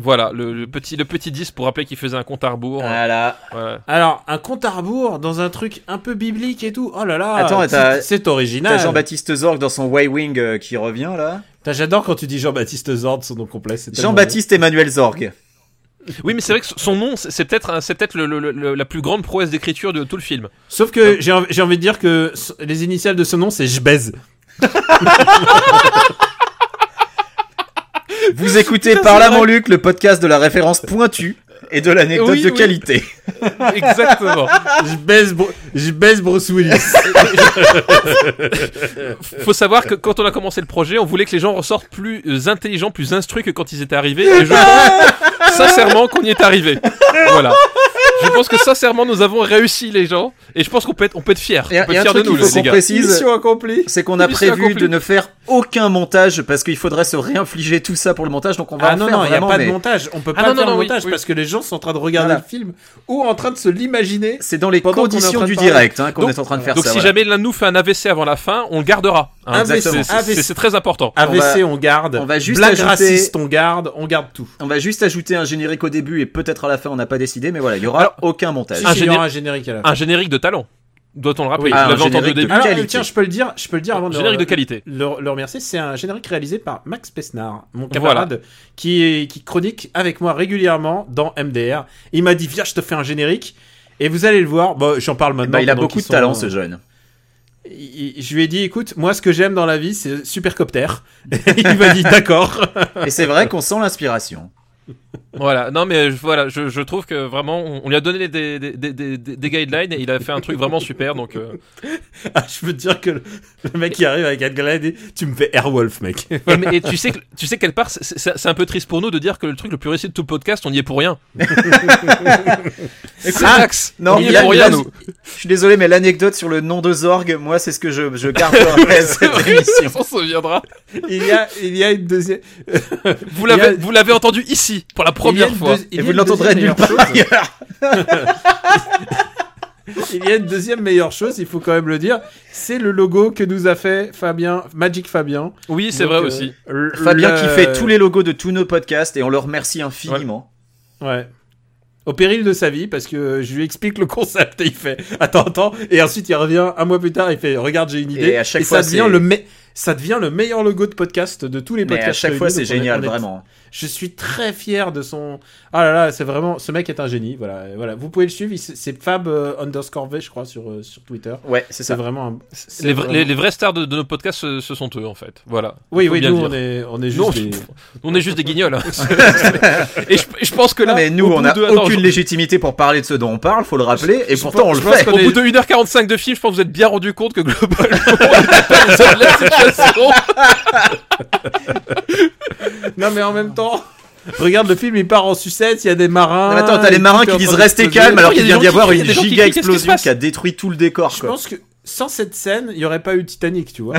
[SPEAKER 3] Voilà, le, le petit le petit 10 pour rappeler qu'il faisait un compte à rebours. hein.
[SPEAKER 1] Voilà.
[SPEAKER 3] Voilà.
[SPEAKER 2] Alors, un compte à rebours dans un truc un peu biblique et tout. Oh là là.
[SPEAKER 1] Attends,
[SPEAKER 2] c'est-
[SPEAKER 1] t'as-
[SPEAKER 2] c'est
[SPEAKER 1] T'as
[SPEAKER 2] original.
[SPEAKER 1] Jean-Baptiste Zorg dans son Y-Wing euh, qui revient, là.
[SPEAKER 2] Putain, J'adore quand tu dis Jean-Baptiste Zord, son nom complet. c'est tellement
[SPEAKER 1] Jean-Baptiste Emmanuel Zorg.
[SPEAKER 3] Oui, mais c'est vrai que son nom, c'est c'est peut-être un- c'est peut-être le- le- le- la plus grande prouesse d'écriture de tout le film.
[SPEAKER 2] bon. Sauf que j'ai envie, j'ai envie de dire que s- les initiales de ce nom, c'est Je baise.
[SPEAKER 1] Vous écoutez
[SPEAKER 3] Putain,
[SPEAKER 1] Par
[SPEAKER 3] c'est
[SPEAKER 1] là,
[SPEAKER 3] vrai.
[SPEAKER 1] mon Luc, le podcast de la référence pointue et de l'anecdote
[SPEAKER 3] Oui,
[SPEAKER 1] de
[SPEAKER 3] oui.
[SPEAKER 1] qualité.
[SPEAKER 3] Exactement.
[SPEAKER 1] Ah.
[SPEAKER 2] Je baise, Bru- je baise Bruce Willis.
[SPEAKER 3] Faut savoir que quand on a commencé le projet, on voulait que les gens ressortent plus euh, intelligents, plus instruits que quand ils étaient arrivés. Et je pense sincèrement qu'on y est arrivé. Voilà. Je pense que sincèrement, nous avons réussi les gens. Et je pense qu'on peut être, on peut être fiers.
[SPEAKER 1] Et-
[SPEAKER 3] on peut
[SPEAKER 1] et un
[SPEAKER 3] être fiers de
[SPEAKER 1] truc
[SPEAKER 3] nous,
[SPEAKER 1] qu'il faut
[SPEAKER 3] les gars.
[SPEAKER 1] qu'on précise,
[SPEAKER 2] Mission accomplie.
[SPEAKER 1] c'est qu'on a
[SPEAKER 3] Mission
[SPEAKER 1] prévu
[SPEAKER 3] accomplie.
[SPEAKER 1] de ne faire aucun montage parce qu'il faudrait se réinfliger tout ça pour le montage, donc on va
[SPEAKER 2] Ah
[SPEAKER 1] en
[SPEAKER 2] non,
[SPEAKER 1] faire
[SPEAKER 2] non, il n'y a
[SPEAKER 1] vraiment,
[SPEAKER 2] pas de
[SPEAKER 1] mais
[SPEAKER 2] montage. On peut
[SPEAKER 3] Ah
[SPEAKER 2] pas
[SPEAKER 3] non,
[SPEAKER 2] faire
[SPEAKER 3] non,
[SPEAKER 2] de
[SPEAKER 3] non, oui,
[SPEAKER 2] montage
[SPEAKER 3] oui.
[SPEAKER 2] parce que les gens sont en train de regarder
[SPEAKER 1] Voilà.
[SPEAKER 2] le film ou en train de se l'imaginer.
[SPEAKER 1] c'est dans les
[SPEAKER 2] Pendant qu'on est en
[SPEAKER 1] conditions
[SPEAKER 2] train de
[SPEAKER 1] du
[SPEAKER 2] parler.
[SPEAKER 1] direct hein, qu'on
[SPEAKER 3] Donc-
[SPEAKER 1] est en train de faire
[SPEAKER 3] Donc
[SPEAKER 1] ça.
[SPEAKER 3] si
[SPEAKER 1] voilà.
[SPEAKER 3] jamais l'un de nous fait un AVC avant la fin, on le gardera. hein.
[SPEAKER 2] AVC,
[SPEAKER 3] C'est- c'est-
[SPEAKER 2] AVC.
[SPEAKER 3] c'est- C'est très important.
[SPEAKER 2] AVC, on, garde.
[SPEAKER 1] on va juste
[SPEAKER 2] Blague
[SPEAKER 1] ajouter-
[SPEAKER 2] raciste, on garde. On garde tout.
[SPEAKER 1] On va juste ajouter un générique au début et peut-être à la fin, on n'a pas décidé, mais voilà, il y aura
[SPEAKER 3] Alors,
[SPEAKER 1] aucun montage.
[SPEAKER 2] Si,
[SPEAKER 3] un
[SPEAKER 2] si, il y
[SPEAKER 3] géné-
[SPEAKER 2] aura un générique à la fin.
[SPEAKER 3] Un générique de talent. Doit-on le rappeler
[SPEAKER 2] Oui,
[SPEAKER 3] Vous
[SPEAKER 1] ah, un
[SPEAKER 3] l'avez entendu
[SPEAKER 1] générique
[SPEAKER 3] au
[SPEAKER 1] de-
[SPEAKER 3] début.
[SPEAKER 2] Alors,
[SPEAKER 1] qualité.
[SPEAKER 2] tiens, je peux le dire, je peux le dire avant de
[SPEAKER 3] Générique de qualité.
[SPEAKER 2] le le remercier. C'est un générique réalisé par Max Pesnard, mon camarade, qui, est- qui chronique avec moi régulièrement dans MDR. Il m'a dit Viens, je te fais un générique. Et vous allez le voir. Bah, J'en parle maintenant.
[SPEAKER 1] Bah, il a
[SPEAKER 2] pendant
[SPEAKER 1] beaucoup
[SPEAKER 2] qu'ils
[SPEAKER 1] de talent,
[SPEAKER 2] sont, euh,
[SPEAKER 1] ce jeune.
[SPEAKER 2] Il- il- Je lui ai dit Écoute, moi, ce que j'aime dans la vie, c'est Supercopter. il m'a dit D'accord.
[SPEAKER 1] Et c'est vrai qu'on sent l'inspiration.
[SPEAKER 3] Voilà, non mais je- voilà, je, je trouve que vraiment, on, on lui a donné des, des, des, des, des guidelines et il a fait un truc vraiment super, donc euh,
[SPEAKER 2] Ah, je veux dire que le, le mec qui arrive avec Adgalad et tu me fais Airwolf, mec.
[SPEAKER 3] Et, mais- et tu sais, que- tu sais qu'elle part, c'est- c'est c'est un peu triste pour nous de dire que le truc le plus réussi de tout le podcast, on y est pour rien. C'est
[SPEAKER 1] Ah,
[SPEAKER 3] Max,
[SPEAKER 1] non,
[SPEAKER 3] on y
[SPEAKER 1] il
[SPEAKER 3] est
[SPEAKER 1] a-
[SPEAKER 3] pour
[SPEAKER 1] il a-
[SPEAKER 3] rien nous.
[SPEAKER 1] Je suis désolé, mais l'anecdote sur le nom de Zorg, moi, c'est ce que je, je garde pour après cette émission.
[SPEAKER 3] On s'en souviendra.
[SPEAKER 2] Il y a, il y a une deuxième.
[SPEAKER 3] Vous
[SPEAKER 2] Il y a-
[SPEAKER 3] l'avez, vous l'avez entendu ici pour la
[SPEAKER 2] il
[SPEAKER 3] première
[SPEAKER 2] y a une
[SPEAKER 3] fois.
[SPEAKER 2] deuxi- il y
[SPEAKER 1] Et
[SPEAKER 2] a
[SPEAKER 1] vous
[SPEAKER 2] une
[SPEAKER 1] ne l'entendrez
[SPEAKER 2] deuxième
[SPEAKER 1] nulle part
[SPEAKER 2] meilleure chose.
[SPEAKER 1] ailleurs.
[SPEAKER 2] Il y a une deuxième meilleure chose, il faut quand même le dire. C'est le logo que nous a fait Fabien, Magic Fabien.
[SPEAKER 3] Oui, c'est
[SPEAKER 2] Donc,
[SPEAKER 3] vrai
[SPEAKER 2] euh,
[SPEAKER 3] aussi.
[SPEAKER 2] le-
[SPEAKER 1] Fabien qui
[SPEAKER 2] le-
[SPEAKER 1] fait tous les logos de tous nos podcasts et on le remercie infiniment.
[SPEAKER 2] Ouais. Au péril de sa vie, parce que euh, je lui explique le concept et il fait attends, attends, et ensuite il revient un mois plus tard, il fait regarde, j'ai une idée.
[SPEAKER 1] Et à chaque fois,
[SPEAKER 2] ça devient
[SPEAKER 1] c'est-
[SPEAKER 2] le me- ça devient le meilleur logo de podcast de tous les
[SPEAKER 1] Mais
[SPEAKER 2] podcasts.
[SPEAKER 1] à chaque fois, c'est
[SPEAKER 2] réunis, donc on est-
[SPEAKER 1] génial,
[SPEAKER 2] on est-
[SPEAKER 1] vraiment.
[SPEAKER 2] Je suis très fier de son. Ah là là, c'est vraiment. Ce mec est un génie. Voilà, voilà. Vous pouvez le suivre. il- C'est Fab euh, underscore V, je crois, sur euh, sur Twitter.
[SPEAKER 1] Ouais, c'est
[SPEAKER 2] C'est
[SPEAKER 1] ça.
[SPEAKER 2] vraiment. Un...
[SPEAKER 3] Les,
[SPEAKER 2] c'est
[SPEAKER 3] vrais-
[SPEAKER 2] vraiment-
[SPEAKER 3] les, les vrais stars de, de nos podcasts, ce, ce sont eux en fait. Voilà.
[SPEAKER 2] Oui,
[SPEAKER 3] Faut
[SPEAKER 2] oui.
[SPEAKER 3] bien
[SPEAKER 2] Nous,
[SPEAKER 3] le
[SPEAKER 2] on
[SPEAKER 3] dire.
[SPEAKER 2] est, on est juste.
[SPEAKER 3] Non,
[SPEAKER 2] des-
[SPEAKER 3] On est juste des guignols. hein. et je, je pense que là,
[SPEAKER 1] Non, mais nous,
[SPEAKER 3] au
[SPEAKER 1] on
[SPEAKER 3] bout
[SPEAKER 1] n'a
[SPEAKER 3] de- attends,
[SPEAKER 1] aucune
[SPEAKER 3] je-
[SPEAKER 1] légitimité pour parler de ce dont on parle, faut le rappeler, et pourtant on le
[SPEAKER 3] Je pense
[SPEAKER 1] fait.
[SPEAKER 3] qu'au
[SPEAKER 2] qu'on est-
[SPEAKER 3] bout de 1h45 de film, je pense que vous êtes bien rendu compte que globalement, on était pas au sol de la situation.
[SPEAKER 2] Non, mais en même temps. Regarde le film, il part en sucette. Il y a des marins.
[SPEAKER 1] Non, mais attends, t'as les marins
[SPEAKER 2] tout
[SPEAKER 1] qui
[SPEAKER 2] est en
[SPEAKER 1] disent
[SPEAKER 2] train de
[SPEAKER 1] restez
[SPEAKER 2] exploser.
[SPEAKER 1] calme alors
[SPEAKER 3] Non, il y a
[SPEAKER 1] qu'il
[SPEAKER 3] des
[SPEAKER 1] vient
[SPEAKER 3] gens
[SPEAKER 1] d'y
[SPEAKER 3] qui
[SPEAKER 1] avoir
[SPEAKER 3] crient, il
[SPEAKER 1] une
[SPEAKER 3] y a des gens qui
[SPEAKER 1] giga
[SPEAKER 3] crient, qu'est-ce qui se
[SPEAKER 1] explosion
[SPEAKER 3] passe
[SPEAKER 1] qui a détruit tout le décor,
[SPEAKER 2] Je
[SPEAKER 1] quoi.
[SPEAKER 2] pense que sans cette scène, il y aurait pas eu Titanic, tu vois.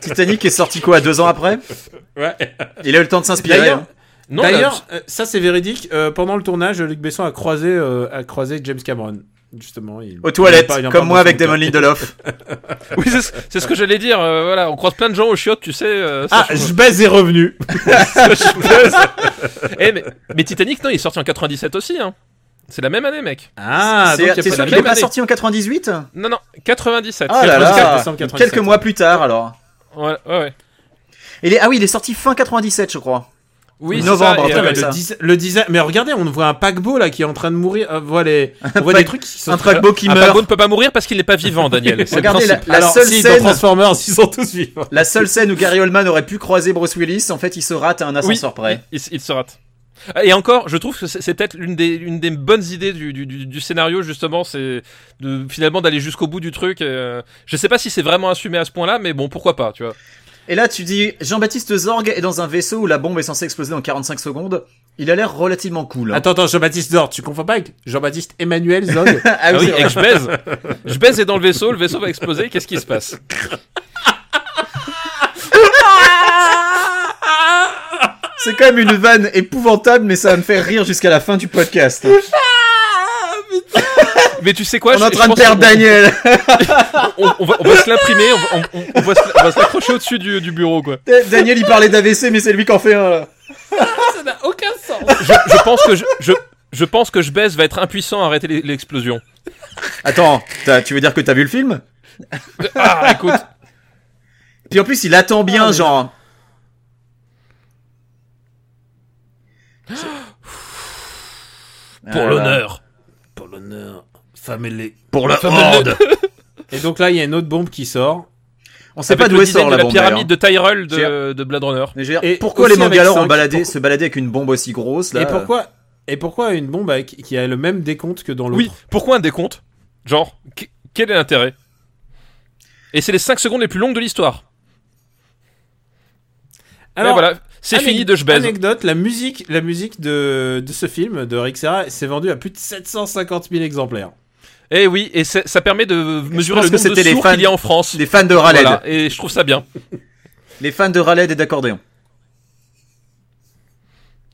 [SPEAKER 1] Titanic est sorti quoi, deux ans après
[SPEAKER 2] ouais.
[SPEAKER 1] Il a eu le temps de s'inspirer.
[SPEAKER 2] D'ailleurs,
[SPEAKER 1] hein.
[SPEAKER 3] Non, là,
[SPEAKER 2] D'ailleurs, euh, ça c'est véridique. euh, pendant le tournage, Luc Besson a croisé, euh, a croisé James Cameron. justement. Il,
[SPEAKER 1] Aux toilettes,
[SPEAKER 2] il en parle
[SPEAKER 1] comme moi
[SPEAKER 2] dans
[SPEAKER 1] avec
[SPEAKER 2] son
[SPEAKER 1] Damon
[SPEAKER 2] cas.
[SPEAKER 1] Lindelof.
[SPEAKER 3] Oui, c'est ce- c'est ce que j'allais dire. euh, voilà, on croise plein de gens aux chiottes, tu sais. euh, ça,
[SPEAKER 2] Ah, je baise est revenu.
[SPEAKER 3] Eh, mais, mais Titanic, non, il est sorti en 97 aussi. Hein. C'est la même année, mec.
[SPEAKER 2] Ah,
[SPEAKER 1] C'est
[SPEAKER 2] donc il y a
[SPEAKER 1] t'es
[SPEAKER 2] pas
[SPEAKER 1] sûr
[SPEAKER 2] de
[SPEAKER 1] qu'il est
[SPEAKER 3] même
[SPEAKER 1] pas
[SPEAKER 3] année.
[SPEAKER 1] sorti en 98
[SPEAKER 3] Non, non, 97.
[SPEAKER 1] Ah là
[SPEAKER 2] 94,
[SPEAKER 1] là,
[SPEAKER 2] décembre 97.
[SPEAKER 1] quelques mois plus tard alors.
[SPEAKER 3] Ouais, ouais, ouais.
[SPEAKER 1] Il est, ah oui, il est sorti fin 97, je crois.
[SPEAKER 3] Oui, c'est
[SPEAKER 1] Novembre,
[SPEAKER 3] ça, et,
[SPEAKER 1] en fait,
[SPEAKER 3] euh,
[SPEAKER 1] comme
[SPEAKER 2] Putain, mais
[SPEAKER 1] ça.
[SPEAKER 2] le, dis- le design, mais regardez, on voit un paquebot là qui est en train de mourir. Euh, voilà, les- on voit des
[SPEAKER 1] paque-
[SPEAKER 2] trucs qui sont.
[SPEAKER 1] Un trackball qui
[SPEAKER 3] un
[SPEAKER 1] meurt.
[SPEAKER 3] paquebot ne peut pas mourir parce qu'il n'est pas vivant, Daniel. C'est le
[SPEAKER 1] Regardez la,
[SPEAKER 3] principe.
[SPEAKER 1] la
[SPEAKER 2] Alors,
[SPEAKER 1] seule
[SPEAKER 2] si, dans
[SPEAKER 1] scène,
[SPEAKER 2] Transformers, ils sont tous vivants.
[SPEAKER 1] la seule scène où Gary Oldman aurait pu croiser Bruce Willis, en fait, il se rate à un ascenseur près.
[SPEAKER 3] Il, il se rate. Et encore, je trouve que c'est c'est peut-être l'une des, l'une des bonnes idées du, du- du- du scénario, justement, c'est de, finalement d'aller jusqu'au bout du truc. euh, je sais pas si c'est vraiment assumé à ce point-là, mais bon, pourquoi pas, tu vois.
[SPEAKER 1] Et là, tu dis, Jean-Baptiste Zorg est dans un vaisseau où la bombe est censée exploser dans 45 secondes. Il a l'air relativement cool. hein.
[SPEAKER 2] Attends, attends, Jean-Baptiste Zord, tu confonds pas avec Jean-Baptiste Emmanuel Zog
[SPEAKER 1] Ah
[SPEAKER 3] Ah
[SPEAKER 1] oui,
[SPEAKER 3] oui,
[SPEAKER 1] c'est vrai.
[SPEAKER 3] et que je baise. Je baise et dans le vaisseau, le vaisseau va exploser, qu'est-ce qui se passe
[SPEAKER 1] c'est quand même une vanne épouvantable, mais ça va me faire rire jusqu'à la fin du podcast. hein.
[SPEAKER 3] Mais tu sais quoi
[SPEAKER 1] On
[SPEAKER 3] je-
[SPEAKER 1] est en
[SPEAKER 3] je
[SPEAKER 1] train de
[SPEAKER 3] pense
[SPEAKER 1] perdre
[SPEAKER 3] qu'on-
[SPEAKER 1] Daniel.
[SPEAKER 3] on, on va, on va se l'imprimer, on, va- on- on va se- on va se l'accrocher au-dessus du, du bureau, quoi.
[SPEAKER 1] Daniel, il parlait d'AVC, mais c'est lui qui en fait un. là.
[SPEAKER 2] Ça n'a aucun sens.
[SPEAKER 3] Je, je pense que je, je, je pense que je baise va être impuissant à arrêter l'e- l'explosion.
[SPEAKER 1] Attends, t'as- tu veux dire que t'as vu le film
[SPEAKER 3] Ah, écoute,
[SPEAKER 1] Puis en plus, il attend bien, genre.
[SPEAKER 3] pour
[SPEAKER 1] Ah là là.
[SPEAKER 3] l'honneur.
[SPEAKER 2] Pour l'honneur, family.
[SPEAKER 1] Pour la
[SPEAKER 3] Fameux de-
[SPEAKER 1] horde.
[SPEAKER 2] Et donc là, il y a une autre bombe qui sort.
[SPEAKER 1] On sait
[SPEAKER 3] avec
[SPEAKER 1] pas
[SPEAKER 3] le
[SPEAKER 1] d'où elle
[SPEAKER 3] design
[SPEAKER 1] sort
[SPEAKER 3] de
[SPEAKER 1] la
[SPEAKER 3] la
[SPEAKER 1] bombe.
[SPEAKER 3] pyramide de Tyrell de,
[SPEAKER 1] C'est-
[SPEAKER 3] de Blade Runner.
[SPEAKER 1] Mais je veux dire,
[SPEAKER 2] Et
[SPEAKER 1] pourquoi
[SPEAKER 2] aussi
[SPEAKER 1] les Mangalores
[SPEAKER 2] avec
[SPEAKER 1] ont
[SPEAKER 2] cinq,
[SPEAKER 1] baladé,
[SPEAKER 2] pourquoi-
[SPEAKER 1] se balader avec une bombe aussi grosse là euh.
[SPEAKER 2] Et pourquoi Et pourquoi une bombe avec- qui a le même décompte que dans l'autre
[SPEAKER 3] Oui, pourquoi un décompte Genre, qu- quel est l'intérêt Et c'est les 5 secondes les plus longues de l'histoire. Alors,
[SPEAKER 2] Alors,
[SPEAKER 3] voilà, c'est
[SPEAKER 2] anec-
[SPEAKER 3] fini de je baise.
[SPEAKER 2] Anecdote, la musique, la musique de, de ce film de Rick Serra s'est vendue à plus de 750 000 exemplaires.
[SPEAKER 3] Eh oui, et c'est- ça permet de mesurer
[SPEAKER 1] pense
[SPEAKER 3] le
[SPEAKER 1] que
[SPEAKER 3] nombre de
[SPEAKER 1] c'était les
[SPEAKER 3] sourds
[SPEAKER 1] fans-
[SPEAKER 3] qu'il y a en France.
[SPEAKER 1] euh, Les fans de Raled.
[SPEAKER 3] Voilà, et je trouve ça bien.
[SPEAKER 1] Les fans de Raled et d'accordéon.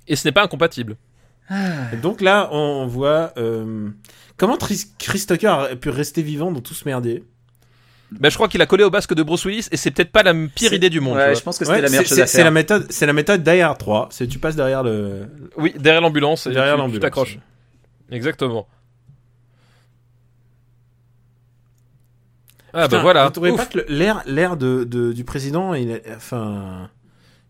[SPEAKER 3] Et ce n'est pas incompatible.
[SPEAKER 2] Et donc là, on, on voit euh, comment Tris- Chris Tucker a pu rester vivant dans tout ce merdier.
[SPEAKER 3] Bah, je crois qu'il a collé au basque de Bruce Willis et c'est peut-être pas la m- pire
[SPEAKER 1] C'est-
[SPEAKER 3] idée du monde.
[SPEAKER 1] Ouais,
[SPEAKER 3] tu
[SPEAKER 1] je
[SPEAKER 3] vois.
[SPEAKER 1] pense que c'était
[SPEAKER 2] Ouais,
[SPEAKER 1] la meilleure
[SPEAKER 2] c'est-
[SPEAKER 1] chose à
[SPEAKER 2] c'est- C'est la
[SPEAKER 1] faire.
[SPEAKER 2] méthode, c'est la méthode Die Hard 3. C'est tu passes derrière le
[SPEAKER 3] Oui, derrière l'ambulance. et
[SPEAKER 2] derrière
[SPEAKER 3] tu-
[SPEAKER 2] l'ambulance.
[SPEAKER 3] Tu t'accroches. Exactement. Ah bah
[SPEAKER 2] Putain,
[SPEAKER 3] voilà.
[SPEAKER 2] Vous trouvez
[SPEAKER 3] Ouf.
[SPEAKER 2] pas que le- l'air, l'air de, de- du président, il a, enfin,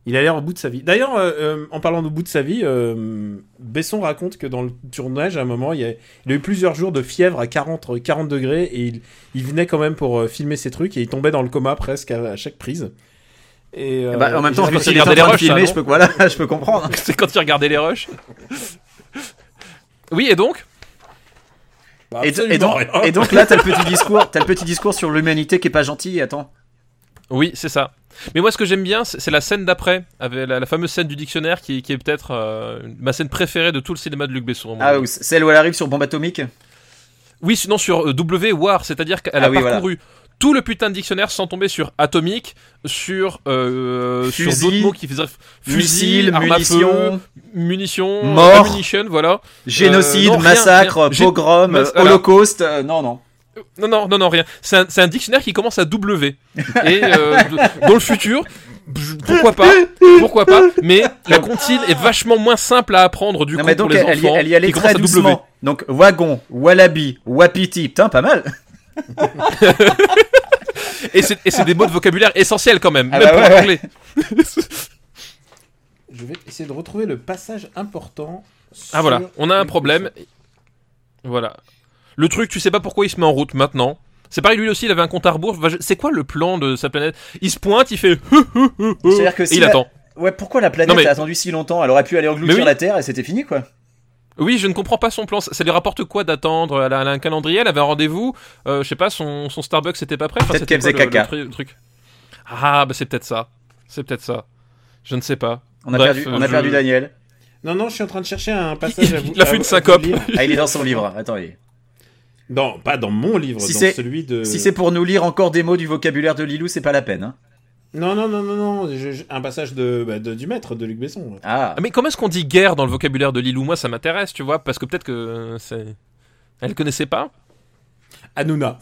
[SPEAKER 2] il a l'air au bout de sa vie. D'ailleurs, euh, euh, en parlant au bout de sa vie, euh, Besson raconte que dans le tournage, à un moment, il y a, il a eu plusieurs jours de fièvre à 40, 40 degrés et il, il venait quand même pour euh, filmer ses trucs et il tombait dans le coma presque à, à chaque prise. Et, euh,
[SPEAKER 1] Bah, en même temps,
[SPEAKER 2] il-
[SPEAKER 1] vu
[SPEAKER 3] parce
[SPEAKER 1] qu'il
[SPEAKER 3] que
[SPEAKER 1] est en
[SPEAKER 3] regarder
[SPEAKER 1] train
[SPEAKER 3] les
[SPEAKER 1] de
[SPEAKER 3] rushs, ça,
[SPEAKER 1] filmer,
[SPEAKER 3] non
[SPEAKER 1] je peux, voilà, je peux comprendre.
[SPEAKER 3] C'est quand il regardait les rushs. Oui, et donc
[SPEAKER 2] bah,
[SPEAKER 1] Et, et
[SPEAKER 2] absolument
[SPEAKER 1] donc,
[SPEAKER 2] rien.
[SPEAKER 1] et donc là, t'as le petit discours, t'as le petit discours sur l'humanité qui est pas gentil. Attends,
[SPEAKER 3] Oui, c'est ça. Mais moi, ce que j'aime bien, c'est c'est la scène d'après, avec la, la fameuse scène du dictionnaire qui, qui est peut-être euh, ma scène préférée de tout le cinéma de Luc Besson. à mon
[SPEAKER 1] ah,
[SPEAKER 3] avis.
[SPEAKER 1] ou c- celle où elle arrive sur bombe atomique.
[SPEAKER 3] Oui, sinon sur euh, W War, c'est-à-dire qu'elle
[SPEAKER 1] Ah
[SPEAKER 3] a
[SPEAKER 1] oui, voilà.
[SPEAKER 3] parcouru tout le putain de dictionnaire sans tomber sur atomique, sur euh, sur
[SPEAKER 1] Fusil,
[SPEAKER 3] d'autres mots qui faisaient
[SPEAKER 1] Missile,
[SPEAKER 3] fusil, arme à feu, euh,
[SPEAKER 1] munitions,
[SPEAKER 3] munitions,
[SPEAKER 1] mort.
[SPEAKER 3] ammunition, voilà.
[SPEAKER 1] génocide,
[SPEAKER 3] Euh, non, rien,
[SPEAKER 1] massacre,
[SPEAKER 3] rien. J'ai-
[SPEAKER 1] pogrom,
[SPEAKER 3] Mas-
[SPEAKER 1] euh,
[SPEAKER 3] voilà.
[SPEAKER 1] holocauste. euh, non, non.
[SPEAKER 3] Non, non, non, non, rien. C'est un, c'est un dictionnaire qui commence à W. Et euh, de- dans le futur, je- pourquoi pas, pourquoi pas. Mais la comptine est vachement moins simple à apprendre du
[SPEAKER 1] non
[SPEAKER 3] coup
[SPEAKER 1] mais donc
[SPEAKER 3] pour les
[SPEAKER 1] elle, elle y-
[SPEAKER 3] enfants.
[SPEAKER 1] elle y allait
[SPEAKER 3] qui commence
[SPEAKER 1] très
[SPEAKER 3] à W.
[SPEAKER 1] doucement. Donc wagon, wallaby, wapiti, putain, pas mal.
[SPEAKER 3] Et c'est et c'est des mots de vocabulaire essentiels quand même,
[SPEAKER 1] Ah
[SPEAKER 3] même
[SPEAKER 1] bah
[SPEAKER 3] pour
[SPEAKER 1] ouais,
[SPEAKER 3] l'anglais.
[SPEAKER 2] je vais essayer de retrouver le passage important.
[SPEAKER 3] Ah voilà,
[SPEAKER 2] sur-
[SPEAKER 3] on a un problème. Voilà. Le truc, tu sais pas pourquoi il se met en route maintenant. C'est pareil, lui aussi, il avait un compte à rebours. Va- C'est quoi le plan de sa planète Il se pointe, il fait.
[SPEAKER 1] C'est-à-dire que
[SPEAKER 3] et
[SPEAKER 1] si
[SPEAKER 3] il
[SPEAKER 1] la-
[SPEAKER 3] attend.
[SPEAKER 1] Ouais, pourquoi la planète
[SPEAKER 3] Non, mais-
[SPEAKER 1] a attendu si longtemps Elle aurait pu aller engloutir
[SPEAKER 3] Mais oui.
[SPEAKER 1] la Terre et c'était fini quoi.
[SPEAKER 3] Oui, je ne comprends pas son plan. Ça ça lui rapporte quoi d'attendre elle a, elle a un calendrier, elle avait un rendez-vous. Euh, je sais pas, son, son Starbucks était pas prêt. Enfin,
[SPEAKER 1] Peut-être
[SPEAKER 3] c'était
[SPEAKER 1] qu'elle
[SPEAKER 3] quoi
[SPEAKER 1] faisait
[SPEAKER 3] le- le tru- truc ah, bah c'est peut-être ça. C'est peut-être ça. Je ne sais pas.
[SPEAKER 1] On a
[SPEAKER 3] Bref,
[SPEAKER 1] perdu,
[SPEAKER 3] euh,
[SPEAKER 1] on a
[SPEAKER 3] je-
[SPEAKER 1] perdu Daniel.
[SPEAKER 2] Non, non, je suis en train de chercher un passage. à vous-
[SPEAKER 3] Il a fait
[SPEAKER 2] à
[SPEAKER 3] une
[SPEAKER 2] vous- à vous
[SPEAKER 3] syncope.
[SPEAKER 2] lire.
[SPEAKER 1] Ah, il est dans son livre. Attends, il-
[SPEAKER 2] Non, pas dans mon livre,
[SPEAKER 1] Si
[SPEAKER 2] dans
[SPEAKER 1] c'est-
[SPEAKER 2] celui
[SPEAKER 3] Euh.
[SPEAKER 2] de.
[SPEAKER 1] si c'est pour nous lire encore des mots du vocabulaire de Lilou, c'est pas la peine. hein.
[SPEAKER 2] Non, non, non, non, non, je- je- un passage de, bah, de- du maître de Luc Besson. ouais.
[SPEAKER 1] Ah,
[SPEAKER 3] Ah, Mais comment est-ce qu'on dit guerre dans le vocabulaire de Lilou Moi, ça m'intéresse, tu vois, parce que peut-être que c'est. Elle connaissait pas
[SPEAKER 2] Hanouna.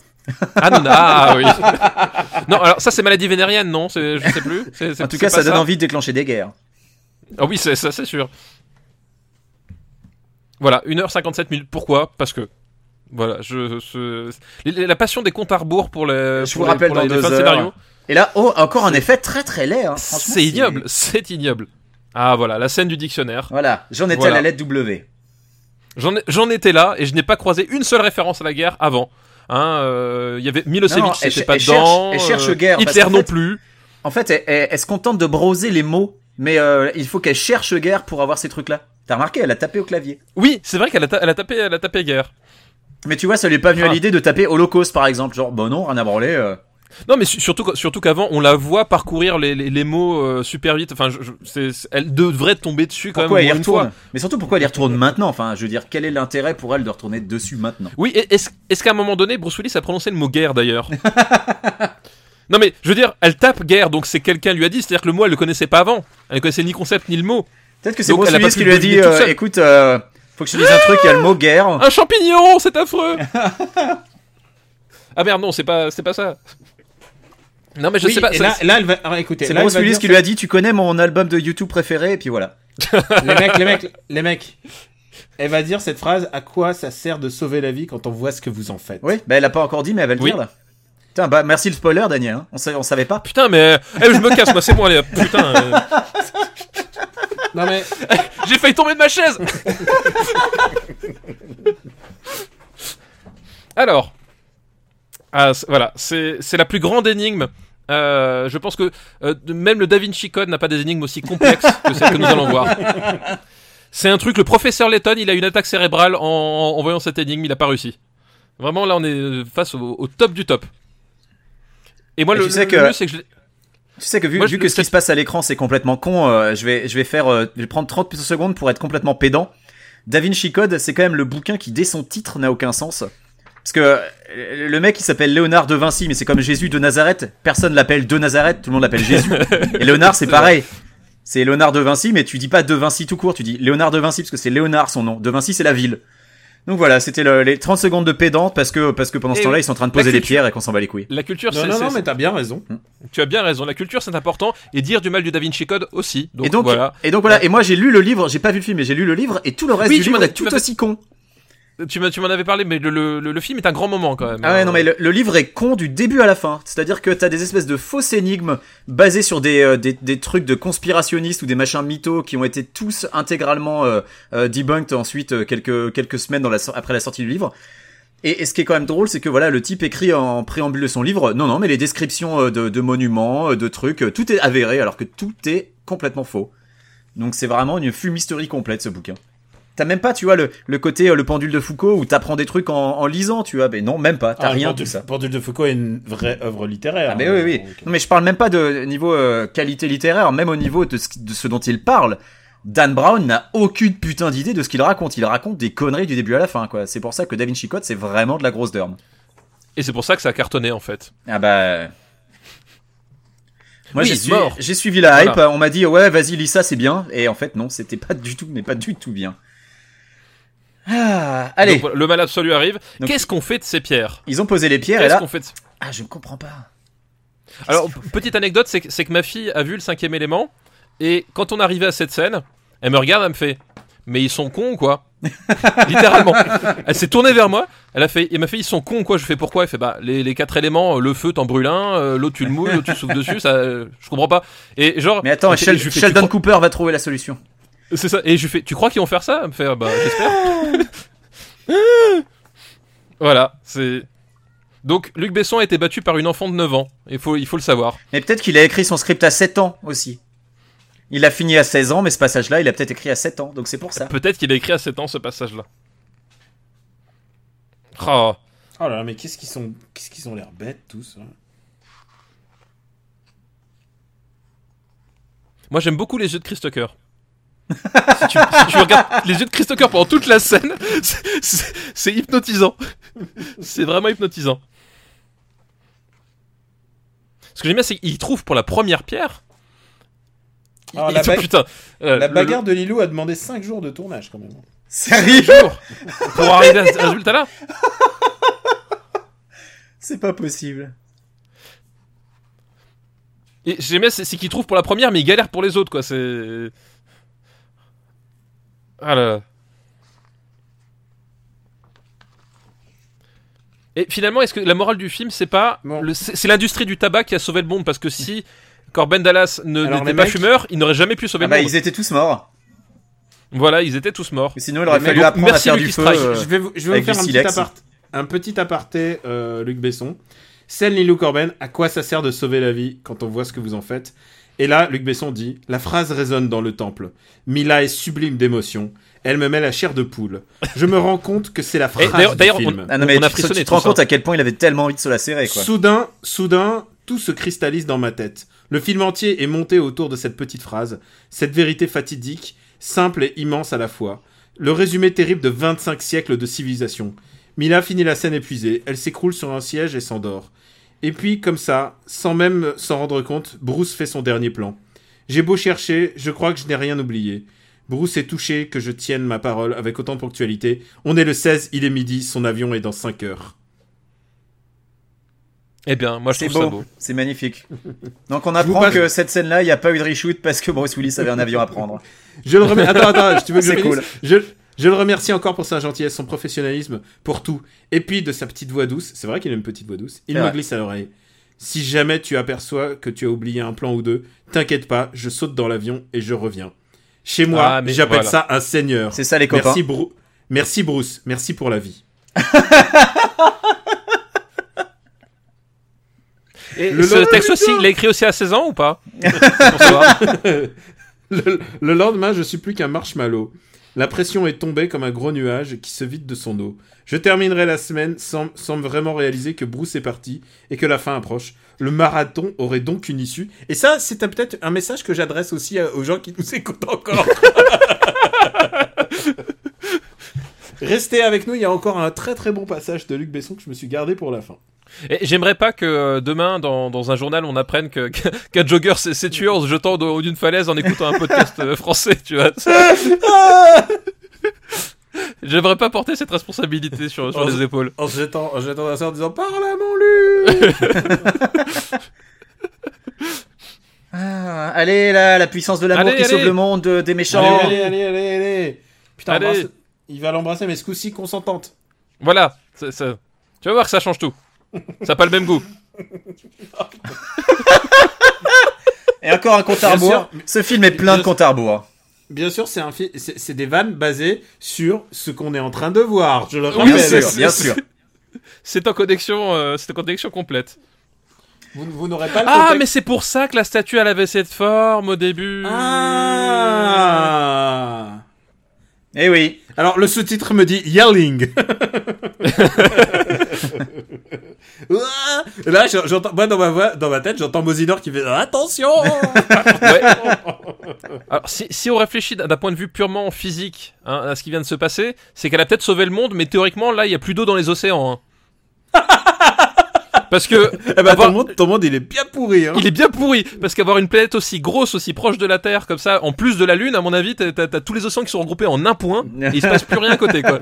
[SPEAKER 3] Ah non, ah oui. Non, alors ça c'est maladie vénérienne, non C'est- Je sais plus. C'est- c'est-
[SPEAKER 1] En tout
[SPEAKER 3] c'est
[SPEAKER 1] cas,
[SPEAKER 3] pas
[SPEAKER 1] ça donne envie de déclencher des guerres.
[SPEAKER 3] Ah oui, c'est- ça c'est sûr. Voilà, 1h57 minutes. Pourquoi Parce que. Voilà, je, ce- les- la passion des comptes à rebours pour les,
[SPEAKER 1] Je
[SPEAKER 3] pour
[SPEAKER 1] vous
[SPEAKER 3] les-
[SPEAKER 1] rappelle
[SPEAKER 3] pour
[SPEAKER 1] dans
[SPEAKER 3] les- les
[SPEAKER 1] deux
[SPEAKER 3] fins de
[SPEAKER 1] heures.
[SPEAKER 3] scénario,
[SPEAKER 1] Et là, oh, encore un effet très très laid. hein. Franchement,
[SPEAKER 3] c'est ignoble, c'est ignoble. Ah voilà, la scène du dictionnaire.
[SPEAKER 1] Voilà, j'en étais
[SPEAKER 3] Voilà.
[SPEAKER 1] à la lettre W.
[SPEAKER 3] J'en ai- J'en étais là et je n'ai pas croisé une seule référence à la guerre avant. Hein, euh, il y avait
[SPEAKER 1] Non, non,
[SPEAKER 3] Milosevic,
[SPEAKER 1] elle
[SPEAKER 3] c'était
[SPEAKER 1] cher-
[SPEAKER 3] pas
[SPEAKER 1] elle cherche-
[SPEAKER 3] dedans.
[SPEAKER 1] elle cherche
[SPEAKER 3] euh,
[SPEAKER 1] guerre, parce
[SPEAKER 3] Hitler
[SPEAKER 1] qu'en
[SPEAKER 3] non
[SPEAKER 1] fait-
[SPEAKER 3] plus.
[SPEAKER 1] En fait, elle, elle- elle se contente de broser les mots, mais euh, il faut qu'elle cherche guerre pour avoir ces trucs-là. T'as remarqué, elle a tapé au clavier.
[SPEAKER 3] Oui, c'est vrai qu'elle a, ta- elle a tapé, elle a tapé guerre.
[SPEAKER 1] Mais tu vois, ça lui est pas venu à
[SPEAKER 3] Ah.
[SPEAKER 1] l'idée de taper Holocauste, par exemple. Genre, bon non, rien à branler. euh.
[SPEAKER 3] Non, mais su- surtout, qu- surtout qu'avant, on la voit parcourir les, les, les mots euh, super vite. Enfin, je- je- c'est- c'est- elle devrait tomber dessus quand
[SPEAKER 1] Pourquoi
[SPEAKER 3] même au
[SPEAKER 1] elle
[SPEAKER 3] moins
[SPEAKER 1] y
[SPEAKER 3] une fois.
[SPEAKER 1] retourne Mais surtout, pourquoi elle y retourne maintenant Enfin, je veux dire, quel est l'intérêt pour elle de retourner dessus maintenant
[SPEAKER 3] Oui, et- est-ce est-ce qu'à un moment donné, Bruce Willis a prononcé le mot guerre d'ailleurs Non, mais je veux dire, elle tape guerre, donc c'est quelqu'un lui a dit. C'est-à-dire que le mot, elle le connaissait pas avant. Elle ne connaissait ni concept ni le mot.
[SPEAKER 1] Peut-être que c'est
[SPEAKER 3] Donc,
[SPEAKER 1] Bruce
[SPEAKER 3] elle a pas
[SPEAKER 1] Willis
[SPEAKER 3] pu
[SPEAKER 1] qui
[SPEAKER 3] le
[SPEAKER 1] lui a dit
[SPEAKER 3] deviner toute
[SPEAKER 1] euh,
[SPEAKER 3] seule.
[SPEAKER 1] écoute, euh, faut que je te dise un truc, il y a le mot guerre.
[SPEAKER 3] Un champignon, c'est affreux Ah merde, non, c'est pas, c'est pas ça. Non, mais je
[SPEAKER 2] Oui,
[SPEAKER 3] sais pas.
[SPEAKER 2] et
[SPEAKER 3] ça-
[SPEAKER 2] là, là, elle va. ah, écoutez,
[SPEAKER 1] C'est
[SPEAKER 2] là,
[SPEAKER 1] Bruce
[SPEAKER 2] elle va
[SPEAKER 1] Willis
[SPEAKER 2] dire-
[SPEAKER 1] qui lui a dit tu connais mon album de YouTube préféré, et puis voilà.
[SPEAKER 2] les mecs, les mecs, les mecs. Elle va dire cette phrase à quoi ça sert de sauver la vie quand on voit ce que vous en faites.
[SPEAKER 1] Oui, bah elle a pas encore dit, mais elle va le
[SPEAKER 3] Oui.
[SPEAKER 1] dire là. Putain, bah merci le spoiler, Daniel. hein. On, savait, on savait pas.
[SPEAKER 3] Putain, mais euh, eh, je me casse, moi, c'est bon, allez, hop, putain. euh, Eh,
[SPEAKER 2] Non mais
[SPEAKER 3] J'ai failli tomber de ma chaise Alors, ah, c'est- voilà, c'est c'est la plus grande énigme. Euh, je pense que euh, de- même le Da Vinci Code n'a pas des énigmes aussi complexes que celles que nous allons voir. C'est un truc, le professeur Letton, il a une attaque cérébrale en, en voyant cette énigme, il n'a pas réussi. Vraiment, là, on est face au, au top du top. Et moi,
[SPEAKER 1] Et
[SPEAKER 3] le,
[SPEAKER 1] tu sais
[SPEAKER 3] le
[SPEAKER 1] que-
[SPEAKER 3] mieux, c'est que je l'ai-
[SPEAKER 1] Tu sais que vu,
[SPEAKER 3] Moi, je-
[SPEAKER 1] vu que ce qui se passe à l'écran c'est complètement con, euh, je vais je vais faire euh, je vais prendre 30 secondes pour être complètement pédant. Da Vinci Code, c'est quand même le bouquin qui dès son titre n'a aucun sens. Parce que euh, le mec il s'appelle Léonard de Vinci, mais c'est comme Jésus de Nazareth. Personne l'appelle de Nazareth, tout le monde l'appelle Jésus. Et Léonard c'est pareil. C'est Léonard de Vinci, mais tu dis pas de Vinci tout court, tu dis Léonard de Vinci parce que c'est Léonard son nom. De Vinci c'est la ville. Donc voilà, c'était le- les 30 secondes de pédante parce que parce que pendant ce
[SPEAKER 3] Et
[SPEAKER 1] temps-là
[SPEAKER 3] oui.
[SPEAKER 1] ils sont en train de
[SPEAKER 3] La
[SPEAKER 1] poser des
[SPEAKER 3] culture.
[SPEAKER 1] pierres et qu'on s'en bat les couilles.
[SPEAKER 3] la culture,
[SPEAKER 2] non
[SPEAKER 3] c'est-
[SPEAKER 2] non, non,
[SPEAKER 3] c'est-
[SPEAKER 2] mais t'as bien raison.
[SPEAKER 3] tu as bien raison, la culture, c'est important, et dire du mal du Da Vinci Code aussi. Donc,
[SPEAKER 1] et donc
[SPEAKER 3] voilà.
[SPEAKER 1] et donc voilà et moi j'ai lu le livre j'ai pas vu le film mais j'ai lu le livre et tout le reste
[SPEAKER 3] Oui,
[SPEAKER 1] du
[SPEAKER 3] tu
[SPEAKER 1] livre
[SPEAKER 3] m'as-
[SPEAKER 1] est
[SPEAKER 3] tu
[SPEAKER 1] tout
[SPEAKER 3] m'as-
[SPEAKER 1] aussi con
[SPEAKER 3] Tu m'as- tu m'en avais parlé, mais le, le, le- le film est un grand moment quand même.
[SPEAKER 1] ah ouais
[SPEAKER 3] Euh,
[SPEAKER 1] non mais le, le livre est con du début à la fin c'est-à-dire que t'as des espèces de fausses énigmes basées sur des, euh, des des trucs de conspirationnistes ou des machins mythos qui ont été tous intégralement euh, euh, debunked ensuite euh, quelques quelques semaines dans la so- après la sortie du livre et, et ce qui est quand même drôle, c'est que voilà, le type écrit en préambule de son livre, non, non, mais les descriptions euh, de, de monuments, euh, de trucs, euh, tout est avéré, alors que tout est complètement faux. Donc c'est vraiment une fumisterie complète ce bouquin. T'as même pas, tu vois, le, le côté euh, le pendule de Foucault où t'apprends des trucs en, en lisant, tu vois, mais non, même pas, t'as
[SPEAKER 2] Ah, le
[SPEAKER 1] rien de
[SPEAKER 2] Pendule-
[SPEAKER 1] ça.
[SPEAKER 2] Pendule de Foucault est une vraie œuvre littéraire.
[SPEAKER 1] Ah mais
[SPEAKER 2] hein,
[SPEAKER 1] oui, oui.
[SPEAKER 2] donc.
[SPEAKER 1] Non, mais je parle même pas de niveau euh, qualité littéraire, même au niveau de ce, qui- de ce dont il parle. Dan Brown n'a aucune putain d'idée de ce qu'il raconte. Il raconte des conneries du début à la fin, quoi. C'est pour ça que Da Vinci Code, c'est vraiment de la grosse derme.
[SPEAKER 3] Et c'est pour ça que ça a cartonné en fait.
[SPEAKER 1] Ah bah. Moi
[SPEAKER 3] Oui,
[SPEAKER 1] j'ai suivi,
[SPEAKER 3] mort.
[SPEAKER 1] j'ai suivi la hype,
[SPEAKER 3] Voilà.
[SPEAKER 1] on m'a dit ouais vas-y lis ça c'est bien et en fait non c'était pas du tout mais pas du tout bien. Ah, allez
[SPEAKER 3] Donc, voilà, le mal absolu arrive.
[SPEAKER 1] Donc-
[SPEAKER 3] Qu'est-ce qu'on fait de ces pierres
[SPEAKER 1] ils ont posé les pierres et
[SPEAKER 3] Qu'est-ce
[SPEAKER 1] là
[SPEAKER 3] qu'on fait de-
[SPEAKER 1] ah je comprends pas.
[SPEAKER 3] Alors petite anecdote, c'est que, c'est que ma fille a vu le cinquième élément et quand on arrivait à cette scène, elle me regarde, elle me fait mais ils sont cons ou quoi Littéralement. Elle s'est tournée vers moi. Elle a fait. Et m'a fait. Ils sont cons ou quoi Je fais pourquoi Elle fait. Bah les, les quatre éléments. euh, Le feu t'en brûle un. euh, L'eau tu le mouilles. L'eau tu souffles dessus. Ça. euh, Je comprends pas. Et genre.
[SPEAKER 1] Mais attends
[SPEAKER 3] elle fait-
[SPEAKER 1] Shel-
[SPEAKER 3] je lui fais, tu
[SPEAKER 1] Sheldon
[SPEAKER 3] crois-
[SPEAKER 1] Cooper va trouver la solution.
[SPEAKER 3] C'est ça. Et je lui fais, tu crois qu'ils vont faire ça Elle me fait, bah, j'espère. voilà, c'est. Donc, Luc Besson a été battu par une enfant de 9 ans. Il faut, il faut le savoir.
[SPEAKER 1] Mais peut-être qu'il a écrit son script à 7 ans aussi. Il a fini à 16 ans mais ce passage là il a peut-être écrit à 7 ans donc c'est pour ça.
[SPEAKER 3] Peut-être qu'il a écrit à 7 ans ce passage-là. Oh.
[SPEAKER 2] Oh là là, mais qu'est-ce qu'ils sont, qu'est-ce qu'ils ont l'air bêtes tous. hein.
[SPEAKER 3] Moi, j'aime beaucoup les yeux de Christoker. si, tu, si tu regardes les yeux de Christoker pendant toute la scène, c'est- c'est c'est hypnotisant. C'est vraiment hypnotisant. Ce que j'aime bien, c'est qu'il trouve pour la première pierre.
[SPEAKER 2] Alors,
[SPEAKER 3] Il-
[SPEAKER 2] Ah, la
[SPEAKER 3] il-
[SPEAKER 2] ba-
[SPEAKER 3] putain, euh,
[SPEAKER 2] La
[SPEAKER 3] le-
[SPEAKER 2] bagarre de Lilou a demandé 5 jours de tournage quand même.
[SPEAKER 1] Sérieux
[SPEAKER 3] le- pour arriver à ce résultat-là.
[SPEAKER 1] C'est pas possible.
[SPEAKER 3] Ah, Et j'aimais, c'est, c'est qu'il trouve pour la première, mais il galère pour les autres, quoi. C'est. Ah là là. Et finalement, est-ce que la morale du film, c'est pas.
[SPEAKER 2] Non.
[SPEAKER 3] le- c'est, c'est l'industrie du tabac qui a sauvé le monde, parce que si Corben Dallas ne,
[SPEAKER 2] Alors,
[SPEAKER 3] n'était
[SPEAKER 2] les
[SPEAKER 3] pas
[SPEAKER 2] mecs-
[SPEAKER 3] fumeur, il n'aurait jamais pu sauver
[SPEAKER 1] Ah bah
[SPEAKER 3] le monde.
[SPEAKER 1] ils étaient tous morts.
[SPEAKER 3] Voilà, ils étaient tous morts.
[SPEAKER 1] Mais Sinon il aurait
[SPEAKER 2] Mais
[SPEAKER 1] fallu
[SPEAKER 2] donc,
[SPEAKER 1] apprendre
[SPEAKER 3] merci,
[SPEAKER 1] à faire
[SPEAKER 3] Lucky
[SPEAKER 1] du feu.
[SPEAKER 3] Strike.
[SPEAKER 1] euh,
[SPEAKER 2] Je vais vous, je vais
[SPEAKER 1] avec
[SPEAKER 2] vous faire
[SPEAKER 1] du
[SPEAKER 2] un petit,
[SPEAKER 1] silex.
[SPEAKER 2] aparté, un petit aparté, euh, Luc Besson. Celle Lou Corben, à quoi ça sert de sauver la vie quand on voit ce que vous en faites Et là, Luc Besson dit La phrase résonne dans le temple. Mila est sublime d'émotion. Elle me met la chair de poule. Je me rends compte que c'est la
[SPEAKER 3] Et
[SPEAKER 2] phrase
[SPEAKER 3] d'ailleurs-
[SPEAKER 2] du
[SPEAKER 3] d'ailleurs,
[SPEAKER 2] film.
[SPEAKER 1] Ah non
[SPEAKER 3] On-
[SPEAKER 1] mais
[SPEAKER 3] on a
[SPEAKER 1] tu,
[SPEAKER 3] frissonné
[SPEAKER 1] tu te
[SPEAKER 3] tout
[SPEAKER 1] rends
[SPEAKER 3] ça.
[SPEAKER 1] compte à quel point il avait tellement envie de se la serrer quoi.
[SPEAKER 2] Soudain, soudain, tout se cristallise dans ma tête. Le film entier est monté autour de cette petite phrase, cette vérité fatidique, simple et immense à la fois. Le résumé terrible de 25 siècles de civilisation. Mila finit la scène épuisée, elle s'écroule sur un siège et s'endort. Et puis, comme ça, sans même s'en rendre compte, Bruce fait son dernier plan. J'ai beau chercher, je crois que je n'ai rien oublié. Bruce est touché que je tienne ma parole avec autant de ponctualité. On est le 16, il est midi, son avion est dans 5 heures.
[SPEAKER 3] Eh bien, moi je
[SPEAKER 1] C'est
[SPEAKER 3] trouve ça beau.
[SPEAKER 1] beau, c'est magnifique. Donc on
[SPEAKER 2] vous
[SPEAKER 1] apprend
[SPEAKER 2] passe-
[SPEAKER 1] que cette scène-là, il n'y a pas eu de reshoot parce que Bruce Willis avait un avion à prendre.
[SPEAKER 2] Je le remercie. Attends, attends, tu veux que je
[SPEAKER 1] C'est
[SPEAKER 2] finisse je, je le remercie encore pour sa gentillesse, son professionnalisme, pour tout. Et puis de sa petite voix douce. C'est vrai qu'il a une petite voix douce. Il
[SPEAKER 1] C'est
[SPEAKER 2] me
[SPEAKER 1] vrai.
[SPEAKER 2] glisse à l'oreille. Si jamais tu aperçois que tu as oublié un plan ou deux, t'inquiète pas, je saute dans l'avion et je reviens. Chez moi,
[SPEAKER 3] Ah, mais
[SPEAKER 2] j'appelle
[SPEAKER 3] voilà.
[SPEAKER 2] ça un seigneur.
[SPEAKER 1] C'est ça les copains.
[SPEAKER 2] Merci, Bru- merci Bruce, merci pour la vie.
[SPEAKER 3] Et
[SPEAKER 2] Le
[SPEAKER 3] ce
[SPEAKER 2] lendemain-
[SPEAKER 3] texte aussi, il l'a écrit aussi à 16 ans ou pas Pour savoir.
[SPEAKER 2] Le, le lendemain, je suis plus qu'un marshmallow. La pression est tombée comme un gros nuage qui se vide de son eau. Je terminerai la semaine sans, sans vraiment réaliser que Bruce est parti et que la fin approche. Le marathon aurait donc une issue. Et ça, c'est un- peut-être un message que j'adresse aussi à- aux gens qui nous écoutent encore. Restez avec nous, il y a encore un très très bon passage de Luc Besson que je me suis gardé pour la fin.
[SPEAKER 3] Et J'aimerais pas que euh, demain, dans, dans un journal, on apprenne que- que- qu'un jogger s'est s'est tué en se jetant de- haut d'une falaise en écoutant un podcast euh, français, tu vois. J'aimerais pas porter cette responsabilité sur, sur
[SPEAKER 2] Oh,
[SPEAKER 3] les épaules.
[SPEAKER 2] En se jetant, en se jetant dans la sorte en disant Parle à mon Luc
[SPEAKER 1] Ah, allez là, la puissance de l'amour
[SPEAKER 3] Allez,
[SPEAKER 1] qui
[SPEAKER 3] allez.
[SPEAKER 1] sauve le monde euh, des méchants.
[SPEAKER 2] Allez, allez, allez, allez, allez. Putain,
[SPEAKER 3] Allez.
[SPEAKER 2] embrasse- il va l'embrasser, mais ce coup-ci consentante.
[SPEAKER 3] Voilà. c'est- c'est- Tu vas voir que ça change tout. Ça n'a pas le même goût.
[SPEAKER 1] Et encore un compte à
[SPEAKER 2] Bien sûr.
[SPEAKER 1] rebours. Ce film est plein de
[SPEAKER 2] Bien
[SPEAKER 1] comptes à rebours.
[SPEAKER 2] Bien sûr, c'est un fi- c'est c'est des vannes basées sur ce qu'on est en train de voir. Je le
[SPEAKER 3] Oui,
[SPEAKER 1] Bien
[SPEAKER 2] rappelle.
[SPEAKER 1] sûr, bien sûr.
[SPEAKER 3] C'est en connexion, euh, c'est en connexion complète.
[SPEAKER 2] Vous, vous n'aurez pas le
[SPEAKER 3] Ah, mais
[SPEAKER 2] contexte.
[SPEAKER 3] c'est pour ça que la statue elle avait cette forme au début.
[SPEAKER 2] Ah
[SPEAKER 1] Eh oui.
[SPEAKER 2] Alors le sous-titre me dit yelling. Ah Et Là, je- j'entends, moi dans ma voix, dans ma tête, j'entends Mosinor qui fait attention.
[SPEAKER 3] Ouais. Alors, si, si on réfléchit d'un d'un point de vue purement physique hein, à ce qui vient de se passer, c'est qu'elle a peut-être sauvé le monde, mais théoriquement, là, il y a plus d'eau dans les océans. hein. Parce que
[SPEAKER 2] eh ben,
[SPEAKER 3] Avoir-
[SPEAKER 2] ton monde, ton monde, il est bien pourri. Hein.
[SPEAKER 3] il est bien pourri. Parce qu'avoir une planète aussi grosse, aussi proche de la Terre, comme ça, en plus de la Lune, à mon avis, t'as t'as- t'as tous les océans qui sont regroupés en un point. Et il se passe plus rien à côté, quoi.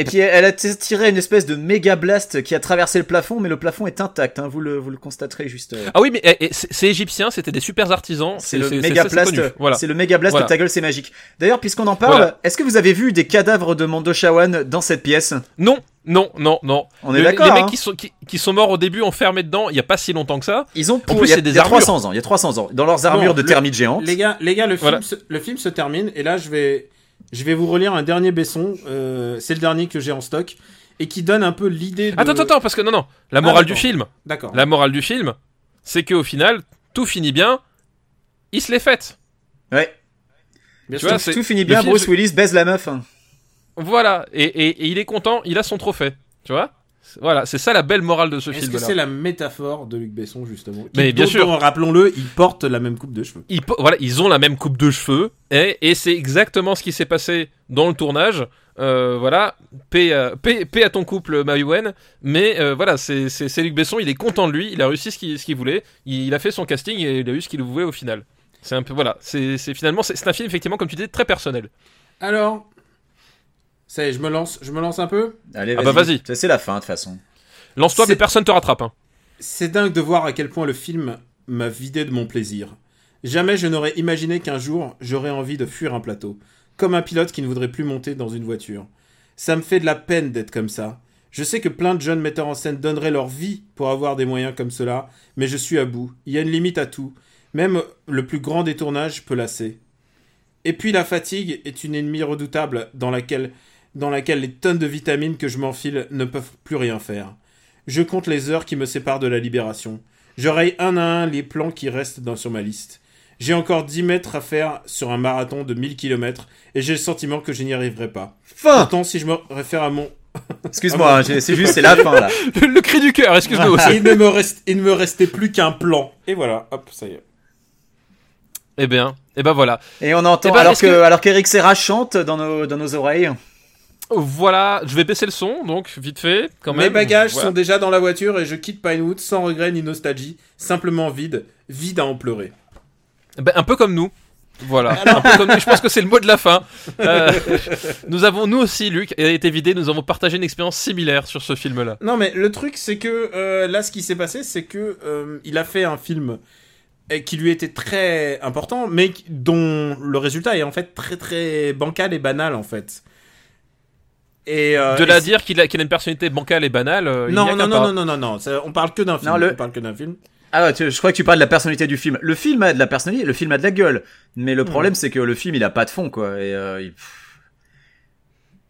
[SPEAKER 1] Et puis elle a t- tiré une espèce de méga blast qui a traversé le plafond, mais le plafond est intact. hein, vous le vous le constaterez juste. euh,
[SPEAKER 3] Ah oui, mais eh, eh, c'est c'est égyptien, c'était des super artisans.
[SPEAKER 1] C'est le
[SPEAKER 3] c'est-
[SPEAKER 1] méga
[SPEAKER 3] ça, c'est
[SPEAKER 1] blast.
[SPEAKER 3] connu. Voilà.
[SPEAKER 1] C'est le méga blast.
[SPEAKER 3] Voilà.
[SPEAKER 1] Ta gueule, c'est magique. D'ailleurs, puisqu'on en parle,
[SPEAKER 3] Voilà.
[SPEAKER 1] est-ce que vous avez vu des cadavres de Mando Shawan dans cette pièce
[SPEAKER 3] Non, non, non, non.
[SPEAKER 1] On est
[SPEAKER 3] Le-
[SPEAKER 1] d'accord.
[SPEAKER 3] Les mecs
[SPEAKER 1] hein.
[SPEAKER 3] qui sont, qui, qui sont morts au début, enfermés dedans, il y a pas si longtemps que ça.
[SPEAKER 1] Ils ont pour
[SPEAKER 3] plus,
[SPEAKER 1] il y a,
[SPEAKER 3] c'est des
[SPEAKER 1] il y a
[SPEAKER 3] armures.
[SPEAKER 1] 300 ans. Il y a 300 ans dans leurs armures de
[SPEAKER 2] le-
[SPEAKER 1] thermite géante.
[SPEAKER 2] Les gars, les gars, le
[SPEAKER 3] Voilà.
[SPEAKER 2] film, se, le film se termine et là je vais, je vais vous relire un dernier Besson. euh, c'est le dernier que j'ai en stock et qui donne un peu l'idée. De...
[SPEAKER 3] Attends, attends, attends, parce que non, non. La morale du
[SPEAKER 2] Ah, d'accord.
[SPEAKER 3] film,
[SPEAKER 2] D'accord.
[SPEAKER 3] la morale du film, c'est qu'au final, tout finit bien. Il se l'est faite.
[SPEAKER 1] Ouais.
[SPEAKER 2] Bien
[SPEAKER 3] tu
[SPEAKER 2] sûr.
[SPEAKER 3] vois,
[SPEAKER 1] tout,
[SPEAKER 3] c'est-
[SPEAKER 1] tout finit
[SPEAKER 3] le
[SPEAKER 1] bien.
[SPEAKER 3] film,
[SPEAKER 1] Bruce
[SPEAKER 3] c'est-
[SPEAKER 1] Willis baise la meuf. hein.
[SPEAKER 3] Voilà. Et, et, et il est content. Il a son trophée. Tu vois. C'est- Voilà. C'est ça la belle morale de ce
[SPEAKER 2] Est-ce
[SPEAKER 3] film.
[SPEAKER 2] que c'est la métaphore de Luc Besson justement qui,
[SPEAKER 3] Mais bien
[SPEAKER 2] dont-
[SPEAKER 3] sûr.
[SPEAKER 2] dont, Rappelons-le, il porte la même coupe de cheveux.
[SPEAKER 3] Ils, po- voilà, ils ont la même coupe de cheveux et, et c'est exactement ce qui s'est passé dans le tournage. Euh, voilà, paix, à- paix- paix à ton couple, Maïwen. Mais euh, voilà, c'est c'est- c'est Luc Besson, il est content de lui, il a réussi ce qu'il ce qu'il voulait, il, il a fait son casting et il a eu ce qu'il voulait au final. C'est un peu voilà, c'est c'est- finalement c'est c'est un film effectivement comme tu dis très personnel.
[SPEAKER 2] Alors, ça y est, je me lance, je me lance un peu.
[SPEAKER 1] Allez,
[SPEAKER 3] Ah bah vas-y.
[SPEAKER 1] Ça, C'est la fin de toute façon.
[SPEAKER 3] Lance-toi,
[SPEAKER 2] C'est-
[SPEAKER 3] mais personne te rattrape. hein.
[SPEAKER 2] C'est dingue de voir à quel point le film m'a vidé de mon plaisir. Jamais je n'aurais imaginé qu'un jour j'aurais envie de fuir un plateau, comme un pilote qui ne voudrait plus monter dans une voiture. Ça me fait de la peine d'être comme ça. Je sais que plein de jeunes metteurs en scène donneraient leur vie pour avoir des moyens comme cela, mais je suis à bout. Il y a une limite à tout. Même le plus grand détournage peut lasser. Et puis la fatigue est une ennemie redoutable dans laquelle, dans laquelle les tonnes de vitamines que je m'enfile ne peuvent plus rien faire. Je compte les heures qui me séparent de la libération. Je raye un à un les plans qui restent dans, sur ma liste. J'ai encore 10 mètres à faire sur un marathon de 1000 km et j'ai le sentiment que je n'y arriverai pas.
[SPEAKER 1] Fin
[SPEAKER 2] Pourtant, si je me réfère à mon.
[SPEAKER 3] Ah
[SPEAKER 1] Excuse-moi, hein, j'ai- c'est juste, c'est la fin là.
[SPEAKER 3] Le, le cri du cœur, excuse-nous. aussi.
[SPEAKER 2] il, ne me reste... il ne me restait plus qu'un plan. Ah, Et voilà, hop, ça y est.
[SPEAKER 3] eh bien, eh ben voilà.
[SPEAKER 1] Et on entend,
[SPEAKER 3] Eh ben,
[SPEAKER 1] alors
[SPEAKER 3] est-ce
[SPEAKER 1] que,
[SPEAKER 3] que-
[SPEAKER 1] alors qu'Eric Serra chante dans nos, dans nos oreilles.
[SPEAKER 3] Voilà, je vais baisser le son, donc vite fait, quand même.
[SPEAKER 2] Mes bagages
[SPEAKER 3] Voilà.
[SPEAKER 2] sont déjà dans la voiture et je quitte Pinewood sans regret ni nostalgie, simplement vide, vide à en pleurer.
[SPEAKER 3] Ben, un peu comme nous. Voilà,
[SPEAKER 2] Ah
[SPEAKER 3] un peu comme nous. Je pense que c'est le mot de la fin. Euh, nous avons, nous aussi, Luc, et été vidé, nous avons partagé une expérience similaire sur ce film-là.
[SPEAKER 2] Non, mais le truc, c'est que euh, là, ce qui s'est passé, c'est que euh, il a fait un film euh, qui lui était très important, mais qui- dont le résultat est en fait très très bancal et banal en fait. Et euh,
[SPEAKER 3] De
[SPEAKER 2] et
[SPEAKER 3] la
[SPEAKER 2] c'est-
[SPEAKER 3] dire qu'il a, qu'il a une personnalité bancale et banale. euh, il n'y
[SPEAKER 2] Non,
[SPEAKER 3] a
[SPEAKER 2] non,
[SPEAKER 3] qu'à
[SPEAKER 2] non,
[SPEAKER 3] pas.
[SPEAKER 2] non, non, non, non, ça- on parle que d'un film.
[SPEAKER 1] Non, le-
[SPEAKER 2] On parle que d'un film.
[SPEAKER 1] Ah, ouais, tu- je crois que tu parles de la personnalité du film. Le film a de la personnalité, le film a de la gueule. Mais
[SPEAKER 3] Hmm.
[SPEAKER 1] le problème, c'est que le film, il a pas de fond, quoi. Et, euh, il- pff.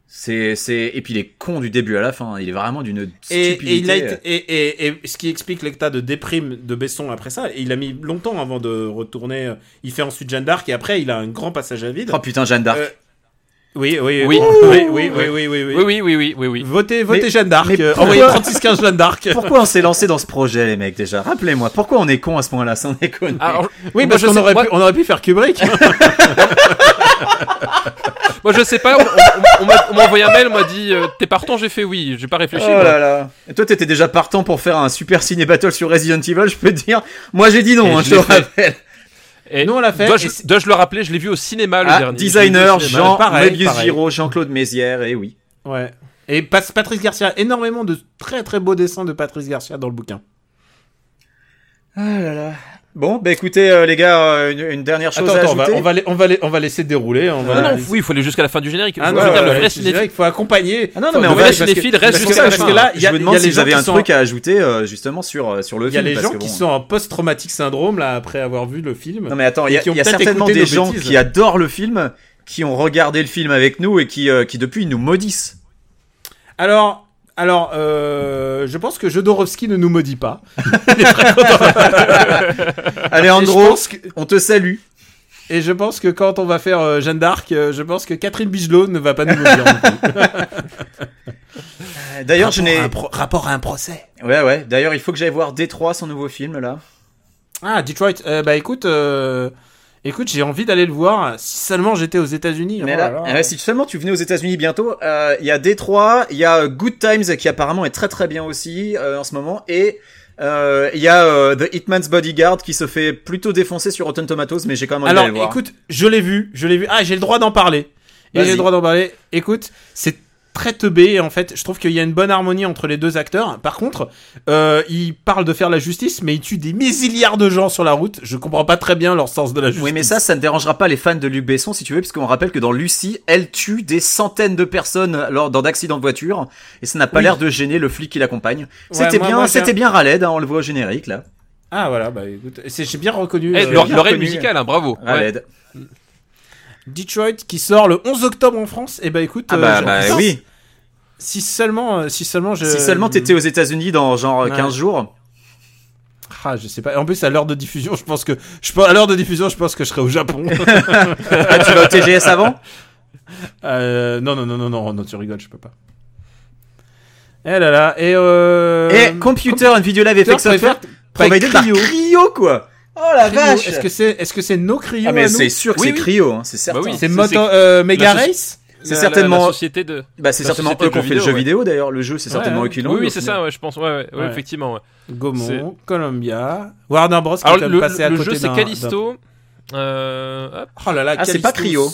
[SPEAKER 1] c'est, c'est, et puis il est con du début à la fin. hein. Il est vraiment d'une
[SPEAKER 2] Et,
[SPEAKER 1] stupidité.
[SPEAKER 2] et il a été- et, et- et ce qui explique l'état de déprime de Besson après ça, et il a mis longtemps avant de retourner. euh, Il fait ensuite Jeanne d'Arc et après il a un grand passage à vide.
[SPEAKER 1] Oh putain, Jeanne d'Arc.
[SPEAKER 2] Euh, oui, oui,
[SPEAKER 3] Oui.
[SPEAKER 2] oui, oui, oui, oui, oui, oui,
[SPEAKER 3] Oui, oui, oui, oui, oui, oui.
[SPEAKER 2] Votez, votez
[SPEAKER 1] Mais-
[SPEAKER 2] Jeanne d'Arc.
[SPEAKER 1] mais
[SPEAKER 2] euh,
[SPEAKER 1] pourquoi-
[SPEAKER 2] Envoyez 3615 Jeanne d'Arc.
[SPEAKER 1] Pourquoi on s'est lancé dans ce projet, les mecs, déjà Rappelez-moi, pourquoi on est con à ce point-là, sans déconner
[SPEAKER 3] Alors,
[SPEAKER 2] Oui,
[SPEAKER 3] Moi,
[SPEAKER 2] parce
[SPEAKER 3] je
[SPEAKER 2] qu'on
[SPEAKER 3] sais-
[SPEAKER 2] aurait,
[SPEAKER 3] moi-
[SPEAKER 2] pu- on aurait pu faire Kubrick.
[SPEAKER 3] moi, je sais pas, on, on- on m'a- on m'a envoyé un mail, on m'a dit euh, T'es partant J'ai fait oui, j'ai pas réfléchi.
[SPEAKER 1] Oh
[SPEAKER 3] moi.
[SPEAKER 1] là là. Et toi, t'étais déjà partant pour faire un super ciné battle sur Resident Evil, je peux te dire. Moi, j'ai dit
[SPEAKER 3] Et
[SPEAKER 1] non, hein, je
[SPEAKER 3] je
[SPEAKER 1] te
[SPEAKER 3] l'ai fait.
[SPEAKER 1] rappelle.
[SPEAKER 3] Et
[SPEAKER 2] Nous, on l'a fait, et
[SPEAKER 3] Dois-je
[SPEAKER 2] c'est-
[SPEAKER 3] dois-je le rappeler Je l'ai vu au cinéma le
[SPEAKER 1] Ah,
[SPEAKER 3] dernier.
[SPEAKER 1] designer,
[SPEAKER 3] Je l'ai vu au
[SPEAKER 1] Jean,
[SPEAKER 3] cinéma.
[SPEAKER 2] Pareil,
[SPEAKER 1] Mobius
[SPEAKER 2] pareil.
[SPEAKER 1] Giro, Jean-Claude Mézières, et oui.
[SPEAKER 2] ouais. Et Pas- Patrice Garcia, énormément de très très beaux dessins de Patrice Garcia dans le bouquin.
[SPEAKER 1] Ah là là. Bon, bah écoutez, euh, les gars, euh, une, une dernière chose
[SPEAKER 2] Attends,
[SPEAKER 1] à
[SPEAKER 2] attends, on va,
[SPEAKER 1] ajouter.
[SPEAKER 2] on va, la- on va la- on va laisser dérouler. On va
[SPEAKER 3] Ah
[SPEAKER 2] la-
[SPEAKER 3] non, oui, il faut aller jusqu'à la fin du générique. Je
[SPEAKER 2] Ah non,
[SPEAKER 3] veux
[SPEAKER 1] ouais,
[SPEAKER 3] dire,
[SPEAKER 1] ouais,
[SPEAKER 3] le vrai
[SPEAKER 2] c'est vrai
[SPEAKER 3] cinéphile.
[SPEAKER 2] qu'il faut accompagner.
[SPEAKER 1] Ah non, non, mais
[SPEAKER 3] Le
[SPEAKER 1] on va
[SPEAKER 3] vrai
[SPEAKER 1] parce que-
[SPEAKER 3] cinéphile reste
[SPEAKER 1] parce que-
[SPEAKER 3] jusqu'à la
[SPEAKER 1] parce
[SPEAKER 3] fin.
[SPEAKER 1] que là,
[SPEAKER 2] il y a-
[SPEAKER 1] je me
[SPEAKER 2] il y
[SPEAKER 1] demande
[SPEAKER 2] a les
[SPEAKER 1] si vous
[SPEAKER 2] gens
[SPEAKER 1] avez
[SPEAKER 2] qui
[SPEAKER 1] un
[SPEAKER 2] sont
[SPEAKER 1] truc à ajouter euh, justement sur euh, sur le
[SPEAKER 2] Il y a
[SPEAKER 1] film.
[SPEAKER 2] les
[SPEAKER 1] parce
[SPEAKER 2] gens
[SPEAKER 1] que
[SPEAKER 2] qui
[SPEAKER 1] bon.
[SPEAKER 2] sont en post-traumatique syndrome là après avoir vu le film.
[SPEAKER 1] Non mais attends, il y a,
[SPEAKER 2] qui ont
[SPEAKER 1] il y a
[SPEAKER 2] peut-être
[SPEAKER 1] certainement
[SPEAKER 2] écouté
[SPEAKER 1] des
[SPEAKER 2] nos
[SPEAKER 1] gens
[SPEAKER 2] bêtises.
[SPEAKER 1] qui adorent le film, qui ont regardé le film avec nous et qui euh, qui depuis nous maudissent.
[SPEAKER 2] Alors, alors, euh, je pense que Jodorowsky ne nous maudit pas. Et je
[SPEAKER 1] Alejandro,
[SPEAKER 2] pense que-
[SPEAKER 1] on te salue.
[SPEAKER 2] Et je pense que quand on va faire euh, Jeanne d'Arc, euh, je pense que Catherine Bigelow ne va pas nous maudire. non plus.
[SPEAKER 1] D'ailleurs, je n'ai.
[SPEAKER 2] pro- Euh, rapport à un procès.
[SPEAKER 1] Ouais, ouais. D'ailleurs, il faut que j'aille voir Détroit, son nouveau film, là.
[SPEAKER 2] Ah, Detroit. Euh, bah écoute, euh, écoute, j'ai envie d'aller le voir. Si seulement j'étais aux États-Unis.
[SPEAKER 1] Mais
[SPEAKER 2] Oh
[SPEAKER 1] là,
[SPEAKER 2] là.
[SPEAKER 1] euh, si seulement tu venais aux États-Unis bientôt, euh, il y a Détroit, il y a euh, Good Times qui apparemment est très très bien aussi euh, en ce moment, et euh, il y a euh, The Hitman's Bodyguard qui se fait plutôt défoncer sur Rotten Tomatoes, mais j'ai quand même envie
[SPEAKER 2] Alors,
[SPEAKER 1] d'aller le voir.
[SPEAKER 2] écoute, je l'ai vu, je l'ai vu. Ah, j'ai le droit d'en parler. Et
[SPEAKER 1] Vas-y.
[SPEAKER 2] j'ai le droit d'en parler. Écoute, c'est très teubé et en fait, je trouve qu'il y a une bonne harmonie entre les deux acteurs. Par contre, euh, ils parlent de faire la justice, mais ils tuent des milliards de gens sur la route. Je comprends pas très bien leur sens de la justice.
[SPEAKER 1] Oui, mais ça, ça ne dérangera pas les fans de Luc Besson, si tu veux, puisqu'on rappelle que dans Lucie, elle tue des centaines de personnes lors dans d'accidents de voiture, et ça n'a pas
[SPEAKER 2] Oui.
[SPEAKER 1] l'air de gêner le flic qui l'accompagne.
[SPEAKER 2] Ouais,
[SPEAKER 1] c'était
[SPEAKER 2] moi-
[SPEAKER 1] bien,
[SPEAKER 2] moi, j'ai-
[SPEAKER 1] c'était bien Raled, hein, on le voit au générique là.
[SPEAKER 2] Ah voilà, bah écoute, c'est- j'ai bien reconnu.
[SPEAKER 3] Eh,
[SPEAKER 2] euh,
[SPEAKER 3] l'ore-
[SPEAKER 1] bien
[SPEAKER 3] L'oreille
[SPEAKER 1] reconnu.
[SPEAKER 3] musicale, hein, bravo. Ouais.
[SPEAKER 1] Raled.
[SPEAKER 2] Detroit qui sort le 11 octobre en France. Et bah écoute,
[SPEAKER 1] Ah
[SPEAKER 2] euh,
[SPEAKER 1] bah,
[SPEAKER 2] j'ai-
[SPEAKER 1] bah
[SPEAKER 2] putain,
[SPEAKER 1] oui.
[SPEAKER 2] Si seulement, euh, si seulement je.
[SPEAKER 1] Si seulement t'étais aux États-Unis dans genre
[SPEAKER 2] Ouais.
[SPEAKER 1] 15 jours.
[SPEAKER 2] Ah, je sais pas. En plus, à l'heure de diffusion, je pense que je peux- à l'heure de diffusion, je pense que je serai au Japon.
[SPEAKER 1] Ah, tu vas au TGS avant
[SPEAKER 2] Euh, non, non, non, non, non, non, tu rigoles, je peux pas. Eh là là, et euh...
[SPEAKER 1] Et Eh, Computer and Video Live Effects Software
[SPEAKER 2] préfère
[SPEAKER 1] provided par
[SPEAKER 2] Cryo.
[SPEAKER 1] Cryo quoi. Oh la
[SPEAKER 2] Cryo,
[SPEAKER 1] vache.
[SPEAKER 2] Est-ce que c'est est-ce que c'est nos Cryo
[SPEAKER 1] Ah mais
[SPEAKER 2] à nous
[SPEAKER 1] c'est sûr que
[SPEAKER 3] Oui,
[SPEAKER 1] c'est
[SPEAKER 3] oui.
[SPEAKER 1] Cryo, hein, c'est certain.
[SPEAKER 3] Bah oui.
[SPEAKER 2] C'est
[SPEAKER 3] C'est-
[SPEAKER 2] Moto
[SPEAKER 3] c'est-
[SPEAKER 2] euh, Mega
[SPEAKER 3] la soci-
[SPEAKER 2] Race
[SPEAKER 1] C'est
[SPEAKER 3] La- la-
[SPEAKER 1] certainement-
[SPEAKER 3] La, société de.
[SPEAKER 1] Bah c'est
[SPEAKER 3] La
[SPEAKER 1] certainement
[SPEAKER 3] société
[SPEAKER 1] eux
[SPEAKER 3] de
[SPEAKER 1] qui ont
[SPEAKER 3] jeux
[SPEAKER 1] fait le jeu
[SPEAKER 3] vidéo,
[SPEAKER 1] vidéo d'ailleurs, le jeu c'est certainement
[SPEAKER 2] ouais.
[SPEAKER 1] eux qui l'ont.
[SPEAKER 3] Oui,
[SPEAKER 1] eu, au
[SPEAKER 3] oui, c'est
[SPEAKER 1] final.
[SPEAKER 3] ça, ouais, je pense. Ouais, ouais, ouais,
[SPEAKER 2] Ouais.
[SPEAKER 3] effectivement. ouais.
[SPEAKER 2] Gaumont,
[SPEAKER 3] C'est-
[SPEAKER 2] Columbia, Warner Bros qui
[SPEAKER 3] Alors,
[SPEAKER 2] est quand
[SPEAKER 3] le,
[SPEAKER 2] même passé à
[SPEAKER 3] le
[SPEAKER 2] côté
[SPEAKER 3] jeu, c'est
[SPEAKER 2] d'un-
[SPEAKER 3] Callisto. Euh, hop,
[SPEAKER 2] d'un- Oh là là,
[SPEAKER 1] Ah, c'est pas Cryo.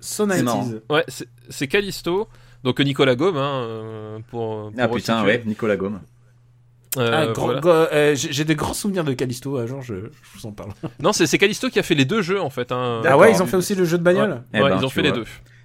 [SPEAKER 1] C'est marrant.
[SPEAKER 2] Sonitis.
[SPEAKER 3] ouais, c'est- c'est Callisto. Donc, Nicolas Gaume, hein, euh, pour.
[SPEAKER 1] Ah
[SPEAKER 3] pour
[SPEAKER 1] putain,
[SPEAKER 3] resituer.
[SPEAKER 1] ouais, Nicolas Gaume.
[SPEAKER 2] Ah,
[SPEAKER 3] Euh,
[SPEAKER 2] grand-
[SPEAKER 3] voilà.
[SPEAKER 2] grand- euh, J'ai j'ai des grands souvenirs de Callisto, euh, genre, je, je vous en parle.
[SPEAKER 3] Non, c'est c'est Callisto qui a fait les deux jeux en fait. hein.
[SPEAKER 2] Ah ouais, ils ont
[SPEAKER 1] du-
[SPEAKER 2] fait aussi le jeu de bagnole
[SPEAKER 1] Eh
[SPEAKER 3] Ouais,
[SPEAKER 1] ben,
[SPEAKER 3] ils ont
[SPEAKER 1] tu
[SPEAKER 3] fait les
[SPEAKER 1] vois.
[SPEAKER 3] deux.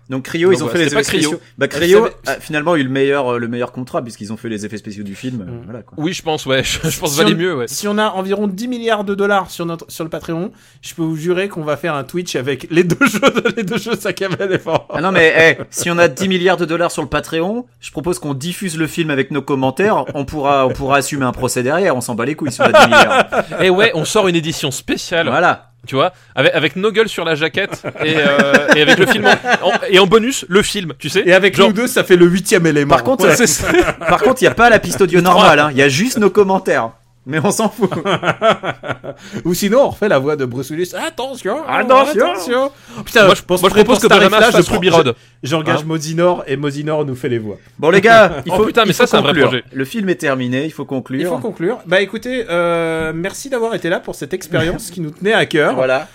[SPEAKER 1] Donc Cryo,
[SPEAKER 3] Donc
[SPEAKER 1] ils ont
[SPEAKER 3] voilà,
[SPEAKER 1] fait les
[SPEAKER 3] c'était
[SPEAKER 1] effets
[SPEAKER 3] pas Cryo.
[SPEAKER 1] spéciaux. Bah
[SPEAKER 2] Elle
[SPEAKER 1] Cryo
[SPEAKER 2] savait-
[SPEAKER 1] a finalement eu le meilleur euh, le meilleur contrat puisqu'ils ont fait les effets spéciaux du film. euh,
[SPEAKER 2] Mm.
[SPEAKER 1] Voilà quoi.
[SPEAKER 3] Oui, je pense, ouais. Je, je pense
[SPEAKER 2] Si
[SPEAKER 3] valait
[SPEAKER 2] on-
[SPEAKER 3] mieux, ouais.
[SPEAKER 2] Euh, Si on a environ 10 milliards de dollars sur, notre, sur le Patreon, je peux vous jurer qu'on va faire un Twitch avec les deux jeux, de- les deux jeux Sakamoto et Fort.
[SPEAKER 1] Ah non mais eh, si on a 10 milliards de dollars sur le Patreon, je propose qu'on diffuse le film avec nos commentaires, on pourra on pourra assumer un procès derrière, on s'en bat les couilles si on a 10 milliards.
[SPEAKER 3] Et Eh ouais, on sort une édition spéciale,
[SPEAKER 1] Voilà.
[SPEAKER 3] tu vois, avec, avec nos gueules sur la jaquette et, euh, et avec le film. En, en- et en bonus, le film, tu sais.
[SPEAKER 2] Et avec
[SPEAKER 3] Genre-
[SPEAKER 2] nous deux, ça fait le huitième élément.
[SPEAKER 1] Par contre,
[SPEAKER 2] Ouais.
[SPEAKER 1] c'est ça. par contre, il y a pas la piste audio normale hein, il y a juste nos commentaires. Mais on s'en fout.
[SPEAKER 2] ou sinon, on refait la voix de Bruce Willis. Attention,
[SPEAKER 1] Attention.
[SPEAKER 2] attention. Putain,
[SPEAKER 3] Moi, je, moi, je propose que Benjamin
[SPEAKER 2] là,
[SPEAKER 3] fasse le Ruby Road.
[SPEAKER 2] J'engage
[SPEAKER 3] Hein
[SPEAKER 2] Mosinor et Mosinor nous fait les voix.
[SPEAKER 1] Bon les gars, il
[SPEAKER 3] Oh,
[SPEAKER 1] faut
[SPEAKER 3] putain, mais
[SPEAKER 1] il faut
[SPEAKER 3] ça, c'est un vrai
[SPEAKER 1] conclure.
[SPEAKER 3] projet.
[SPEAKER 1] Le film est terminé, il faut conclure.
[SPEAKER 2] Il faut conclure. Bah écoutez, euh, merci d'avoir été là pour cette expérience qui nous tenait à cœur.
[SPEAKER 1] Voilà.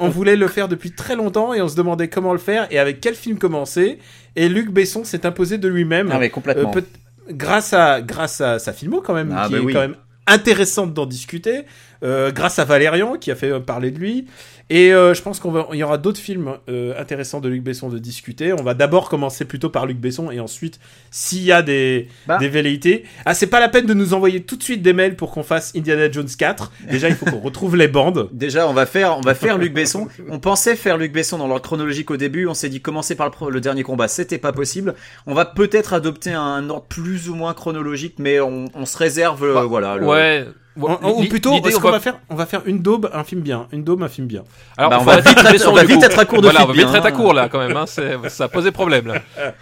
[SPEAKER 2] On voulait le faire depuis très longtemps et on se demandait comment le faire et avec quel film commencer. Et Luc Besson s'est imposé de lui-même.
[SPEAKER 1] Non mais complètement.
[SPEAKER 2] Euh, peut- grâce à grâce à sa filmo quand même
[SPEAKER 1] Ah,
[SPEAKER 2] qui
[SPEAKER 1] bah
[SPEAKER 2] est
[SPEAKER 1] oui.
[SPEAKER 2] quand même intéressante d'en discuter euh, grâce à Valérian qui a fait euh, parler de lui et euh, je pense qu'on va il y aura d'autres films euh, intéressants de Luc Besson de discuter on va d'abord commencer plutôt par Luc Besson et ensuite s'il y a des
[SPEAKER 1] Bah.
[SPEAKER 2] des velléités ah c'est pas la peine de nous envoyer tout de suite des mails pour qu'on fasse Indiana Jones 4 déjà il faut qu'on retrouve les bandes
[SPEAKER 1] Déjà, on va faire, on va faire Luc Besson. On pensait faire Luc Besson dans l'ordre chronologique au début. On s'est dit commencer par le, pro- le dernier combat, c'était pas possible. On va peut-être adopter un ordre plus ou moins chronologique, mais on, on se réserve, euh,
[SPEAKER 3] Bah,
[SPEAKER 1] voilà. le-
[SPEAKER 3] Ouais.
[SPEAKER 2] En- en- ou
[SPEAKER 3] L'i-
[SPEAKER 2] plutôt
[SPEAKER 3] l'idée,
[SPEAKER 2] ce
[SPEAKER 3] on
[SPEAKER 2] qu'on
[SPEAKER 3] va-
[SPEAKER 2] va faire on va faire une daube un film bien une daube un film bien
[SPEAKER 3] Alors,
[SPEAKER 1] Bah, on
[SPEAKER 3] faut
[SPEAKER 1] va
[SPEAKER 3] arrêter
[SPEAKER 1] vite
[SPEAKER 3] de
[SPEAKER 1] être-
[SPEAKER 3] descendre,
[SPEAKER 1] on va
[SPEAKER 3] du
[SPEAKER 1] vite
[SPEAKER 3] coup.
[SPEAKER 1] être à court de
[SPEAKER 3] Voilà, on
[SPEAKER 1] film,
[SPEAKER 3] va vite
[SPEAKER 1] hein.
[SPEAKER 3] être à court là quand même. Hein, c'est- ça posait problème là.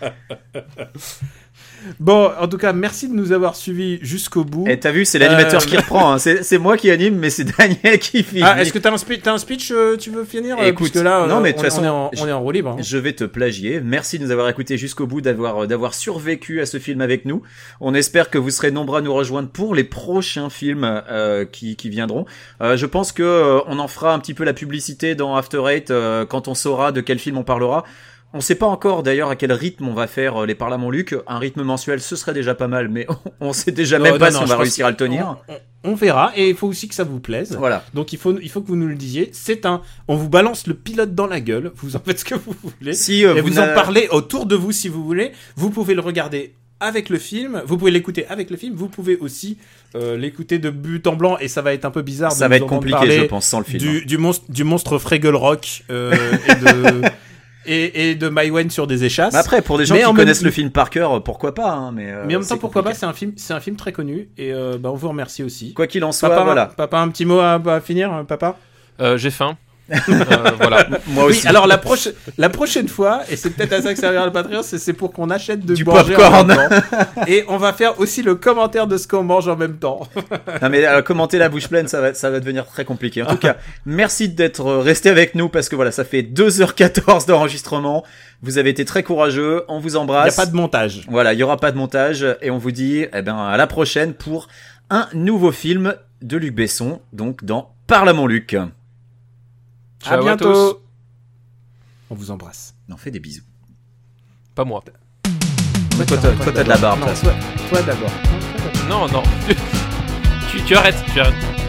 [SPEAKER 2] bon en tout cas merci de nous avoir suivis jusqu'au bout
[SPEAKER 1] Et Eh, t'as vu, c'est l'animateur
[SPEAKER 2] Euh,
[SPEAKER 1] qui reprend. hein. C'est c'est moi qui anime, mais c'est Daniel qui finit.
[SPEAKER 2] Ah, est-ce que t'as un, spe- t'as un speech, euh, tu veux finir euh,
[SPEAKER 1] Écoute,
[SPEAKER 2] puisque là, euh,
[SPEAKER 1] non, mais de
[SPEAKER 2] on,
[SPEAKER 1] toute façon,
[SPEAKER 2] on est en,
[SPEAKER 1] je-
[SPEAKER 2] on est en roue libre. hein.
[SPEAKER 1] Je vais te plagier. Merci de nous avoir écoutés jusqu'au bout, d'avoir euh, d'avoir survécu à ce film avec nous. On espère que vous serez nombreux à nous rejoindre pour les prochains films euh, qui, qui viendront. Euh, je pense que euh, on en fera un petit peu la publicité dans After Eight euh, quand on saura de quel film on parlera. On sait pas encore d'ailleurs à quel rythme on va faire euh, les Parle à mon Luc. Un rythme mensuel, ce serait déjà pas mal, mais on, on sait déjà
[SPEAKER 2] Non,
[SPEAKER 1] même
[SPEAKER 2] non,
[SPEAKER 1] pas si
[SPEAKER 2] non,
[SPEAKER 1] on
[SPEAKER 2] je
[SPEAKER 1] va
[SPEAKER 2] pense-
[SPEAKER 1] réussir à le tenir.
[SPEAKER 2] On, on- on verra, et il faut aussi que ça vous plaise.
[SPEAKER 1] Voilà.
[SPEAKER 2] Donc il faut, il faut que vous nous le disiez. C'est un, on vous balance le pilote dans la gueule. Vous en faites ce que vous voulez.
[SPEAKER 1] Si euh,
[SPEAKER 2] et vous,
[SPEAKER 1] n'a-
[SPEAKER 2] en parlez autour de vous si vous voulez. Vous pouvez le regarder avec le film. Vous pouvez l'écouter avec le film. Vous pouvez aussi euh, l'écouter de but en blanc, et ça va être un peu bizarre. de
[SPEAKER 1] ça va être
[SPEAKER 2] nous entendre
[SPEAKER 1] compliqué,
[SPEAKER 2] parler
[SPEAKER 1] je pense, sans le film. hein.
[SPEAKER 2] Du, du monstre, du monstre Fraggle Rock euh, et de. Et, et de Mywen sur des échasses.
[SPEAKER 1] Mais après, pour des gens
[SPEAKER 2] Mais
[SPEAKER 1] qui
[SPEAKER 2] en même-
[SPEAKER 1] connaissent le film par cœur, pourquoi pas hein, Mais, euh,
[SPEAKER 2] Mais en même temps,
[SPEAKER 1] c'est
[SPEAKER 2] pourquoi
[SPEAKER 1] compliqué.
[SPEAKER 2] pas C'est un film, c'est un film très connu et euh, bah, on vous remercie aussi.
[SPEAKER 1] Quoi qu'il en soit,
[SPEAKER 2] papa,
[SPEAKER 1] voilà.
[SPEAKER 2] papa, un petit mot à, à finir, hein, papa.
[SPEAKER 3] Euh, J'ai faim. Euh, voilà.
[SPEAKER 1] Moi
[SPEAKER 2] oui. Alors la prochaine, la prochaine fois, et c'est peut-être à ça que servira le Patreon, c'est c'est pour qu'on achète de
[SPEAKER 1] Du
[SPEAKER 2] manger en
[SPEAKER 1] popcorn.
[SPEAKER 2] même temps. et on va faire aussi le commentaire de ce qu'on mange en même temps.
[SPEAKER 1] non mais euh, commenter la bouche pleine, ça va, ça va devenir très compliqué. En tout cas, merci d'être euh, resté avec nous parce que voilà, ça fait 2h14 d'enregistrement. Vous avez été très courageux. On vous
[SPEAKER 2] Il n'y a
[SPEAKER 1] embrasse.
[SPEAKER 2] pas de montage.
[SPEAKER 1] Voilà, il y aura pas de montage et on vous dit eh ben à la prochaine pour un nouveau film de Luc Besson, donc dans Parle à mon Luc.
[SPEAKER 3] Ciao
[SPEAKER 2] à
[SPEAKER 3] à
[SPEAKER 2] bientôt.
[SPEAKER 3] tous.
[SPEAKER 2] On vous embrasse.
[SPEAKER 1] On en fait des bisous.
[SPEAKER 3] Pas moi.
[SPEAKER 1] Toi, toi, toi, toi, t'as de la barbe.
[SPEAKER 2] Non,
[SPEAKER 1] là.
[SPEAKER 2] toi, toi d'abord.
[SPEAKER 3] Non, non. Tu, tu arrêtes. Tu arrêtes.